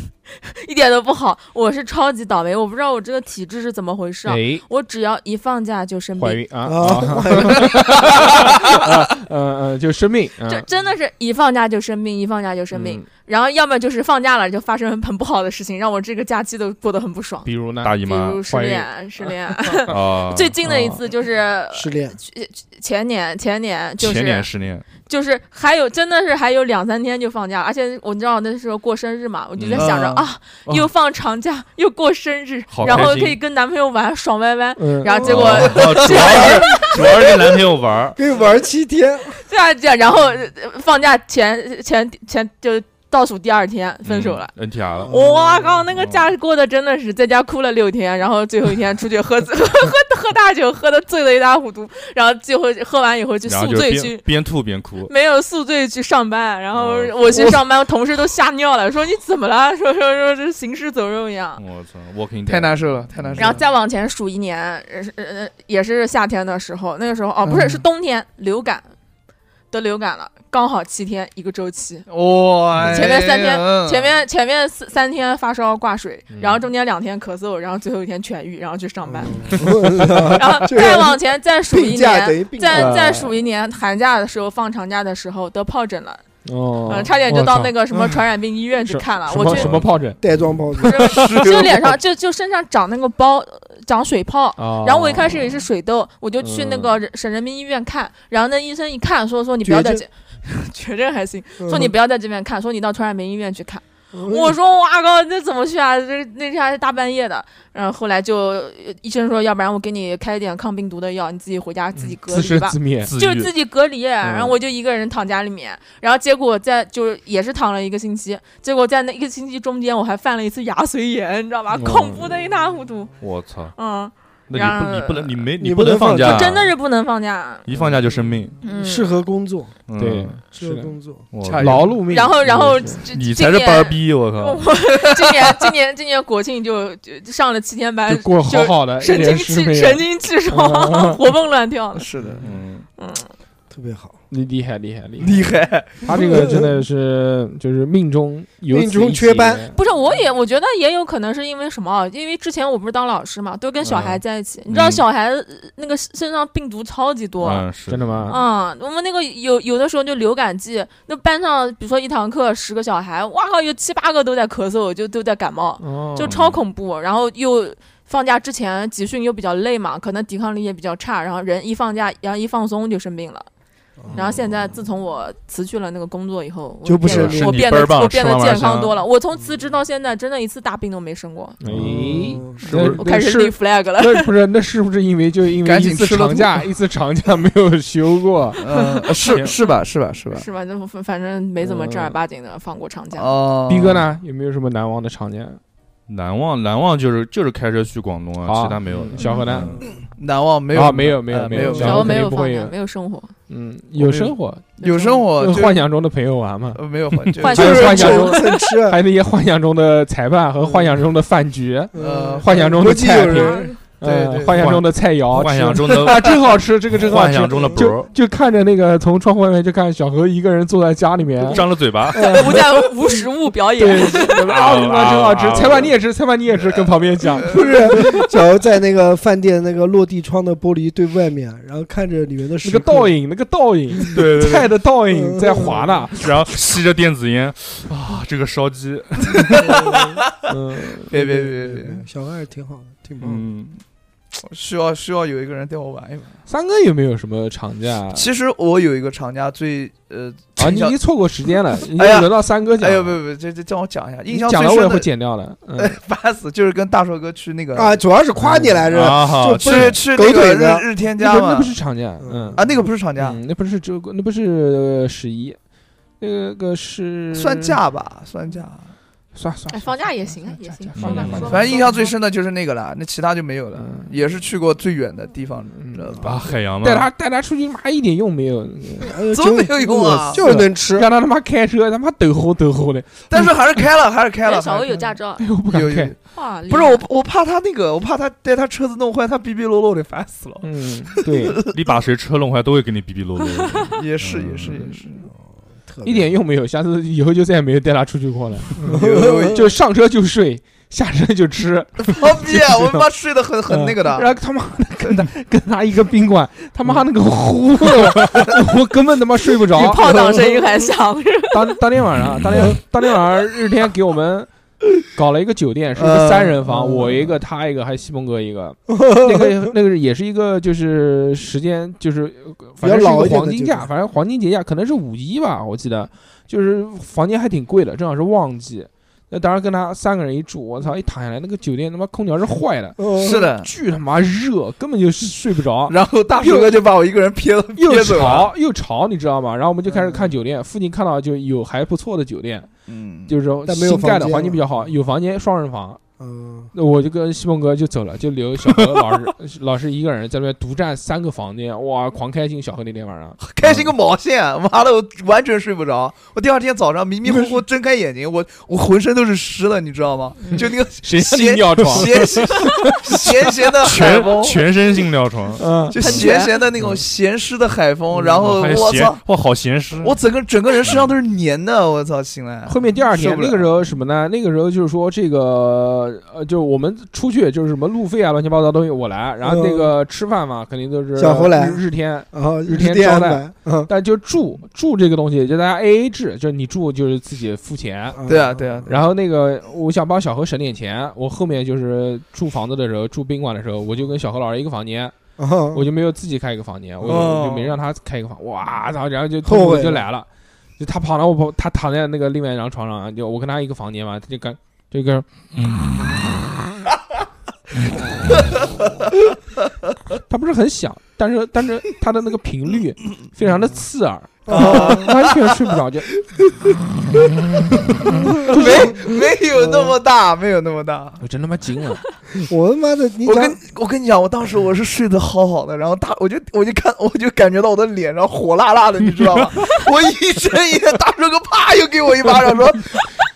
Speaker 4: [laughs] 一点都不好，我是超级倒霉，我不知道我这个体质是怎么回事啊！
Speaker 2: 哎，
Speaker 4: 我只要一放假就生
Speaker 2: 怀
Speaker 4: 病，
Speaker 2: 孕
Speaker 4: [laughs]
Speaker 2: 啊，
Speaker 5: 啊
Speaker 2: 啊，呃呃，就生病，啊嗯
Speaker 4: 这真的是一放假就生病，一放假就生病。，然后要么就是放假了就发生很不好的事情，让我这个假期都过得很不爽
Speaker 2: 嗯，比如呢，
Speaker 3: 大姨
Speaker 4: 比
Speaker 3: 妈
Speaker 4: 如失
Speaker 2: 怀孕
Speaker 4: 恋，失恋。
Speaker 3: 啊，
Speaker 4: 最近的一次就是
Speaker 5: 啊
Speaker 4: [laughs]
Speaker 5: [laughs] 失恋，
Speaker 4: 前年，前年就
Speaker 3: 前年
Speaker 4: 是
Speaker 3: 失恋，
Speaker 4: 就是还有真的是还有两三天就放假，而且我知道那时候过生日嘛，我就在想着
Speaker 6: 嗯
Speaker 4: 啊，又放长假又过生日
Speaker 3: 好，
Speaker 4: 然后
Speaker 3: 开心
Speaker 4: 可以跟男朋友玩爽歪歪，
Speaker 2: 嗯，
Speaker 4: 然后结果
Speaker 3: 哦哦主要是主要是跟男朋友玩儿，
Speaker 5: 可以玩七天，
Speaker 4: [laughs]
Speaker 5: [laughs]
Speaker 4: 对啊对啊，然后呃放假前前前就倒数第二天 [laughs] 分手了。
Speaker 3: ，NTR 了，
Speaker 4: 我靠，那个
Speaker 3: 嗯
Speaker 4: 假过得真的是在家哭了六天，然后最后一天出去 [laughs] 喝喝喝喝大酒，喝的醉得一塌糊涂，然后最后喝完以后去
Speaker 3: 然后
Speaker 4: 宿
Speaker 3: 就
Speaker 4: 醉
Speaker 3: 边
Speaker 4: 去，
Speaker 3: 边吐边
Speaker 4: [laughs]
Speaker 3: 哭，
Speaker 4: 没有宿醉去上班，然后
Speaker 3: 哦
Speaker 4: 我去上班，同事都吓尿了，说你怎么了？说说说这行尸走肉一样。
Speaker 3: 我操，Walking
Speaker 6: 太
Speaker 3: Dead
Speaker 6: 难受了，太难受了。
Speaker 4: 然
Speaker 3: 嗯
Speaker 4: 后再往前数一年，呃呃，也是夏天的时候，那个时候哦，不是
Speaker 6: 嗯
Speaker 4: 是冬天，流感得流感了，刚好七天一个周期，
Speaker 6: 哇，
Speaker 4: 前面三天
Speaker 6: 哎呀
Speaker 4: 前面前面四三天发烧挂水
Speaker 3: 嗯，
Speaker 4: 然后中间两天咳嗽，然后最后一天痊愈，然后去上班，
Speaker 5: 嗯
Speaker 4: 然后
Speaker 5: 这个
Speaker 4: 再往前再数一
Speaker 5: [laughs] 病假等
Speaker 4: 年。
Speaker 5: 于病假，
Speaker 4: 再
Speaker 2: 假
Speaker 4: 再数一年，寒假的时候放长假的时候得疱疹了，
Speaker 2: 哦
Speaker 4: 嗯，差点就到那
Speaker 2: 个
Speaker 4: 个什么传染病医院去看了。
Speaker 2: 什
Speaker 4: 我
Speaker 2: 么
Speaker 4: 去
Speaker 2: 什么疱疹
Speaker 5: 带状疱疹， [laughs]
Speaker 4: 就脸上就就身上长那个包，长水泡。
Speaker 2: 啊，
Speaker 4: 然后我一开始也是水痘，我就去那个
Speaker 2: 嗯
Speaker 4: 人省人民医院看，然后那医生一看说说你不要在这， [laughs] 绝症还行，
Speaker 2: 嗯
Speaker 4: 说你不要在这边看，说你到传染病医院去看。
Speaker 5: 嗯，
Speaker 4: 我说哇靠，那怎么去啊？这那天还是大半夜的。然后后来就呃医生说，要不然我给你开一点抗病毒的药，你自己回家自己隔
Speaker 2: 嗯自嗯
Speaker 4: 离
Speaker 2: 生
Speaker 4: 吧。
Speaker 2: 自灭，
Speaker 3: 自
Speaker 4: 就
Speaker 3: 愈
Speaker 4: 自己隔离，然后我就一个人躺家里面，然后结果在就是也是躺了一个星期，结果在那一个星期中间，我还犯了一次牙髓炎，你知道吧？
Speaker 2: 嗯
Speaker 4: 恐怖的一塌糊涂，
Speaker 3: 我操，
Speaker 4: 嗯，然
Speaker 3: 那
Speaker 4: 后
Speaker 3: 你不你不能你没
Speaker 5: 你
Speaker 3: 不
Speaker 5: 不
Speaker 3: 能
Speaker 5: 能
Speaker 3: 放
Speaker 5: 放假
Speaker 3: 假，
Speaker 4: 真的是不能放假，
Speaker 3: 一放假就生病，
Speaker 4: 嗯，
Speaker 5: 适合工作，
Speaker 3: 嗯
Speaker 2: 对，
Speaker 5: 适
Speaker 2: 是
Speaker 5: 合
Speaker 2: 的，
Speaker 5: 工作，
Speaker 3: 我
Speaker 6: 差
Speaker 2: 劳碌命。
Speaker 4: 然后然后
Speaker 2: 是
Speaker 4: 这
Speaker 3: 你
Speaker 4: 今
Speaker 3: 才是啊
Speaker 4: 年
Speaker 3: 班儿逼，我靠
Speaker 4: 我， [laughs] 今年今年今年国庆就就就上了七天班
Speaker 2: 就，过好好的，
Speaker 4: 啊神
Speaker 2: 一
Speaker 4: 清
Speaker 2: 点事
Speaker 3: 啊
Speaker 4: 气
Speaker 2: 没有
Speaker 4: 神清气爽，活蹦乱跳的，
Speaker 6: 是的，
Speaker 3: 嗯，
Speaker 4: 嗯，
Speaker 5: 特别好，
Speaker 2: 你厉害厉害厉害，
Speaker 6: 厉害，
Speaker 2: 他这个真的是就是命中有
Speaker 5: 命
Speaker 2: 此
Speaker 5: 中
Speaker 2: 一
Speaker 5: 缺
Speaker 2: 劫
Speaker 5: 班
Speaker 4: 不是，我也我觉得也有可能是因为什么啊？因为之前我不是当老师嘛，都跟小孩在一起，你知道
Speaker 3: 嗯
Speaker 4: 小孩呃那个身上病毒超级多。
Speaker 3: 嗯是
Speaker 2: 真的吗？
Speaker 4: 嗯，我们那个有有的时候就流感季，那班上比如说一堂课十个小孩，哇靠，有七八个都在咳嗽，就都在感冒，
Speaker 2: 哦
Speaker 4: 就超恐怖。然后又放假之前集训又比较累嘛，可能抵抗力也比较差，然后人一放假，然后一放松就生病了。然后现在自从我辞去了那个工作以后，我
Speaker 5: 就不
Speaker 4: 变得
Speaker 5: 生病
Speaker 3: 身
Speaker 4: 我
Speaker 3: 体
Speaker 4: 变
Speaker 3: 倍
Speaker 4: 得
Speaker 3: 儿棒
Speaker 4: 我变得
Speaker 3: 吃嘛嘛
Speaker 4: 健康
Speaker 3: 香
Speaker 4: 多了。我从辞职到现在，真的一次大病都没生过。
Speaker 2: 哎，
Speaker 5: 嗯
Speaker 3: 是不是
Speaker 4: 我开始
Speaker 2: [laughs]
Speaker 4: 立 flag 了，
Speaker 2: 那不是，那是不是因为就因为
Speaker 6: 赶
Speaker 2: 一
Speaker 6: 紧
Speaker 2: 次
Speaker 6: 吃了
Speaker 2: 长假，一次长假没有休过？
Speaker 4: [laughs]
Speaker 6: 嗯，是是吧，是吧，是吧？嗯
Speaker 4: 是吧？那反反正没怎么正儿八经的放过长假。
Speaker 6: 哦，
Speaker 2: 逼哥？呢？有没有什么难忘的长假？
Speaker 3: 难忘难忘就是就是开车去广东啊，
Speaker 2: 好嗯
Speaker 3: 其他没有了。
Speaker 2: 小何呢？
Speaker 5: 嗯
Speaker 6: 难忘没有
Speaker 2: 啊没有没有
Speaker 6: 呃
Speaker 2: 没
Speaker 6: 没
Speaker 2: 有
Speaker 6: 有
Speaker 2: 小
Speaker 4: 然
Speaker 2: 时候
Speaker 4: 后
Speaker 2: 肯
Speaker 4: 没
Speaker 2: 定
Speaker 4: 有
Speaker 2: 不
Speaker 4: 放
Speaker 2: 会
Speaker 4: 假
Speaker 2: 有，
Speaker 4: 没有生活，
Speaker 2: 嗯，有生活，
Speaker 6: 有生活
Speaker 2: 就
Speaker 6: 就
Speaker 2: 幻想中的朋友玩嘛，
Speaker 6: 呃没有换，就
Speaker 4: 幻
Speaker 2: 还有
Speaker 4: 想
Speaker 2: 幻想
Speaker 5: 蹭
Speaker 2: 中，
Speaker 5: 蹭吃，
Speaker 2: [laughs]
Speaker 5: 啊
Speaker 2: 还有那些幻想中的裁判和幻想中的饭局，
Speaker 5: 呃，
Speaker 2: 幻想中
Speaker 5: [laughs]
Speaker 2: 的
Speaker 5: 国际
Speaker 2: 菜
Speaker 5: 友
Speaker 2: 品，
Speaker 5: 人，
Speaker 2: 呃
Speaker 6: 对对
Speaker 2: 幻想中的菜肴，
Speaker 3: 幻想
Speaker 2: 吃
Speaker 3: 中的
Speaker 2: 啊，真好吃，这个真好
Speaker 3: 幻
Speaker 2: 吃
Speaker 3: 想。中的
Speaker 5: 就
Speaker 3: bro，
Speaker 2: 就看着那个从窗户外面就看小何一个人坐在家里面，
Speaker 3: 张了嘴巴，
Speaker 4: 无 [laughs] 在无实物表
Speaker 2: 对，
Speaker 4: [laughs] 演。
Speaker 2: [laughs] 啊，真好吃，裁判你也吃，裁判你也吃，跟旁边讲，
Speaker 5: 不是，小时候在那个饭店那个落地窗的玻璃对外面，然后看着里面的
Speaker 2: 那
Speaker 5: 食
Speaker 2: 个
Speaker 5: 客
Speaker 2: 倒影，那个倒
Speaker 6: [laughs]
Speaker 2: 影，
Speaker 3: 对 [laughs] 对对，
Speaker 2: 菜的倒
Speaker 4: 嗯
Speaker 2: 影在滑呢，
Speaker 3: [laughs] 然后吸着电子烟啊，这个烧鸡，
Speaker 2: 嗯，
Speaker 6: 别别别别别，
Speaker 5: 小孩儿挺好的，挺棒的。
Speaker 3: 嗯，
Speaker 6: 需要需要有一个人带我玩一玩。
Speaker 2: 三哥有没有什么长假啊？
Speaker 6: 其实我有一个长假最呃印
Speaker 2: 你
Speaker 6: 象
Speaker 2: 你错过时间了，
Speaker 6: [laughs]
Speaker 2: 你
Speaker 6: 哎呀
Speaker 2: 轮到三哥讲
Speaker 6: 哎呦
Speaker 2: 了，
Speaker 6: 不不，这这让我讲一下，
Speaker 2: 你
Speaker 6: 印象最
Speaker 2: 讲了我也
Speaker 6: 深
Speaker 2: 会
Speaker 6: 的，
Speaker 2: 剪掉
Speaker 6: [laughs]
Speaker 2: 的，嗯
Speaker 6: 烦死，就是跟大硕哥去那个
Speaker 5: 啊，主要是夸你来着，
Speaker 3: 啊好，
Speaker 5: 就
Speaker 6: 吃吃
Speaker 5: 狗
Speaker 6: 那个
Speaker 5: 腿子
Speaker 6: 日日天
Speaker 2: 那
Speaker 6: 家
Speaker 2: 不是那
Speaker 6: 嘛
Speaker 2: 不，是长假，嗯
Speaker 6: 啊那个不是长假，
Speaker 2: 嗯，那不是周，那不是十一，那个是
Speaker 6: 算，假吧，算假。
Speaker 2: 算算
Speaker 4: 哎，放假也行啊，也行。
Speaker 2: 嗯
Speaker 4: 放假
Speaker 2: 嗯
Speaker 4: 说吧
Speaker 6: 反正印象最深的就是那个了，那其他就没有了
Speaker 2: 嗯，
Speaker 6: 也是去过最远的地方
Speaker 2: 嗯
Speaker 6: 了
Speaker 3: 啊
Speaker 6: 吧。
Speaker 3: 海洋嘛，
Speaker 2: 带他带他出去，妈一点用没有，
Speaker 5: 哎呦
Speaker 6: 总
Speaker 5: 真
Speaker 6: 没有用啊
Speaker 5: 我就是能吃。
Speaker 2: 让他他妈开车，他妈抖吼抖吼的，
Speaker 6: 但是还是开了，还是开了。
Speaker 4: 哎小
Speaker 6: 还
Speaker 4: 欧
Speaker 6: 是
Speaker 4: 有
Speaker 6: 开了
Speaker 4: 驾照
Speaker 2: 哎，呦不敢
Speaker 6: 有有
Speaker 2: 开
Speaker 6: 有，，
Speaker 4: 哇，厉
Speaker 6: 不是
Speaker 4: 害
Speaker 6: 我，我怕他那个，我怕他带他车子弄坏，他逼逼啰啰的，烦死了。 [laughs]
Speaker 2: 嗯，对，
Speaker 3: 你把谁车弄坏都会给你逼逼啰啰的。
Speaker 6: 也是，也是，
Speaker 2: 嗯
Speaker 6: 也是。
Speaker 5: 特
Speaker 2: [laughs] 一
Speaker 5: 别
Speaker 2: 点用没有。下次以后就再也没有带他出去过了，
Speaker 6: [laughs] 有
Speaker 2: 就上车就睡，下车就吃，
Speaker 6: 方便，我他妈睡得很很那个
Speaker 2: [laughs] 然
Speaker 6: 的，
Speaker 2: 后他妈的跟他跟他一个宾馆，他妈那个呼，
Speaker 6: [laughs]
Speaker 2: 我根本他妈睡不
Speaker 7: 比
Speaker 2: 着。
Speaker 7: 炮仗声音还响，
Speaker 2: 当当天晚
Speaker 5: [laughs]
Speaker 2: 上，当天当天晚上日天给我们搞了一个酒店，是一个
Speaker 5: 嗯
Speaker 2: 三人房，
Speaker 5: 嗯
Speaker 2: 我一个，他一个，还有西蒙哥一
Speaker 5: [laughs]
Speaker 2: 个。那个那个也是一个就是时间就是反正是
Speaker 5: 老
Speaker 2: 一个
Speaker 5: 一点的
Speaker 2: 黄金
Speaker 5: 酒
Speaker 2: 价，
Speaker 5: 店
Speaker 2: 反正黄金节假可能是五一吧，我记得就是房间还挺贵的，正好是旺季。那当时跟他三个人一住，我操，一躺下来那个酒店他妈空调是坏的，
Speaker 5: 嗯
Speaker 6: 是的。
Speaker 2: 巨他妈热，根本就睡不着。
Speaker 6: 然后大叔哥就把我一个人撇了，
Speaker 2: 又
Speaker 6: 撇走了。
Speaker 2: 吵又吵，你知道吗？然后我们就开始看酒店，附近看到就有还不错的酒店，
Speaker 6: 嗯，
Speaker 2: 就是说
Speaker 5: 但没有
Speaker 2: 新盖的
Speaker 5: 房间
Speaker 2: 环境
Speaker 5: 了
Speaker 2: 比较好，有房间双人房，
Speaker 5: 嗯，
Speaker 2: 那我就跟西蒙哥就走了，就留小何老
Speaker 5: [laughs]
Speaker 2: 师老师一个人在那边独占三个房间，哇，狂开心！小何那天
Speaker 5: [laughs]
Speaker 2: 晚上，
Speaker 6: 开心个毛线！啊妈的，我完全睡不着。我第二天早上迷迷糊糊睁开眼睛，我我浑身都是湿了，你知道吗？
Speaker 2: 嗯
Speaker 6: 就那个
Speaker 2: 谁让你
Speaker 6: 咸
Speaker 2: 尿床？
Speaker 6: 咸
Speaker 2: [laughs]
Speaker 6: 咸咸的海
Speaker 3: 全
Speaker 6: 风，
Speaker 3: 全身性尿床，
Speaker 2: 嗯，
Speaker 6: 就咸咸的那种咸湿的海风，
Speaker 2: 嗯
Speaker 6: 然后
Speaker 3: 还
Speaker 6: 哦我
Speaker 3: 咸
Speaker 6: 操，，
Speaker 3: 哇，好咸湿，
Speaker 6: 我整个整个人身上都是黏的，我操，醒来
Speaker 2: 后面第二天
Speaker 6: 受不了
Speaker 2: 那个时候什么呢？那个时候就是说这个呃，就我们出去就是什么路费啊，乱七八糟东西我来，然后那个吃饭嘛，肯定都是
Speaker 5: 嗯小何来
Speaker 2: 日日天。
Speaker 5: 然后
Speaker 2: 日
Speaker 5: 天
Speaker 2: 天
Speaker 5: 安
Speaker 2: 招
Speaker 5: 排
Speaker 2: 待，
Speaker 5: 嗯，
Speaker 2: 但就住住这个东西，就大家 A A 制，就是你住就是自己付钱，
Speaker 5: 嗯
Speaker 6: 对啊对啊，
Speaker 2: 然后那个，我想帮小何省点钱，我后面就是住房子的时候，住宾馆的时候，我就跟小何老师一个房间，
Speaker 5: 嗯 [laughs]
Speaker 2: 我就没有自己开一个房间，我就
Speaker 6: 哦
Speaker 2: 我就没让他开一个房。哇操！然后就
Speaker 5: 后悔
Speaker 2: 痛苦
Speaker 5: 了
Speaker 2: 就来了，就他跑了，我跑，他躺在那个另外一张床上，就我跟他一个房间嘛，他就跟就跟。
Speaker 5: 嗯
Speaker 2: [laughs] 他不是很响，但是但是他的那个频率非常的刺耳，
Speaker 5: 哦
Speaker 2: 完全睡不着，就
Speaker 6: 没没有
Speaker 2: 嗯
Speaker 6: 那么大，没有那么大。
Speaker 2: 我真他妈惊了。
Speaker 5: [laughs] 我他妈的，你
Speaker 6: 我
Speaker 5: 讲
Speaker 6: 跟我跟你讲，我当时我是睡得好好的，然后大我就我就看我就感觉到我的脸上火辣辣的，你知道吗？ [laughs] 我一睁眼，大叔哥啪又给我一巴掌，说：“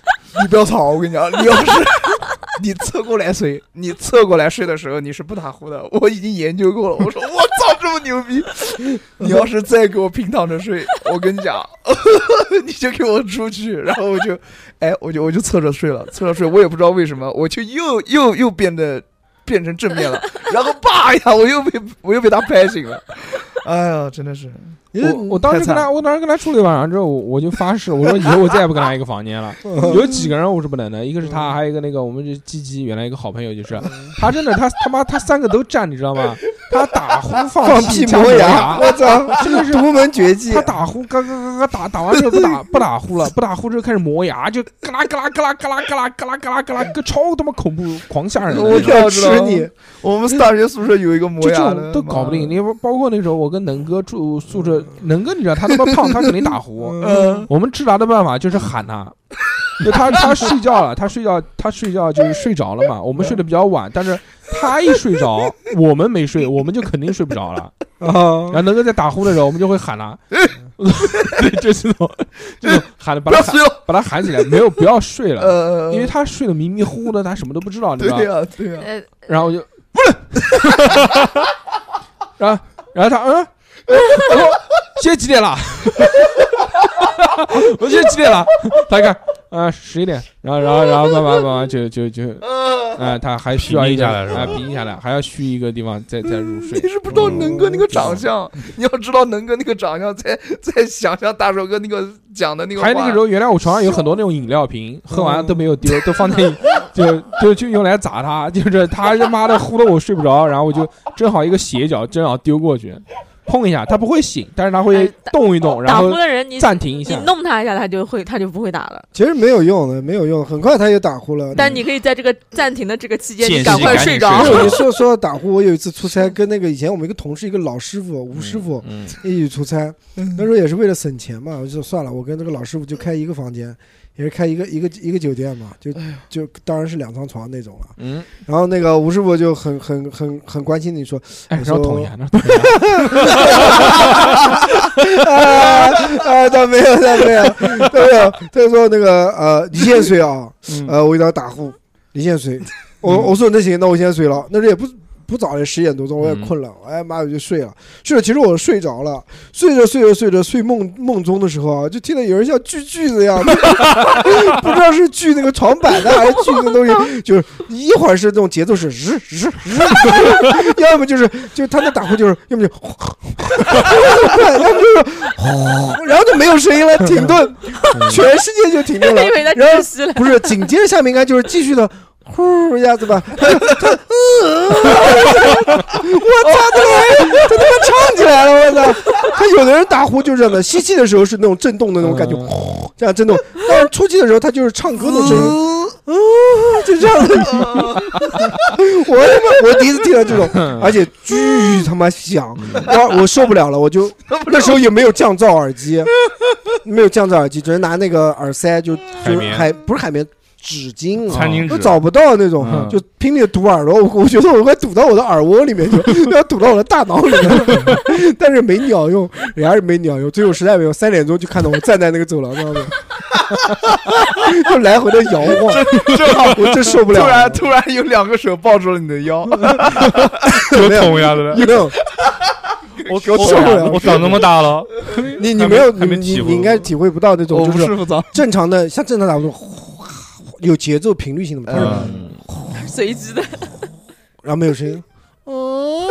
Speaker 6: [laughs] 你不要吵，我跟你讲，你要是 [laughs] 你侧过来睡，你侧过来睡的时候你是不打呼的，我已经研究过了。”我说：“我操，这么牛逼！ [laughs] 你要是再给我平躺着睡，我跟你讲， [laughs] 你就给我出去。”然后我就，哎，我就我就侧着睡了，侧着睡，我也不知道为什么，我就又又又变得变成正面了，然后叭一下，我又被我又被他拍醒了。哎呀，真的是，
Speaker 5: 你
Speaker 2: 我我当时
Speaker 6: 太惨
Speaker 2: 跟他，我当时跟他处理完了之后，我我就发誓，我说以后我再也不跟他一个房间了。有几个人我是不能的，一个是他，还有一个那个我们这鸡鸡原来一个好朋友，就是 [laughs] 他真的他他妈他三个都占，你知道吗？他打呼
Speaker 5: 放
Speaker 2: 放
Speaker 5: 屁
Speaker 2: 加
Speaker 5: 磨牙，
Speaker 2: 牙，
Speaker 5: 我操，
Speaker 2: [laughs] 真的是
Speaker 5: 独门绝技啊
Speaker 2: 他，打呼嘎嘎嘎嘎打打完之后不打不打呼了，不打呼之后开始磨牙，就嘎啦嘎啦嘎啦嘎啦嘎啦嘎啦嘎啦嘎啦，个超他妈恐怖，狂吓人的那种。
Speaker 6: 我
Speaker 5: 要
Speaker 6: 知道
Speaker 5: 吃你，
Speaker 6: 我们大学宿舍有一个磨
Speaker 2: 就这
Speaker 6: 牙的，
Speaker 2: 种都搞不定，
Speaker 6: 妈的。
Speaker 2: 你包括那时候我跟能哥住宿舍，能哥你知道他他妈胖，他肯定打呼，
Speaker 6: [laughs]
Speaker 5: 嗯，
Speaker 2: 我们治疗的办法就是喊他，就他他睡觉了，他睡觉他睡觉就是睡着了嘛。我们睡得比较晚，但是他一睡
Speaker 6: [laughs]
Speaker 2: 着，我们没睡，我们就肯定睡不着了。然
Speaker 5: 啊
Speaker 2: 后能够在打呼的时候，我们就会喊他，对，就是这种这种喊的，把
Speaker 6: 不要
Speaker 2: 他喊
Speaker 6: 睡了，
Speaker 2: 把他喊起来，没有不要睡了，
Speaker 6: 呃，
Speaker 2: 因为他睡得迷迷糊糊的，他什么都不知道，你知
Speaker 6: 对
Speaker 2: 道吧？
Speaker 6: 呀，对呀，
Speaker 4: 呃，
Speaker 2: 然后我就不是，然后然后他嗯，我说现在几点了？我现在几点了？他一看啊十一点，然后然后然后慢慢慢慢就就就
Speaker 6: 呃，
Speaker 2: 啊、他还需要
Speaker 3: 平
Speaker 2: 一
Speaker 3: 静
Speaker 2: 个
Speaker 3: 下来是吧
Speaker 2: 啊平静下来，还要去一个地方再再入睡
Speaker 6: 你。是不知道能哥那个长相，
Speaker 2: 嗯
Speaker 6: 你要知道能哥那个长相，再再想象大手哥那个讲的那个话，
Speaker 2: 还有那个时候，原来我床上有很多那种饮料瓶，喝完都没有丢，都放在就就就用来砸他，就是他他妈的呼的我睡不着，然后我就正好一个斜角正好丢过去，碰一下，他不会醒，但是他会
Speaker 4: 哎打
Speaker 2: 动一动，然
Speaker 4: 打呼
Speaker 2: 后
Speaker 4: 的人你
Speaker 2: 暂停一
Speaker 4: 你
Speaker 2: 下。
Speaker 4: 弄他一下，他就会他就不会打了。
Speaker 5: 其实没有用的，没有用，很快他也打呼了。
Speaker 4: 但你可以在这个暂停的这个期间，
Speaker 3: 间
Speaker 4: 你
Speaker 3: 隙
Speaker 4: 赶快
Speaker 3: 赶紧
Speaker 4: 睡着
Speaker 5: 没
Speaker 3: 睡。
Speaker 5: 有，你 [laughs] 说说到打呼，我有一次出差，跟那个以前我们一个同事，一个老师傅吴师傅
Speaker 2: 嗯，
Speaker 5: 一起出差，那时候也是为了省钱嘛，我就说算了，我跟这个老师傅就开一个房间，也是开一个一个一个酒店嘛，就就当然是两张床那种了。
Speaker 2: 哎嗯，
Speaker 5: 然后那个吴师傅就很很很很关心你说，
Speaker 2: 哎，
Speaker 5: 我
Speaker 2: 让我
Speaker 5: 说嗯
Speaker 2: 捅一下，让我捅一下。
Speaker 5: 啊 [laughs] 啊，他没有，他没有，他没有，他说那个呃，你先睡啊，呃，我有点打呼，你先睡。我我说那行，那我先睡了。那时候也不不不早也十点多钟，我也困了，哎妈我就睡了。睡了，其实我睡着了，睡着睡着睡着睡梦梦中的时候啊，就听到有人像锯锯子一样， [laughs] 不知道是锯那个床板的还是锯那个东西，就是一会儿是那种节奏是日日日，要么就是就是他那打呼就是，要么就，要么就是，然后就没有声音了，停顿，全世界就停顿了
Speaker 7: 以为他，
Speaker 5: 然后
Speaker 7: 窒息了，
Speaker 5: 不是，紧接着下面应该就是继续的呼一下子吧。他呃我操，他他他妈唱起来了，我操！他有的人打呼就是这样的，吸气的时候是那种震动的那种感觉，呼这样震动；但是出气的时候，他就是唱歌的声音，嗯，
Speaker 3: 哦
Speaker 5: 就这样的。 [laughs] 我他妈，我第一次听
Speaker 3: [laughs]
Speaker 5: 到这种，而且巨他妈响，然后我受不了了，我就那时候也没有降噪耳机，没有降噪耳机，只能拿那个耳塞就
Speaker 3: 海
Speaker 5: 就
Speaker 3: 绵
Speaker 5: 是海不是海绵纸巾啊，
Speaker 3: 餐巾
Speaker 5: 都
Speaker 3: 纸
Speaker 5: 找不到那种，
Speaker 3: 嗯
Speaker 5: 就拼命堵耳朵，我我觉得我快堵到我的耳窝里面去，要堵到我的大脑里面， [laughs] 但是没鸟用，也还是没鸟用。最后实在没有，三点钟就看到我站在那个走廊上面，就来回的摇晃，我真受不
Speaker 6: 突
Speaker 5: 了了
Speaker 6: 然，呃突然有两个手抱住了你的腰，
Speaker 3: 就捅一下子，
Speaker 5: 没有，
Speaker 3: 我
Speaker 5: [laughs] 我受不了
Speaker 3: 我长这么大了，
Speaker 5: 你你
Speaker 3: 还
Speaker 5: 没
Speaker 3: 没
Speaker 5: 有，
Speaker 3: 还
Speaker 5: 你
Speaker 3: 没
Speaker 5: 你
Speaker 3: 体会
Speaker 5: 你应该体会不到那种
Speaker 6: 我
Speaker 5: 就
Speaker 6: 不
Speaker 5: 是
Speaker 6: 是不脏，
Speaker 5: 正常的，像正常打呼，有节奏、频率性的，它是
Speaker 3: 嗯
Speaker 7: 随机的，
Speaker 5: 然后没有声音，
Speaker 4: [laughs]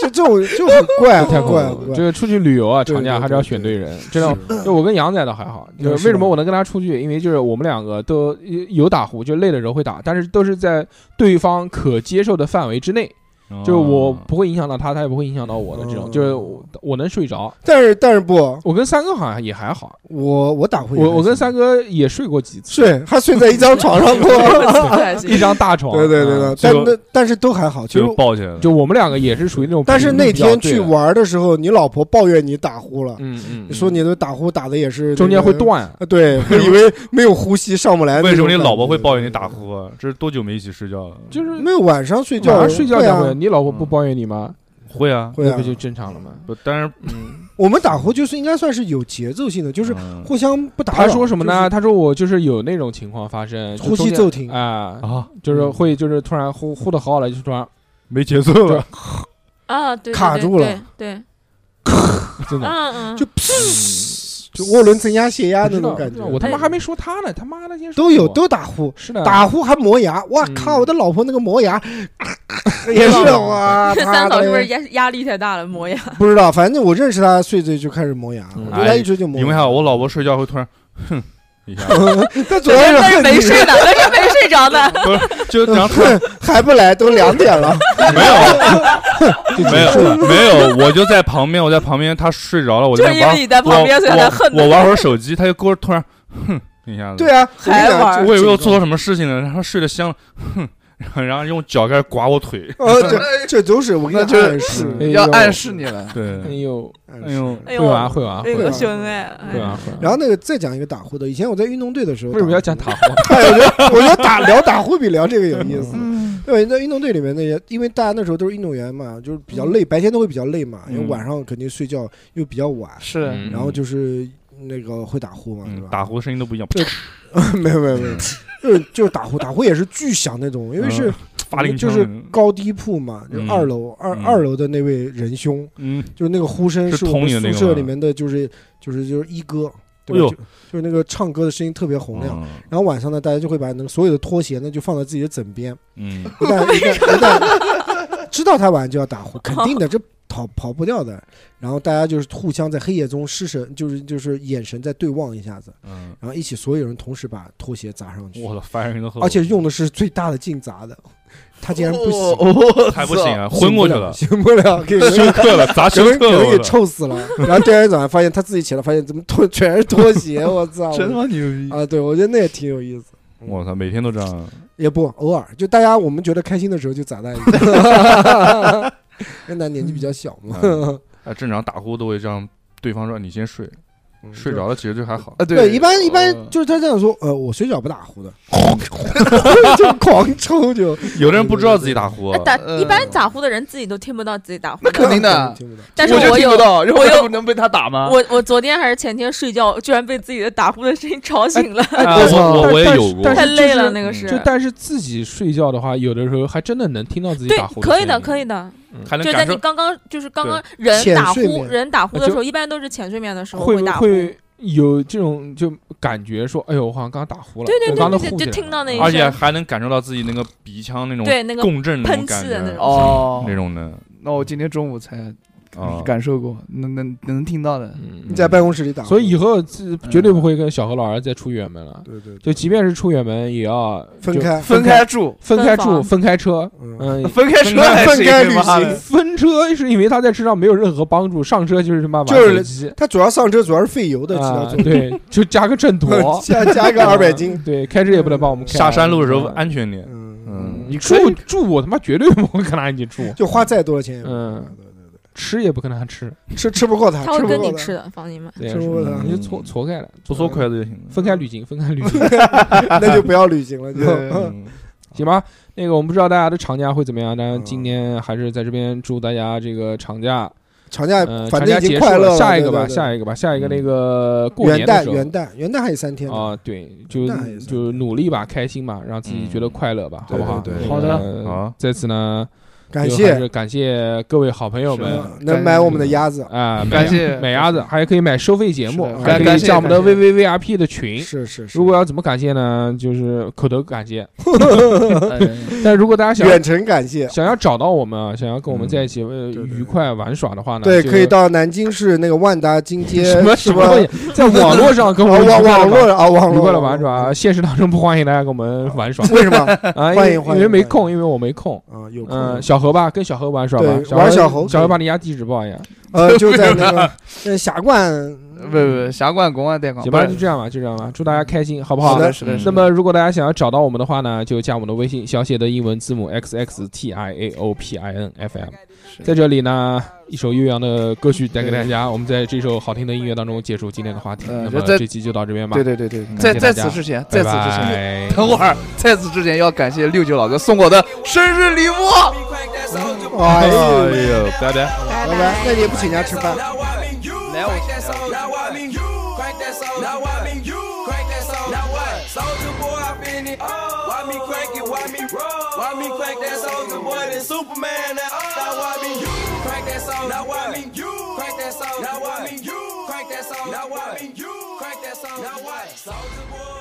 Speaker 5: 就这种就很怪，
Speaker 2: 太
Speaker 5: 很怪，很怪
Speaker 2: 这。个出去旅游啊，
Speaker 5: 对
Speaker 2: 长假
Speaker 5: 对
Speaker 2: 还是
Speaker 5: 对
Speaker 2: 要选
Speaker 5: 对
Speaker 2: 对人。这样，就我跟杨仔倒还好，
Speaker 5: 嗯
Speaker 2: 就是是为什
Speaker 5: 吗
Speaker 2: 么我能跟他出去？因为就是我们两个都有有打呼，就累的时候会打，但是都是在对方可接受的范围之内，
Speaker 3: 哦
Speaker 2: 就是我不会影响到他，他也不会影响到我的这种，就是我我能睡着。
Speaker 5: 但是但是不，
Speaker 2: 我跟三哥好像也还好，
Speaker 5: 我我打呼也还
Speaker 2: 我
Speaker 5: 行，
Speaker 2: 我跟三哥也睡过几次，
Speaker 5: 睡，还睡在一张床上过。
Speaker 7: 不太
Speaker 2: 一 [laughs]
Speaker 7: 行。
Speaker 2: 张大床。
Speaker 5: 对对对
Speaker 2: 嗯
Speaker 5: 对，
Speaker 3: 最
Speaker 5: 但
Speaker 3: 后
Speaker 5: 那但是都还好，其实
Speaker 3: 就抱起来了，
Speaker 2: 就我们两个也是属于那种频
Speaker 5: 但
Speaker 2: 率比较
Speaker 5: 是
Speaker 2: 对的。
Speaker 5: 那天去玩的时候，你老婆抱怨你打呼了，
Speaker 2: 嗯，嗯嗯，
Speaker 5: 说你的打呼打的也是
Speaker 2: 中间会
Speaker 5: 那个。
Speaker 2: 断。
Speaker 5: 啊，
Speaker 3: [laughs]
Speaker 5: 对，会以为没有呼吸上不来。
Speaker 3: 为什么你老婆会抱怨你打？呼啊？这是多久没一起睡觉了？
Speaker 2: 就是
Speaker 5: 没有晚上睡觉，
Speaker 2: 晚上睡觉
Speaker 5: 会
Speaker 2: 才
Speaker 5: 啊
Speaker 2: 会，你老婆不抱怨你吗？
Speaker 3: 会啊，
Speaker 5: 会
Speaker 2: 那
Speaker 5: 啊
Speaker 2: 不。就正常了吗？
Speaker 3: 不，但是
Speaker 2: 嗯，
Speaker 5: 我们打呼就是应该算是有节奏性的，就是
Speaker 3: 嗯
Speaker 5: 互相不打扰。
Speaker 2: 他说什么
Speaker 5: 啊就是
Speaker 2: 呢？他说我就是有那种情况发生，就
Speaker 5: 呼吸
Speaker 2: 中间
Speaker 5: 骤停
Speaker 2: 啊，
Speaker 3: 啊，
Speaker 2: 就是会就是突然呼呼的好好了，就突然
Speaker 5: 啊
Speaker 3: 没节奏了，
Speaker 7: 啊，对，对
Speaker 5: 卡
Speaker 7: 对
Speaker 5: 住了
Speaker 7: 对，对，
Speaker 2: 真
Speaker 3: [laughs]
Speaker 2: 的。
Speaker 7: 嗯嗯，
Speaker 5: 就就涡轮增压、泄压
Speaker 2: 不
Speaker 5: 那
Speaker 2: 知道
Speaker 5: 种感觉，
Speaker 2: 我他妈还没说他呢，他妈的先说
Speaker 5: 都有
Speaker 2: 我嗯
Speaker 5: 都打呼，
Speaker 2: 是的，哎
Speaker 5: 打呼还磨牙，哇靠！
Speaker 2: 嗯
Speaker 5: 我的老婆那个磨牙
Speaker 3: 哎
Speaker 5: 也是
Speaker 7: [laughs]
Speaker 5: 哇，
Speaker 7: 三
Speaker 5: 她
Speaker 7: 嫂是不
Speaker 5: 的
Speaker 7: 是压压力太大了，磨牙？
Speaker 5: 不知道，反正我认识她睡着就开始磨牙，
Speaker 2: 嗯
Speaker 5: 我对她一直就磨
Speaker 3: 因
Speaker 5: 牙。
Speaker 3: 为啥？我老婆睡觉会突然哼一下，
Speaker 5: 她主要是
Speaker 7: 但是
Speaker 4: [laughs]
Speaker 5: 恨
Speaker 7: 没
Speaker 5: 你
Speaker 7: 睡呢，但是没睡着呢。
Speaker 3: 不是就然后突然
Speaker 5: 哼还不来，都两点了，
Speaker 3: 没有
Speaker 5: 就
Speaker 3: [laughs] 没
Speaker 5: 结束了
Speaker 3: 有没有，我就在旁边，我在旁边，她睡着了，我
Speaker 7: 就是
Speaker 3: 在
Speaker 7: 因为
Speaker 3: 玩
Speaker 7: 你在旁边，所以他才恨
Speaker 3: 我
Speaker 7: 的。
Speaker 3: 我玩会儿手机，她就给我突然哼一下子，
Speaker 5: 对啊，我跟你
Speaker 7: 还
Speaker 5: 讲
Speaker 7: 玩
Speaker 5: 就
Speaker 3: 我以为我做错什么事情了，然后睡得香了，哼，然后用脚开始刮我
Speaker 6: [laughs]
Speaker 3: 腿，
Speaker 5: 呃，这这都是我跟
Speaker 6: 那
Speaker 5: 你
Speaker 6: 就
Speaker 5: 讲
Speaker 6: 是
Speaker 5: 暗示，
Speaker 2: 哎
Speaker 6: 要
Speaker 2: 呦
Speaker 6: 暗示你了。
Speaker 2: 哎
Speaker 3: 对，
Speaker 2: 呦，
Speaker 5: 暗
Speaker 3: 哎
Speaker 5: 示
Speaker 3: 呦，
Speaker 7: 哎
Speaker 2: 会
Speaker 7: 呦，
Speaker 2: 玩会玩
Speaker 7: 哎
Speaker 2: 会
Speaker 7: 呦，
Speaker 5: 会
Speaker 2: 玩
Speaker 5: 玩
Speaker 7: 兄弟，哎
Speaker 2: 会玩会玩。
Speaker 5: 然后那个再讲一个打呼的，以前我在运动队的时候，
Speaker 2: 为什么要讲打呼？
Speaker 5: 哎，我觉得我觉得打聊打呼比聊这个有意思。
Speaker 7: 嗯
Speaker 5: 对，在运动队里面那些，因为大家那时候都是运动员嘛，就是比较累，
Speaker 7: 嗯
Speaker 5: 白天都会比较累嘛，因为
Speaker 3: 嗯
Speaker 5: 晚上肯定睡觉又比较晚，
Speaker 6: 是
Speaker 2: 嗯
Speaker 5: 然后就是那个会打呼嘛，对
Speaker 3: [laughs] 嗯，
Speaker 5: 吧？
Speaker 3: 打呼声音都不一样，
Speaker 5: [laughs] 没有没有没有，就是就是打呼，打呼也是巨响那种，因为是
Speaker 3: 发令
Speaker 5: 就
Speaker 3: 枪
Speaker 5: 是高低铺嘛，就
Speaker 3: 嗯
Speaker 5: 二楼二
Speaker 3: 嗯
Speaker 5: 二楼的那位仁兄，
Speaker 3: 嗯，
Speaker 5: 就是那个呼声
Speaker 3: 是
Speaker 5: 我们
Speaker 3: 同龄那
Speaker 5: 宿
Speaker 3: 个
Speaker 5: 舍
Speaker 3: 吗
Speaker 5: 里面的，就是就是就是一哥，对
Speaker 3: 哎呦嗯
Speaker 5: 吧？就就是那个唱歌的声音特别洪亮。然后晚上呢，大家就会把那个所有的拖鞋呢就放在自己的枕
Speaker 3: [laughs]
Speaker 5: 边，
Speaker 3: 嗯，
Speaker 5: 一旦一旦一旦 [laughs] 知道他晚就要打呼，肯定
Speaker 3: [laughs]
Speaker 5: 的，这逃跑不掉的。然后大家就是互相在黑夜中失神，就是就是眼神在对望一下子，
Speaker 7: [laughs]
Speaker 3: 嗯
Speaker 5: 然后一起所有人同时把拖鞋砸上
Speaker 3: 嗯，
Speaker 5: 去
Speaker 3: 我，的烦人的很，
Speaker 5: 而且用的是最大的劲砸的，他竟然不行，
Speaker 6: 哦
Speaker 3: 还不行，啊，昏过去了，
Speaker 5: 醒不了，给
Speaker 3: [laughs]
Speaker 5: 人
Speaker 3: 休克了，砸
Speaker 5: 可
Speaker 3: 休
Speaker 5: 能可
Speaker 3: 克了
Speaker 5: 能
Speaker 3: 我
Speaker 5: 给
Speaker 3: 的，
Speaker 5: 臭死了。然后第二天早上发现他自己起来，发现怎么拖全是拖鞋，我操！
Speaker 6: 真他妈牛逼！
Speaker 5: 啊，对，我觉得那也挺有意思，
Speaker 3: 我操，每天都
Speaker 7: [laughs]
Speaker 3: 这样，
Speaker 5: 也不偶尔，就大家我们觉得开心的时候就 [laughs] 砸他一下。那年纪比较小嘛，
Speaker 3: 哎
Speaker 7: [laughs]
Speaker 3: 嗯啊，正常打呼都会让对方说你先睡，
Speaker 5: 嗯
Speaker 3: 睡
Speaker 5: 就
Speaker 3: 着了其实就还好。
Speaker 6: 啊，
Speaker 5: 对，一般一
Speaker 6: 呃
Speaker 5: 般就是他这样说，呃，我睡觉不打呼的，就狂抽就，
Speaker 3: [laughs] 有的人不知道自己打呼
Speaker 4: 哎，打
Speaker 6: 呃
Speaker 4: 一般打呼的人自己都听不到自己打呼
Speaker 6: 那，肯定的
Speaker 5: 听不到
Speaker 4: 但是
Speaker 6: 我就
Speaker 4: 我
Speaker 6: 听啊
Speaker 4: 有
Speaker 6: 不到，然后
Speaker 4: 我有
Speaker 6: 不能被他打吗？
Speaker 4: 我我昨天还是前天睡觉，居然被自己的打呼的声音吵醒了，
Speaker 2: 哎
Speaker 3: 啊
Speaker 2: 但是
Speaker 3: 我我
Speaker 2: 但
Speaker 3: 我也
Speaker 2: 但是
Speaker 3: 有过
Speaker 2: 但是
Speaker 4: 太
Speaker 2: 就
Speaker 4: 累
Speaker 2: 是
Speaker 4: 了，那个
Speaker 3: 嗯
Speaker 4: 是
Speaker 2: 就。但是自己睡觉的话，有的时候还真的能听到自己
Speaker 4: 对
Speaker 2: 打呼，
Speaker 4: 可以的，
Speaker 2: 的，
Speaker 4: 可以。的，
Speaker 3: 还能
Speaker 4: 就在
Speaker 3: 感
Speaker 4: 你
Speaker 3: 受
Speaker 4: 刚刚，就是刚刚
Speaker 5: 浅
Speaker 4: 人打
Speaker 5: 睡
Speaker 4: 呼，
Speaker 5: 眠
Speaker 4: 人打呼的
Speaker 2: 啊就
Speaker 4: 时候，一般都是浅睡眠的时候
Speaker 2: 会不
Speaker 4: 打呼，
Speaker 2: 会有这种就感觉说，哎呦，我好像刚刚打呼了，
Speaker 4: 对对
Speaker 2: 我
Speaker 4: 对
Speaker 2: 刚刚
Speaker 4: 对
Speaker 2: 呼
Speaker 4: 对
Speaker 2: 起来
Speaker 4: 就听到那一
Speaker 2: 了
Speaker 3: 而
Speaker 2: 啊
Speaker 4: 声
Speaker 3: 且还能感受到自己那个鼻腔那
Speaker 2: 嗯
Speaker 3: 种
Speaker 4: 对那个
Speaker 3: 共振那种
Speaker 4: 喷
Speaker 3: 感
Speaker 4: 气
Speaker 3: 觉啊
Speaker 4: 的那种
Speaker 6: 哦
Speaker 3: 那，种的
Speaker 6: 那我今天中午才
Speaker 3: 啊。
Speaker 2: 哦
Speaker 6: 感受过，能能能听到的。
Speaker 2: 嗯
Speaker 5: 你在办公室里打呼，
Speaker 2: 所以以后自绝对不会跟小何老师再出远门了。
Speaker 5: 对对，对
Speaker 2: 就即便是出远门，也要
Speaker 5: 分
Speaker 2: 就
Speaker 5: 开，
Speaker 6: 分开住，
Speaker 2: 分开
Speaker 4: 分
Speaker 2: 住、
Speaker 4: 房
Speaker 2: 分开车。
Speaker 5: 嗯，
Speaker 3: [laughs]
Speaker 2: 嗯，
Speaker 6: 分开车还是
Speaker 5: 分开
Speaker 6: 一个妈的
Speaker 5: 旅行
Speaker 6: [laughs]
Speaker 2: 分车是因为他在车上没有任何帮助，上车就是他妈玩
Speaker 5: 就是
Speaker 2: 手机
Speaker 5: 他主要上车主要是费油的，知道
Speaker 2: 啊
Speaker 5: 就， [laughs]
Speaker 2: 对，就加个正途，
Speaker 5: 加加个二百斤，
Speaker 2: 对，开车也不能帮我们开
Speaker 3: 下山路的时候哎
Speaker 2: 嗯
Speaker 3: 安全点，
Speaker 5: 嗯，
Speaker 3: 嗯，
Speaker 2: 你住住我他妈绝对不会跟他一起住，
Speaker 5: 就花再多钱，
Speaker 2: 嗯，吃也不跟他
Speaker 3: [laughs]
Speaker 2: 吃，
Speaker 5: 吃吃不过他，
Speaker 4: 他会
Speaker 5: 吃不
Speaker 4: 跟
Speaker 5: 过
Speaker 4: 你吃的，放心吧。
Speaker 2: 对，
Speaker 5: 吃不过他
Speaker 2: 你就错错开了，嗯
Speaker 3: 不缩嗯筷子就行了。
Speaker 2: 分开旅行，分开旅
Speaker 3: [laughs]
Speaker 2: 行，
Speaker 5: 那就不要旅行了，就
Speaker 6: 对
Speaker 3: 嗯
Speaker 2: 行吧？那个我们不知道大家的长假会怎么样，但是
Speaker 5: 嗯
Speaker 2: 今年还是在这边祝大家这个长假，
Speaker 5: 长假
Speaker 2: 嗯，
Speaker 5: 哎
Speaker 2: 长
Speaker 5: 反正
Speaker 2: 假
Speaker 5: 已经
Speaker 2: 结
Speaker 5: 快
Speaker 2: 束
Speaker 5: 乐了，
Speaker 2: 下一个吧，
Speaker 5: 对对对
Speaker 2: 下一个吧，下一个
Speaker 3: 嗯
Speaker 2: 那个过
Speaker 5: 元
Speaker 2: 年的
Speaker 5: 旦
Speaker 2: 时候
Speaker 5: 元旦元旦还有三天呢
Speaker 2: 啊，对，就
Speaker 5: 那也是
Speaker 2: 就努力吧，开心吧，让自己觉得快乐吧，好不好？
Speaker 5: 对
Speaker 3: 对对
Speaker 6: 好的
Speaker 2: 呃
Speaker 3: 嗯好
Speaker 2: 在此呢，
Speaker 5: 感
Speaker 2: 就
Speaker 5: 谢
Speaker 2: 还是感谢各位好朋友们
Speaker 5: 嗯能买我们的鸭子，
Speaker 2: 啊，买
Speaker 6: 感谢
Speaker 2: 买鸭子，还可以买收费节目
Speaker 6: 是，的
Speaker 2: 还可以
Speaker 6: 感谢
Speaker 2: 加我们的
Speaker 6: 感谢
Speaker 2: VVVIP 的群。
Speaker 5: 是是是，
Speaker 2: 如果要怎么感谢呢？就是口头感
Speaker 5: [laughs]
Speaker 2: 谢，
Speaker 6: 哎
Speaker 2: 但如果大家想
Speaker 5: 远程感谢，
Speaker 2: 想要找到我们啊，想要跟我们在一起呃
Speaker 5: 对对
Speaker 2: 愉快玩耍的话呢，
Speaker 5: 对，
Speaker 2: 就
Speaker 5: 可以到南京市那个万达金
Speaker 2: [laughs]
Speaker 5: 街
Speaker 2: 什么什
Speaker 5: 什
Speaker 2: 么东西，在网络上跟
Speaker 5: 啊
Speaker 2: 我们
Speaker 5: [laughs] 网
Speaker 2: 愉快地
Speaker 5: 网络啊网
Speaker 2: 玩
Speaker 5: 络
Speaker 2: 愉快的玩耍，，现实当中不欢迎大家跟我们玩
Speaker 5: [laughs]
Speaker 2: 耍
Speaker 5: 为什么
Speaker 2: [laughs]
Speaker 5: 啊
Speaker 2: 啊，因
Speaker 5: 欢
Speaker 2: 为
Speaker 5: 迎欢
Speaker 2: 因为
Speaker 5: 迎
Speaker 2: 没
Speaker 5: 欢迎
Speaker 2: 空，因为我没空。
Speaker 5: 有空
Speaker 2: 嗯，小何吧，跟小何玩耍吧
Speaker 5: 对，玩小
Speaker 2: 何，
Speaker 5: 何
Speaker 2: 小何
Speaker 5: 可以
Speaker 2: 把你家地址报一下，[laughs]
Speaker 5: 呃就在那个呃霞冠，
Speaker 6: 不不不，霞冠公安带广，
Speaker 2: 行吧，啊就这样吧，就这样吧，祝大家开心，好不好？
Speaker 5: 好的
Speaker 6: 是的，是
Speaker 2: 那
Speaker 6: 的。
Speaker 2: 么，如果大家想要找到我们的话呢，就加我们的微信小写的英文字母 x x t i a o p i n f m。在这里呢，一首悠扬的歌曲带给大家。我们在这首好听的音乐当中结束今天的话题。
Speaker 6: 呃
Speaker 2: 那
Speaker 6: 这
Speaker 2: 么
Speaker 6: 在
Speaker 2: 这期就到这边吧。
Speaker 6: 对对对对，
Speaker 2: 感
Speaker 6: 在
Speaker 2: 谢
Speaker 6: 在
Speaker 2: 大
Speaker 6: 此
Speaker 2: 家
Speaker 6: 之前，在
Speaker 2: 拜
Speaker 6: 此之前，
Speaker 2: 拜。
Speaker 6: 等会儿，在此之前要感谢六九老哥送我的生日礼物。
Speaker 5: 哎
Speaker 3: 哎
Speaker 5: 呦，
Speaker 3: 呦，拜拜。
Speaker 5: 拜拜，那你也不请人家吃饭。
Speaker 6: 来，我
Speaker 8: Now I mean you. Crank that soul. Now I mean you. Crank that soul. Now what? Soldier boy, I been it. Why me crank it? Why me roll? Why me crank that soldier boy? Then Superman. Now Now I mean you. Crank that soul. Now I mean you. Crank that soul. Now I mean you. Crank that soul. Now I mean you. Crank that soul. Now what? Soldier boy. oh.